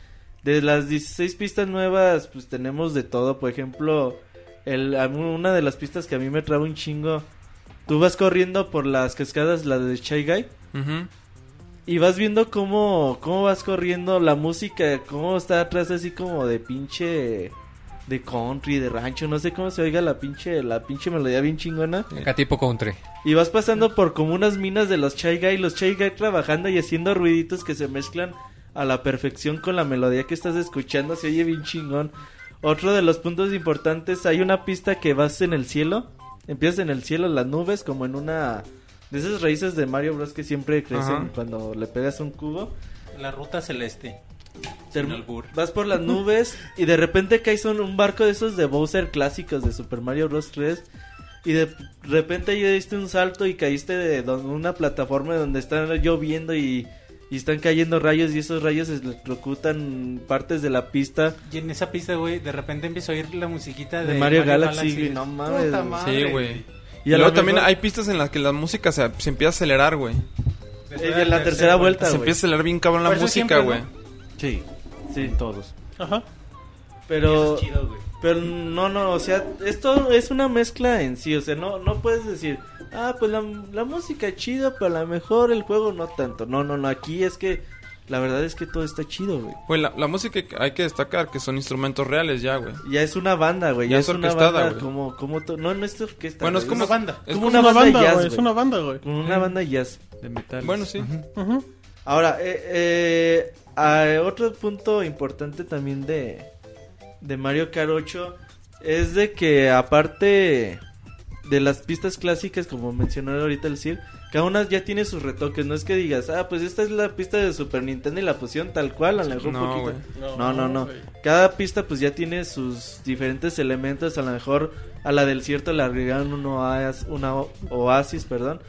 S5: De las 16 pistas nuevas, pues tenemos de todo. Por ejemplo, el, a mí una de las pistas que a mí me traba un chingo. Tú vas corriendo por las cascadas, la de Shy Guy.
S3: Ujú.
S5: Y vas viendo cómo, cómo vas corriendo la música, cómo está atrás así como de pinche de country, de rancho, no sé cómo se oiga la pinche, la pinche melodía bien chingona.
S2: Acá tipo country.
S5: Y vas pasando por como unas minas de los Chai Guy, los Chai Guy trabajando y haciendo ruiditos que se mezclan a la perfección con la melodía que estás escuchando, se oye bien chingón. Otro de los puntos importantes, hay una pista que vas en el cielo, empiezas en el cielo, en las nubes, como en una de esas raíces de Mario Bros que siempre crecen
S3: Ajá.
S5: cuando le pegas un cubo.
S4: La ruta celeste.
S5: Term-
S4: Sin albur.
S5: Vas por las nubes y de repente caes en un barco de esos de Bowser clásicos de Super Mario Bros. 3. Y de repente ya diste un salto y caíste de don- una plataforma donde están lloviendo y, y están cayendo rayos y esos rayos electrocutan partes de la pista.
S4: Y en esa pista, güey, de repente empiezo a oír la musiquita de,
S5: De Mario Galaxy, güey, no mames,
S4: Puta
S5: güey.
S4: madre.
S3: Sí, güey.
S5: Y,
S3: Y,
S5: a lo
S3: luego también
S5: mejor-
S3: hay pistas en las que la música se, se empieza a acelerar, güey.
S4: Después
S5: eh,
S4: de
S5: en la tercera vuelta,
S3: Se
S5: güey.
S3: empieza a acelerar bien cabrón la
S4: Por eso
S3: música,
S4: siempre,
S3: güey.
S4: ¿no?
S5: Sí, sí, todos.
S1: Ajá.
S4: Eso
S5: Pero...
S4: es chido, güey.
S5: Pero no, no, o sea, esto es una mezcla en sí, o sea, no, no puedes decir, ah, pues la, la música es chida, pero a lo mejor el juego no tanto. No, no, no, aquí es que la verdad es que todo está chido, güey.
S3: Güey, la, la música que hay que destacar que son instrumentos reales ya, güey.
S5: Ya es una banda, güey, ya,
S3: Ya
S5: es
S3: es
S5: una
S3: orquestada,
S5: banda
S3: güey.
S5: como, como, to- no, no es orquesta.
S3: Bueno, es
S5: güey,
S3: como
S4: una banda.
S3: es
S1: Es
S5: como
S1: una,
S5: una
S1: banda,
S5: banda de jazz,
S1: güey. Es
S5: güey.
S1: una banda, güey.
S5: como una banda jazz.
S6: de metal.
S3: Bueno, sí.
S1: Ujú.
S5: Ahora, eh, eh, ah, otro punto importante también de, de Mario Kart 8 es de que aparte de las pistas clásicas, como mencionó ahorita el Sir, cada una ya tiene sus retoques. No es que digas, ah, pues esta es la pista de Super Nintendo y la pusieron tal cual, a lo mejor un
S3: No,
S5: poquito.
S3: güey.
S5: No, no, no.
S1: güey.
S5: Cada pista pues ya tiene sus diferentes elementos. A lo mejor a la del cierto le agregaron un oas- una o- oasis, perdón.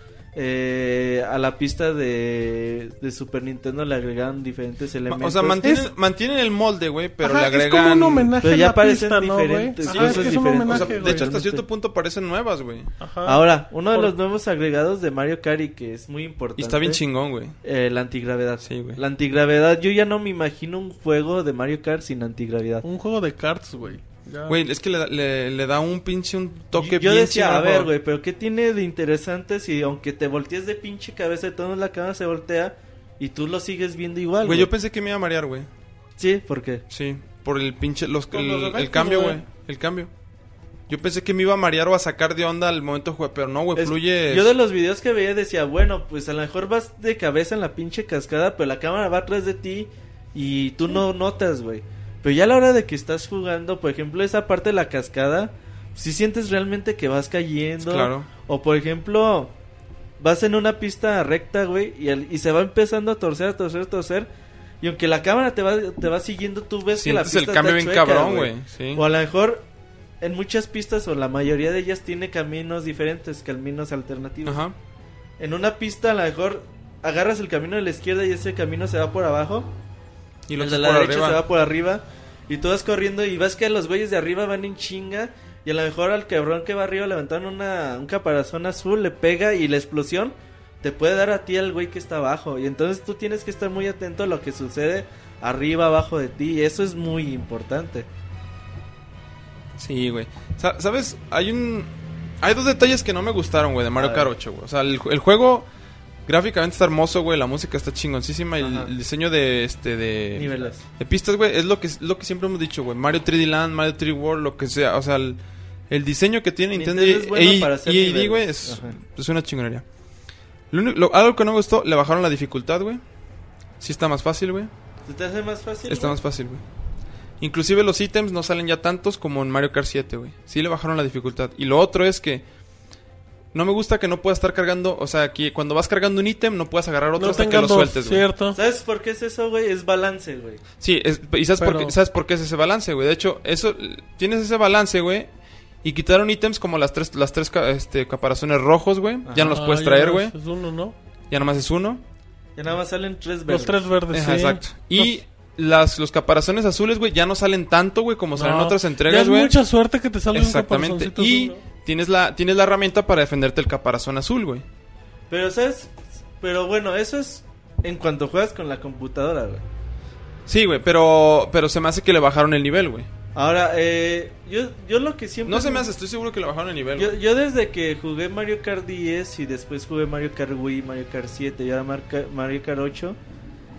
S5: Eh, a la pista de, de Super Nintendo le agregaron diferentes
S3: Ma-
S5: elementos.
S3: O sea, mantienen,
S1: Es-
S3: mantienen el molde, güey, pero
S1: Ajá,
S3: le agregan...
S1: Es como un homenaje
S5: Pero
S1: a
S5: ya
S1: la
S5: parecen
S1: pista, ¿no, güey?
S5: diferentes,
S1: Ajá,
S3: cosas
S1: es que es un
S5: diferentes.
S3: O
S1: homenaje,
S3: sea,
S1: güey.
S3: de hecho, hasta cierto punto parecen nuevas, güey.
S1: Ajá.
S5: Ahora, uno de
S1: Por-
S5: los nuevos agregados de Mario Kart y que es muy importante.
S3: Y está bien chingón, güey.
S5: eh, la antigravedad.
S3: Sí, güey.
S5: La antigravedad. Yo ya no me imagino un juego de Mario Kart sin antigravedad.
S1: Un juego de cartas, güey. Ya.
S3: Güey, es que le, da- le- le da un pinche un toque
S5: yo
S3: bien
S5: decía,
S3: chingón
S5: a
S3: al
S5: ver,
S3: juego".
S5: güey, pero ¿qué tiene de interesante si aunque te voltees de pinche cabeza de todos la cámara se voltea y tú lo sigues viendo igual?
S3: Güey, yo pensé que me iba a marear, güey.
S5: Sí, porque
S3: Sí, por el pinche... Los,
S1: Por
S3: el,
S1: los
S3: el
S1: efectos,
S3: cambio,
S1: güey.
S3: güey. El cambio. Yo pensé que me iba a marear o a sacar de onda al momento, güey. Pero no, güey, fluye...
S5: Yo de los videos que veía decía, bueno, pues a lo mejor vas de cabeza en la pinche cascada, pero la cámara va atrás de ti y tú no notas, güey. Pero ya a la hora de que estás jugando, por ejemplo, esa parte de la cascada, si sientes realmente que vas cayendo.
S3: Claro.
S5: O por ejemplo, vas en una pista recta, güey, y, al- y se va empezando a torcer, a torcer, a torcer. Y aunque la cámara te va, te va siguiendo, tú ves que la
S3: Sientes
S5: pista
S3: el cambio bien
S5: está chueca,
S3: cabrón, güey. Sí.
S5: O a lo mejor en muchas pistas o la mayoría de ellas tiene caminos diferentes, caminos alternativos.
S3: Ajá.
S5: En una pista a lo mejor agarras el camino de la izquierda y ese camino se va por abajo.
S3: Y
S5: el
S3: los
S5: de la derecha se va por arriba. Y tú vas corriendo y vas que los güeyes de arriba van en chinga. Y a lo mejor al cabrón que va arriba levantaron una, un caparazón azul, le pega y la explosión te puede dar a ti al güey que está abajo. Y entonces tú tienes que estar muy atento a lo que sucede arriba, abajo de ti. Y eso es muy importante.
S3: Sí, güey. Sa- ¿Sabes? Hay un... Hay dos detalles que no me gustaron, güey, de Mario
S5: A
S3: Kart
S5: ver.
S3: 8, güey. O sea, el, el juego gráficamente está hermoso, güey. La música está chingoncísima. y El,
S5: Ajá.
S3: el diseño de, este, de...
S5: Niveles.
S3: De pistas, güey, es lo que, lo que siempre hemos dicho, güey. Mario 3D Land, Mario 3D World, lo que sea. O sea, el, el diseño que tiene Nintendo,
S5: Nintendo es bueno
S3: y-
S5: para hacer
S3: y- y-
S5: niveles.
S3: güey, es,
S5: Ajá.
S3: es una chingonería. Lo único- lo- algo que no me gustó, le bajaron la dificultad, güey. Sí está más fácil, güey.
S5: ¿Se te hace más fácil?
S3: Está
S5: güey?
S3: más fácil, güey. Inclusive los ítems no salen ya tantos como en Mario Kart 7, güey. Sí le bajaron la dificultad. Y lo otro es que no me gusta que no puedas estar cargando, o sea, que cuando vas cargando un ítem no puedas agarrar otro
S1: No
S3: hasta que lo
S1: tengan
S3: sueltes, güey.
S1: ¿cierto?
S5: ¿Sabes por qué es eso, güey? Es balance, güey.
S3: Sí, es- y sabes, por
S1: Pero-
S3: qué, sabes por qué es ese balance, güey. De hecho, eso tienes ese balance, güey. Y quitaron ítems como las tres, las tres ca- este, caparazones rojos, güey. Ya no los
S1: Ah,
S3: puedes
S1: ya
S3: traer,
S1: no,
S3: güey.
S1: Es uno, ¿no?
S3: Ya nomás es uno.
S5: Ya nada más salen tres verdes.
S1: Los tres verdes,
S3: Ajá,
S1: Pues sí.
S3: Exacto. Y las, los caparazones azules, güey, ya no salen tanto, güey, como
S1: No,
S3: salen en otras
S1: ya
S3: entregas,
S1: es
S3: güey.
S1: mucha suerte que te salgan
S3: Exactamente. Y tienes la, tienes la herramienta para defenderte el caparazón azul, güey.
S5: Pero, ¿sabes? Pero bueno, eso es en cuanto juegas con la computadora, güey.
S3: Sí, güey, pero, pero se me hace que le bajaron el nivel, güey.
S5: Ahora, eh, yo, yo lo que siempre...
S3: No se me hace, estoy seguro que le bajaron el nivel.
S5: Yo,
S3: güey.
S5: yo desde que jugué Mario Kart 10 y después jugué Mario Kart Wii, Mario Kart 7 y ahora Marca- Mario Kart 8,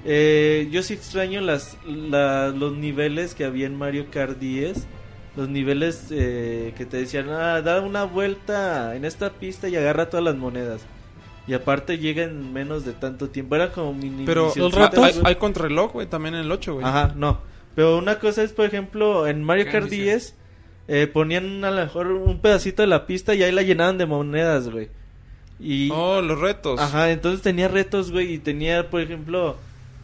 S5: eh, yo sí extraño las, la- los niveles que había en Mario Kart 10. Los niveles eh, que te decían, ah, da una vuelta en esta pista y agarra todas las monedas. Y aparte llega en menos de tanto tiempo. Era como mini
S3: Pero
S5: misioncitas,
S3: hay,
S5: güey.
S3: hay, hay contrarreloj, güey, también en el 8, güey.
S5: Ajá, no. Pero una cosa es, por ejemplo, en Mario
S2: ¿Qué
S5: Kart
S2: dice?
S5: 10 eh, ponían a lo mejor un pedacito de la pista y ahí la llenaban de monedas, güey. Y...
S3: Oh, los retos.
S5: Ajá, entonces tenía retos, güey, y tenía, por ejemplo,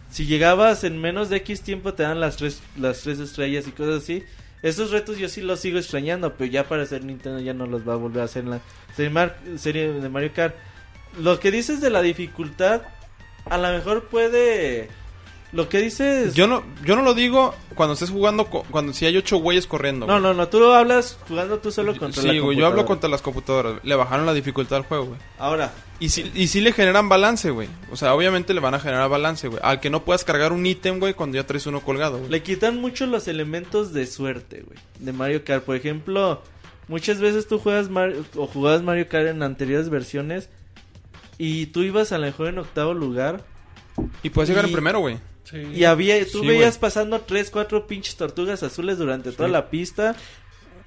S5: si llegabas en menos de X tiempo te dan las tres, las tres estrellas y cosas así. Esos retos yo sí los sigo extrañando, pero ya para ser Nintendo ya no los va a volver a hacer en la serie, Mar- serie de Mario Kart. Lo que dices de la dificultad, a lo mejor puede... Lo que dices...
S3: Yo no, yo no lo digo cuando estés jugando, co- cuando si hay ocho güeyes corriendo.
S5: No,
S3: güey.
S5: no, no, tú lo hablas jugando tú solo contra la
S3: Sí, güey, yo hablo
S5: computadora.
S3: contra las computadoras. Le bajaron la dificultad al juego, güey.
S5: Ahora,
S3: Y si, y si le generan balance, güey. O sea, obviamente le van a generar balance, güey. Al que no puedas cargar un ítem, güey, cuando ya traes uno colgado, güey.
S5: Le quitan mucho los elementos de suerte, güey. De Mario Kart, por ejemplo, muchas veces tú juegas Mar- o jugabas Mario Kart en anteriores versiones y tú ibas a lo mejor en octavo lugar
S3: Y puedes llegar
S5: y-
S3: en primero, güey.
S5: y había tú
S3: Sí,
S5: veías
S3: güey.
S5: pasando tres, cuatro pinches tortugas azules durante toda la pista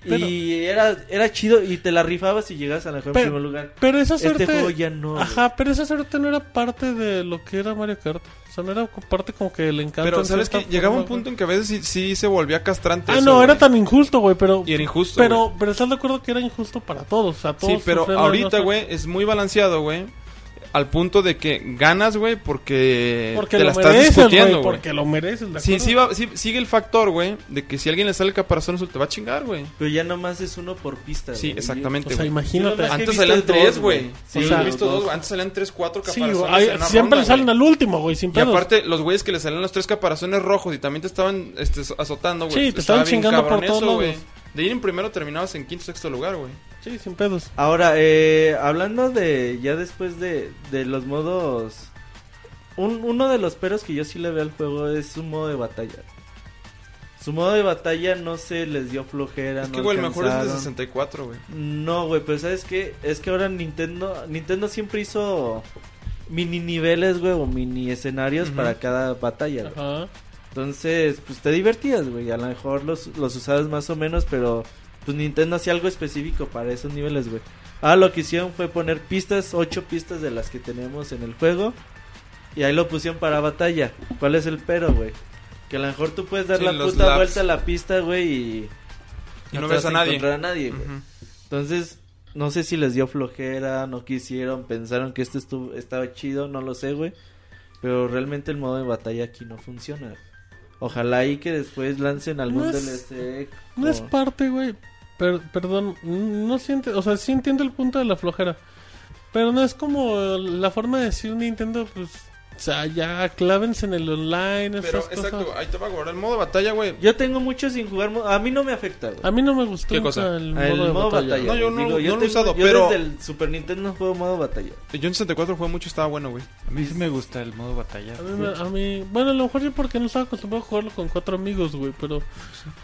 S5: y era era chido y te la rifabas y llegabas a lo mejor en
S1: Pero-
S5: primer lugar.
S1: Pero esa suerte...
S5: Este juego ya no. güey.
S1: Ajá, pero esa suerte no era parte de lo que era Mario Kart. O sea, no era co- parte como que le encanta.
S3: Pero
S1: en
S3: sabes que
S1: cierta
S3: llegaba un
S1: forma,
S3: punto en que a veces sí, sí se volvía castrante.
S1: güey. Ah,
S3: eso,
S1: no, era
S3: güey.
S1: tan injusto, güey, pero...
S3: Y era injusto. güey.
S1: Pero, pero estás de acuerdo que era injusto para todos. O sea, todos
S3: Sí, pero
S1: sufren la
S3: ahorita,
S1: misma-
S3: güey, es muy balanceado, güey. Al punto de que ganas, güey, porque,
S1: Porque
S3: te
S1: lo
S3: la estás
S1: mereces,
S3: discutiendo,
S1: güey,
S3: güey.
S1: Porque lo mereces, ¿de
S3: Sí,
S1: acuerdo?
S3: sí, va- sí, sigue el factor, güey, de que si alguien le sale el caparazón azul te va a chingar, güey.
S5: Pero ya nomás es uno por pista.
S3: Sí,
S5: güey.
S1: O
S3: exactamente,
S1: sea,
S3: güey.
S1: imagínate.
S5: Es que he
S3: Antes
S5: visto
S3: salían
S5: dos,
S3: tres,
S5: güey.
S3: güey.
S5: Sí,
S3: Sí,
S1: o sea,
S3: he visto
S5: dos.
S3: dos, güey. Antes salían tres, cuatro
S1: Sí,
S3: caparazones.
S1: güey,
S3: en una
S1: siempre
S3: ronda,
S1: le salen
S3: güey.
S1: al último, güey, sin
S3: Y
S1: pedos.
S3: aparte, los güeyes que le salían los tres caparazones rojos y también te estaban este, azotando, güey.
S1: Sí, te
S3: Estaba
S1: estaban
S3: bien
S1: chingando
S3: cabrón
S1: por todos
S3: eso, güey.
S1: lados.
S3: De ir en primero terminabas en quinto sexto lugar, güey.
S1: Sí, sin pedos.
S5: Ahora, eh, hablando de ya después de, de los modos... Un, uno de los peros que yo sí le veo al juego es su modo de batalla. Su modo de batalla no se les dio flojera.
S3: Es que,
S5: no
S3: güey, el mejor es el de
S5: alcanzaron.
S3: 64, güey.
S5: No, güey, pero ¿sabes qué? Es que ahora Nintendo Nintendo siempre hizo mini niveles, güey, o mini escenarios
S3: Ujú.
S5: para cada batalla. güey.
S1: Ajá.
S5: Entonces, pues te divertías, güey. A lo mejor los, los usabas más o menos, pero pues Nintendo hacía algo específico para esos niveles, güey. Ah, lo que hicieron fue poner pistas, ocho pistas de las que tenemos en el juego. Y ahí lo pusieron para batalla. ¿Cuál es el pero, güey? Que a lo mejor tú puedes dar
S3: Sí,
S5: la
S3: los
S5: puta
S3: laps.
S5: vuelta a la pista, güey, y...
S3: Y no
S5: te
S3: ves
S5: vas
S3: a nadie.
S5: encontrar a nadie, güey.
S3: Ujú.
S5: Entonces, no sé si les dio flojera, no quisieron, pensaron que esto estuvo, estaba chido, no lo sé, güey. Pero realmente el modo de batalla aquí no funciona. Ojalá y que después lancen algún
S1: No es-
S5: DLC.
S1: No es
S5: o-
S1: parte, güey. Per- perdón, no siente, o sea, sí entiendo el punto de la flojera. Pero no es como la forma de decir Nintendo, pues, o sea, ya clávense en el online,
S3: Pero,
S1: esas cosas.
S3: exacto, ahí te va a cobrar el modo batalla, güey.
S5: Yo tengo mucho sin jugar, mo- a mí no me afecta, güey.
S1: A mí no me gustó
S3: ¿Qué
S1: nunca
S3: cosa?
S1: el
S5: El
S1: modo, de batalla.
S3: No, yo no- no
S5: Digo,
S3: lo he
S5: tengo-
S3: usado,
S5: yo
S3: pero-
S5: desde el Super Nintendo no juego modo batalla.
S3: Yo en 64 jugué mucho, estaba bueno, güey.
S6: A mí sí me gusta el modo batalla.
S1: A mí, me- a mí- bueno, a lo mejor yo porque no estaba acostumbrado a jugarlo con cuatro amigos, güey, pero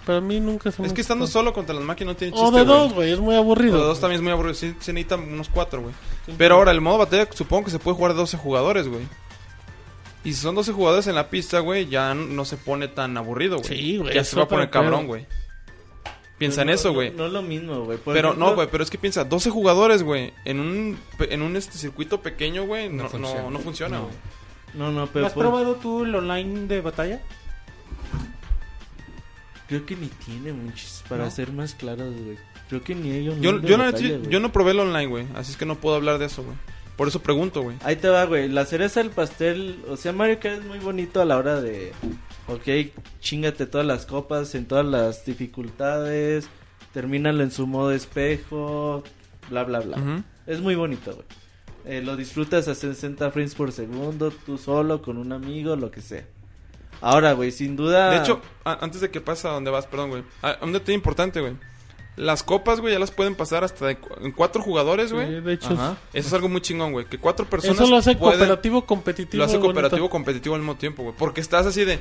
S1: para mí nunca se me
S3: Es que estando
S1: gustó.
S3: solo contra las máquinas no tiene chiste,
S1: Pues O de
S3: güey.
S1: dos, güey, es muy aburrido.
S3: O de dos también es muy aburrido. Sí, se necesitan unos cuatro, güey. Pero ahora, el modo batalla supongo que se puede jugar de 12 jugadores, güey. Y si son 12 jugadores en la pista, güey, ya n- no se pone tan aburrido, güey.
S1: Sí, güey,
S3: Ya
S1: es
S3: se va a
S1: otro
S3: poner
S1: pedo.
S3: cabrón, güey. Piensa en
S5: No,
S3: eso,
S5: no,
S3: güey.
S5: No, es lo mismo, güey. Por
S3: Pero
S5: ejemplo,
S3: no, güey, pero es que piensa, 12 jugadores, güey, en un, pe- en un este circuito pequeño, güey, no,
S2: No
S3: no
S2: funciona.
S3: no funciona, güey.
S5: No, no,
S4: ¿No
S5: pero
S4: ¿Has
S3: pues-
S5: por-
S4: probado tú el online de batalla?
S5: creo que ni tiene muchos. Para ser más claros, güey. Creo que ni ellos.
S3: Yo,
S5: ni de
S3: yo, la neta,
S5: batalla,
S3: yo-
S5: güey.
S3: yo no probé el online, güey, así es que no puedo hablar de eso, güey. Por eso pregunto, güey.
S5: Ahí te va, güey. La cereza del pastel. O sea, Mario Kart es muy bonito a la hora de. Ok, chingate todas las copas en todas las dificultades. Termínalo en su modo espejo. Bla, bla, bla.
S3: Ujú.
S5: Es muy bonito, güey. Eh, lo disfrutas a 60 frames por segundo, tú solo, con un amigo, lo que sea. Ahora, güey, sin
S1: Ah.
S5: duda.
S3: De hecho, a- antes de que pases a donde vas, perdón, güey. a- Un detalle importante, güey. Las copas, güey, ya las pueden pasar hasta de cu- en cuatro jugadores, güey.
S1: Sí, de hecho,
S5: Ajá.
S3: Eso es algo muy chingón, güey. Que cuatro personas.
S1: eso lo hace
S3: pueden-
S1: cooperativo competitivo.
S3: Lo hace
S1: bonito.
S3: cooperativo competitivo al mismo tiempo, güey. Porque estás así de.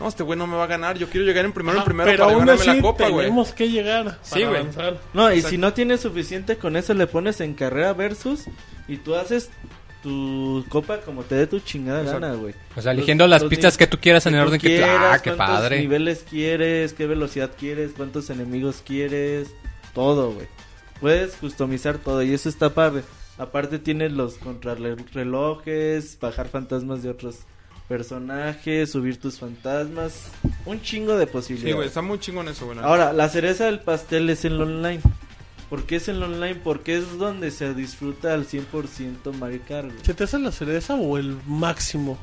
S3: No, este güey no me va a ganar. Yo quiero llegar en primero,
S1: Ajá,
S3: en primero
S1: Ah, pero
S3: para
S1: aún
S3: ganarme
S1: así
S3: la copa, güey.
S1: tenemos que llegar
S3: Sí,
S1: para
S3: güey.
S1: avanzar.
S5: No, y
S3: Exacto.
S5: si no tienes suficiente con eso, le pones en carrera versus y tú haces tu copa como te dé tu chingada
S3: Exacto.
S5: gana, güey.
S2: O sea, eligiendo las pistas que tú quieras en el
S5: tú
S2: orden que tú...
S5: quieras,
S2: Ah, qué
S5: cuántos
S2: padre.
S5: niveles quieres, qué velocidad quieres, cuántos enemigos quieres, todo, güey. Puedes customizar todo y eso está padre. Aparte tienes los contrarrelojes, bajar fantasmas de otros personajes, subir tus fantasmas, un chingo de
S3: Sí, güey.
S5: posibilidades.
S3: Está muy chingón eso, güey. la
S5: Ahora, la cereza del pastel es el online. ¿Por qué es el online? Porque es donde se disfruta al 100% Mario Kart, güey.
S1: ¿Se te hace la cereza o el máximo?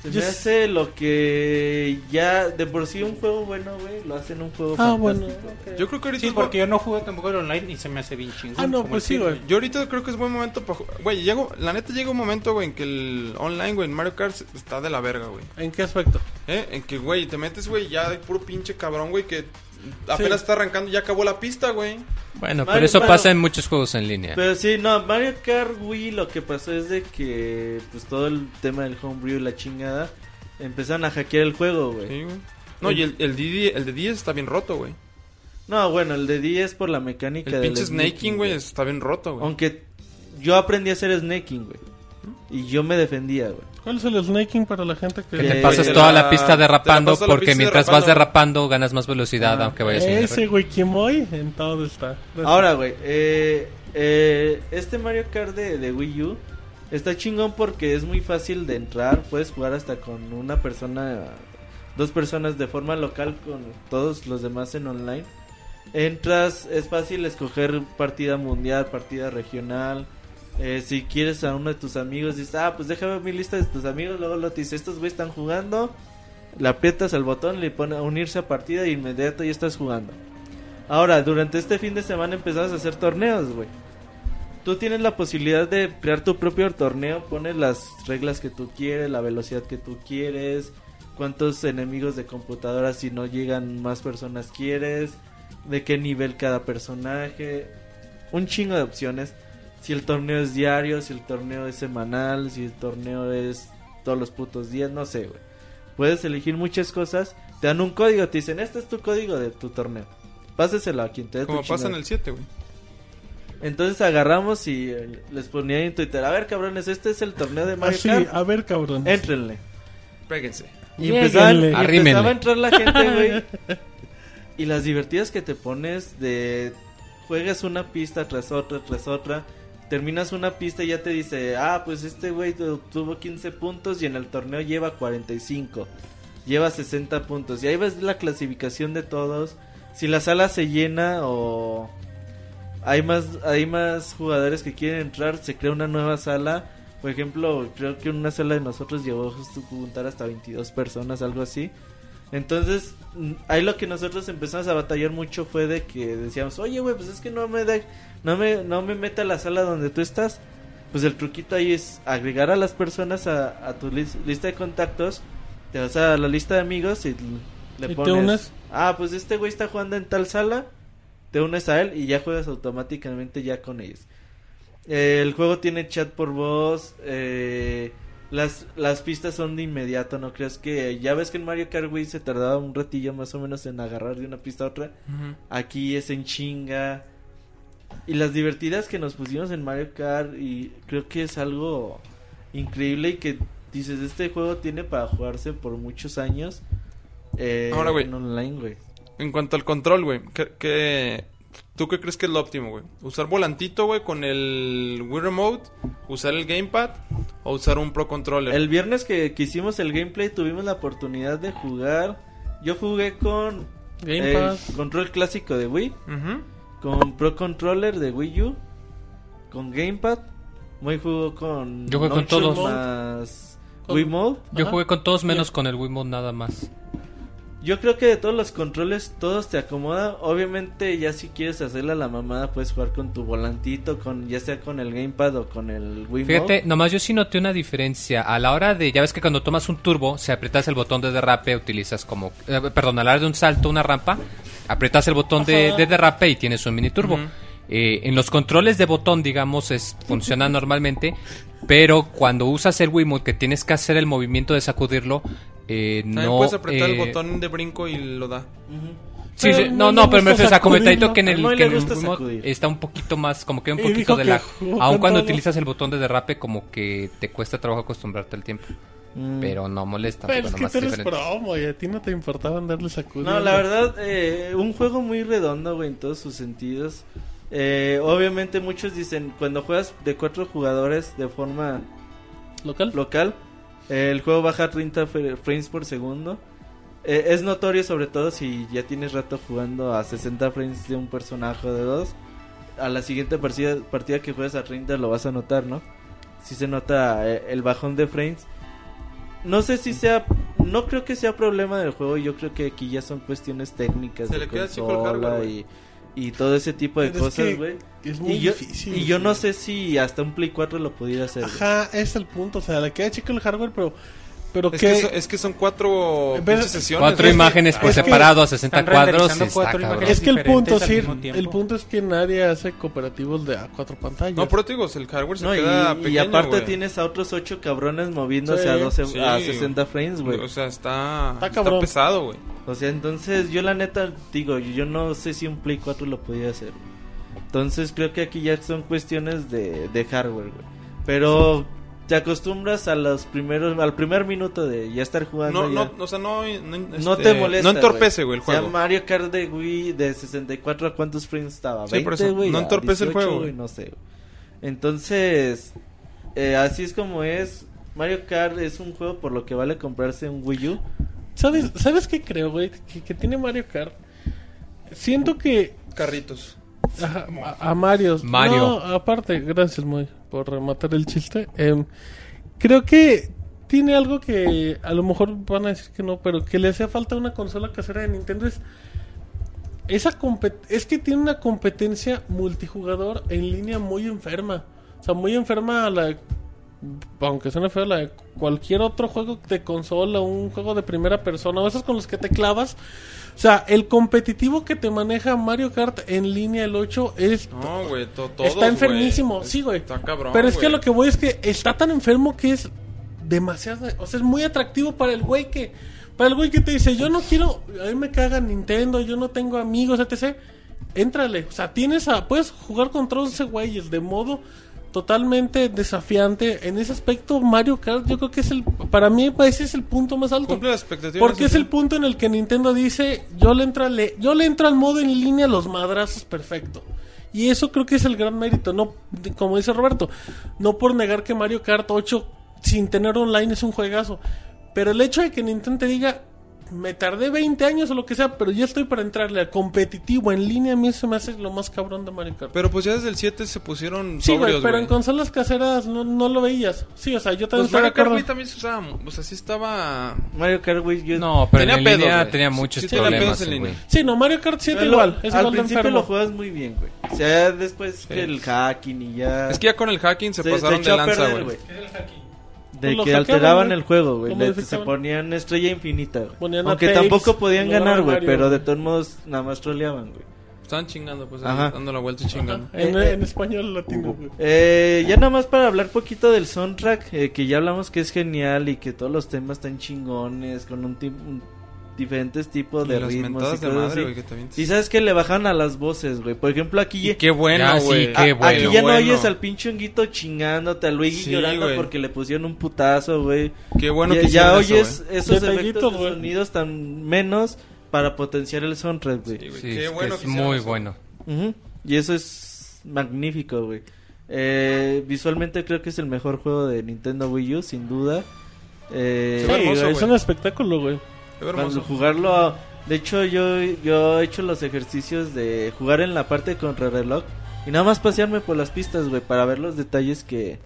S5: Se
S1: Yo
S5: me hace lo que ya de por sí un juego bueno, güey, lo hacen un juego
S1: Ah, bueno.
S5: fantástico.
S3: neta. Yo creo que ahorita.
S4: Sí,
S3: es
S4: porque yo no jugué tampoco el online y se me hace bien chingón.
S1: Ah, no,
S4: como
S1: pues
S4: el
S1: sí,
S4: FIFA.
S1: güey.
S3: Yo ahorita creo que es buen momento para. Güey, llego. La neta llega un momento, güey, en que el online, güey, en Mario Kart se- está de la verga, güey.
S1: ¿En qué aspecto?
S3: ¿Eh? En que, güey, te metes, güey, ya de puro pinche cabrón, güey, que apenas está arrancando, ya acabó la pista, güey.
S2: Bueno,
S5: Mario,
S2: pero eso
S5: bueno.
S2: pasa en muchos juegos en línea.
S5: Pero sí, no, Mario Kart Wii lo que pasó es de que pues todo el tema del homebrew y la chingada empezaron a hackear el juego, güey.
S3: Sí, güey. No, y el, el, DD el de 10 está bien roto, güey.
S5: No, bueno, el de 10 por la mecánica
S3: El
S5: del
S3: pinche snaking, güey,
S5: güey.
S3: está bien roto, güey.
S5: Aunque yo aprendí a hacer snaking, güey.
S3: ¿Mm?
S5: Y yo me defendía, güey.
S1: ¿Cuál es el snaking para la gente que...
S2: Que te
S5: Eh,
S2: pases
S5: te
S2: toda
S3: la-
S2: la pista
S3: te
S2: derrapando
S3: la pasas la
S2: porque
S3: pista
S2: mientras vas
S3: derrapando.
S2: derrapando ganas más velocidad
S5: Ah,
S2: aunque vayas en el
S1: Ese, güey, ¿quién voy? En todo está.
S5: Ahora, güey, eh, eh, este Mario Kart de, de Wii U está chingón porque es muy fácil de entrar. Puedes jugar hasta con una persona, dos personas de forma local, con todos los demás en online. Entras, es fácil escoger partida mundial, partida regional. Eh, si quieres a uno de tus amigos, dices, ah, pues déjame ver mi lista de tus amigos. Luego lo te dice, estos güeyes están jugando. Le aprietas el botón, le pone unirse a partida y inmediato ya estás jugando. Ahora, durante este fin de semana empezamos a hacer torneos, güey. Tú tienes la posibilidad de crear tu propio torneo, pones las reglas que tú quieres, la velocidad que tú quieres, cuántos enemigos de computadora si no llegan más personas quieres, de qué nivel cada personaje, un chingo de opciones. Si el torneo es diario, si el torneo es semanal, si el torneo es todos los putos días, no sé, güey. Puedes elegir muchas cosas, te dan un código, te dicen, este es tu código de tu torneo. Páseselo a quien te dé tu
S3: Como pasa en
S5: chingada".
S3: el 7, güey.
S5: Entonces agarramos y eh, les ponía en Twitter, a ver cabrones, este es el torneo de Mario
S1: Así,
S5: Kart,
S1: Ah, a ver, cabrón.
S5: éntrenle.
S3: Péguense.
S5: Y, empezaban- y
S1: Lléguenle.
S5: empezaba
S2: Arrímenle.
S5: a entrar la gente, güey. y las divertidas que te pones de juegas una pista tras otra, tras otra, terminas una pista y ya te dice, ah, pues este güey tu- tuvo 15 puntos y en el torneo lleva 45. lleva 60 puntos. Y ahí ves la clasificación de todos. Si la sala se llena o hay más, hay más jugadores que quieren entrar, se crea una nueva sala. Por ejemplo, creo que una sala de nosotros llevó justo a juntar hasta 22 personas, algo así. Entonces, mm, ahí lo que nosotros empezamos a batallar mucho fue de que decíamos, oye, güey, pues es que no me da, no me, no me meta a la sala donde tú estás. Pues el truquito ahí es agregar a las personas a, a tu lis- lista de contactos, te vas a la lista de amigos y l-
S1: ¿Y
S5: le
S1: te
S5: pones,
S1: unes?
S5: ah, pues este güey está jugando en tal sala, te unes a él y ya juegas automáticamente ya con ellos. Eh, el juego tiene chat por voz. eh, las, las pistas son de inmediato, ¿no crees que? Ya ves que en Mario Kart Wii se tardaba un ratillo más o menos en agarrar de una pista a otra. Aquí es en chinga. Y las divertidas que nos pusimos en Mario Kart y creo que es algo increíble y que dices, este juego tiene para jugarse por muchos años. eh,
S3: Ahora, güey.
S5: En online, güey.
S3: En cuanto al control, güey, ¿qué, qué- tú qué crees que es lo óptimo, güey? ¿Usar volantito, güey, con el Wii Remote? ¿Usar el Gamepad? ¿O usar un Pro Controller?
S5: El viernes que, que hicimos el gameplay tuvimos la oportunidad de jugar. Yo jugué con
S1: Game
S5: eh,
S1: Pass.
S5: control clásico de Wii,
S3: Ujú.
S5: con Pro Controller de Wii U, con Gamepad. Muy jugó con.
S2: Yo jugué con
S5: Nunchuk
S2: todos.
S5: Más
S1: Con-
S5: Wii Mode.
S2: Yo
S1: Ajá.
S2: jugué con todos menos con el Wiimote nada más.
S5: Yo creo que de todos los controles, todos te acomodan. Obviamente, ya si quieres hacerle a la mamada, puedes jugar con tu volantito, con ya sea con el Gamepad o con el Wii
S2: Fíjate, nomás yo sí noté una diferencia. A la hora de, ya ves que cuando tomas un turbo, si aprietas el botón de derrape, utilizas como, eh, perdón, a la hora de un salto, una rampa, aprietas el botón de, de derrape y tienes un mini turbo. Eh, en los controles de botón, digamos, es, funciona normalmente, pero cuando usas el Wiimote, que tienes que hacer el movimiento de sacudirlo, eh,
S3: También
S2: no...
S3: puedes apretar el
S2: eh,
S3: botón de brinco y lo da.
S2: Sí,
S1: Pero
S2: sí,
S1: no
S2: no,
S1: le
S2: no, pero me
S1: gusta
S2: refiero a como el
S1: sacudirlo.
S2: Taito que en
S5: A él no
S2: el,
S5: le
S2: que en el
S5: gusta
S2: remote
S5: sacudir.
S2: está un poquito más, como que un
S1: Y
S2: poquito
S1: dijo
S2: de
S1: que
S2: la...
S1: jugó
S2: Aun
S1: con
S2: cuando
S1: todo.
S2: utilizas el botón de derrape, como que te cuesta trabajo acostumbrarte al tiempo.
S5: Mm.
S2: Pero no molesta.
S1: Pero es
S2: digo,
S1: que
S2: nomás
S1: tú eres
S2: diferente.
S1: promo y a ti no te importaba andarle
S2: pues
S1: sacudiendo.
S5: No, la verdad, eh, un juego muy redondo, güey, en todos sus sentidos. Eh, obviamente muchos dicen, cuando juegas de cuatro jugadores de forma
S1: ¿Local?
S5: local, eh, el juego baja a 30 fr- frames por segundo. Eh, es notorio sobre todo si ya tienes rato jugando a 60 frames de un personaje o de dos. A la siguiente partida, partida que juegues a 30 lo vas a notar, ¿no? Si se nota eh, el bajón de frames. No sé si sea... No creo que sea problema del juego. Yo creo que aquí ya son cuestiones técnicas.
S3: Se
S5: de
S3: le queda chico el
S5: consola
S3: hardware,
S5: y, y todo ese tipo de
S1: Pero es
S5: cosas,
S1: que
S5: güey.
S1: Es muy
S5: Y, yo-
S1: difícil.
S5: y yo no sé si hasta un Play 4 lo pudiera hacer. güey.
S1: Ajá, ese es el punto. O sea, le queda chico el hardware, pero. Pero
S3: Es,
S1: que.
S3: que, so- es que son cuatro
S1: En vez de-
S3: pinches sesiones.
S2: Cuatro
S3: güey.
S2: imágenes por
S1: es que
S2: separado a 60
S4: están
S2: cuadros.
S4: renderizando
S2: Está
S4: cuatro
S2: cabrón.
S4: imágenes.
S1: Es que el punto,
S4: diferentes al
S1: sí,
S4: mismo tiempo.
S1: el punto es que nadie hace cooperativos de a cuatro pantallas.
S3: No, pero te digo, el hardware se
S5: No, y,
S3: queda
S5: y
S3: pequeño,
S5: aparte
S3: güey.
S5: tienes a otros ocho cabrones moviéndose
S1: Sí.
S5: a, 12,
S3: Sí.
S5: a 60 frames, güey.
S3: O sea, está,
S1: Está
S3: está,
S1: cabrón.
S3: pesado, güey.
S5: O sea, entonces yo la neta digo, yo no sé si un Play 4 lo podía hacer. güey. Entonces creo que aquí ya son cuestiones de, de hardware, güey. Pero te acostumbras a los primeros, al primer minuto de ya estar jugando.
S3: No,
S5: ya.
S3: no, o sea, no... No,
S5: No
S3: este,
S5: te molesta.
S3: No entorpece, güey, el
S5: O sea,
S3: juego.
S5: Mario Kart de Wii de 64 a cuántos frames estaba.
S3: Sí, por
S5: 20,
S3: eso,
S5: güey,
S3: no
S5: a
S3: entorpece el
S5: 18,
S3: juego,
S5: güey,
S3: güey.
S5: No sé. güey. Entonces, eh, así es como es. Mario Kart es un juego por lo que vale comprarse un Wii U.
S1: ¿Sabes, ¿Sabes qué creo, güey? Que, que tiene Mario Kart. Siento que
S3: Carritos.
S1: Ajá, a, a Mario.
S2: Mario.
S1: No, aparte, gracias, Moy, por rematar el chiste. Em, creo que tiene algo que a lo mejor van a decir que no, pero que le hacía falta a una consola casera de Nintendo es. Esa compet- es que tiene una competencia multijugador en línea muy enferma. O sea, muy enferma a la. Aunque suene feo, la de cualquier otro juego de consola, un juego de primera persona, o esos con los que te clavas. O sea, el competitivo que te maneja Mario Kart en línea el 8 es
S3: No, güey, to- todos,
S1: está enfermísimo,
S3: güey.
S1: sí, güey.
S3: Está cabrón,
S1: Pero es que
S3: güey.
S1: lo que voy es que está tan enfermo que es demasiado, o sea, es muy atractivo para el güey que para el güey que te dice, "Yo no quiero, a mí me caga Nintendo, yo no tengo amigos, etc." Éntrale, o sea, tienes a puedes jugar contra 11 güeyes de modo totalmente desafiante. En ese aspecto Mario Kart yo creo que es el para mí ese es el punto más alto.
S3: Cumple las expectativas.
S1: Porque es
S3: sí.
S1: el punto en el que Nintendo dice, yo le entro al, yo le entro al modo en línea a los madrazos perfecto. Y eso creo que es el gran mérito, no de- como dice Roberto, no por negar que Mario Kart 8 sin tener online es un juegazo, pero el hecho de que Nintendo te diga, me tardé 20 años o lo que sea, pero ya estoy para entrarle a competitivo en línea. A mí eso me hace lo más cabrón de Mario Kart.
S3: Pero pues ya desde el 7 se pusieron
S1: sí, güey,
S3: sobrios,
S1: pero
S3: güey.
S1: en consolas caseras no, no lo veías. Sí, o sea, yo también
S3: Pues
S1: estoy de
S3: Mario Kart
S1: acuerdo.
S3: Wii también se usaba, mu- o sea, sí estaba...
S5: Mario Kart Wii yo-
S2: No, pero
S3: Tenía
S2: en
S3: pedos,
S2: línea
S3: güey.
S2: tenía
S3: Sí,
S2: muchos
S3: sí tenía
S2: problemas.
S3: pedos en
S2: güey.
S3: línea.
S1: Sí, no, Mario Kart 7
S5: Yo lo-
S1: igual. Es
S5: al
S1: igual de
S5: principio
S1: enfermo.
S5: lo juegas muy bien, güey. O sea, después que el hacking y ya.
S3: Es que ya con el hacking se,
S5: Ah. se- se
S3: pasaron
S5: echó
S3: de
S5: a
S3: lanza,
S5: perder,
S3: güey.
S5: De
S1: Pues Lo
S5: que
S1: hackeaban,
S5: alteraban
S1: güey.
S5: el juego, güey.
S1: Lo
S5: Le- Se
S1: modificaban.
S5: ponían estrella infinita, güey.
S1: Ponían a
S5: Aunque
S1: Tails,
S5: tampoco podían
S1: lo daban
S5: ganar, güey.
S1: Mario.
S5: Pero de todos modos, nada más troleaban, güey.
S3: Estaban chingando, pues,
S5: Ajá.
S3: ahí, dando la vuelta y chingando.
S1: Ah, En,
S5: Eh, eh.
S1: en español latino, güey.
S5: Eh, ya nada más para hablar poquito del soundtrack, eh, que ya hablamos que es genial y que todos los temas están chingones, con un, ti- un- diferentes tipos de
S3: y las
S5: ritmos y
S3: mentadas de
S5: cosas
S3: madre,
S5: así.
S3: güey, que también...
S5: Y sabes que le bajan a las voces, güey. Por ejemplo, aquí,
S3: Y qué bueno,
S2: Ah, sí,
S3: güey.
S2: qué
S5: a-
S3: Ah,
S5: aquí
S2: bueno.
S5: ya no
S3: bueno.
S5: oyes al pinche honguito chingándote, al Luigi
S3: Sí,
S5: llorando
S3: güey.
S5: porque le pusieron un putazo, güey.
S3: Qué bueno
S5: ya,
S3: que hicieron
S5: ya
S3: eso, eh.
S5: oyes
S3: güey.
S5: esos
S1: Detallitos,
S5: efectos de
S1: güey.
S5: sonidos tan menos para potenciar el soundtrack, güey.
S3: Sí, güey,
S2: Sí,
S3: qué
S2: es que
S3: bueno
S2: es
S3: que hicieron
S2: muy
S3: eso.
S2: bueno.
S5: Ujú. Y eso es magnífico, güey. Eh, visualmente creo que es el mejor juego de Nintendo Wii U, sin duda. Eh,
S3: Se ve
S1: Sí,
S3: hermoso,
S1: güey, es
S3: güey.
S1: un espectáculo, güey.
S3: Qué
S5: cuando
S3: hermoso.
S5: jugarlo... a- De hecho, yo, yo he hecho los ejercicios de jugar en la parte contra reloj y nada más pasearme por las pistas, güey, para ver los detalles que,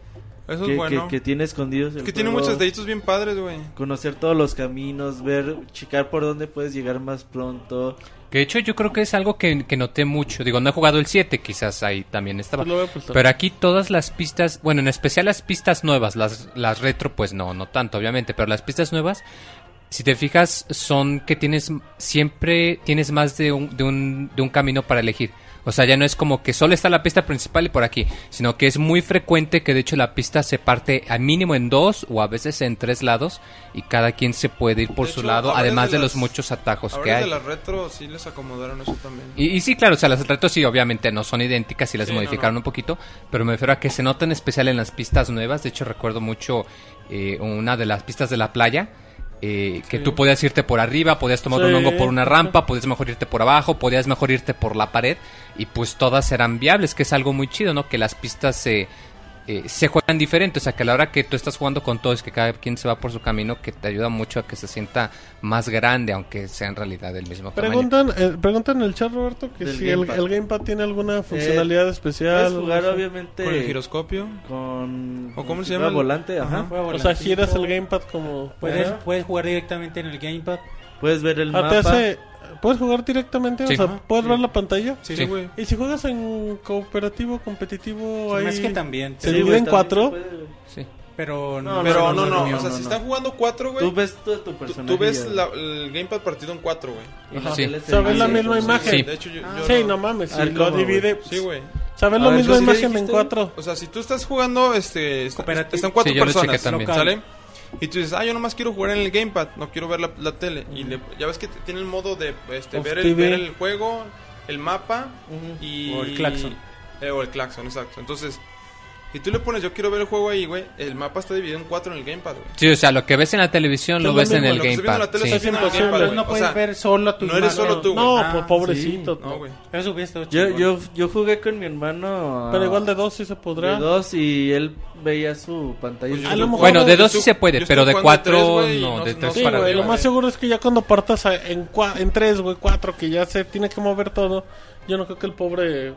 S3: Eso
S5: que-
S3: es bueno.
S5: que- que tiene escondidos. el
S3: Es que tiene
S5: juego,
S3: muchos detallitos bien padres, güey.
S5: Conocer todos los caminos, ver, checar por dónde puedes llegar más pronto.
S2: Que de hecho yo creo que es algo que, que noté mucho. Digo, no he jugado el 7, quizás ahí también estaba.
S1: Pues lo voy a apuntar.
S2: Pero aquí todas las pistas, bueno, en especial las pistas nuevas, las, las retro, pues no, no tanto, obviamente, pero las pistas nuevas, si te fijas, son que tienes, siempre tienes más de un, de un, de un camino para elegir. O sea, ya no es como que solo está la pista principal y por aquí, sino que es muy frecuente que de hecho la pista se parte a mínimo en dos o a veces en tres lados y cada quien se puede ir por
S3: De
S2: su
S3: hecho,
S2: lado,
S3: ahora es
S2: además
S3: de
S2: de, los
S3: las-
S2: muchos atajos que
S3: Ahora
S2: hay.
S3: de las retro sí les acomodaron eso también.
S2: Y, y sí, claro, o sea, las retos sí, obviamente no son idénticas y las
S3: Sí, no,
S2: modificaron
S3: no.
S2: un poquito, pero me refiero a que se nota en especial en las pistas nuevas. De hecho, recuerdo mucho eh, una de las pistas de la playa, eh, que tú podías irte por arriba, podías tomar
S1: Sí.
S2: un hongo por una rampa, podías mejor irte por abajo, podías mejor irte por la pared, y pues todas eran viables, que es algo muy chido, ¿no? Que las pistas se. eh, se juegan diferente, o sea que a la hora que tú estás jugando con todos, que cada quien se va por su camino, que te ayuda mucho a que se sienta más grande, aunque sea en realidad el mismo tamaño.
S1: Preguntan, eh, preguntan en el chat, Roberto, que
S5: Del
S1: si el,
S5: gamepad.
S1: el Gamepad tiene alguna funcionalidad especial.
S5: Eh, Puedes jugar,
S1: o-
S5: obviamente,
S3: Con el giroscopio.
S5: con
S3: ¿O cómo se
S5: con
S3: llama el-
S5: volante, ajá.
S4: Ajá, juega
S1: O sea, giras el
S4: volantico,
S1: Gamepad como...
S4: Puedes,
S1: Ajá.
S4: puedes jugar directamente en el gamepad.
S5: Puedes ver el
S1: Ah, te
S5: mapa.
S1: hace- ¿Puedes jugar directamente?
S2: Sí.
S1: O sea, ¿puedes ver la pantalla?
S3: Sí,
S2: Sí.
S3: güey.
S1: Y si juegas en cooperativo, competitivo,
S4: Se me
S1: ahí...
S4: hace que también.
S1: Se
S4: sí,
S1: divide en
S5: también
S1: cuatro.
S5: se puede-
S2: Sí.
S4: Pero
S5: No,
S3: Pero no,
S5: no,
S3: no,
S5: no,
S3: o sea, si
S5: no.
S3: estás jugando 4, güey,
S5: Tú
S3: tú,
S5: ves todo tu
S3: tú
S5: personaje.
S3: ves
S5: ya.
S3: la- el gamepad partido en 4, güey.
S5: Y la
S2: Sí.
S5: tele se
S1: O sea, ves
S5: divide
S1: la
S5: en
S1: misma
S5: dos.
S1: imagen.
S2: Ah, Sí.
S3: De hecho, yo, yo
S1: Sí, no mames,
S5: Ah,
S1: si lo
S5: ¿cómo, güey?
S1: divide...
S3: Sí, güey.
S1: O sea, ves
S5: A
S1: la
S5: ver,
S1: misma
S5: ¿eso sí le
S1: imagen en
S5: dijiste?
S1: cuatro.
S3: O sea, si tú estás jugando, este, est-
S4: Cooperativo.
S3: están cuatro
S2: Sí, yo lo chequé
S3: personas,
S2: también.
S3: ¿sale? Y tú dices, ah, yo nomás quiero jugar en el gamepad, no quiero ver la, la tele. Y le- ya ves que te- tiene el modo de este,
S1: Off
S3: ver, el,
S1: TV.
S3: ver el juego, el mapa
S5: Ujú.
S3: y...
S4: O el claxon.
S3: Eh, o el claxon, exacto. Entonces, si tú le pones, yo quiero ver el juego ahí, güey, el mapa está dividido en cuatro en el gamepad, güey.
S2: Sí, o sea, lo que ves en la televisión lo
S1: Lo
S2: ves en
S1: mismo,
S2: el
S3: lo que estoy viendo en
S2: Gamepad.
S3: la tele
S2: sí.
S3: es
S1: Es
S3: en el
S1: imposible,
S3: gamepad,
S4: Pero
S3: güey.
S4: pues, no
S3: O
S4: puedes
S3: sea,
S4: ver solo a tu
S3: no eres
S4: imagen.
S3: solo tú, güey.
S1: No,
S5: Ah,
S1: pues pobrecito.
S3: No, güey.
S4: Eso hubiera estado
S5: Yo,
S4: chingón.
S5: yo, yo jugué con mi hermano. a-
S2: Ah.
S1: Pero igual de dos sí se podrá.
S5: de dos y él veía su pantalla.
S3: Pues yo
S1: A
S3: estoy
S1: lo mejor-
S3: jugando-
S1: Bueno,
S2: de
S3: yo
S2: dos sí
S3: estoy-
S2: se puede,
S3: yo
S2: pero
S3: estoy
S2: de
S3: jugando en
S2: cuatro,
S3: güey, y
S2: no, de tres
S1: Sí,
S2: para
S1: güey,
S2: arriba,
S1: lo
S3: güey.
S1: más seguro es que ya cuando partas a- en, cua- en tres, güey, cuatro, que ya se tiene que mover todo, yo no creo que el pobre...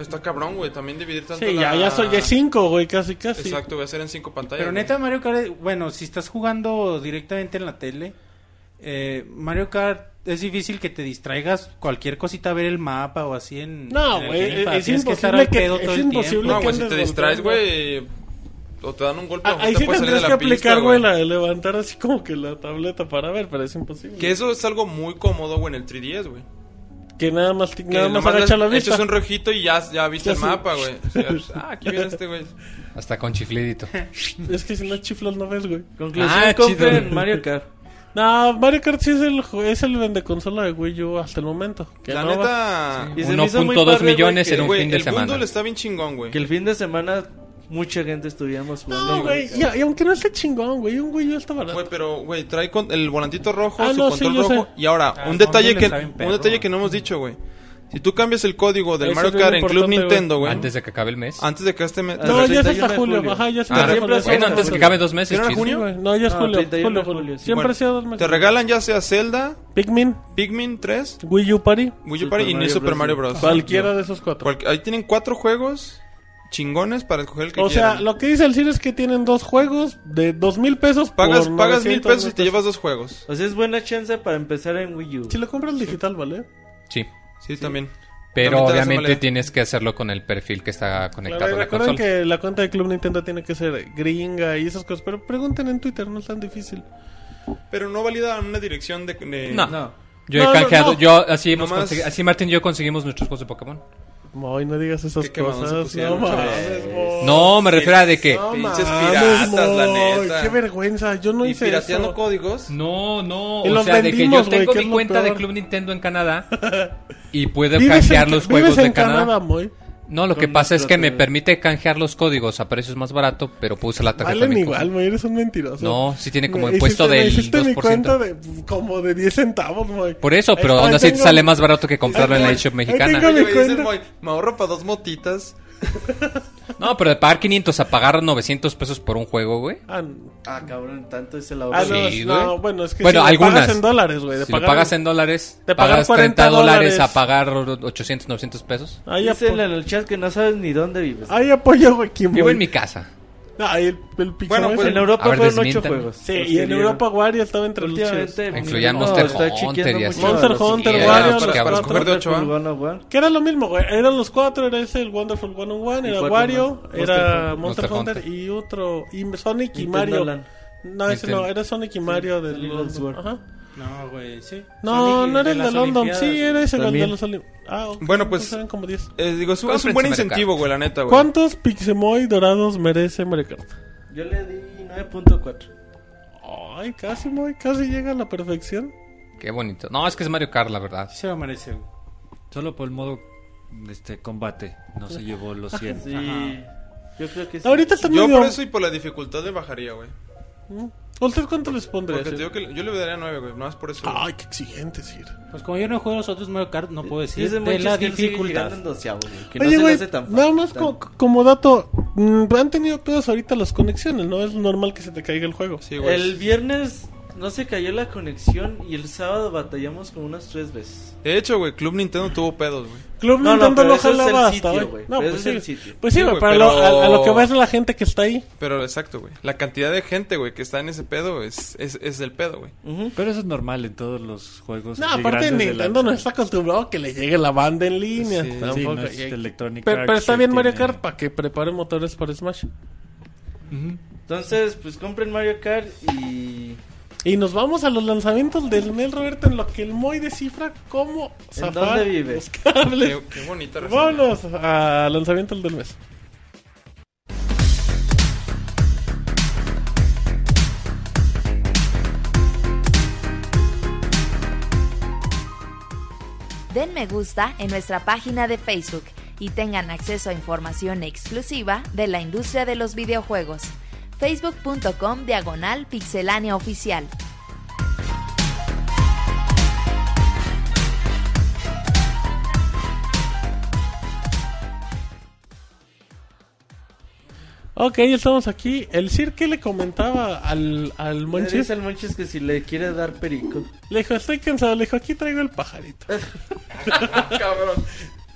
S3: Está cabrón, güey, también dividir tanto
S1: Sí, ya,
S3: la-
S1: ya soy de cinco, güey, casi, casi.
S3: Exacto, voy a hacer en cinco pantallas.
S4: Pero
S3: güey.
S5: ¿eh?
S4: neta, Mario Kart, bueno, si estás jugando directamente en la tele, eh, Mario Kart es difícil que te distraigas cualquier cosita, ver el mapa o así en.
S1: No,
S4: en el
S1: güey, es-
S4: gamepad.
S1: es
S4: Tienes
S1: imposible que- es
S4: el
S1: imposible
S4: tiempo.
S3: No,
S1: que
S3: güey, si te
S1: andes
S3: distraes,
S1: volteando.
S3: güey, o te dan un golpe,
S1: Ah,
S3: o
S1: ahí
S3: te
S1: sí
S3: puedes salir de
S1: tendrías
S3: la
S1: que
S3: pista,
S1: aplicar, güey, la de levantar así como que la tableta para ver, pero es imposible.
S3: Que eso es algo muy cómodo, güey, en el 3DS, güey.
S1: Que nada más, ti- nada
S3: que
S1: más
S3: nomás
S1: agacha
S3: le
S1: la vista.
S3: Echas un rojito y ya, ya viste
S1: Ya
S3: el
S1: sí.
S3: mapa, güey. O sea, pues, ah, aquí viene este, güey.
S2: Hasta con chiflidito.
S1: Es que si no chiflas no ves, güey.
S5: Conclusión:
S2: Ah,
S5: compren
S2: chido.
S5: Mario Kart.
S1: No, Mario Kart sí es el, ju- es el vende consola de Wii U hasta el momento. Que
S3: La
S1: no va-
S3: neta,
S5: Y se me hizo muy padre,
S2: 1.2
S5: güey,
S2: millones
S5: que-
S2: en un
S3: güey,
S2: fin de
S3: el
S2: semana.
S3: bundle está bien chingón, güey.
S5: Que el fin de semana mucha gente estuvimos jugando.
S1: No, güey, y, y aunque no esté chingón, güey, un Wii U está barato.
S3: Güey, pero, güey, trae con el volantito rojo,
S1: Ah,
S3: su
S1: no, sí,
S3: control
S1: yo
S3: rojo.
S1: sé.
S3: Y ahora,
S4: Ah,
S3: un,
S4: el
S3: detalle
S4: bundle
S3: que,
S4: está bien
S3: un
S4: perro.
S3: detalle que no hemos dicho, güey. Si tú cambias el código del
S1: Eso
S3: Mario
S1: es bien
S3: Kart en Club
S1: importante, güey.
S3: Nintendo, güey.
S2: Antes de que acabe el mes.
S3: Antes de que este mes.
S1: No, ya es
S5: 31
S1: hasta
S5: de
S1: julio.
S5: julio.
S1: Ajá, ya es
S2: Ah,
S1: hasta julio.
S2: bueno, antes de que acabe dos meses.
S3: ¿No era
S2: chis.
S3: junio?
S1: Sí, güey. No, ya es
S4: No,
S1: julio.
S4: 31
S1: julio,
S4: de julio,
S1: julio.
S4: sí.
S1: Siempre
S3: Bueno,
S1: ha sido dos meses.
S3: Te regalan ya sea Zelda,
S1: Pikmin,
S3: Pikmin 3,
S1: Wii U Party,
S3: Wii U
S5: Super
S3: Party y New
S5: Mario
S3: Super
S5: Bros.
S3: Mario Bros.
S1: cualquiera de esos cuatro.
S3: Cual- ahí tienen cuatro juegos chingones para escoger el que
S1: O sea,
S3: quieran.
S1: lo que dice el CIR es que tienen dos juegos de dos mil pesos.
S3: pagas
S1: por
S3: pagas mil
S1: 900
S3: pesos y te llevas dos juegos.
S5: O sea, es buena chance para empezar en Wii U.
S1: Si lo compras digital, ¿vale?
S2: Sí.
S3: Sí, también.
S2: Pero
S3: También te das
S2: obviamente
S3: amalea.
S2: tienes que hacerlo con el perfil que está
S1: La
S2: conectado
S1: verdad,
S2: a la
S1: recuerden
S2: consola.
S1: que la cuenta de Club Nintendo tiene que ser gringa y esas cosas. Pero pregunten en Twitter, no es tan difícil.
S3: Pero no valida una dirección de. de-
S2: No.
S5: No.
S2: Yo he
S1: No, no,
S2: canjeado,
S1: no.
S2: yo así hemos
S3: Nomás-
S2: consegui- así Martín y yo conseguimos nuestros juegos de Pokémon.
S1: Ay, no digas esas
S3: Qué quemados se
S1: cosas. No
S3: pusieron,
S1: mames, Moy.
S2: No, me refiero a de que
S1: No
S3: pinches
S1: mames,
S3: piratas, la
S1: Moy.
S3: neta.
S1: Qué vergüenza, yo no
S3: y
S1: hice
S3: pirateando
S1: eso.
S3: códigos.
S2: no, no,
S1: Y
S2: o
S1: los
S2: sea, de que yo
S1: vendimos, güey,
S2: tengo
S1: que es
S2: mi
S1: lo
S2: cuenta de
S1: peor.
S2: Club Nintendo en Canadá y puedo
S1: Vives
S2: canjear
S1: en-
S2: los
S1: vives
S2: juegos de
S1: en
S2: Canadá.
S1: Moy.
S2: No, lo
S5: Con
S2: que pasa es
S5: nuestro
S2: que me
S5: TV.
S2: permite canjear los códigos a precios más barato, pero puse la tarjeta
S1: Valen
S2: de mi co-
S1: igual, Moy, eres un mentiroso.
S2: No, sí tiene como
S1: Me
S2: el puesto
S1: hiciste- me
S2: del
S1: hiciste mi cuenta
S2: 2%.
S1: de como de 10 centavos, Moy.
S2: Por eso, pero
S1: Ahí-
S2: aún
S1: ahí
S2: así te
S1: tengo-
S2: sale más barato que comprarlo en la
S1: tengo-
S2: eShop
S1: ahí
S2: mexicana.
S1: tengo-
S3: Oye,
S1: me
S3: güey, dice el
S1: cuenta.
S3: boy, me ahorro para dos motitas.
S2: No, pero de pagar 500 a pagar 900 pesos por un juego, güey.
S1: Ah,
S5: Ah, cabrón, tanto es el ahorro.
S1: ah,
S2: Sí,
S1: no,
S2: güey.
S1: no, bueno, es que
S2: Bueno,
S1: si lo
S2: algunas.
S1: pagas en dólares, güey. de
S2: Si lo
S1: pagar-
S2: pagas en dólares,
S1: de pagar
S2: pagas
S1: 40
S2: 30 dólares
S1: dólares.
S2: a pagar 800, 900 pesos.
S1: Ahí
S5: Dicen
S1: apo-
S5: en el chat que no sabes ni dónde vives.
S1: ahí apoyo, güey. Kim,
S2: Vivo
S1: güey.
S2: en mi casa.
S1: Ah, el, el Pixel
S3: Bueno,
S1: Moy
S3: pues,
S1: es
S5: en
S1: el-
S5: Europa
S2: a ver,
S5: fueron ocho
S2: desmiéntame.
S5: juegos.
S1: Sí,
S5: Los
S1: y
S5: que
S1: en
S5: dieron.
S1: Europa Wario estaba entre los chidos.
S5: Últimamente,
S2: Incluyan
S5: no,
S2: Monster
S5: está
S2: Hunter
S5: chiqueando
S2: y
S5: mucho
S2: así.
S1: Monster
S5: los-
S1: Hunter,
S5: y-
S1: Wario,
S2: los que
S3: para
S2: abro-
S3: escoger de ocho,
S1: ¿ah?
S3: ¿va?
S5: Hunter, One on One.
S1: Que era lo mismo, güey. Eran los cuatro, era ese el Wonderful 101,
S5: Y
S1: era
S5: cuatro
S1: Wario,
S5: más.
S1: era Monster,
S2: Monster
S1: Hunter,
S2: Hunter.
S1: y otro, y Sonic y
S5: Nintendo
S1: Mario.
S5: Land.
S1: No, ese
S2: Nintendo.
S1: no, era Sonic y Mario del
S5: Little Sword.
S1: Ajá.
S4: No, güey, sí.
S1: No,
S4: Sonic
S1: no era el
S4: las
S1: de London,
S4: Olimpiadas.
S1: sí, era ese el de
S5: También.
S1: los Olim- Ah, ok,
S3: Bueno, pues-
S1: entonces eran como 10.
S3: Eh, digo, es, un- es
S2: Cómprense
S3: un buen
S2: Mario Kart.
S3: incentivo, güey, la neta, güey.
S1: ¿Cuántos Pixemoy dorados merece Mario Kart?
S5: Yo le di 9.4.
S1: Ay, casi, Moy, casi llega a la perfección.
S2: Qué bonito. No, es que es Mario Kart, la verdad.
S4: Sí Se lo merece, güey.
S6: Solo por el modo este combate no se llevó los 100.
S5: Sí. Yo creo que sí.
S1: Ahorita está
S3: Yo
S1: medio...
S3: por eso y por la dificultad le bajaría, güey.
S1: ¿Usted cuánto les pondría?
S3: Porque te digo que yo le daría nueve, güey. No es por eso.
S1: Ay, qué exigente, Sir.
S4: Pues como yo no juego los otros Mario Kart, no puedo decir
S5: Dicen
S4: de
S5: muchos
S4: la
S5: que él sigue
S4: dificultad.
S5: llegando en doceavo, güey, que no
S1: Oye,
S5: se le
S1: güey,
S5: hace tan
S1: nada
S5: fácil,
S1: más
S5: tan-
S1: co- como dato, mm, han tenido pedos ahorita las conexiones, ¿no? Es normal que se te caiga el juego.
S3: Sí, güey.
S5: El viernes no se cayó la conexión y el sábado batallamos como unas tres veces.
S3: De hecho, güey, Club Nintendo tuvo pedos, güey.
S1: Club
S5: No, no,
S1: Nintendo
S5: pero
S1: no,
S5: eso es el
S1: jalaba
S5: sitio,
S1: hasta hoy.
S5: güey,
S1: No,
S5: pero
S1: pues
S5: eso es
S1: sí.
S5: el sitio.
S1: Pues sí,
S3: Sí,
S1: güey,
S3: güey,
S1: para lo-
S3: pero-
S1: a, a lo que va es la gente que está ahí.
S3: Pero exacto, güey. La cantidad de gente, güey, que está en ese pedo es, es, es el pedo, güey.
S5: Ujú.
S6: Pero eso es normal en todos los juegos.
S1: No,
S6: así
S1: aparte
S6: grandes de
S1: Nintendo no
S6: lanza.
S1: está acostumbrado a que le llegue la banda en línea.
S6: Sí,
S1: Tampoco.
S6: sí, no es este,
S1: Y-
S6: Electronic
S1: pero, pero
S6: Arts
S1: está
S6: que
S1: bien Mario
S6: tiene-
S1: Kart para que prepare motores para Smash.
S5: Entonces, pues compren Mario Kart y
S1: Y nos vamos a los lanzamientos del Nel Roberto en lo que el Moy descifra cómo zafar
S5: dónde vive?
S1: los cables.
S3: Qué, qué bonita reseña.
S1: Vámonos a lanzamientos del mes.
S7: Den me gusta en nuestra página de Facebook y tengan acceso a información exclusiva de la industria de los videojuegos. Facebook.com diagonal pixelánea oficial.
S1: Ok, ya estamos aquí. El Sir que le comentaba al, al
S5: le
S1: Monchis,
S5: dice al Monchis que si le quiere dar perico.
S1: le dijo, estoy cansado, le dijo, aquí traigo el pajarito.
S3: Cabrón.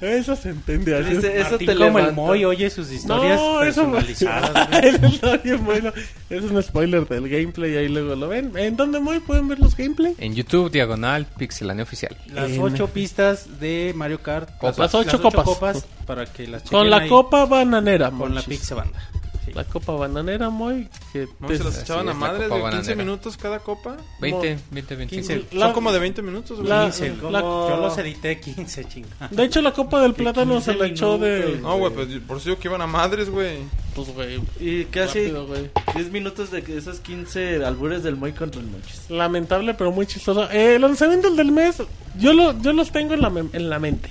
S1: Eso se entiende así.
S5: Dice, eso
S4: Martín
S5: te
S4: como
S5: levanta.
S4: el Moy oye sus historias
S1: No, eso-
S4: personalizadas. güey.
S1: Eso está bien bueno. Es un spoiler del gameplay, ahí luego lo ven. ¿En dónde muy pueden ver los gameplay?
S2: En YouTube, diagonal, pixelane oficial.
S4: Las
S1: En-
S4: ocho pistas de Mario Kart.
S1: Copas.
S4: Las ocho copas. Para que las
S1: Con
S4: chequen
S1: la
S4: ahí
S1: copa bananera,
S4: Con la
S1: Monchis.
S4: pizza banda. Sí.
S1: La copa bananera, muy. Que
S3: No,
S1: te-
S3: se las
S2: Así
S3: echaban a
S2: es, la
S3: madres,
S2: copa
S3: güey. 15
S2: bananera.
S3: minutos cada copa.
S2: 20, 20, 25.
S1: La-
S3: Son como de 20 minutos, güey.
S1: La-
S4: Quince,
S1: la-
S4: como- Yo los edité 15, chinga.
S1: De hecho, la copa del plátano se la
S5: 15
S1: echó de.
S5: minutos.
S3: No, güey, pues por eso digo que iban a madres, güey.
S1: Pues, güey.
S5: Y casi
S1: rápido, güey.
S5: 10 minutos de que esos 15 albures del Moy contra el Monchis.
S1: Lamentable, pero muy chistoso. Eh, lanzamientos del mes, yo, lo, yo los tengo en la, mem- en la mente.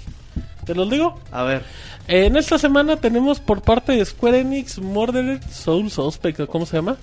S1: Te los digo.
S5: A ver,
S1: Eh, en esta semana tenemos por parte de Square Enix Murdered Soul Suspect, ¿o ¿cómo se llama?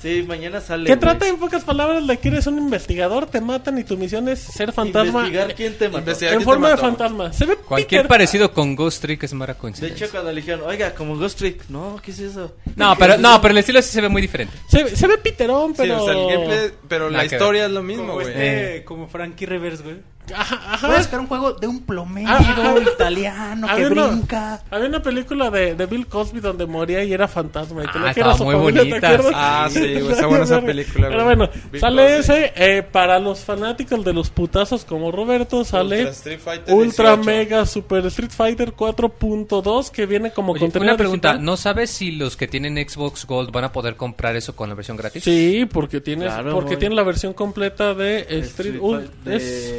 S5: Sí, mañana sale.
S1: Que
S5: güey.
S1: trata en pocas palabras de que eres un investigador, te matan y tu misión es ser fantasma
S5: Investigar quién te mató.
S3: Investigar.
S1: en
S3: quién te
S1: forma de
S3: mató.
S1: fantasma. Se ve
S2: Cualquier
S1: Peter.
S2: parecido con Ghost Trick es mera
S5: De
S2: coincidencia.
S5: hecho, cuando le dijeron, oiga, como Ghost Trick, no, ¿qué es eso?
S2: no, pero, no, pero el estilo sí se ve muy diferente.
S1: Se, se ve Peterón,
S3: Sí,
S1: pero.
S3: o sea, el gameplay, pero
S2: Nada
S3: la
S2: que ver.
S3: historia es lo mismo,
S4: Como,
S3: güey.
S4: este, como Frankie Reverse, güey.
S1: Ajá,
S9: Voy a
S1: ajá.
S9: sacar un juego de un plomero
S1: Ah, ah, ah.
S9: italiano
S1: A
S9: que
S1: ver, no.
S9: brinca.
S1: Había una película de, de Bill Cosby donde moría y era fantasma. Y tenía
S2: Ah,
S1: que ir a
S2: estaba
S1: su
S2: muy
S1: familia, ¿te
S2: bonita.
S1: acuerdas?
S3: Ah, sí, güey, está buena esa película,
S1: Pero
S3: güey.
S1: bueno,
S3: Bill
S1: sale
S3: Cosby.
S1: ese. eh, para los fanáticos de los putazos como Roberto, sale
S3: Ultra Street Fighter
S1: Ultra
S3: 18.
S1: Mega Super Street Fighter 4.2 que viene como
S2: Oye,
S1: contenido.
S2: una pregunta,
S1: digital.
S2: ¿no sabes si los que tienen Xbox Gold van a poder comprar eso con la versión gratis?
S1: Sí, porque tienes,
S5: Claro,
S1: porque
S5: voy.
S1: tiene la versión completa de Street,
S5: Street
S1: Ul-
S5: Fight- de-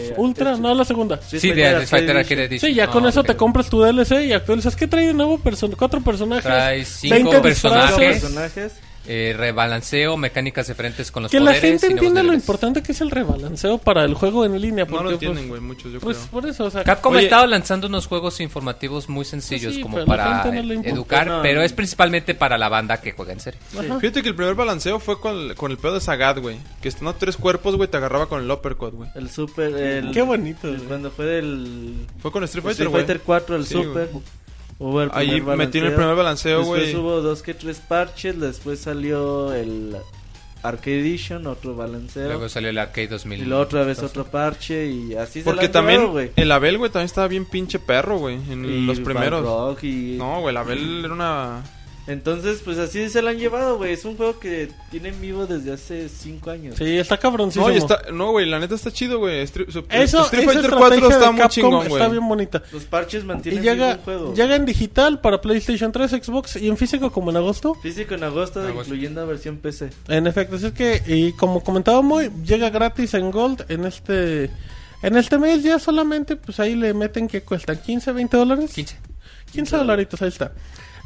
S1: es Ultra,
S5: Street-
S1: no la segunda.
S2: Sí, de Street Fighter Arcade Edition.
S1: Sí, ya con
S2: Ah,
S1: eso
S2: ok.
S1: te compras tu DLC y actualizas. ¿Qué trae de nuevo? Person cuatro personajes.
S2: Trae cinco
S1: 20
S2: personajes.
S1: disfraces.
S5: personajes.
S2: Eh, rebalanceo, mecánicas diferentes con los
S1: Que la
S2: poderes.
S1: gente
S2: y nuevos
S1: entienda lo
S2: niveles.
S1: importante que es el rebalanceo para el juego en línea.
S3: No
S1: Porque,
S3: lo entienden,
S1: pues,
S3: güey, muchos, yo
S1: pues
S3: creo.
S1: por eso, o sea,
S2: Capcom
S3: Oye.
S2: ha estado lanzando unos juegos informativos muy sencillos
S1: Sí,
S2: como
S1: pero a la
S2: para
S1: gente no le
S2: eh,
S1: importa.
S2: educar,
S5: No.
S2: pero es principalmente para la banda que juega en serio.
S1: pues, ajá.
S3: Fíjate que el primer balanceo fue con el, con el pedo de Sagat, güey. Que estando tres cuerpos, güey, te agarraba con el uppercut, güey.
S5: El Super. El,
S1: Qué bonito,
S5: el-
S1: güey.
S5: Cuando fue del.
S3: Fue con Street
S1: Pues,
S3: Fighter,
S5: Street
S3: güey.
S5: Fighter 4, el
S3: Sí,
S5: Super.
S3: güey.
S5: Hubo el
S3: Ahí
S5: primer
S3: metí en el
S5: balanceo.
S3: primer balanceo,
S5: Después
S3: güey.
S5: hubo dos que tres parches. Después salió el Arcade Edition, otro balanceo.
S2: Luego salió el Arcade 2000.
S5: y luego otra vez otro parche. Y así se
S3: Porque
S5: la han llevado,
S3: también
S5: güey.
S3: el Abel, güey, también estaba bien pinche perro, güey. En
S5: Y
S3: los primeros.
S5: Balrog y-
S3: No, güey, el Abel era una...
S5: Entonces, pues así se la han llevado, güey. Es un juego que tiene en vivo desde hace 5 años.
S1: Sí, está cabroncísimo.
S3: No, y está... No, güey, la neta está chido, güey. Stri- su-
S1: Eso,
S3: Street
S1: esa
S3: Fighter
S1: estrategia
S3: 4
S1: de
S3: está muy
S1: Capcom
S3: chingón,
S1: Está
S3: güey.
S1: bien bonita.
S5: Los parches
S1: Y
S5: mantienen vivo
S1: llega,
S5: un juego.
S1: llega en digital para PlayStation 3, Xbox y en físico como en agosto.
S5: Físico en agosto,
S2: Agosto.
S5: incluyendo versión PC.
S1: En efecto, así es que, y como comentaba muy, llega gratis en Gold en este en este mes ya solamente, pues ahí le meten que cuesta 15, 20 dólares.
S2: 15.
S1: 15 dolaritos, ahí está.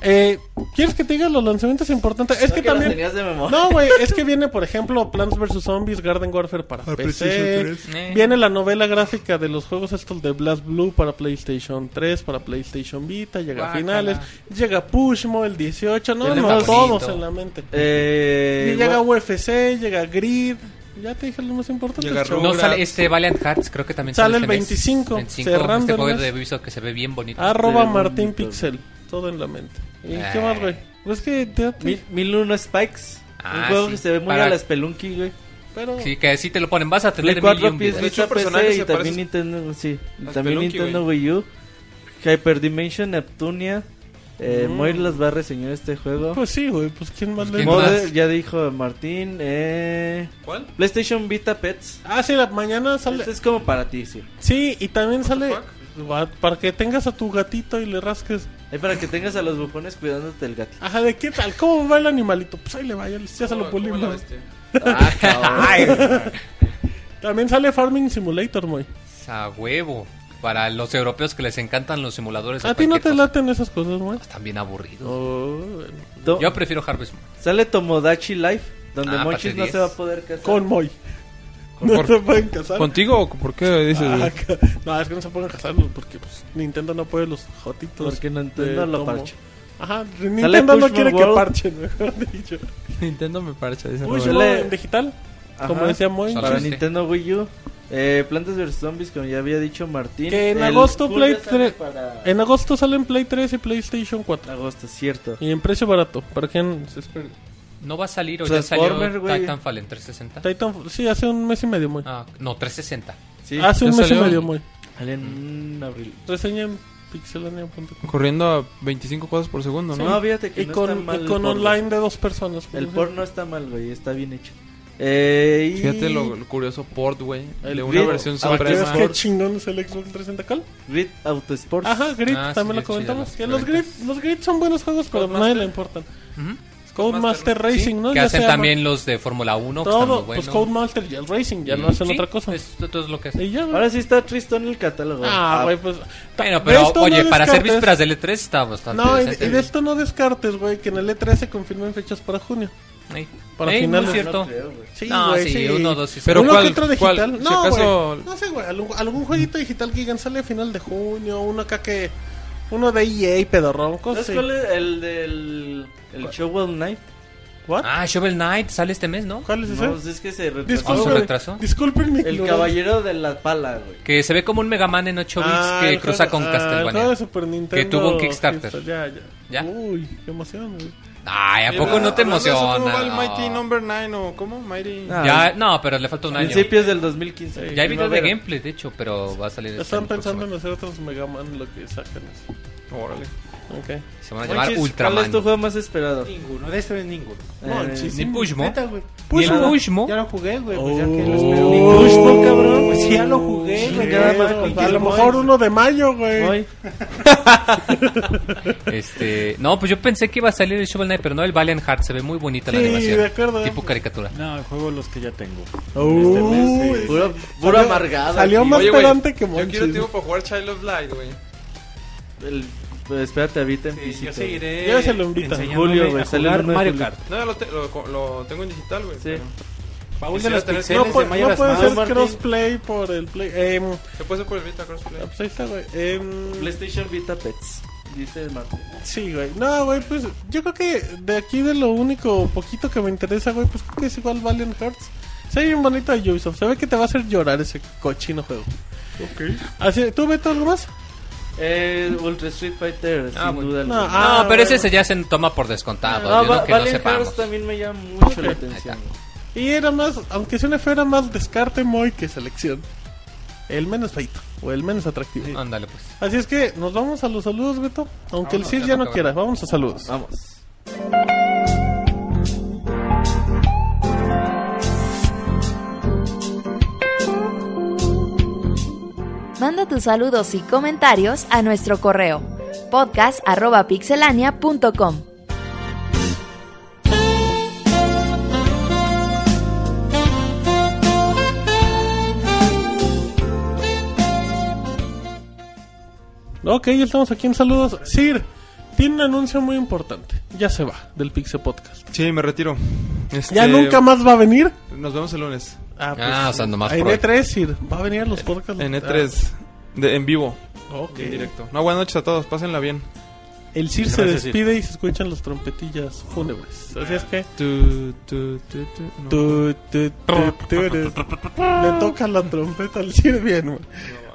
S1: Eh, ¿Quieres que te diga los lanzamientos importantes? Es
S5: No,
S1: que
S5: los
S1: también...
S5: tenías de memoria.
S1: No, güey, es que viene, por ejemplo, Plants vs. Zombies, Garden Warfare para PC.
S2: Eh.
S1: Viene la novela gráfica de los juegos estos de Blast Blue para PlayStation 3, para PlayStation Vita, llega a
S2: Guácala.
S1: finales. Llega Pushmo el 18, no,
S2: Ese
S1: no,
S2: está
S1: todos
S2: bonito.
S1: en la mente.
S5: Eh,
S1: Y llega
S5: bueno,
S1: UFC, llega Grid, ya te dije lo más importante.
S3: Llega
S1: chavo.
S2: No
S3: Rugrats.
S2: sale este Valiant Hearts, creo que también
S1: Sale el
S2: este mes.
S1: 25,
S2: 25,
S1: cerrando
S2: este
S1: el
S2: juego
S1: mes. Ah,
S2: de Ubisoft que se ve bien bonito.
S1: Arroba
S5: Qué
S1: Martín
S5: bonito.
S1: Pixel, todo en la mente. ¿Y
S2: Eh.
S1: qué más, güey? Pues es que te- te-
S5: Mil- 1001 Spikes.
S2: Ah,
S5: un juego
S2: sí,
S5: que se ve muy
S2: para-
S5: a la Spelunky, güey.
S1: pero
S2: Sí, que así te lo ponen, vas a tener
S5: Play
S2: mil y
S5: 4
S2: un
S5: pies,
S2: videos.
S3: hecho,
S5: Vita,
S3: personajes
S5: PC y
S3: se
S5: también
S3: parecen-
S5: Nintendo, sí, y
S3: Las
S5: también
S3: Spelunky,
S5: Nintendo Wii U. Hyper Dimension Neptunia. Eh,
S1: Mm.
S5: Moir las va a reseñar este juego.
S1: Pues sí, güey, pues quién más
S2: Pues
S1: le...
S2: quién más.
S5: Mother, ya dijo Martín. Eh,
S3: ¿Cuál?
S5: PlayStation Vita Pets.
S1: Ah, sí, la mañana sale...
S5: Este es como para ti, sí.
S1: Sí, y también sale...
S3: fuck?
S1: What? Para que tengas a tu gatito y le rasques.
S5: Es para que tengas a los bufones cuidándote del gatito.
S1: Ajá, ¿de qué tal? ¿Cómo va el animalito? Pues ahí le va, ya, ya se lo pulimos.
S5: Ah, cabrón.
S1: También sale Farming Simulator, güey.
S2: A huevo. Para los europeos que les encantan los simuladores. de
S1: A ti no te
S2: cualquier cosa. pues,
S1: laten esas cosas, güey.
S2: Están bien aburridos.
S1: Oh, bueno.
S5: To-
S2: Yo prefiero Harvest Moon.
S5: Sale Tomodachi Life, donde
S2: Ah,
S5: Monchis
S2: parte
S5: no
S2: 10.
S5: se va a poder casar.
S1: Con Moy. No se pueden casar.
S3: ¿Contigo o por qué dices?
S1: Ah,
S3: güey?
S1: ca- no, es que no se pueden casar porque pues, Nintendo no puede los jotitos.
S5: Porque
S1: de
S5: Nintendo lo
S1: tomo.
S5: parche.
S1: Ajá, Nintendo no
S5: Pushmo
S1: quiere que
S5: World.
S1: parchen, mejor dicho.
S3: Nintendo me parcha, dice.
S1: Pushmo
S5: Sale-
S1: en digital,
S5: Ajá.
S1: como decía Moy.
S2: Sale-
S5: Para
S2: Sí.
S5: Nintendo Wii U. Eh, Plantas vs Zombies, como ya había dicho Martín.
S1: Que en
S5: El
S1: agosto
S5: Hulk ya
S1: Play
S5: sale
S1: tre-
S5: para-
S1: En agosto salen Play 3 y PlayStation 4.
S5: Agosto, cierto.
S1: Y en precio barato, para quien se espere.
S2: No va a salir o ya
S5: Transformer,
S2: salió
S5: güey.
S2: Titanfall en 360.
S1: Titan, sí, hace un mes y medio, Moy.
S2: Ah, no, 360.
S5: Sí.
S1: hace un
S3: ya
S1: mes y
S3: salió.
S1: medio, Moy.
S5: Sale en abril.
S1: Reseña en pixelania.com.
S3: Corriendo a 25 cuadros por segundo, ¿no?
S5: No, fíjate que
S1: Y
S5: no
S1: con,
S5: está mal
S1: y
S5: el
S1: con
S5: porno.
S1: online de dos personas. por
S5: El
S1: ejemplo.
S5: porno está mal, güey. Está bien hecho. Eh, y...
S3: Fíjate lo, lo curioso port, güey.
S5: El
S3: De una
S5: Grid.
S3: versión
S1: Ah, ¿quieres
S3: suprema.
S1: ¿Qué chingón es el Xbox 360 Cal?
S5: Grid Auto Sports.
S1: Ajá, Grid,
S2: Ah, sí,
S1: también lo
S2: es
S1: comentamos.
S2: chido,
S1: Que
S2: las
S1: los Grid, los Grid son buenos juegos, pero a nadie le importan.
S2: Ujú.
S1: Codemaster Racing, ¿no?
S2: que
S1: Ya
S2: hacen
S1: sea
S2: también los de Fórmula 1. que están muy
S1: Todo,
S2: buenos.
S1: pues Codemaster y el Racing, ya no
S2: Y-
S1: hacen
S2: sí,
S1: otra cosa.
S2: es- Esto es lo que hacen.
S1: Y ya, güey.
S5: Ahora sí está tristón el catálogo.
S1: Ah, güey, pues. ta-
S2: Bueno,
S1: de
S2: pero
S1: esto
S2: oye,
S1: no
S2: para hacer
S1: descartes-
S2: vísperas eh. del E3 está bastante
S1: No, y,
S2: decente,
S1: y de
S2: güey.
S1: esto no descartes, güey, que en el E3 se confirmen fechas para junio.
S2: Ey,
S1: para
S2: ey,
S1: finales. E
S2: muy cierto.
S5: No creo, güey.
S1: Sí,
S2: no,
S1: güey,
S2: sí, uno, dos, sí.
S3: Pero
S1: Uno
S3: ¿cuál-
S1: que otro digital.
S3: cuál? Si
S1: no,
S3: acaso-
S1: güey. No sé, güey. Algún, algún jueguito digital que digan sale a final de junio. Uno acá que. Uno de EA, pedorronco.
S5: ¿Sabes
S1: Sí.
S5: cuál es el del el Shovel Knight?
S1: ¿What?
S2: Ah, Shovel Knight sale este mes, ¿no?
S1: ¿Cuál es ese?
S5: No, pues es que se retrasó.
S2: Ah,
S1: Disculpen-
S2: ¿se retrasó?
S1: Disculpen mi
S5: El
S1: ignorancia.
S5: caballero de la pala, güey.
S2: Que se ve como un Mega Man en 8 bits
S1: Ah,
S2: que
S1: el
S2: cruza
S1: juego-
S2: con
S1: ah, el
S2: Castlevania.
S1: juego de Super Nintendo
S2: tuvo un Kickstarter.
S1: Kickstarter, Ya, ya.
S2: ¿Ya?
S1: Uy, qué emoción, güey.
S2: Ay, ¿a poco no te
S3: Eh, Hablando de eso, ¿cómo
S2: emociona?
S3: va el Mighty
S2: No.
S3: Number 9 o cómo? Mighty...
S5: Ah,
S2: Ya, no, pero le falta un año.
S5: Principios del 2015.
S2: Ya hay videos de
S5: primavera.
S2: gameplay, de hecho, pero va a salir. este
S1: Están
S2: año
S1: pensando en
S2: próximo.
S1: hacer otros Mega Man lo que sacan así.
S3: Órale.
S1: Ok.
S2: Se van a llamar
S5: Monchis, ¿Cuál es
S2: Ultraman.
S5: tu juego más esperado?
S4: Ninguno, de este es ninguno.
S1: Monchis.
S2: Ni Pushmo.
S4: Neta, güey.
S2: Ni el
S4: Ya-
S2: Pushmo.
S4: Ya lo jugué, güey. Pues ya que lo
S1: Oh.
S4: espero. Ni Pushmo, cabrón. Pues sí, ya lo jugué, güey. Nada más
S1: Sí,
S4: con
S1: a lo
S4: Gilmoy.
S1: mejor uno de mayo, güey.
S5: Hoy.
S2: Este, no, pues yo pensé que iba a salir el Shovel Knight, pero no el Valiant Heart. Se ve muy bonita la
S1: Sí,
S2: animación.
S1: de acuerdo.
S2: Tipo caricatura.
S6: No, juego los que ya tengo.
S1: Oh.
S6: Este
S1: Uy,
S5: Puro, puro
S1: salió-
S5: amargado.
S1: salió
S5: aquí.
S1: más
S3: Oye, güey,
S1: pedante que
S3: Yo quiero
S1: Monchis.
S3: tiempo para jugar Child of Light, güey.
S5: El- pues espérate, ahorita en
S3: Sí, yo
S5: pisito.
S3: seguiré.
S1: Ya se lo invita.
S5: En
S4: Enseñándome
S5: julio, güey.
S4: a
S5: Salió
S4: jugar
S5: el uno de
S4: Mario
S5: julio.
S4: Kart.
S3: No, lo, te- lo, lo tengo en digital, güey.
S5: Sí.
S3: pero-
S4: Paul de
S3: Quisiera
S4: los
S3: tener-
S1: No,
S4: pixeles
S1: pu-
S4: de Mayo
S1: no puede
S4: Basmado.
S1: ser
S5: Martín.
S1: crossplay por el play. Em,
S3: ¿Se puede hacer por el Vita Crossplay?
S1: ah, pues ahí está, güey. Em,
S5: PlayStation Vita Pets. Dice el Martín.
S2: Ah,
S1: sí, güey. No, güey, pues yo creo que de aquí de lo único poquito que me interesa, güey, pues creo que es igual Valiant Hearts. Se ve bien bonito de Ubisoft. Se ve que te va a hacer llorar ese cochino juego. Ok. Así, ¿Tú, Beto, algo más?
S5: Eh, Ultra Street Fighter,
S2: Ah,
S5: sin
S2: bueno.
S5: duda.
S1: No,
S5: alguna.
S1: ah,
S2: no,
S1: bueno.
S2: pero ese se ya se toma por descontado.
S5: Ah,
S2: yo no
S5: Va-
S2: que no
S5: Valiant
S2: sepamos.
S5: Hearts también me llama mucho la
S1: Ok.
S5: atención.
S2: Ahí
S1: Y era más, aunque suene feo, era más descarte muy que selección. El menos feito o el menos atractivo.
S2: Ándale, pues.
S1: Así es que nos vamos a los saludos, Beto. Aunque el
S2: Vámonos,
S1: Cid
S2: ya
S1: ya
S2: toca,
S1: no quiera, vamos a saludos.
S5: Vamos.
S7: Manda tus saludos y comentarios a nuestro correo podcast@pixelania.com.
S1: Ok, ya estamos aquí en saludos. Sir, tiene un anuncio muy importante. Ya se va del Pixel Podcast.
S3: Sí, me retiro. Este,
S1: ¿Ya nunca más va a venir?
S3: Nos vemos el lunes.
S2: Ah, o sea, nomás
S1: En
S2: por hoy.
S1: E3, Sir. Va a venir a los podcasts.
S3: pues, En E3. de- en vivo.
S1: Ah, ok.
S3: En directo. No, buenas noches a todos. Pásenla bien.
S1: El Sir se
S4: Gracias, Sir.
S1: despide y se escuchan las trompetillas fúnebres. Así es que.
S3: Tu, tu, tu, tu, no.
S1: Tu, tu, tu, tu, tu. Le toca la trompeta al Sir bien, güey.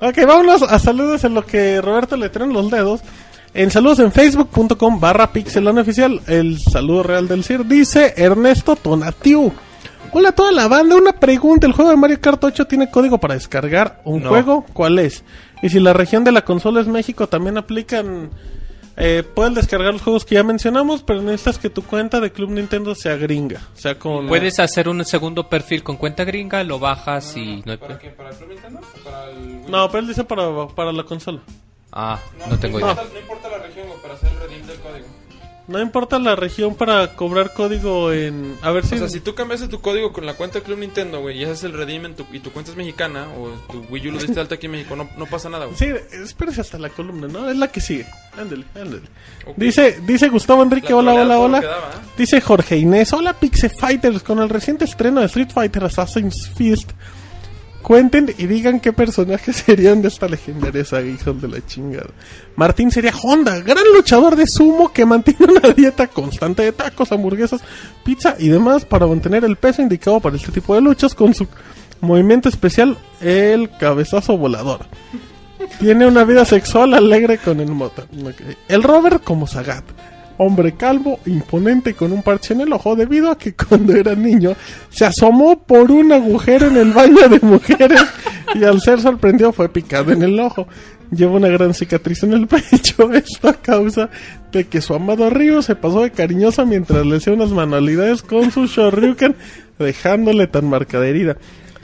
S1: Ok, vámonos a saludos en lo que Roberto le traen los dedos. En saludos en facebook.com barra pixelano oficial. El saludo real del Sir dice Ernesto Tonatiu. Hola a toda la banda, una pregunta. ¿El juego de Mario Kart 8 tiene código para descargar un
S3: No.
S1: juego? ¿Cuál es? Y si la región de la consola es México, también aplican... Eh, pueden descargar los juegos que ya mencionamos, pero necesitas que tu cuenta de Club Nintendo sea gringa. O sea, con...
S2: Puedes hacer un segundo perfil con cuenta gringa, lo bajas y no hay
S3: ¿Para
S2: pro-
S3: qué? ¿Para el Club Nintendo? ¿Para el
S1: No, pero él dice para, para la consola.
S2: Ah, no tengo
S1: no.
S2: idea.
S3: No importa la región, güey, para hacer el redeem del código.
S1: No importa la región para cobrar código en... A ver si...
S3: O sea, si tú cambiaste tu código con la cuenta de Club Nintendo, güey, y haces el redeem en tu, y tu cuenta es mexicana, o tu Wii U lo diste de alta aquí en México, no, no pasa nada, güey.
S1: Sí, espérese hasta la columna, ¿no? Es la que sigue. Ándale, ándale.
S3: Ok.
S1: Dice, dice Gustavo Enrique,
S3: La
S1: hola, hola,
S3: troleada
S1: hola.
S3: todo lo que daba, ¿eh?
S1: Dice Jorge Inés, hola Pixel Fighters, con el reciente estreno de Street Fighter Assassin's Fist. Cuenten y digan qué personajes serían de esta legendaria saga, hijos de la chingada. Martín sería Honda, gran luchador de sumo que mantiene una dieta constante de tacos, hamburguesas, pizza y demás para mantener el peso indicado para este tipo de luchas con su movimiento especial, el cabezazo volador. Tiene una vida sexual alegre con el mota. Ok. El Robert como Zagat. Hombre calvo, imponente con un parche en el ojo debido a que cuando era niño se asomó por un agujero en el baño de mujeres y al ser sorprendido fue picado en el ojo. Lleva una gran cicatriz en el pecho, esto a causa de que su amado Ryu se pasó de cariñosa mientras le hacía unas manualidades con su Shoryuken, dejándole tan marcada herida.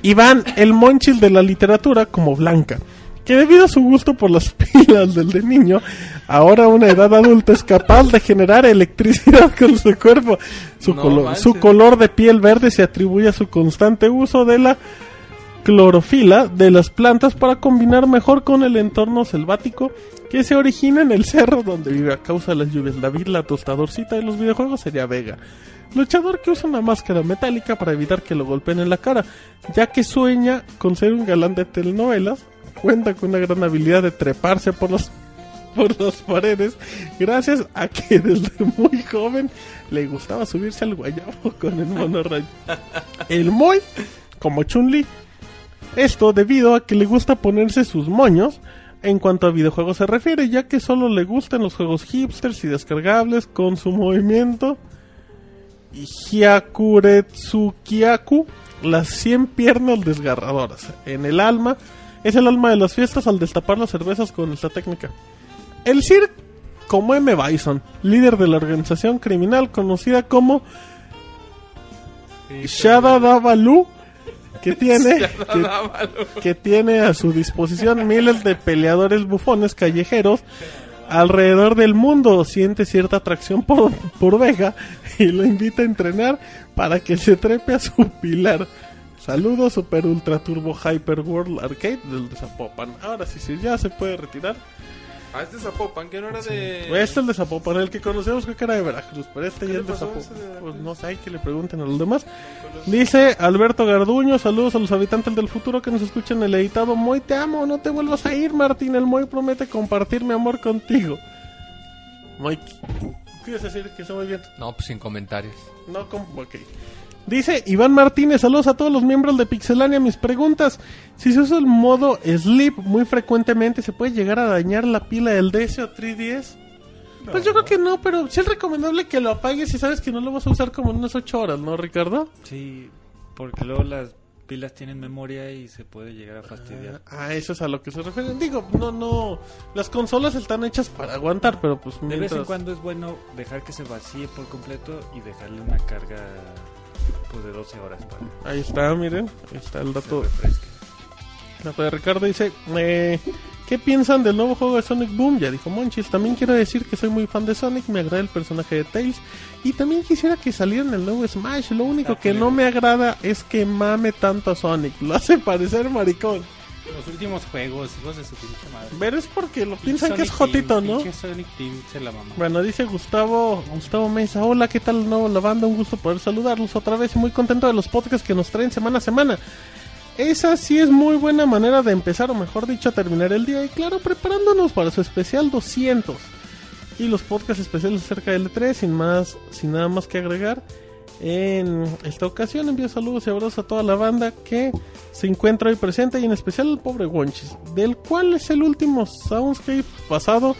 S1: Iván, el monchil de la literatura, como Blanca que debido a su gusto por las pilas del de niño, ahora a una edad adulta es capaz de generar electricidad con su cuerpo. Su,
S3: No
S1: colo-
S3: manches.
S1: su color de piel verde se atribuye a su constante uso de la clorofila de las plantas para combinar mejor con el entorno selvático que se origina en el cerro donde vive a causa de las lluvias. David, la tostadorcita de los videojuegos, sería Vega. Luchador que usa una máscara metálica para evitar que lo golpeen en la cara, ya que sueña con ser un galán de telenovelas, cuenta con una gran habilidad de treparse por las por las paredes gracias a que desde muy joven le gustaba subirse al guayabo con el monorrayo. El Moy, como Chun-Li. Esto debido a que le gusta ponerse sus moños en cuanto a videojuegos se refiere, ya que solo le gustan los juegos hipsters y descargables con su movimiento Hyakuretsukiaku, las 100 piernas desgarradoras. En el alma, es el alma de las fiestas al destapar las cervezas con esta técnica. El Sir, como M. Bison, líder de la organización criminal conocida como Shadadabalu, que tiene, que- que tiene a su disposición miles de peleadores bufones callejeros alrededor del mundo siente cierta atracción por, por Vega y lo invita a entrenar para que se trepe a su pilar. Saludos Super Ultra Turbo Hyper World Arcade del de Zapopan. Ahora sí, sí, ya se puede retirar.
S3: Ah, este Zapopan, que no era
S1: Este
S3: de.
S1: es el de Zapopan, el que conocemos creo que era de Veracruz, pero este ya
S3: ¿Qué le
S1: es de
S3: pasó a
S1: Zapopan.
S3: ese de Veracruz?
S1: Pues no sé, hay que le pregunten a los demás. Dice Alberto Garduño, saludos a los habitantes del futuro que nos escuchan el editado. Moy, te amo, no te vuelvas a ir, Martín. El Moy promete compartir mi amor contigo. Moy, ¿quieres decir que está muy bien?
S2: No, pues sin comentarios.
S1: No, como, ok. Dice Iván Martínez, saludos a todos los miembros de Pixelania. Mis preguntas, si se usa el modo sleep muy frecuentemente, ¿se puede llegar a dañar la pila del DS o 3DS? Pues yo creo que no, pero sí es recomendable que lo apagues si sabes que no lo vas a usar como en unas 8 horas, ¿no, Ricardo?
S6: Sí, porque luego las pilas tienen memoria y se puede llegar a fastidiar.
S1: Ah, eso es a lo que se refieren. Digo, no, no, las consolas están hechas para aguantar, pero pues
S6: De vez en
S1: mientras-
S6: cuando es bueno dejar que se vacíe por completo y dejarle una carga pues, de 12 horas para que
S1: Ahí está, miren, ahí está el
S6: se
S1: dato.
S6: refresque.
S1: La de Ricardo dice, eh, ¿qué piensan del nuevo juego de Sonic Boom? Ya dijo Monchis, también quiero decir que soy muy fan de Sonic, me agrada el personaje de Tails y también quisiera que saliera en el nuevo Smash, lo único que no me agrada es que mame tanto a Sonic, lo hace parecer maricón.
S4: Los últimos juegos, hijos de su pinche madre.
S1: Pero es porque lo piensan
S4: Sonic
S1: que es jotito,
S4: Team,
S1: ¿no?
S4: pinche Sonic Team se la mamó.
S1: Bueno, dice Gustavo, Gustavo Mesa, hola, ¿qué tal no, la banda? Un gusto poder saludarlos otra vez y muy contento de los podcasts que nos traen semana a semana. Esa sí es muy buena manera de empezar, o mejor dicho, terminar el día. Y claro, preparándonos para su especial 200. Y los podcasts especiales acerca del 3, sin más, sin nada más que agregar. En esta ocasión envío saludos y abrazos a toda la banda que se encuentra hoy presente y en especial al pobre Wonchis, del cual es el último Soundscape pasado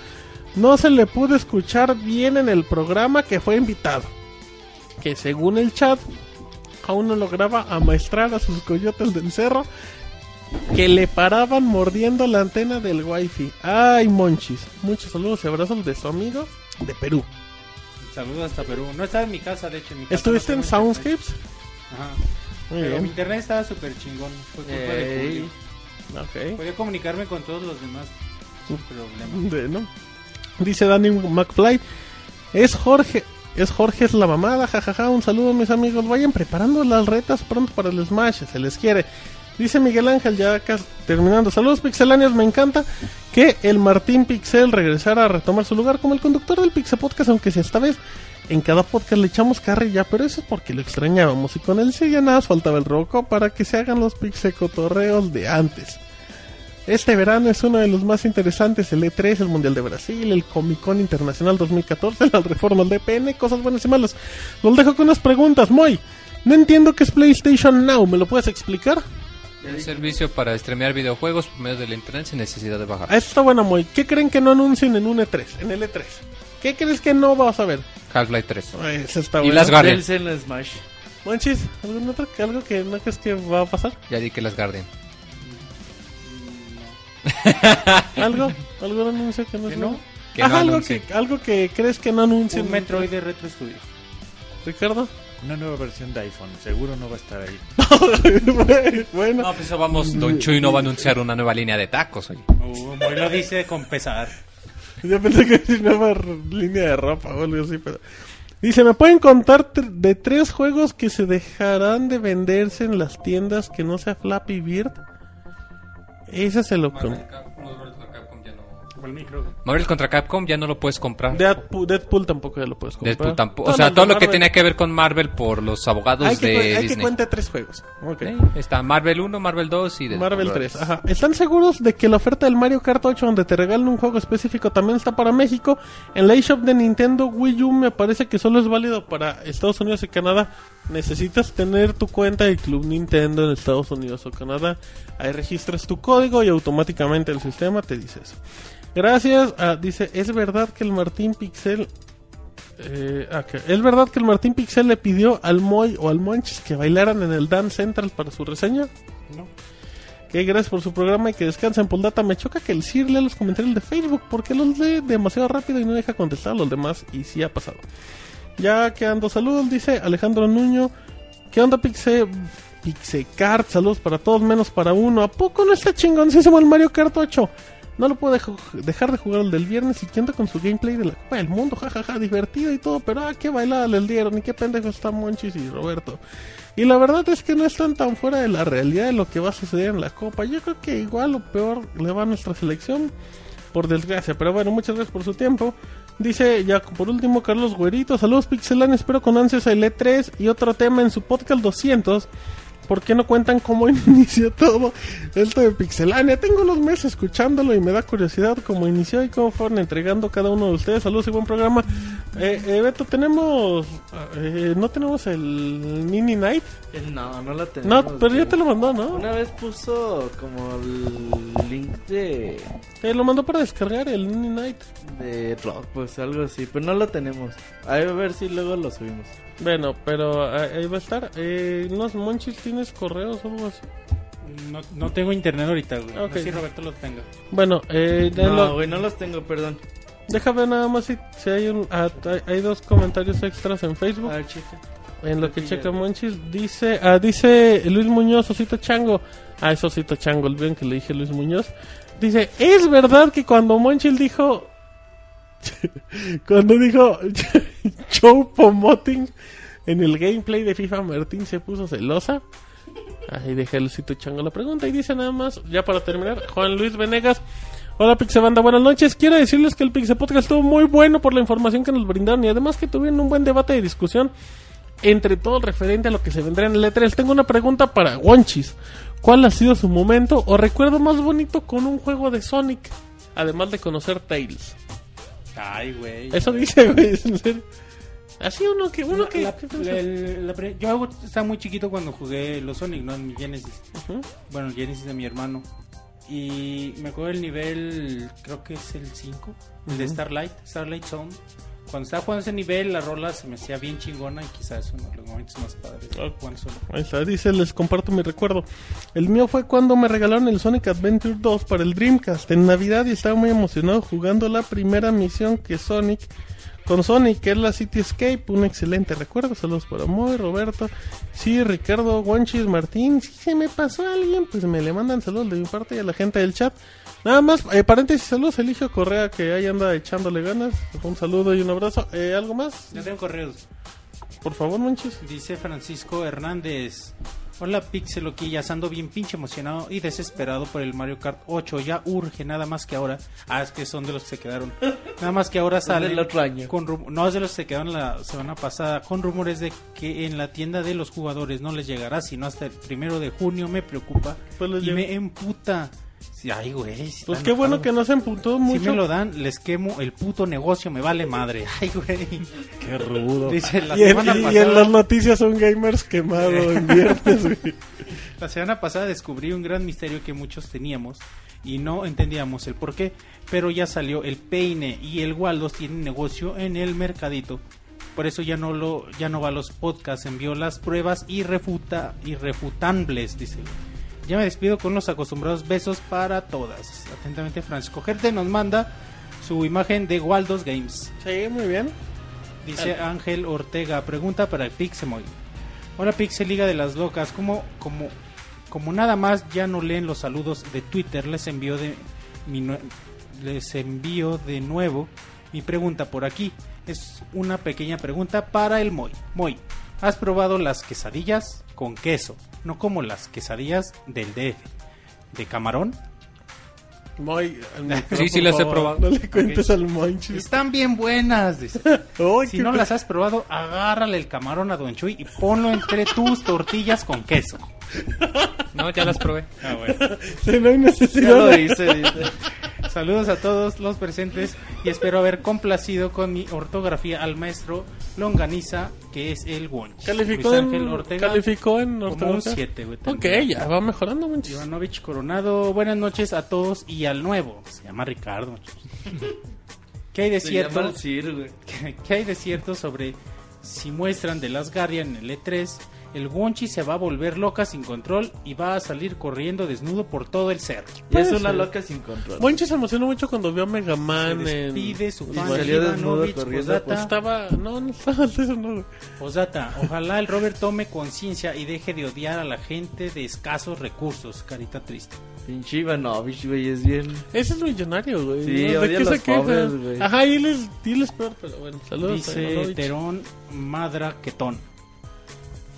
S1: no se le pudo escuchar bien en el programa que fue invitado. Que según el chat, aún no lograba amaestrar a sus coyotes del cerro que le paraban mordiendo la antena del wifi. Ay, monchis. Muchos saludos y abrazos de su amigo de Perú.
S4: Saludos hasta Perú. No estaba en mi casa, de hecho. En mi casa
S1: ¿Estuviste
S4: no
S1: en
S4: tengo internet.
S1: Soundscapes?
S4: Ajá.
S1: Muy
S4: Pero mi
S1: bien.
S4: internet estaba súper chingón. Fue culpa de
S5: Ey.
S4: Julio.
S1: Ok.
S4: Podía comunicarme con todos los demás sin problema.
S1: De- ¿no? Dice Danny McFly. Es Jorge. Es Jorge es la mamada, jajaja. Un saludo, mis amigos. Vayan preparando las retas pronto para el Smash. Se les quiere. Dice Miguel Ángel, ya casi terminando. Saludos, pixeláneos. Me encanta que el Martín Pixel regresara a retomar su lugar como el conductor del Pixel Podcast. Aunque si esta vez en cada podcast le echamos carrilla, pero eso es porque lo extrañábamos. Y con él sí ya nada más faltaba el roco para que se hagan los Pixel Cotorreos de antes. Este verano es uno de los más interesantes, el E3, el Mundial de Brasil, el Comic Con Internacional 2014, la reforma al DPN, cosas buenas y malas. Los dejo con unas preguntas, Moy. No entiendo qué es PlayStation Now, ¿me lo puedes explicar?
S2: Un servicio para streamear videojuegos por medio del internet sin necesidad de
S1: Ah,
S2: bajar.
S1: esto está bueno, Moy. ¿Qué creen que no anuncien en un E3, en el E3? ¿Qué crees que no vas a ver?
S2: Half-Life 3.
S1: Ah, Eso está
S2: Y
S1: bueno.
S2: las Guardian.
S5: Dels en Smash.
S1: Monchis, ¿algún otro- algo que no crees que va a pasar?
S2: Ya di que las Guardian.
S1: ¿Algo? ¿Algún anuncio que no?
S4: ¿Que
S1: se-
S4: no?
S2: Que
S1: Ajá,
S2: no
S1: algo,
S2: anuncien.
S1: que, algo que crees que no anuncien.
S4: Un Metroid de Retro Studio.
S1: Ricardo.
S6: Una nueva versión de iPhone, seguro no va a estar ahí.
S1: bueno.
S2: No, pues eso
S1: Mm.
S2: vamos, Don Chuy no va a anunciar una nueva línea de tacos, oye.
S4: Uh, Moy lo dice con pesar.
S1: Yo pensé que era una nueva r- línea de ropa o algo así, pero... Dice, ¿me pueden contar tr- de tres juegos que se dejarán de venderse en las tiendas que no sea Flappy Bird? Ese se lo con...
S4: el micro.
S2: Marvel contra Capcom ya no lo puedes comprar.
S1: Deadpool, Deadpool tampoco ya lo puedes comprar.
S2: Deadpool tampoco. O
S1: Todo
S2: sea,
S1: el de
S2: todo lo que
S1: Marvel.
S2: tenía que ver con Marvel por los abogados
S1: Hay que, cu-
S2: de
S1: hay que
S2: Disney.
S1: cuenta tres juegos. Ok.
S2: Sí, Está Marvel 1, Marvel 2 y Deadpool.
S1: Marvel 3. Ajá. ¿Están seguros de que la oferta del Mario Kart 8 donde te regalan un juego específico también está para México? En la eShop de Nintendo Wii U me parece que solo es válido para Estados Unidos y Canadá. Necesitas tener tu cuenta de Club Nintendo en Estados Unidos o Canadá. Ahí registras tu código y automáticamente el sistema te dice eso. Gracias. Ah, dice, ¿es verdad que el Martín Pixel... eh, ah, que- ¿Es verdad que el Martín Pixel le pidió al Moy o al Monchis que bailaran en el Dance Central para su reseña? Que gracias por su programa y que descansen. Poldata, me choca que el Sir lea los comentarios de Facebook porque los lee demasiado rápido y no deja contestar a los demás. Y sí ha pasado. Ya quedando saludos, dice Alejandro Nuño. ¿Qué onda, Pixe? Pixecart, saludos para todos, menos para uno. ¿A poco no está chingoncísimo el Mario Kart 8? No lo puedo dej- dejar de jugar el del viernes y que anda con su gameplay de la Copa del Mundo, jajaja, divertido y todo, pero ah, qué bailada les dieron y qué pendejo están Monchis y Roberto. Y la verdad es que no están tan fuera de la realidad de lo que va a suceder en la Copa. Yo creo que igual o peor le va a nuestra selección, por desgracia. Pero bueno, muchas gracias por su tiempo. Dice ya por último Carlos Güerito, saludos Pixelan, espero con ansias el E3 y otro tema en su podcast 200. ¿Por qué no cuentan cómo inició todo esto de Pixelania? Tengo unos meses escuchándolo y me da curiosidad cómo inició y cómo fueron entregando cada uno de ustedes. Saludos y buen programa. Eh, eh, Beto, tenemos... eh, ¿No tenemos el Nini Night?
S5: Eh, No, no la tenemos.
S1: No, pero ya
S5: güey.
S1: te lo mandó, ¿no?
S5: Una vez puso como el link de,
S1: Te Eh, lo mandó para descargar el Nini Night.
S5: de rock, pues algo así. Pero no lo tenemos. A ver si luego lo subimos.
S1: Bueno, pero ah, ahí va a estar. Eh, unos monchis, ¿tienes correos o algo así?
S4: No, no tengo internet ahorita, güey.
S1: Mm. Ok.
S4: No sé si Roberto lo tenga.
S1: Bueno, eh, ya
S5: No,
S1: lo-
S5: güey, no los tengo, perdón.
S1: déjame nada más si, si hay un... ah, hay- hay dos comentarios extras en Facebook.
S5: A ver, chica.
S1: En lo que
S5: Sí,
S1: checa
S5: ya.
S1: Monchis dice, ah, dice Luis Muñoz, Osito Chango. Ah, es Osito Chango, el bien que le dije Luis Muñoz. Dice, es verdad que cuando Monchil dijo, cuando dijo Joe Pomoting en el gameplay de FIFA, Martín se puso celosa. Ahí dejé el Osito Chango la pregunta y dice nada más, ya para terminar, Juan Luis Venegas. Hola Pixebanda, buenas noches. Quiero decirles que el Pixe Podcast estuvo muy bueno por la información que nos brindaron y además que tuvieron un buen debate de discusión entre todo referente a lo que se vendrá en el E3. Tengo una pregunta para Wonchis. ¿Cuál ha sido su momento o recuerdo más bonito con un juego de Sonic? Además de conocer Tails.
S4: Ay, güey.
S1: Eso dice, güey, es en serio. Así uno que... Uno
S4: La-
S1: que
S4: la- el- la pre- yo hago- estaba muy chiquito cuando jugué los Sonic, no en mi Genesis.
S1: Ujú.
S4: Bueno, el Genesis de mi hermano. Y me acuerdo del nivel, creo que es el 5, el de
S1: Ujú.
S4: Starlight, Starlight Zone. Cuando estaba jugando ese nivel, la rola se me hacía bien chingona y quizás es uno de los momentos más padres. de jugar solo.
S1: Ahí está, dice, les comparto mi recuerdo. El mío fue cuando me regalaron el Sonic Adventure 2 para el Dreamcast en Navidad y estaba muy emocionado jugando la primera misión que Sonic con Sonic, que es la City Escape. Un excelente recuerdo. Saludos para Moy, Roberto, sí, Ricardo, Guanchis, Martín. Si se me pasó alguien, pues me le mandan saludos de mi parte y a la gente del chat. Nada más, eh, paréntesis, saludos, Eligio Correa, que ahí anda echándole ganas. Un saludo y un abrazo. Eh, ¿Algo más?
S4: Ya tengo correos.
S1: Por favor, Manches.
S4: Dice Francisco Hernández. Hola Pixeloquillas, ando bien pinche emocionado y desesperado por el Mario Kart 8. Ya urge, nada más que ahora. Ah, es que son de los que se quedaron. Nada más que ahora sale.
S5: del otro año.
S4: Con rum- no, es de los que se quedaron la semana pasada. Con rumores de que en la tienda de los jugadores no les llegará, sino hasta el primero de junio. Me preocupa
S1: Pues les
S4: y
S1: llegó.
S4: me emputa. Sí, Ay, güey. sí
S1: Pues
S4: está
S1: qué bueno
S4: enojado.
S1: que no se emputó mucho.
S4: Si me lo dan, les quemo el puto negocio, me vale madre. Ay, güey.
S6: Qué rudo.
S4: Dice, la
S1: Y en,
S4: semana
S1: y- y
S4: pasada-
S1: en las noticias son gamers quemado en viernes, güey.
S4: La semana pasada descubrí un gran misterio que muchos teníamos y no entendíamos el por qué, pero ya salió el peine y el Waldos tienen negocio en el mercadito. Por eso ya no lo ya no va a los podcasts, envió las pruebas irrefuta irrefutables, dice. Ya me despido con los acostumbrados besos para todas. Atentamente Francisco Gerte nos manda su imagen de Waldos Games.
S1: Sí, muy bien.
S4: Dice Ángel Ortega, pregunta para el Pixemoy. Hola Pixel Liga de las Locas, como, como, como nada más ya no leen los saludos de Twitter, les envío de, mi nue- les envío de nuevo mi pregunta por aquí. Es una pequeña pregunta para el Moy. Moy, ¿has probado las quesadillas con queso? No como las quesadillas del DF. ¿De camarón?
S1: Moy, al micrófono,
S2: Sí, sí las
S1: por
S2: he
S1: favor.
S2: probado.
S1: No le cuentes al Monchis.
S4: Están bien buenas. dice.
S1: Ay,
S4: Si
S1: qué
S4: no
S1: pe-
S4: las has probado, agárrale el camarón a Don Chuy y ponlo entre tus tortillas con queso.
S2: No, ya las probé.
S4: Ah, bueno.
S1: Sí, no hay
S5: Ya
S1: necesidad.
S5: lo
S1: de-
S5: hice, dice.
S4: Saludos a todos los presentes y espero haber complacido con mi ortografía al maestro Longaniza, que es el Wonch.
S1: Calificó
S4: Luis Ángel
S1: en,
S4: Ortega,
S1: calificó en
S4: como un
S1: Ortega.
S4: 7, güey.
S1: Ok, ya va mejorando, Monchis.
S4: Ivanovich Coronado, buenas noches a todos y al nuevo. Se llama Ricardo. ¿Qué hay de
S5: Se llama
S4: cierto?
S5: el Sir, güey.
S4: ¿Qué hay de cierto sobre si muestran de las Guardian en el E3? El Wonchi se va a volver loca sin control y va a salir corriendo desnudo por todo el cerro.
S5: Ya es
S1: Puede
S5: una
S1: ser.
S5: loca sin control.
S1: Monchi se emocionó mucho cuando vio a Mega Man
S4: Se
S1: en...
S4: despide su fan
S1: Igual.
S5: salió desnudo
S4: Ivanovich,
S5: corriendo
S4: posdata,
S5: por-
S1: Estaba... No, no estaba eso, no. güey.
S4: posdata, Ojalá el Robert tome conciencia y deje de odiar a la gente de escasos recursos. Carita triste.
S5: Pinche Ivanovich, güey, es bien.
S1: Ese es millonario, güey.
S5: Sí,
S1: ¿De
S5: odia
S1: qué
S5: a los
S1: se queja?
S5: pobres, güey.
S1: Ajá, y él es, y él es peor, pero bueno, saludos. a
S4: Dice
S1: Ivanovich.
S4: Terón Madra Quetón.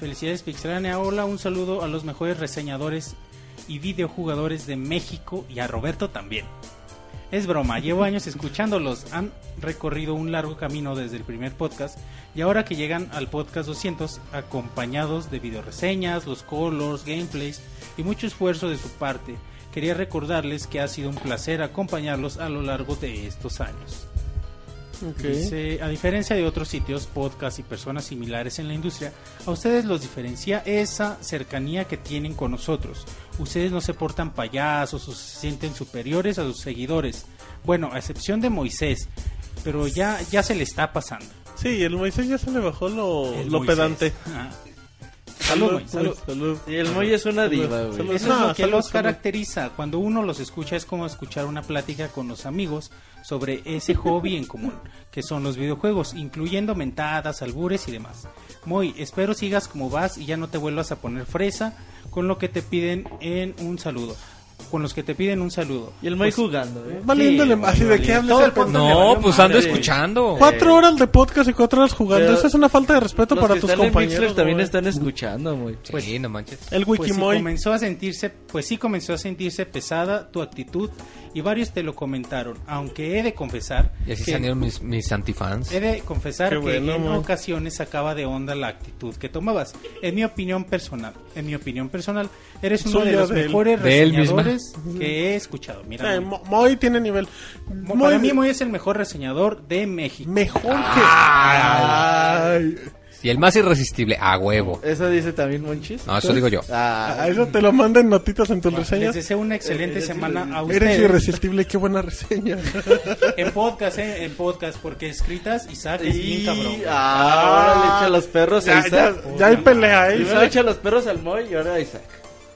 S4: Felicidades Pixelania, hola, un saludo a los mejores reseñadores y videojugadores de México y a Roberto también. Es broma, llevo años escuchándolos, han recorrido un largo camino desde el primer podcast y ahora que llegan al podcast 200 acompañados de videoreseñas, los colors, gameplays y mucho esfuerzo de su parte, quería recordarles que ha sido un placer acompañarlos a lo largo de estos años.
S1: Ok.
S4: Dice, a diferencia de otros sitios, podcasts y personas similares en la industria, a ustedes los diferencia esa cercanía que tienen con nosotros. Ustedes no se portan payasos o se sienten superiores a sus seguidores. Bueno, a excepción de Moisés, pero ya, ya se le está pasando.
S1: Sí, el Moisés ya se le bajó lo,
S4: El
S1: lo
S4: Moisés.
S1: pedante.
S4: Ah. Salud, Moisés, salud.
S1: Moisés, salud.
S5: Y el Moy es una diva,
S1: Saludos,
S5: güey.
S1: saludos.
S4: Eso
S1: Ah,
S4: es lo que
S1: salud,
S4: los
S1: salud.
S4: caracteriza. Cuando uno los escucha es como escuchar una plática con los amigos sobre ese hobby en común, que son los videojuegos, incluyendo mentadas, albures y demás. Moy, espero sigas como vas y ya no te vuelvas a poner fresa con lo que te piden en un saludo. Con los que te piden un saludo.
S5: Y el Moy
S4: Pues,
S5: jugando, güey.
S1: Valiéndole
S4: Sí,
S1: más. ¿Y de qué hablas?
S4: Todo el
S1: El podcast
S4: podcast le
S2: No,
S4: valió
S2: pues
S4: madre.
S2: ando escuchando.
S1: Cuatro horas de podcast y cuatro horas jugando.
S5: Pero-
S1: Esa es una falta de respeto
S5: Los
S1: para
S5: que
S1: tus
S5: están en
S1: compañeros.
S5: Mixler también
S1: güey.
S5: están escuchando, güey.
S2: Sí, no manches.
S1: El
S4: Pues sí
S1: Wikimoy.
S4: comenzó a sentirse, pues sí comenzó a sentirse pesada tu actitud y varios te lo comentaron, aunque he de confesar
S2: Y así
S4: que-
S2: salieron mis, mis antifans.
S4: He de confesar
S1: Qué
S4: que
S1: bueno,
S4: en
S1: mo.
S4: ocasiones sacaba de onda la actitud que tomabas. En mi opinión personal, en mi opinión personal, eres uno
S1: Soy
S4: de
S1: yo
S4: los
S1: de él.
S4: mejores
S2: De él misma.
S4: reseñadores que he escuchado. Mira,
S1: Eh,
S4: Moy.
S1: Mo- Moy tiene nivel.
S4: Mo- para mí
S1: Moy
S4: Moy es el mejor reseñador de México.
S1: mejor que. Ay,
S2: Y el más irresistible, a huevo.
S5: ¿Eso dice también Monchis?
S2: No, eso digo yo.
S5: Ah,
S1: a eso te lo mandan notitas en tus
S4: Les
S1: reseñas.
S4: deseo una excelente
S5: Eres
S4: semana a
S1: Eh, Eres
S4: ustedes.
S1: irresistible, qué buena reseña.
S4: En podcast, eh, en podcast, porque escritas Isaac es bien
S5: y...
S4: cabrón. güey.
S5: ah, ahora le echa los perros a
S1: ya, ya,
S5: Isaac.
S1: ya hay pelea, ¿eh?
S5: Primero le echa los perros al Moy y ahora a Isaac.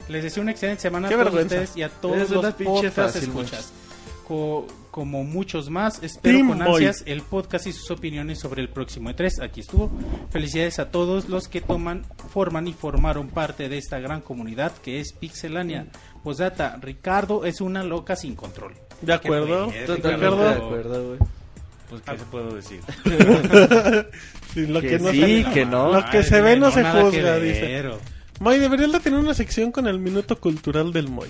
S4: Les deseo una excelente semana a
S1: Qué
S4: todos
S1: vergüenza.
S4: ustedes y a todos
S5: Eres
S4: los
S5: una pinche
S4: podcast
S5: fácil,
S4: escuchas. Co- como muchos más, espero
S1: Team
S4: con
S1: Boy.
S4: ansias el podcast y sus opiniones sobre el próximo E3. Aquí estuvo. Felicidades a todos los que toman, forman y formaron parte de esta gran comunidad que es Pixelania. Posdata, Ricardo es una loca sin control.
S1: De acuerdo.
S4: Qué
S1: De
S5: Totalmente
S1: acuerdo.
S5: de acuerdo, güey.
S6: Pues, ¿qué puedo decir?
S1: Sí, lo que,
S5: Que
S1: no
S5: sí,
S1: se-
S5: que no.
S1: Lo que se ve no se
S4: nada que
S1: juzga,
S4: ver.
S1: dice. Moy, deberías de tener una sección con el minuto cultural del Moy.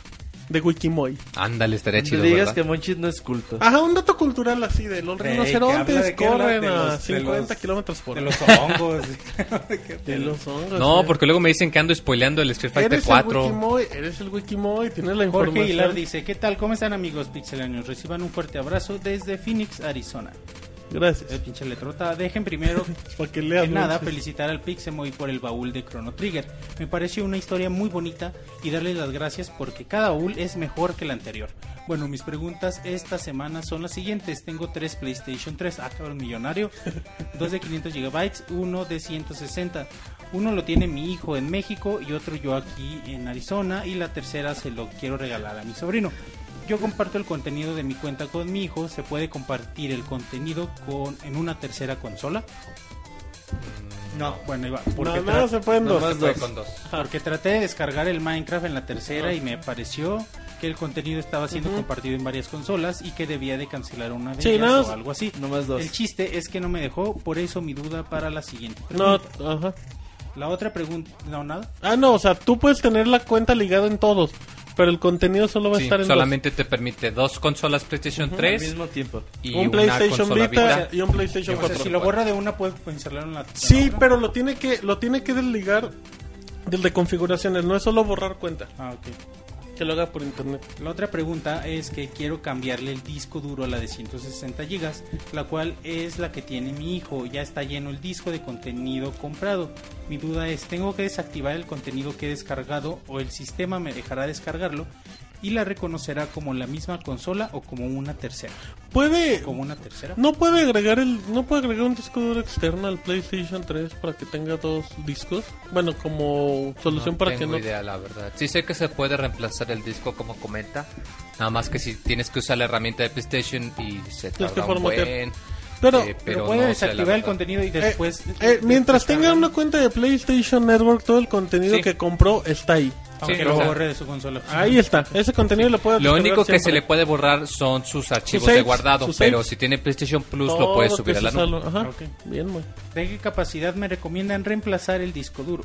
S1: De Wikimoy.
S2: Ándale, estaría
S5: No
S2: chido,
S5: digas
S2: ¿verdad?
S5: que Monchis no es culto.
S1: Ajá, un dato cultural así de los
S4: Ey, que habla
S1: rinocerontes
S4: de qué habla,
S1: corren
S4: de
S1: a
S4: los- de
S1: 50
S4: los-
S1: kilómetros por
S4: De
S1: hora.
S4: los hongos.
S1: De los hongos.
S2: No,
S1: güey.
S2: porque luego me dicen que ando spoileando el Street Fighter
S1: Eres
S2: 4.
S1: el Wikimoy, eres el Wikimoy, tienes la información.
S4: Jorge Hilar dice, ¿qué tal? ¿Cómo están amigos pixelanios? Reciban un fuerte abrazo desde Phoenix, Arizona. Eh,
S1: Gracias.
S4: pinche letrota. Dejen primero
S1: Porque
S4: que
S1: leas
S4: nada
S1: mucho.
S4: felicitar al Pixemoy por el baúl de Chrono Trigger. Me pareció una historia muy bonita y darles las gracias porque cada baúl es mejor que el anterior. Bueno, mis preguntas esta semana son las siguientes. Tengo tres PlayStation 3, ah, cabrón, millonario. Dos de 500 GB, uno de 160. Uno lo tiene mi hijo en México y otro yo aquí en Arizona y la tercera se lo quiero regalar a mi sobrino. Yo comparto el contenido de mi cuenta con mi hijo. ¿Se puede compartir el contenido con, en una tercera consola? No. Bueno, iba. Porque,
S1: No, no,
S4: tra-
S1: se pueden dos.
S3: Pues,
S5: Nomás dos.
S2: dos.
S4: porque traté de descargar el Minecraft en la tercera y me pareció que el contenido estaba siendo
S1: Ujú.
S4: compartido en varias consolas y que debía de cancelar una de
S1: Sí,
S4: ellas
S1: nada más-
S4: o algo así.
S5: Nomás dos.
S4: El chiste es que no me dejó, por eso mi duda para la siguiente.
S1: No,
S4: pregunta.
S1: ajá.
S4: La otra pregunta, no, nada.
S1: Ah, no, o sea, tú puedes tener la cuenta ligada en todos, Pero el contenido solo va a
S2: Sí,
S1: estar en dos.
S2: solamente te permite dos consolas PlayStation
S5: Al
S2: 3
S5: mismo tiempo.
S2: y
S1: un
S2: una
S1: PlayStation
S2: consola
S1: Vita
S2: Vita.
S1: y un PlayStation
S4: O sea,
S1: 4.
S4: si Pues lo borra de una, puede instalarlo en la.
S1: Sí,
S4: en la otra.
S1: pero lo tiene que lo tiene que desligar del de configuraciones, no es solo borrar cuenta,
S4: Ah, ok.
S1: que lo haga por internet.
S4: La otra pregunta es que quiero cambiarle el disco duro a la de 160 gigas, la cual es la que tiene mi hijo. Ya está lleno el disco de contenido comprado. Mi duda es, ¿tengo que desactivar el contenido que he descargado o el sistema me dejará descargarlo y la reconocerá como la misma consola o como una tercera?
S1: Puede
S4: Como una
S2: Mm,
S4: tercera.
S1: no puede agregar el no puede agregar un disco duro externo al PlayStation 3 para que tenga dos discos. Bueno, como solución
S2: No
S1: para que
S2: tengo
S1: no
S2: idea, la verdad. Sí sé que se puede reemplazar el disco como comenta. Nada más que si tienes que usar la herramienta de PlayStation y se
S1: Tienes que
S2: tarda un
S1: formatear.
S2: buen...
S1: Pero-
S2: eh,
S4: Pero,
S2: pero
S4: puede
S2: no sé, la
S4: desactivar el
S2: verdad.
S4: contenido y
S1: Eh,
S4: después...
S1: eh, mientras tenga
S4: descargarlo.
S1: una cuenta de PlayStation Network, todo el contenido
S2: Sí.
S1: que compró está ahí.
S4: Aunque
S2: Sí,
S4: lo
S2: o sea,
S4: borre de su consola.
S1: Ahí está, ese contenido lo puede
S2: Lo
S1: descargar
S2: único que se
S1: siempre.
S2: le puede borrar son sus archivos
S1: saves,
S2: de guardado,
S1: sus
S2: pero
S1: saves.
S2: si tiene PlayStation Plus
S1: Todo
S2: lo puede
S1: que
S2: subir a
S1: se
S2: la nube.
S1: salva. Ajá,
S4: Ok.
S1: bien, güey.
S4: ¿De qué capacidad me recomiendan reemplazar el disco duro?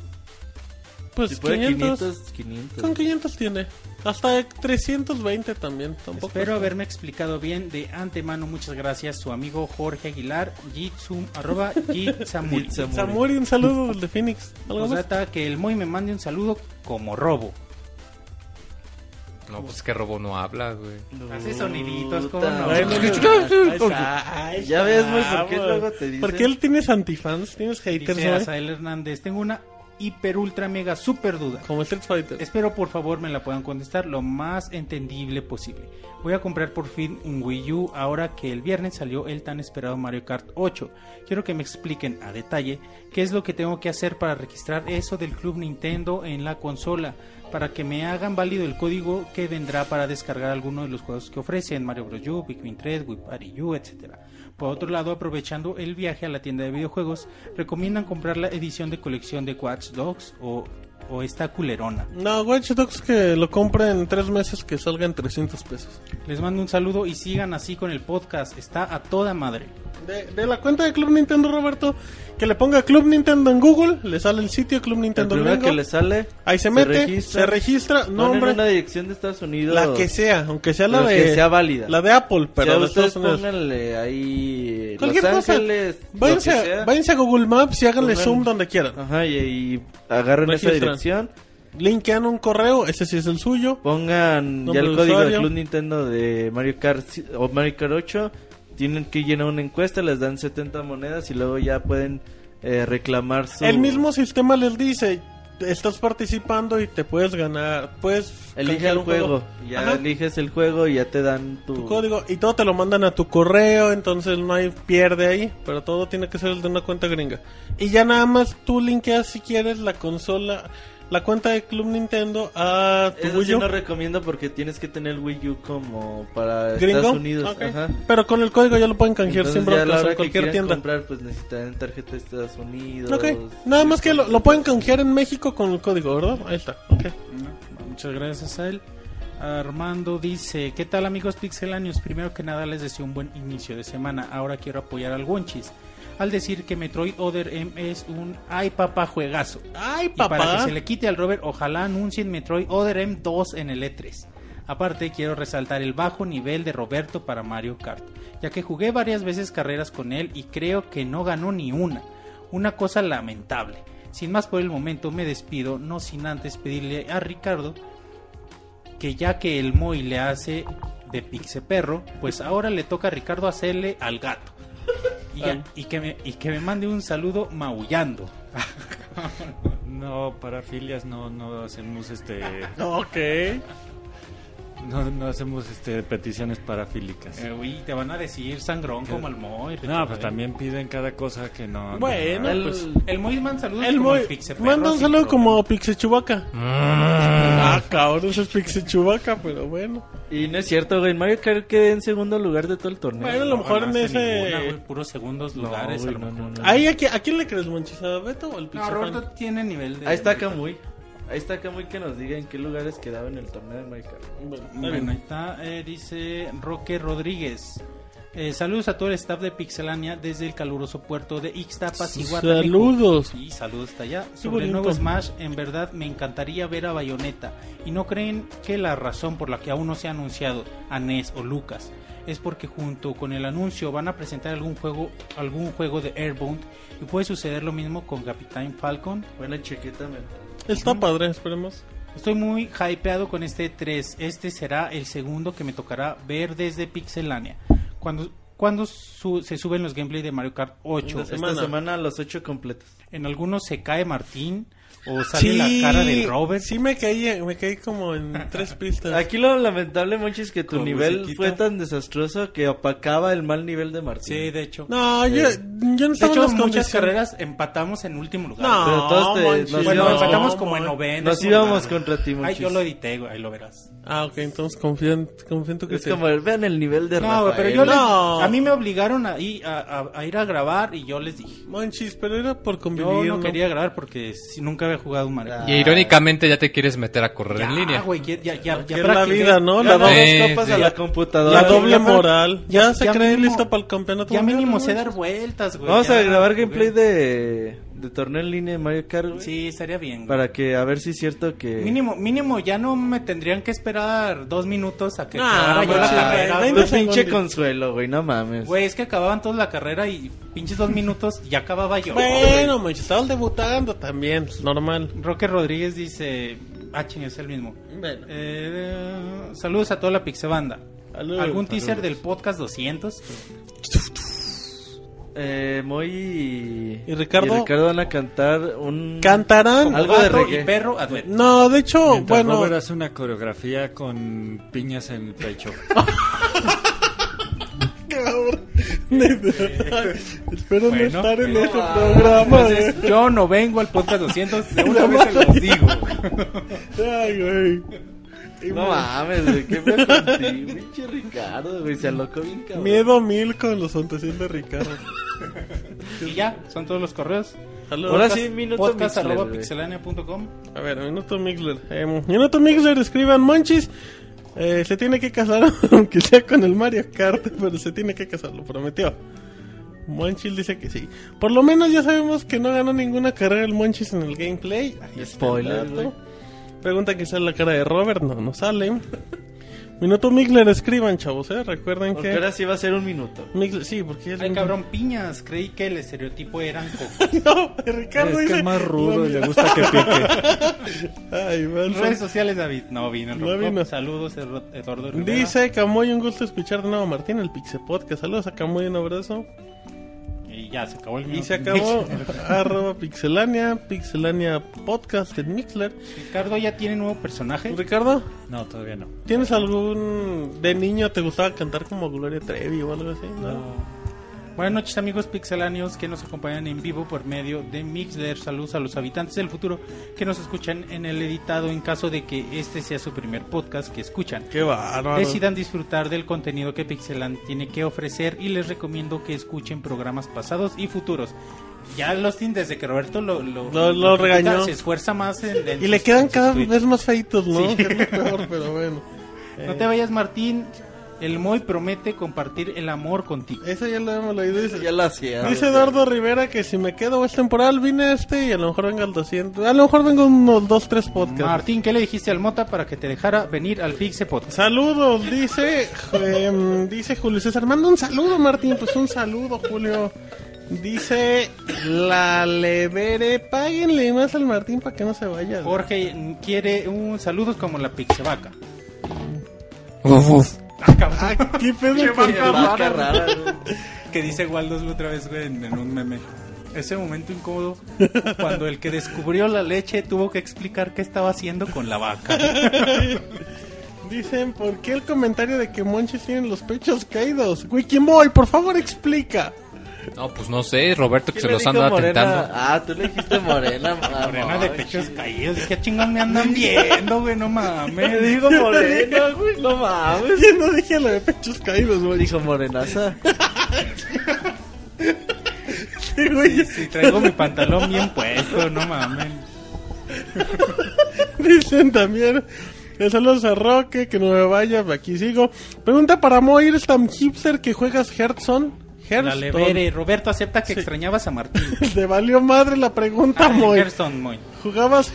S1: Pues
S5: Si puede
S1: 500,
S5: 500, 500.
S1: Con 500 tiene. Hasta 320 también. Tampoco
S4: Espero haberme explicado bien de antemano. Muchas gracias, su amigo Jorge Aguilar, Jitsum, arroba Jitsamul.
S5: Jitsamul.
S1: Samuri, un saludo del de Phoenix. ¿Algo más?
S4: Posdata, que el Moy me mande un saludo como robo.
S2: No, pues que robo no habla, güey.
S4: Hace soniditos, ¿cómo
S5: Puta
S4: no?
S1: Ay, no,
S5: madre.
S1: que-
S5: Ya ves, güey, ¿por qué
S1: Ah,
S5: luego te dicen?
S1: Porque él tienes antifans, tienes haters,
S4: Dice
S1: ¿no?
S4: Azael Hernández, tengo una hiper ultra mega super duda.
S1: Como Street Fighter.
S4: Espero por favor me la puedan contestar lo más entendible posible. Voy a comprar por fin un Wii U ahora que el viernes salió el tan esperado Mario Kart 8. Quiero que me expliquen a detalle qué es lo que tengo que hacer para registrar eso del Club Nintendo en la consola, para que me hagan válido el código que vendrá para descargar alguno de los juegos que ofrecen Mario Bros. U, Pikmin 3, Wii Party U, etc. Por otro lado, aprovechando el viaje a la tienda de videojuegos, recomiendan comprar la edición de colección de Watch Dogs o, o esta culerona.
S1: No, Watch Dogs que lo compra en tres meses que salga en 300 pesos.
S4: Les mando un saludo y sigan así con el podcast. Está a toda madre.
S1: De, de la cuenta de Club Nintendo, Roberto, que le ponga Club Nintendo en Google, le sale el sitio Club
S5: El
S1: Nintendo
S5: primero
S1: Gringo.
S5: que le sale.
S1: Ahí se mete, se registra, nombre,
S5: Ponen una dirección de Estados Unidos.
S1: la que sea, aunque sea la
S5: Pero
S1: de...
S5: que sea válida.
S1: La de Apple, pero
S5: Pero
S1: de
S5: ustedes
S1: Estados Unidos.
S5: pónganle ahí.
S1: Cualquier
S5: Los
S1: cosa.
S5: Ángeles. lo que
S1: Váyanse,
S5: sea. Ah.
S1: a- váyanse a Google Maps y háganle
S5: Pongan-
S1: zoom donde quieran.
S5: Ajá, y, y agarren
S1: Registran.
S5: esa dirección.
S1: Linkean un correo, ese sí es el suyo.
S5: Pongan
S1: Nombre
S5: ya
S1: de
S5: el código
S1: usuario.
S5: de Club Nintendo de Mario Kart si- o Mario Kart 8. Tienen que llenar una encuesta, les dan 70 monedas y luego ya pueden eh, reclamar su.
S1: El mismo sistema les dice, estás participando y te puedes ganar, puedes...
S5: Elige
S1: canjear
S5: el
S1: un
S5: juego. Ya
S1: Ajá,
S5: eliges el juego y ya te dan tu.
S1: tu código y todo te lo mandan a tu correo, entonces no hay pierde ahí, pero todo tiene que ser el de una cuenta gringa. Y ya nada más tú linkeas si quieres la consola, la cuenta de Club Nintendo a tu
S5: Eso
S1: Wii
S5: sí
S1: U.
S5: no recomiendo porque tienes que tener el Wii U como para
S1: gringo.
S5: Estados Unidos.
S1: ok.
S5: Ajá.
S1: Pero con el código ya lo pueden canjear
S5: Entonces,
S1: sin
S5: ya a la
S1: broncas
S5: hora
S1: en
S5: que
S1: cualquier
S5: quieran
S1: tienda.
S5: comprar, pues necesitan tarjeta de Estados Unidos.
S1: Ok, nada más que lo, lo pueden canjear en México con el código, ¿verdad? Ahí está, ok.
S4: No, Muchas gracias a él. Armando dice, ¿qué tal amigos pixelanios? Primero que nada les deseo un buen inicio de semana. Ahora quiero apoyar al Wonchis al decir que Metroid Other M es un ay papá juegazo.
S1: Ay,
S4: Y para que
S1: papá.
S4: se le quite al Robert, ojalá anuncien Metroid Other M 2 en el E3. Aparte, quiero resaltar el bajo nivel de Roberto para Mario Kart, ya que jugué varias veces carreras con él y creo que no ganó ni una. Una cosa lamentable. Sin más por el momento, me despido, no sin antes pedirle a Ricardo que ya que el Moy le hace de pixe perro, pues ahora le toca a Ricardo hacerle al gato. Y, ya- y que, me, y que me mande un saludo maullando.
S6: No, para filias no, no hacemos este,
S1: Ok.
S6: no, no hacemos este peticiones parafílicas.
S4: Eh, uy, te van a decir sangrón como el Moy.
S6: No,
S4: Ricardo.
S6: pues también piden cada cosa que no. no-
S1: Bueno,
S6: no.
S4: El,
S1: pues.
S4: el Moy manda saludos
S1: El
S4: como
S1: muy...
S4: el Pixe Perro, Mm.
S1: Manda un
S4: sin
S1: saludo
S4: problema.
S1: como Pixe Chubaca. Ah, cabrón, ese es Pixe Chubaca, pero bueno.
S5: Y no es cierto, güey. Mario Kart quedé en segundo lugar de todo el torneo.
S1: Bueno, a lo mejor
S4: No,
S1: en
S4: no hace ninguna,
S1: ese...
S4: güey, puros segundos
S5: No,
S4: lugares.
S5: güey,
S4: a lo
S5: no,
S4: mejor.
S5: no, no.
S1: Ahí, ¿a, qui- a quién le crees, Monchis? ¿A Beto o al Pixe
S4: No, Roberto
S1: Pan?
S4: tiene nivel de.
S5: Ahí está Camuy. Ahí está Camuy que nos diga en qué lugares quedaba en el torneo de Mario Kart.
S1: Bueno, está
S4: Bueno,
S1: bien.
S4: ahí está. eh, dice Roque Rodríguez. Eh, saludos a todo el staff de Pixelania desde el caluroso puerto de Ixtapas y
S1: Saludos.
S4: Y saludos hasta allá.
S1: Qué
S4: Sobre el
S1: bonito.
S4: nuevo Smash, en verdad me encantaría ver a Bayonetta. Y no creen que la razón por la que aún no se ha anunciado a NES o Lucas es porque junto con el anuncio van a presentar algún juego, algún juego de Airbound y puede suceder lo mismo con Capitán Falcon.
S5: Buena chiquita mental.
S1: Está padre, esperemos.
S4: Estoy muy hypeado con este 3. Este será el segundo que me tocará ver desde Pixelania. Cuando, cuando su- se suben los gameplays de Mario Kart 8.
S5: Esta
S1: semana.
S5: semana los ocho completos.
S4: En algunos se cae Martín o sale la cara de Robert.
S1: Sí, me caí, me caí como en tres pistas.
S5: Aquí lo lamentable, Monchi, es que tu
S4: Con
S5: nivel
S4: musiquita.
S5: fue tan desastroso que opacaba el mal nivel de Martín.
S4: Sí, de hecho.
S1: No, yo, yo no estaba
S4: de
S1: en
S4: hecho,
S1: las
S4: muchas
S1: condiciones.
S4: carreras empatamos en último lugar.
S1: No,
S5: Pero todos te-
S1: manches,
S5: nos
S4: Bueno,
S5: no,
S4: empatamos
S5: no,
S4: como en
S1: man.
S4: noveno.
S5: Nos
S4: décimo
S5: íbamos
S4: lugar.
S5: contra ti,
S4: Ay,
S5: Monchis.
S4: yo lo edité, güey, ahí lo verás.
S1: Ah, ok, entonces confío en, confío en tu
S5: Es
S1: criterio.
S5: como, vean el nivel de
S4: No, güey, pero
S5: Rafael.
S4: yo le-
S1: No.
S4: a mí me obligaron a, ir- a, a- a ir a grabar y yo les dije.
S1: Monchis, pero era por
S4: Yo
S1: convivir.
S4: no quería grabar porque si- nunca había jugado un Mario Kart.
S2: Y irónicamente ya te quieres meter a correr en línea.
S4: Ya, güey, ya, ya, ya, ya
S1: Que es la
S4: practiqué.
S1: vida, ¿no? La,
S5: Dame
S1: do-
S2: Sí,
S5: dos copas
S2: sí.
S5: a la computadora.
S1: la doble
S4: ya-
S1: moral. Ya,
S4: ya-
S1: se
S4: ya
S1: cree
S4: mínimo-
S1: lista para el campeonato.
S4: Ya
S1: mundial,
S4: mínimo
S1: ¿no,
S4: sé dar
S1: Monchis?
S4: vueltas, güey.
S5: Vamos
S4: ya,
S5: a grabar
S4: güey.
S5: gameplay de, de torneo en línea de Mario Kart, güey.
S4: Sí, estaría bien. güey.
S5: Para que, a ver si es cierto que...
S4: Mínimo, mínimo, ya no me tendrían que esperar dos minutos a que
S1: No,
S5: Ah,
S4: acabara yo la
S1: manches,
S4: carrera.
S1: güey,
S4: güey.
S5: Un pinche
S1: segundos.
S5: consuelo, güey, no mames.
S4: Güey, es que acababan todos la carrera y pinches dos minutos ya acababa yo.
S1: Bueno, Monchis, estabas debutando también, pues, normal.
S4: Roque Rodríguez dice, ah, ching, es el mismo.
S1: Bueno.
S4: Eh, saludos a toda la pixebanda.
S1: Saludos,
S4: ¿Algún
S1: saludos.
S4: teaser del podcast 200?
S5: Eh, Moy y...
S1: ¿Y Ricardo?
S5: y Ricardo van a cantar un...
S1: ¿Cantarán?
S5: Algo de
S4: Gato
S5: reggae.
S4: y perro, adver.
S1: No, de hecho,
S6: Mientras
S1: bueno.
S6: Robert hace una coreografía con piñas en el pecho.
S1: Espero
S6: Bueno.
S1: no estar en ese programa. eh.
S4: Entonces, yo no vengo al podcast 200, de una vez se los digo.
S1: Ay, güey.
S5: No mames, güey, qué feo contigo, pinche Ricardo, güey, se alocó bien cabrón.
S1: Miedo mil con los fantasías de Ricardo.
S4: Y ya, son todos los correos.
S1: Saludos.
S5: Ahora sí, minuto
S4: podcast
S5: Mixler,
S4: arroba
S5: güey.
S4: pixelania.com.
S1: A ver, Minuto Mixler. Eh, Minuto Mixler, escriban Monchis. eh, se tiene que casar, aunque sea con el Mario Kart, pero se tiene que casar, lo prometió. Monchis dice que sí. Por lo menos ya sabemos que no ganó ninguna carrera el Monchis en el gameplay. Ahí está el
S5: Spoiler,
S1: dato.
S5: güey.
S1: Pregunta que sale la cara de Robert, no, no sale. Minuto Mixler, escriban, chavos, eh. Recuerden
S5: Porque
S1: que.
S5: ahora sí va a ser un minuto.
S1: Mixler- sí, porque ya es
S4: Ay,
S1: un-
S4: cabrón, piñas. Creí que el estereotipo eran cocos.
S1: No, Ricardo
S6: es que
S1: dice.
S6: es más rudo y
S1: No,
S6: le gusta que pique.
S1: Ay, man,
S4: redes sociales, David. No vino, el
S1: No
S4: Robocop.
S1: vino.
S4: Saludos, Ed- Eduardo Rivera.
S1: Dice Camoy, un gusto escuchar de nuevo a Martín, el Pixe Podcast. Saludos a Camoy, un abrazo.
S4: Y ya, se acabó el
S1: Y
S4: minuto.
S1: se acabó arroba pixelania, pixelania podcast en Mixler.
S4: Ricardo ya tiene nuevo personaje.
S1: Ricardo,
S6: No, todavía no.
S1: ¿tienes algún de niño te gustaba cantar como Gloria Trevi o algo así? No.
S4: Buenas noches amigos pixelanios que nos acompañan en vivo por medio de Mixler. Saludos a los habitantes del futuro que nos escuchan en el editado en caso de que este sea su primer podcast que escuchan.
S1: Qué bárbaro.
S4: Decidan disfrutar del contenido que Pixelan tiene que ofrecer y les recomiendo que escuchen programas pasados y futuros. Ya Lostin, desde que Roberto lo, lo,
S1: Lo- lo
S4: critica,
S1: regañó.
S4: se esfuerza más en, en
S1: Y le
S4: sus-
S1: quedan
S4: sus
S1: cada
S4: tweets.
S1: vez más feitos, ¿no?
S4: Sí.
S1: Que es lo peor, pero bueno.
S4: No te vayas, Martín. El Moy promete compartir el amor contigo.
S1: Eso ya lo hemos leído. Dice,
S5: Ya lo hacía.
S1: dice Eduardo Rivera que si me quedo es temporal, vine a este y a lo mejor venga al 200. A lo mejor vengo unos 2, 3 podcasts.
S4: Martín, ¿qué le dijiste al Mota para que te dejara venir al Pixe Podcast?
S1: Saludos, dice, em, dice Julio César. Manda un saludo, Martín. Pues un saludo, Julio. Dice la levere. Páguenle más al Martín para que no se vaya.
S4: Jorge mm, quiere un saludos como la Pixevaca.
S1: Ah, ¿Qué pedo con-
S5: Vaca rara, güey.
S4: Que dice Waldos otra vez güey, en, en un meme. Ese momento incómodo cuando el que descubrió la leche tuvo que explicar qué estaba haciendo con la vaca.
S1: Dicen, ¿por qué el comentario de que Monches tiene los pechos caídos? Wikimoy, por favor, explica.
S2: No, pues no sé, Roberto que
S5: ¿Quién
S2: se
S5: le
S2: los
S5: dijo
S2: anda
S5: Morena?
S2: atentando.
S5: Ah, tú le dijiste morena, mamá.
S4: Morena de pechos caídos. Dije, "Ah, chingón, me andan viendo, güey, no
S5: Me
S4: mames.
S5: digo morena, güey, no mames. pues,
S1: Yo no dije lo de pechos caídos, güey.
S5: Dijo morenaza.
S1: Sí, güey.
S4: Si traigo mi pantalón bien puesto, no mames.
S1: Dicen también. Eh, Saludos a Roque, que no me vaya, aquí sigo. Pregunta para Moir, tan hipster que juegas Hearthstone.
S4: La
S1: Hearthstone.
S4: Levere, Roberto acepta que
S1: Sí.
S4: extrañabas a Martín.
S1: Te valió madre la pregunta,
S4: Ah,
S1: Moir.
S4: Gerson, Moy.
S1: ¿Jugabas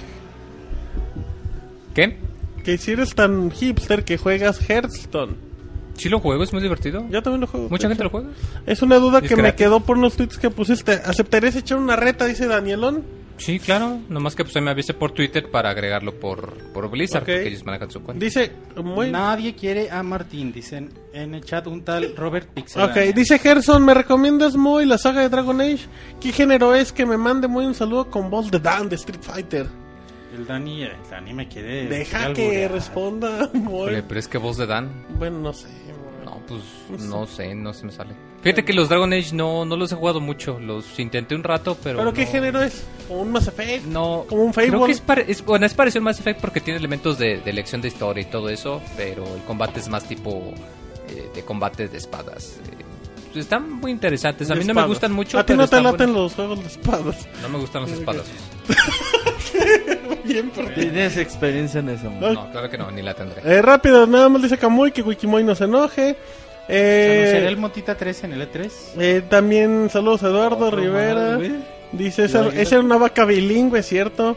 S2: ¿Qué?
S1: que si eres tan hipster que juegas Hearthstone?
S2: Sí lo juego, es muy divertido.
S1: Yo también lo juego.
S2: Mucha
S1: de
S2: gente
S1: hecho.
S2: lo juega.
S1: Es una duda
S2: Es
S1: que me
S2: gratis.
S1: quedó por los tweets que pusiste. ¿Aceptarías echar una reta? Dice Danielón.
S2: Sí, claro. Nomás que pues ahí me avise por Twitter para agregarlo por, por Blizzard,
S1: Ok.
S2: porque ellos manejan su cuenta.
S1: Dice, muy...
S4: Nadie quiere a Martín, dicen en el chat un tal Robert Pixel.
S1: Ok, dice Gerson, ¿me recomiendas muy la saga de Dragon Age? ¿Qué género es? Que me mande muy un saludo con voz de Dan de Street Fighter.
S4: El Dani, el Dani me quiere.
S1: Deja
S4: quiere
S1: que
S4: alburear.
S1: responda muy...
S2: Híjole, Pero es que voz de Dan.
S1: Bueno, no sé. Moy.
S2: No, pues no sé, no se me sale. Fíjate que los Dragon Age no, no los he jugado mucho, los intenté un rato, pero...
S1: ¿Pero qué
S2: no-
S1: género es? ¿Como un Mass Effect?
S2: No,
S1: ¿Como un
S2: creo
S1: Fable?
S2: que es, pare- es- bueno, es parecido al Mass Effect porque tiene elementos de, de elección de historia y todo eso, pero el combate es más tipo eh, de combate de espadas. eh. Pues están muy interesantes, a
S1: De
S2: mí no me
S1: espadas.
S2: gustan mucho.
S1: A ti
S2: pero
S1: no te
S2: están
S1: laten
S2: buenos.
S1: los juegos de espadas.
S2: No me gustan los espadas.
S1: Bien, por ti.
S5: Tienes experiencia en eso. Moy.
S2: No, claro que no, ni la tendré.
S1: Eh, rápido, nada más dice Camuy que Wikimoy no se enoje.
S4: ¿Se
S1: Eh,
S4: anunciará el Motita 3 en el E E3?
S1: Eh, también saludos a Eduardo
S4: Otro
S1: Rivera.
S4: más, güey.
S1: Dice, esa,
S4: Imagínate.
S1: esa era una vaca bilingüe, ¿cierto?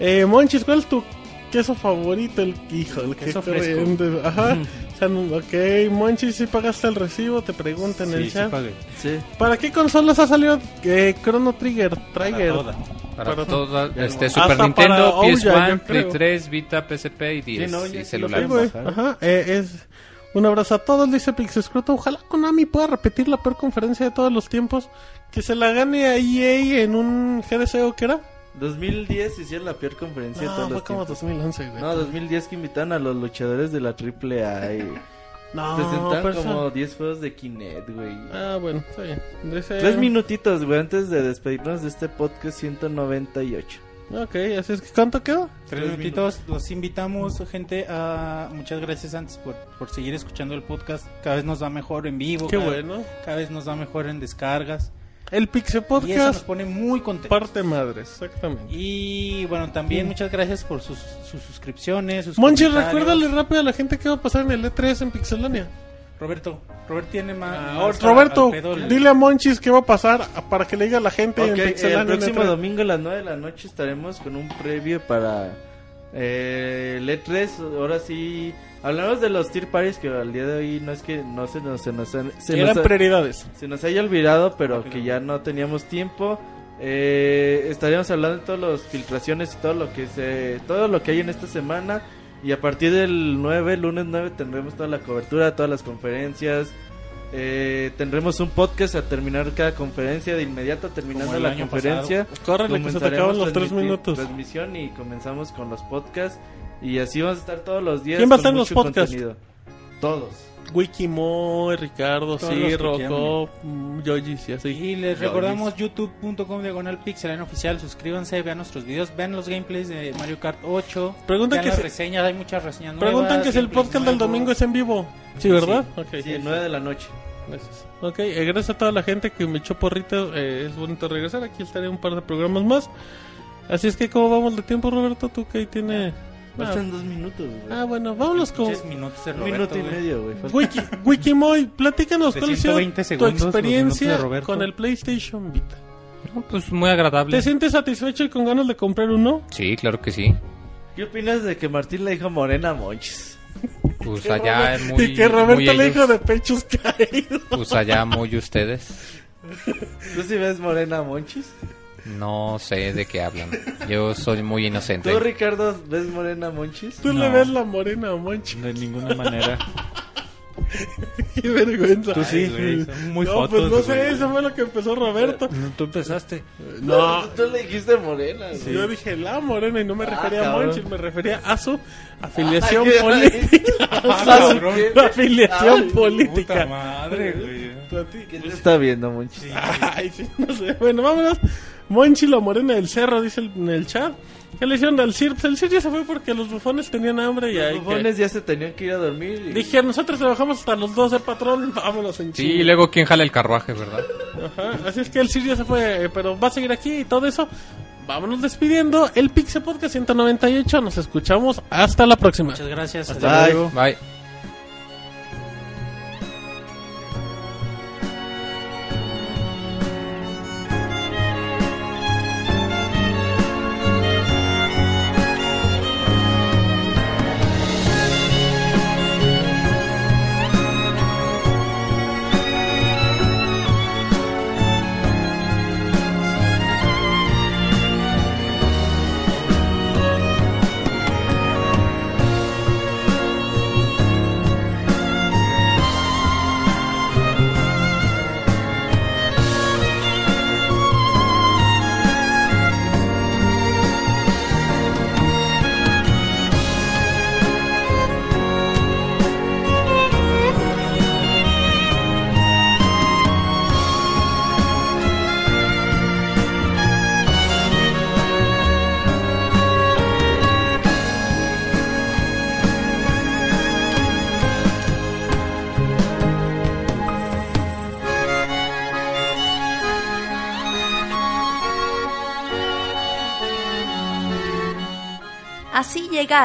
S1: Eh, Monchis, ¿cuál es tu queso favorito? El hijo, el
S4: Queso
S1: queso
S4: fresco.
S1: Ajá. O sea, no- ok, Monchis, si pagaste el recibo, te preguntan en el
S4: Sí, sí
S1: chat.
S4: pague.
S5: Sí.
S1: ¿Para qué consolas ha salido eh, Chrono Trigger? Trigger.
S4: Para toda.
S2: Para
S1: para-
S2: toda,
S5: Ya,
S2: este,
S5: no.
S2: Super
S1: Hasta para
S2: Nintendo,
S1: Ouya,
S2: PS1,
S1: yo
S2: Play
S1: creo.
S2: 3, Vita, PSP y 10
S4: no,
S2: y
S4: ya sí lo
S1: Sí,
S2: celular.
S1: güey,
S5: bajar.
S1: Ajá. eh, es un abrazo a todos, dice Pixescroto. Ojalá Konami pueda repetir la peor conferencia de todos los tiempos. Que se la gane a EA en un GDC o qué era.
S5: 2010 hicieron la peor conferencia de
S1: No,
S5: todos
S1: Ah, fue
S5: los
S1: como
S5: tiempos.
S1: 2011, güey.
S5: No, 2010 que invitaron a los luchadores de la AAA y
S1: No,
S5: presentaron
S1: pero eso-
S5: como 10 juegos de Kinect, güey.
S1: Ah, bueno, está bien. Dice-
S5: Tres minutitos, güey, antes de despedirnos de este podcast 198.
S1: Ok, así es que ¿cuánto quedó?
S4: Tres minutitos, los invitamos, gente. A... Muchas gracias antes por, por seguir escuchando el podcast. Cada vez nos va mejor en vivo.
S1: Qué
S4: cada-
S1: bueno.
S4: Cada vez nos va mejor en descargas.
S1: El Pixel
S4: Y eso nos
S1: Podcast,
S4: pone muy contentos.
S1: parte madres, exactamente.
S4: Y bueno, también muchas gracias por sus, sus suscripciones. Sus
S1: Monchi,
S4: comentarios.
S1: recuérdale rápido a la gente qué va a pasar en el E3 en Pixelania.
S4: Roberto, Roberto tiene más.
S1: Ah,
S4: más
S1: Roberto,
S4: al pedo el-
S1: dile a Monchis qué va a pasar a- para que le diga a la gente
S5: Ok,
S1: en Pixelania.
S5: el próximo
S1: en E3.
S5: domingo a las 9 de la noche estaremos con un previo para eh, el E3. Ahora sí, hablamos de los tier parties que al día de hoy no es que no se nos, se nos han- se nos
S1: Eran
S5: ha-
S1: prioridades.
S5: se nos haya olvidado,
S1: Ah,
S5: pero que ya no teníamos tiempo. Eh, estaríamos hablando de todas las filtraciones y todo lo que se, todo lo que hay en esta semana. Y a partir del 9, lunes 9, tendremos toda la cobertura, todas las conferencias. Eh, tendremos un podcast a terminar cada conferencia de inmediato,
S4: Como
S5: terminando
S4: el
S5: la
S4: año
S5: conferencia.
S1: Córrele, que pues se te
S5: comenzaremos
S1: acaban los tres
S5: transmitir-
S1: minutos.
S5: Transmisión y comenzamos con los podcasts. Y así vamos a estar todos los días.
S1: ¿Quién va a
S5: con
S1: estar en los
S5: mucho
S1: podcasts?
S5: contenido. Todos.
S1: Wikimoy, Ricardo,
S4: Todos los
S1: sí,
S4: que
S1: Rocco, Yojis y así.
S4: Y les recordamos youtube.com diagonal pixel en oficial. Suscríbanse, vean nuestros videos, vean los gameplays de Mario Kart 8.
S1: Preguntan
S4: vean
S1: que
S4: las
S1: si-
S4: reseñas, hay muchas reseñas
S1: Preguntan
S4: nuevas,
S1: que si el
S4: gameplays
S1: podcast del
S4: nuevos.
S1: domingo es en vivo. Sí, Ah. ¿verdad?
S5: Sí,
S1: Ok.
S5: sí, 9 de la noche.
S1: Gracias. Ok, eh, gracias a toda la gente que me echó porrito. eh, es bonito regresar. Aquí estaré un par de programas más. Así es que, ¿cómo vamos de tiempo, Roberto? ¿Tú que ahí tiene.? Ah,
S5: Faltan dos minutos, güey.
S1: ah, bueno, vámonos con.
S4: Pinches minutos de
S5: Un
S4: Roberto,
S5: minuto y
S4: güey.
S5: medio, güey. Faltan-
S1: Wiki, Wikimoy, platícanos
S4: De
S1: cuál ha sido
S4: 120
S1: tu
S4: segundos, los
S1: experiencia
S4: minutos de Roberto.
S1: con el PlayStation Vita.
S2: No, pues muy
S1: ¿Te
S2: agradable.
S1: sientes satisfecho y con ganas de comprar uno?
S2: Sí, claro que sí.
S5: ¿Qué opinas de que Martín le dijo Morena a Monchis?
S2: Pues allá es muy...
S1: y que
S2: muy
S1: Roberto le
S2: ellos,
S1: dijo de pechos caídos.
S2: Pues allá muy ustedes.
S5: ¿Tú sí ves Morena a Monchis?
S2: No sé de qué hablan. Yo soy muy inocente.
S5: ¿Tú, Ricardo, ves Morena a Monchis?
S1: Tú le
S6: No.
S1: ves la morena a Monchi.
S6: De ninguna manera.
S1: Qué vergüenza.
S6: Tú sí.
S1: Muy no, pues no sé, eso fue lo que empezó Roberto.
S6: No, Tú empezaste.
S1: No,
S5: Tú le dijiste Morena, güey.
S1: Yo dije la morena y no me
S5: Ah,
S1: refería a
S5: cabrón.
S1: Monchil, me refería a su afiliación
S5: Ay,
S1: política.
S5: Ah,
S1: A su
S5: cabrón.
S1: afiliación
S5: Ay,
S1: política.
S6: madre, güey.
S5: ¿Qué te está viendo, Monchis?
S1: Ay, sí, no sé. Bueno, vámonos. Monchi la morena del cerro, dice el- en el chat. ¿Qué le hicieron al CIRP? El CIRP ya se fue porque los bufones tenían hambre y
S5: Los
S1: ahí.
S5: bufones ya se tenían que ir a dormir.
S1: que-
S5: y-
S1: Dije, nosotros trabajamos hasta los 12, patrón. Vámonos en
S2: Sí, y
S1: Chile.
S2: luego quién jala el carruaje, ¿verdad?
S1: Así es que el CIRP ya se fue, eh, pero va a seguir aquí y todo eso. Vámonos despidiendo. El Pixel Podcast 198. Nos escuchamos. Hasta la próxima.
S4: Muchas gracias.
S5: Hasta
S4: Hasta
S5: luego.
S4: luego.
S2: Bye.
S7: Así llega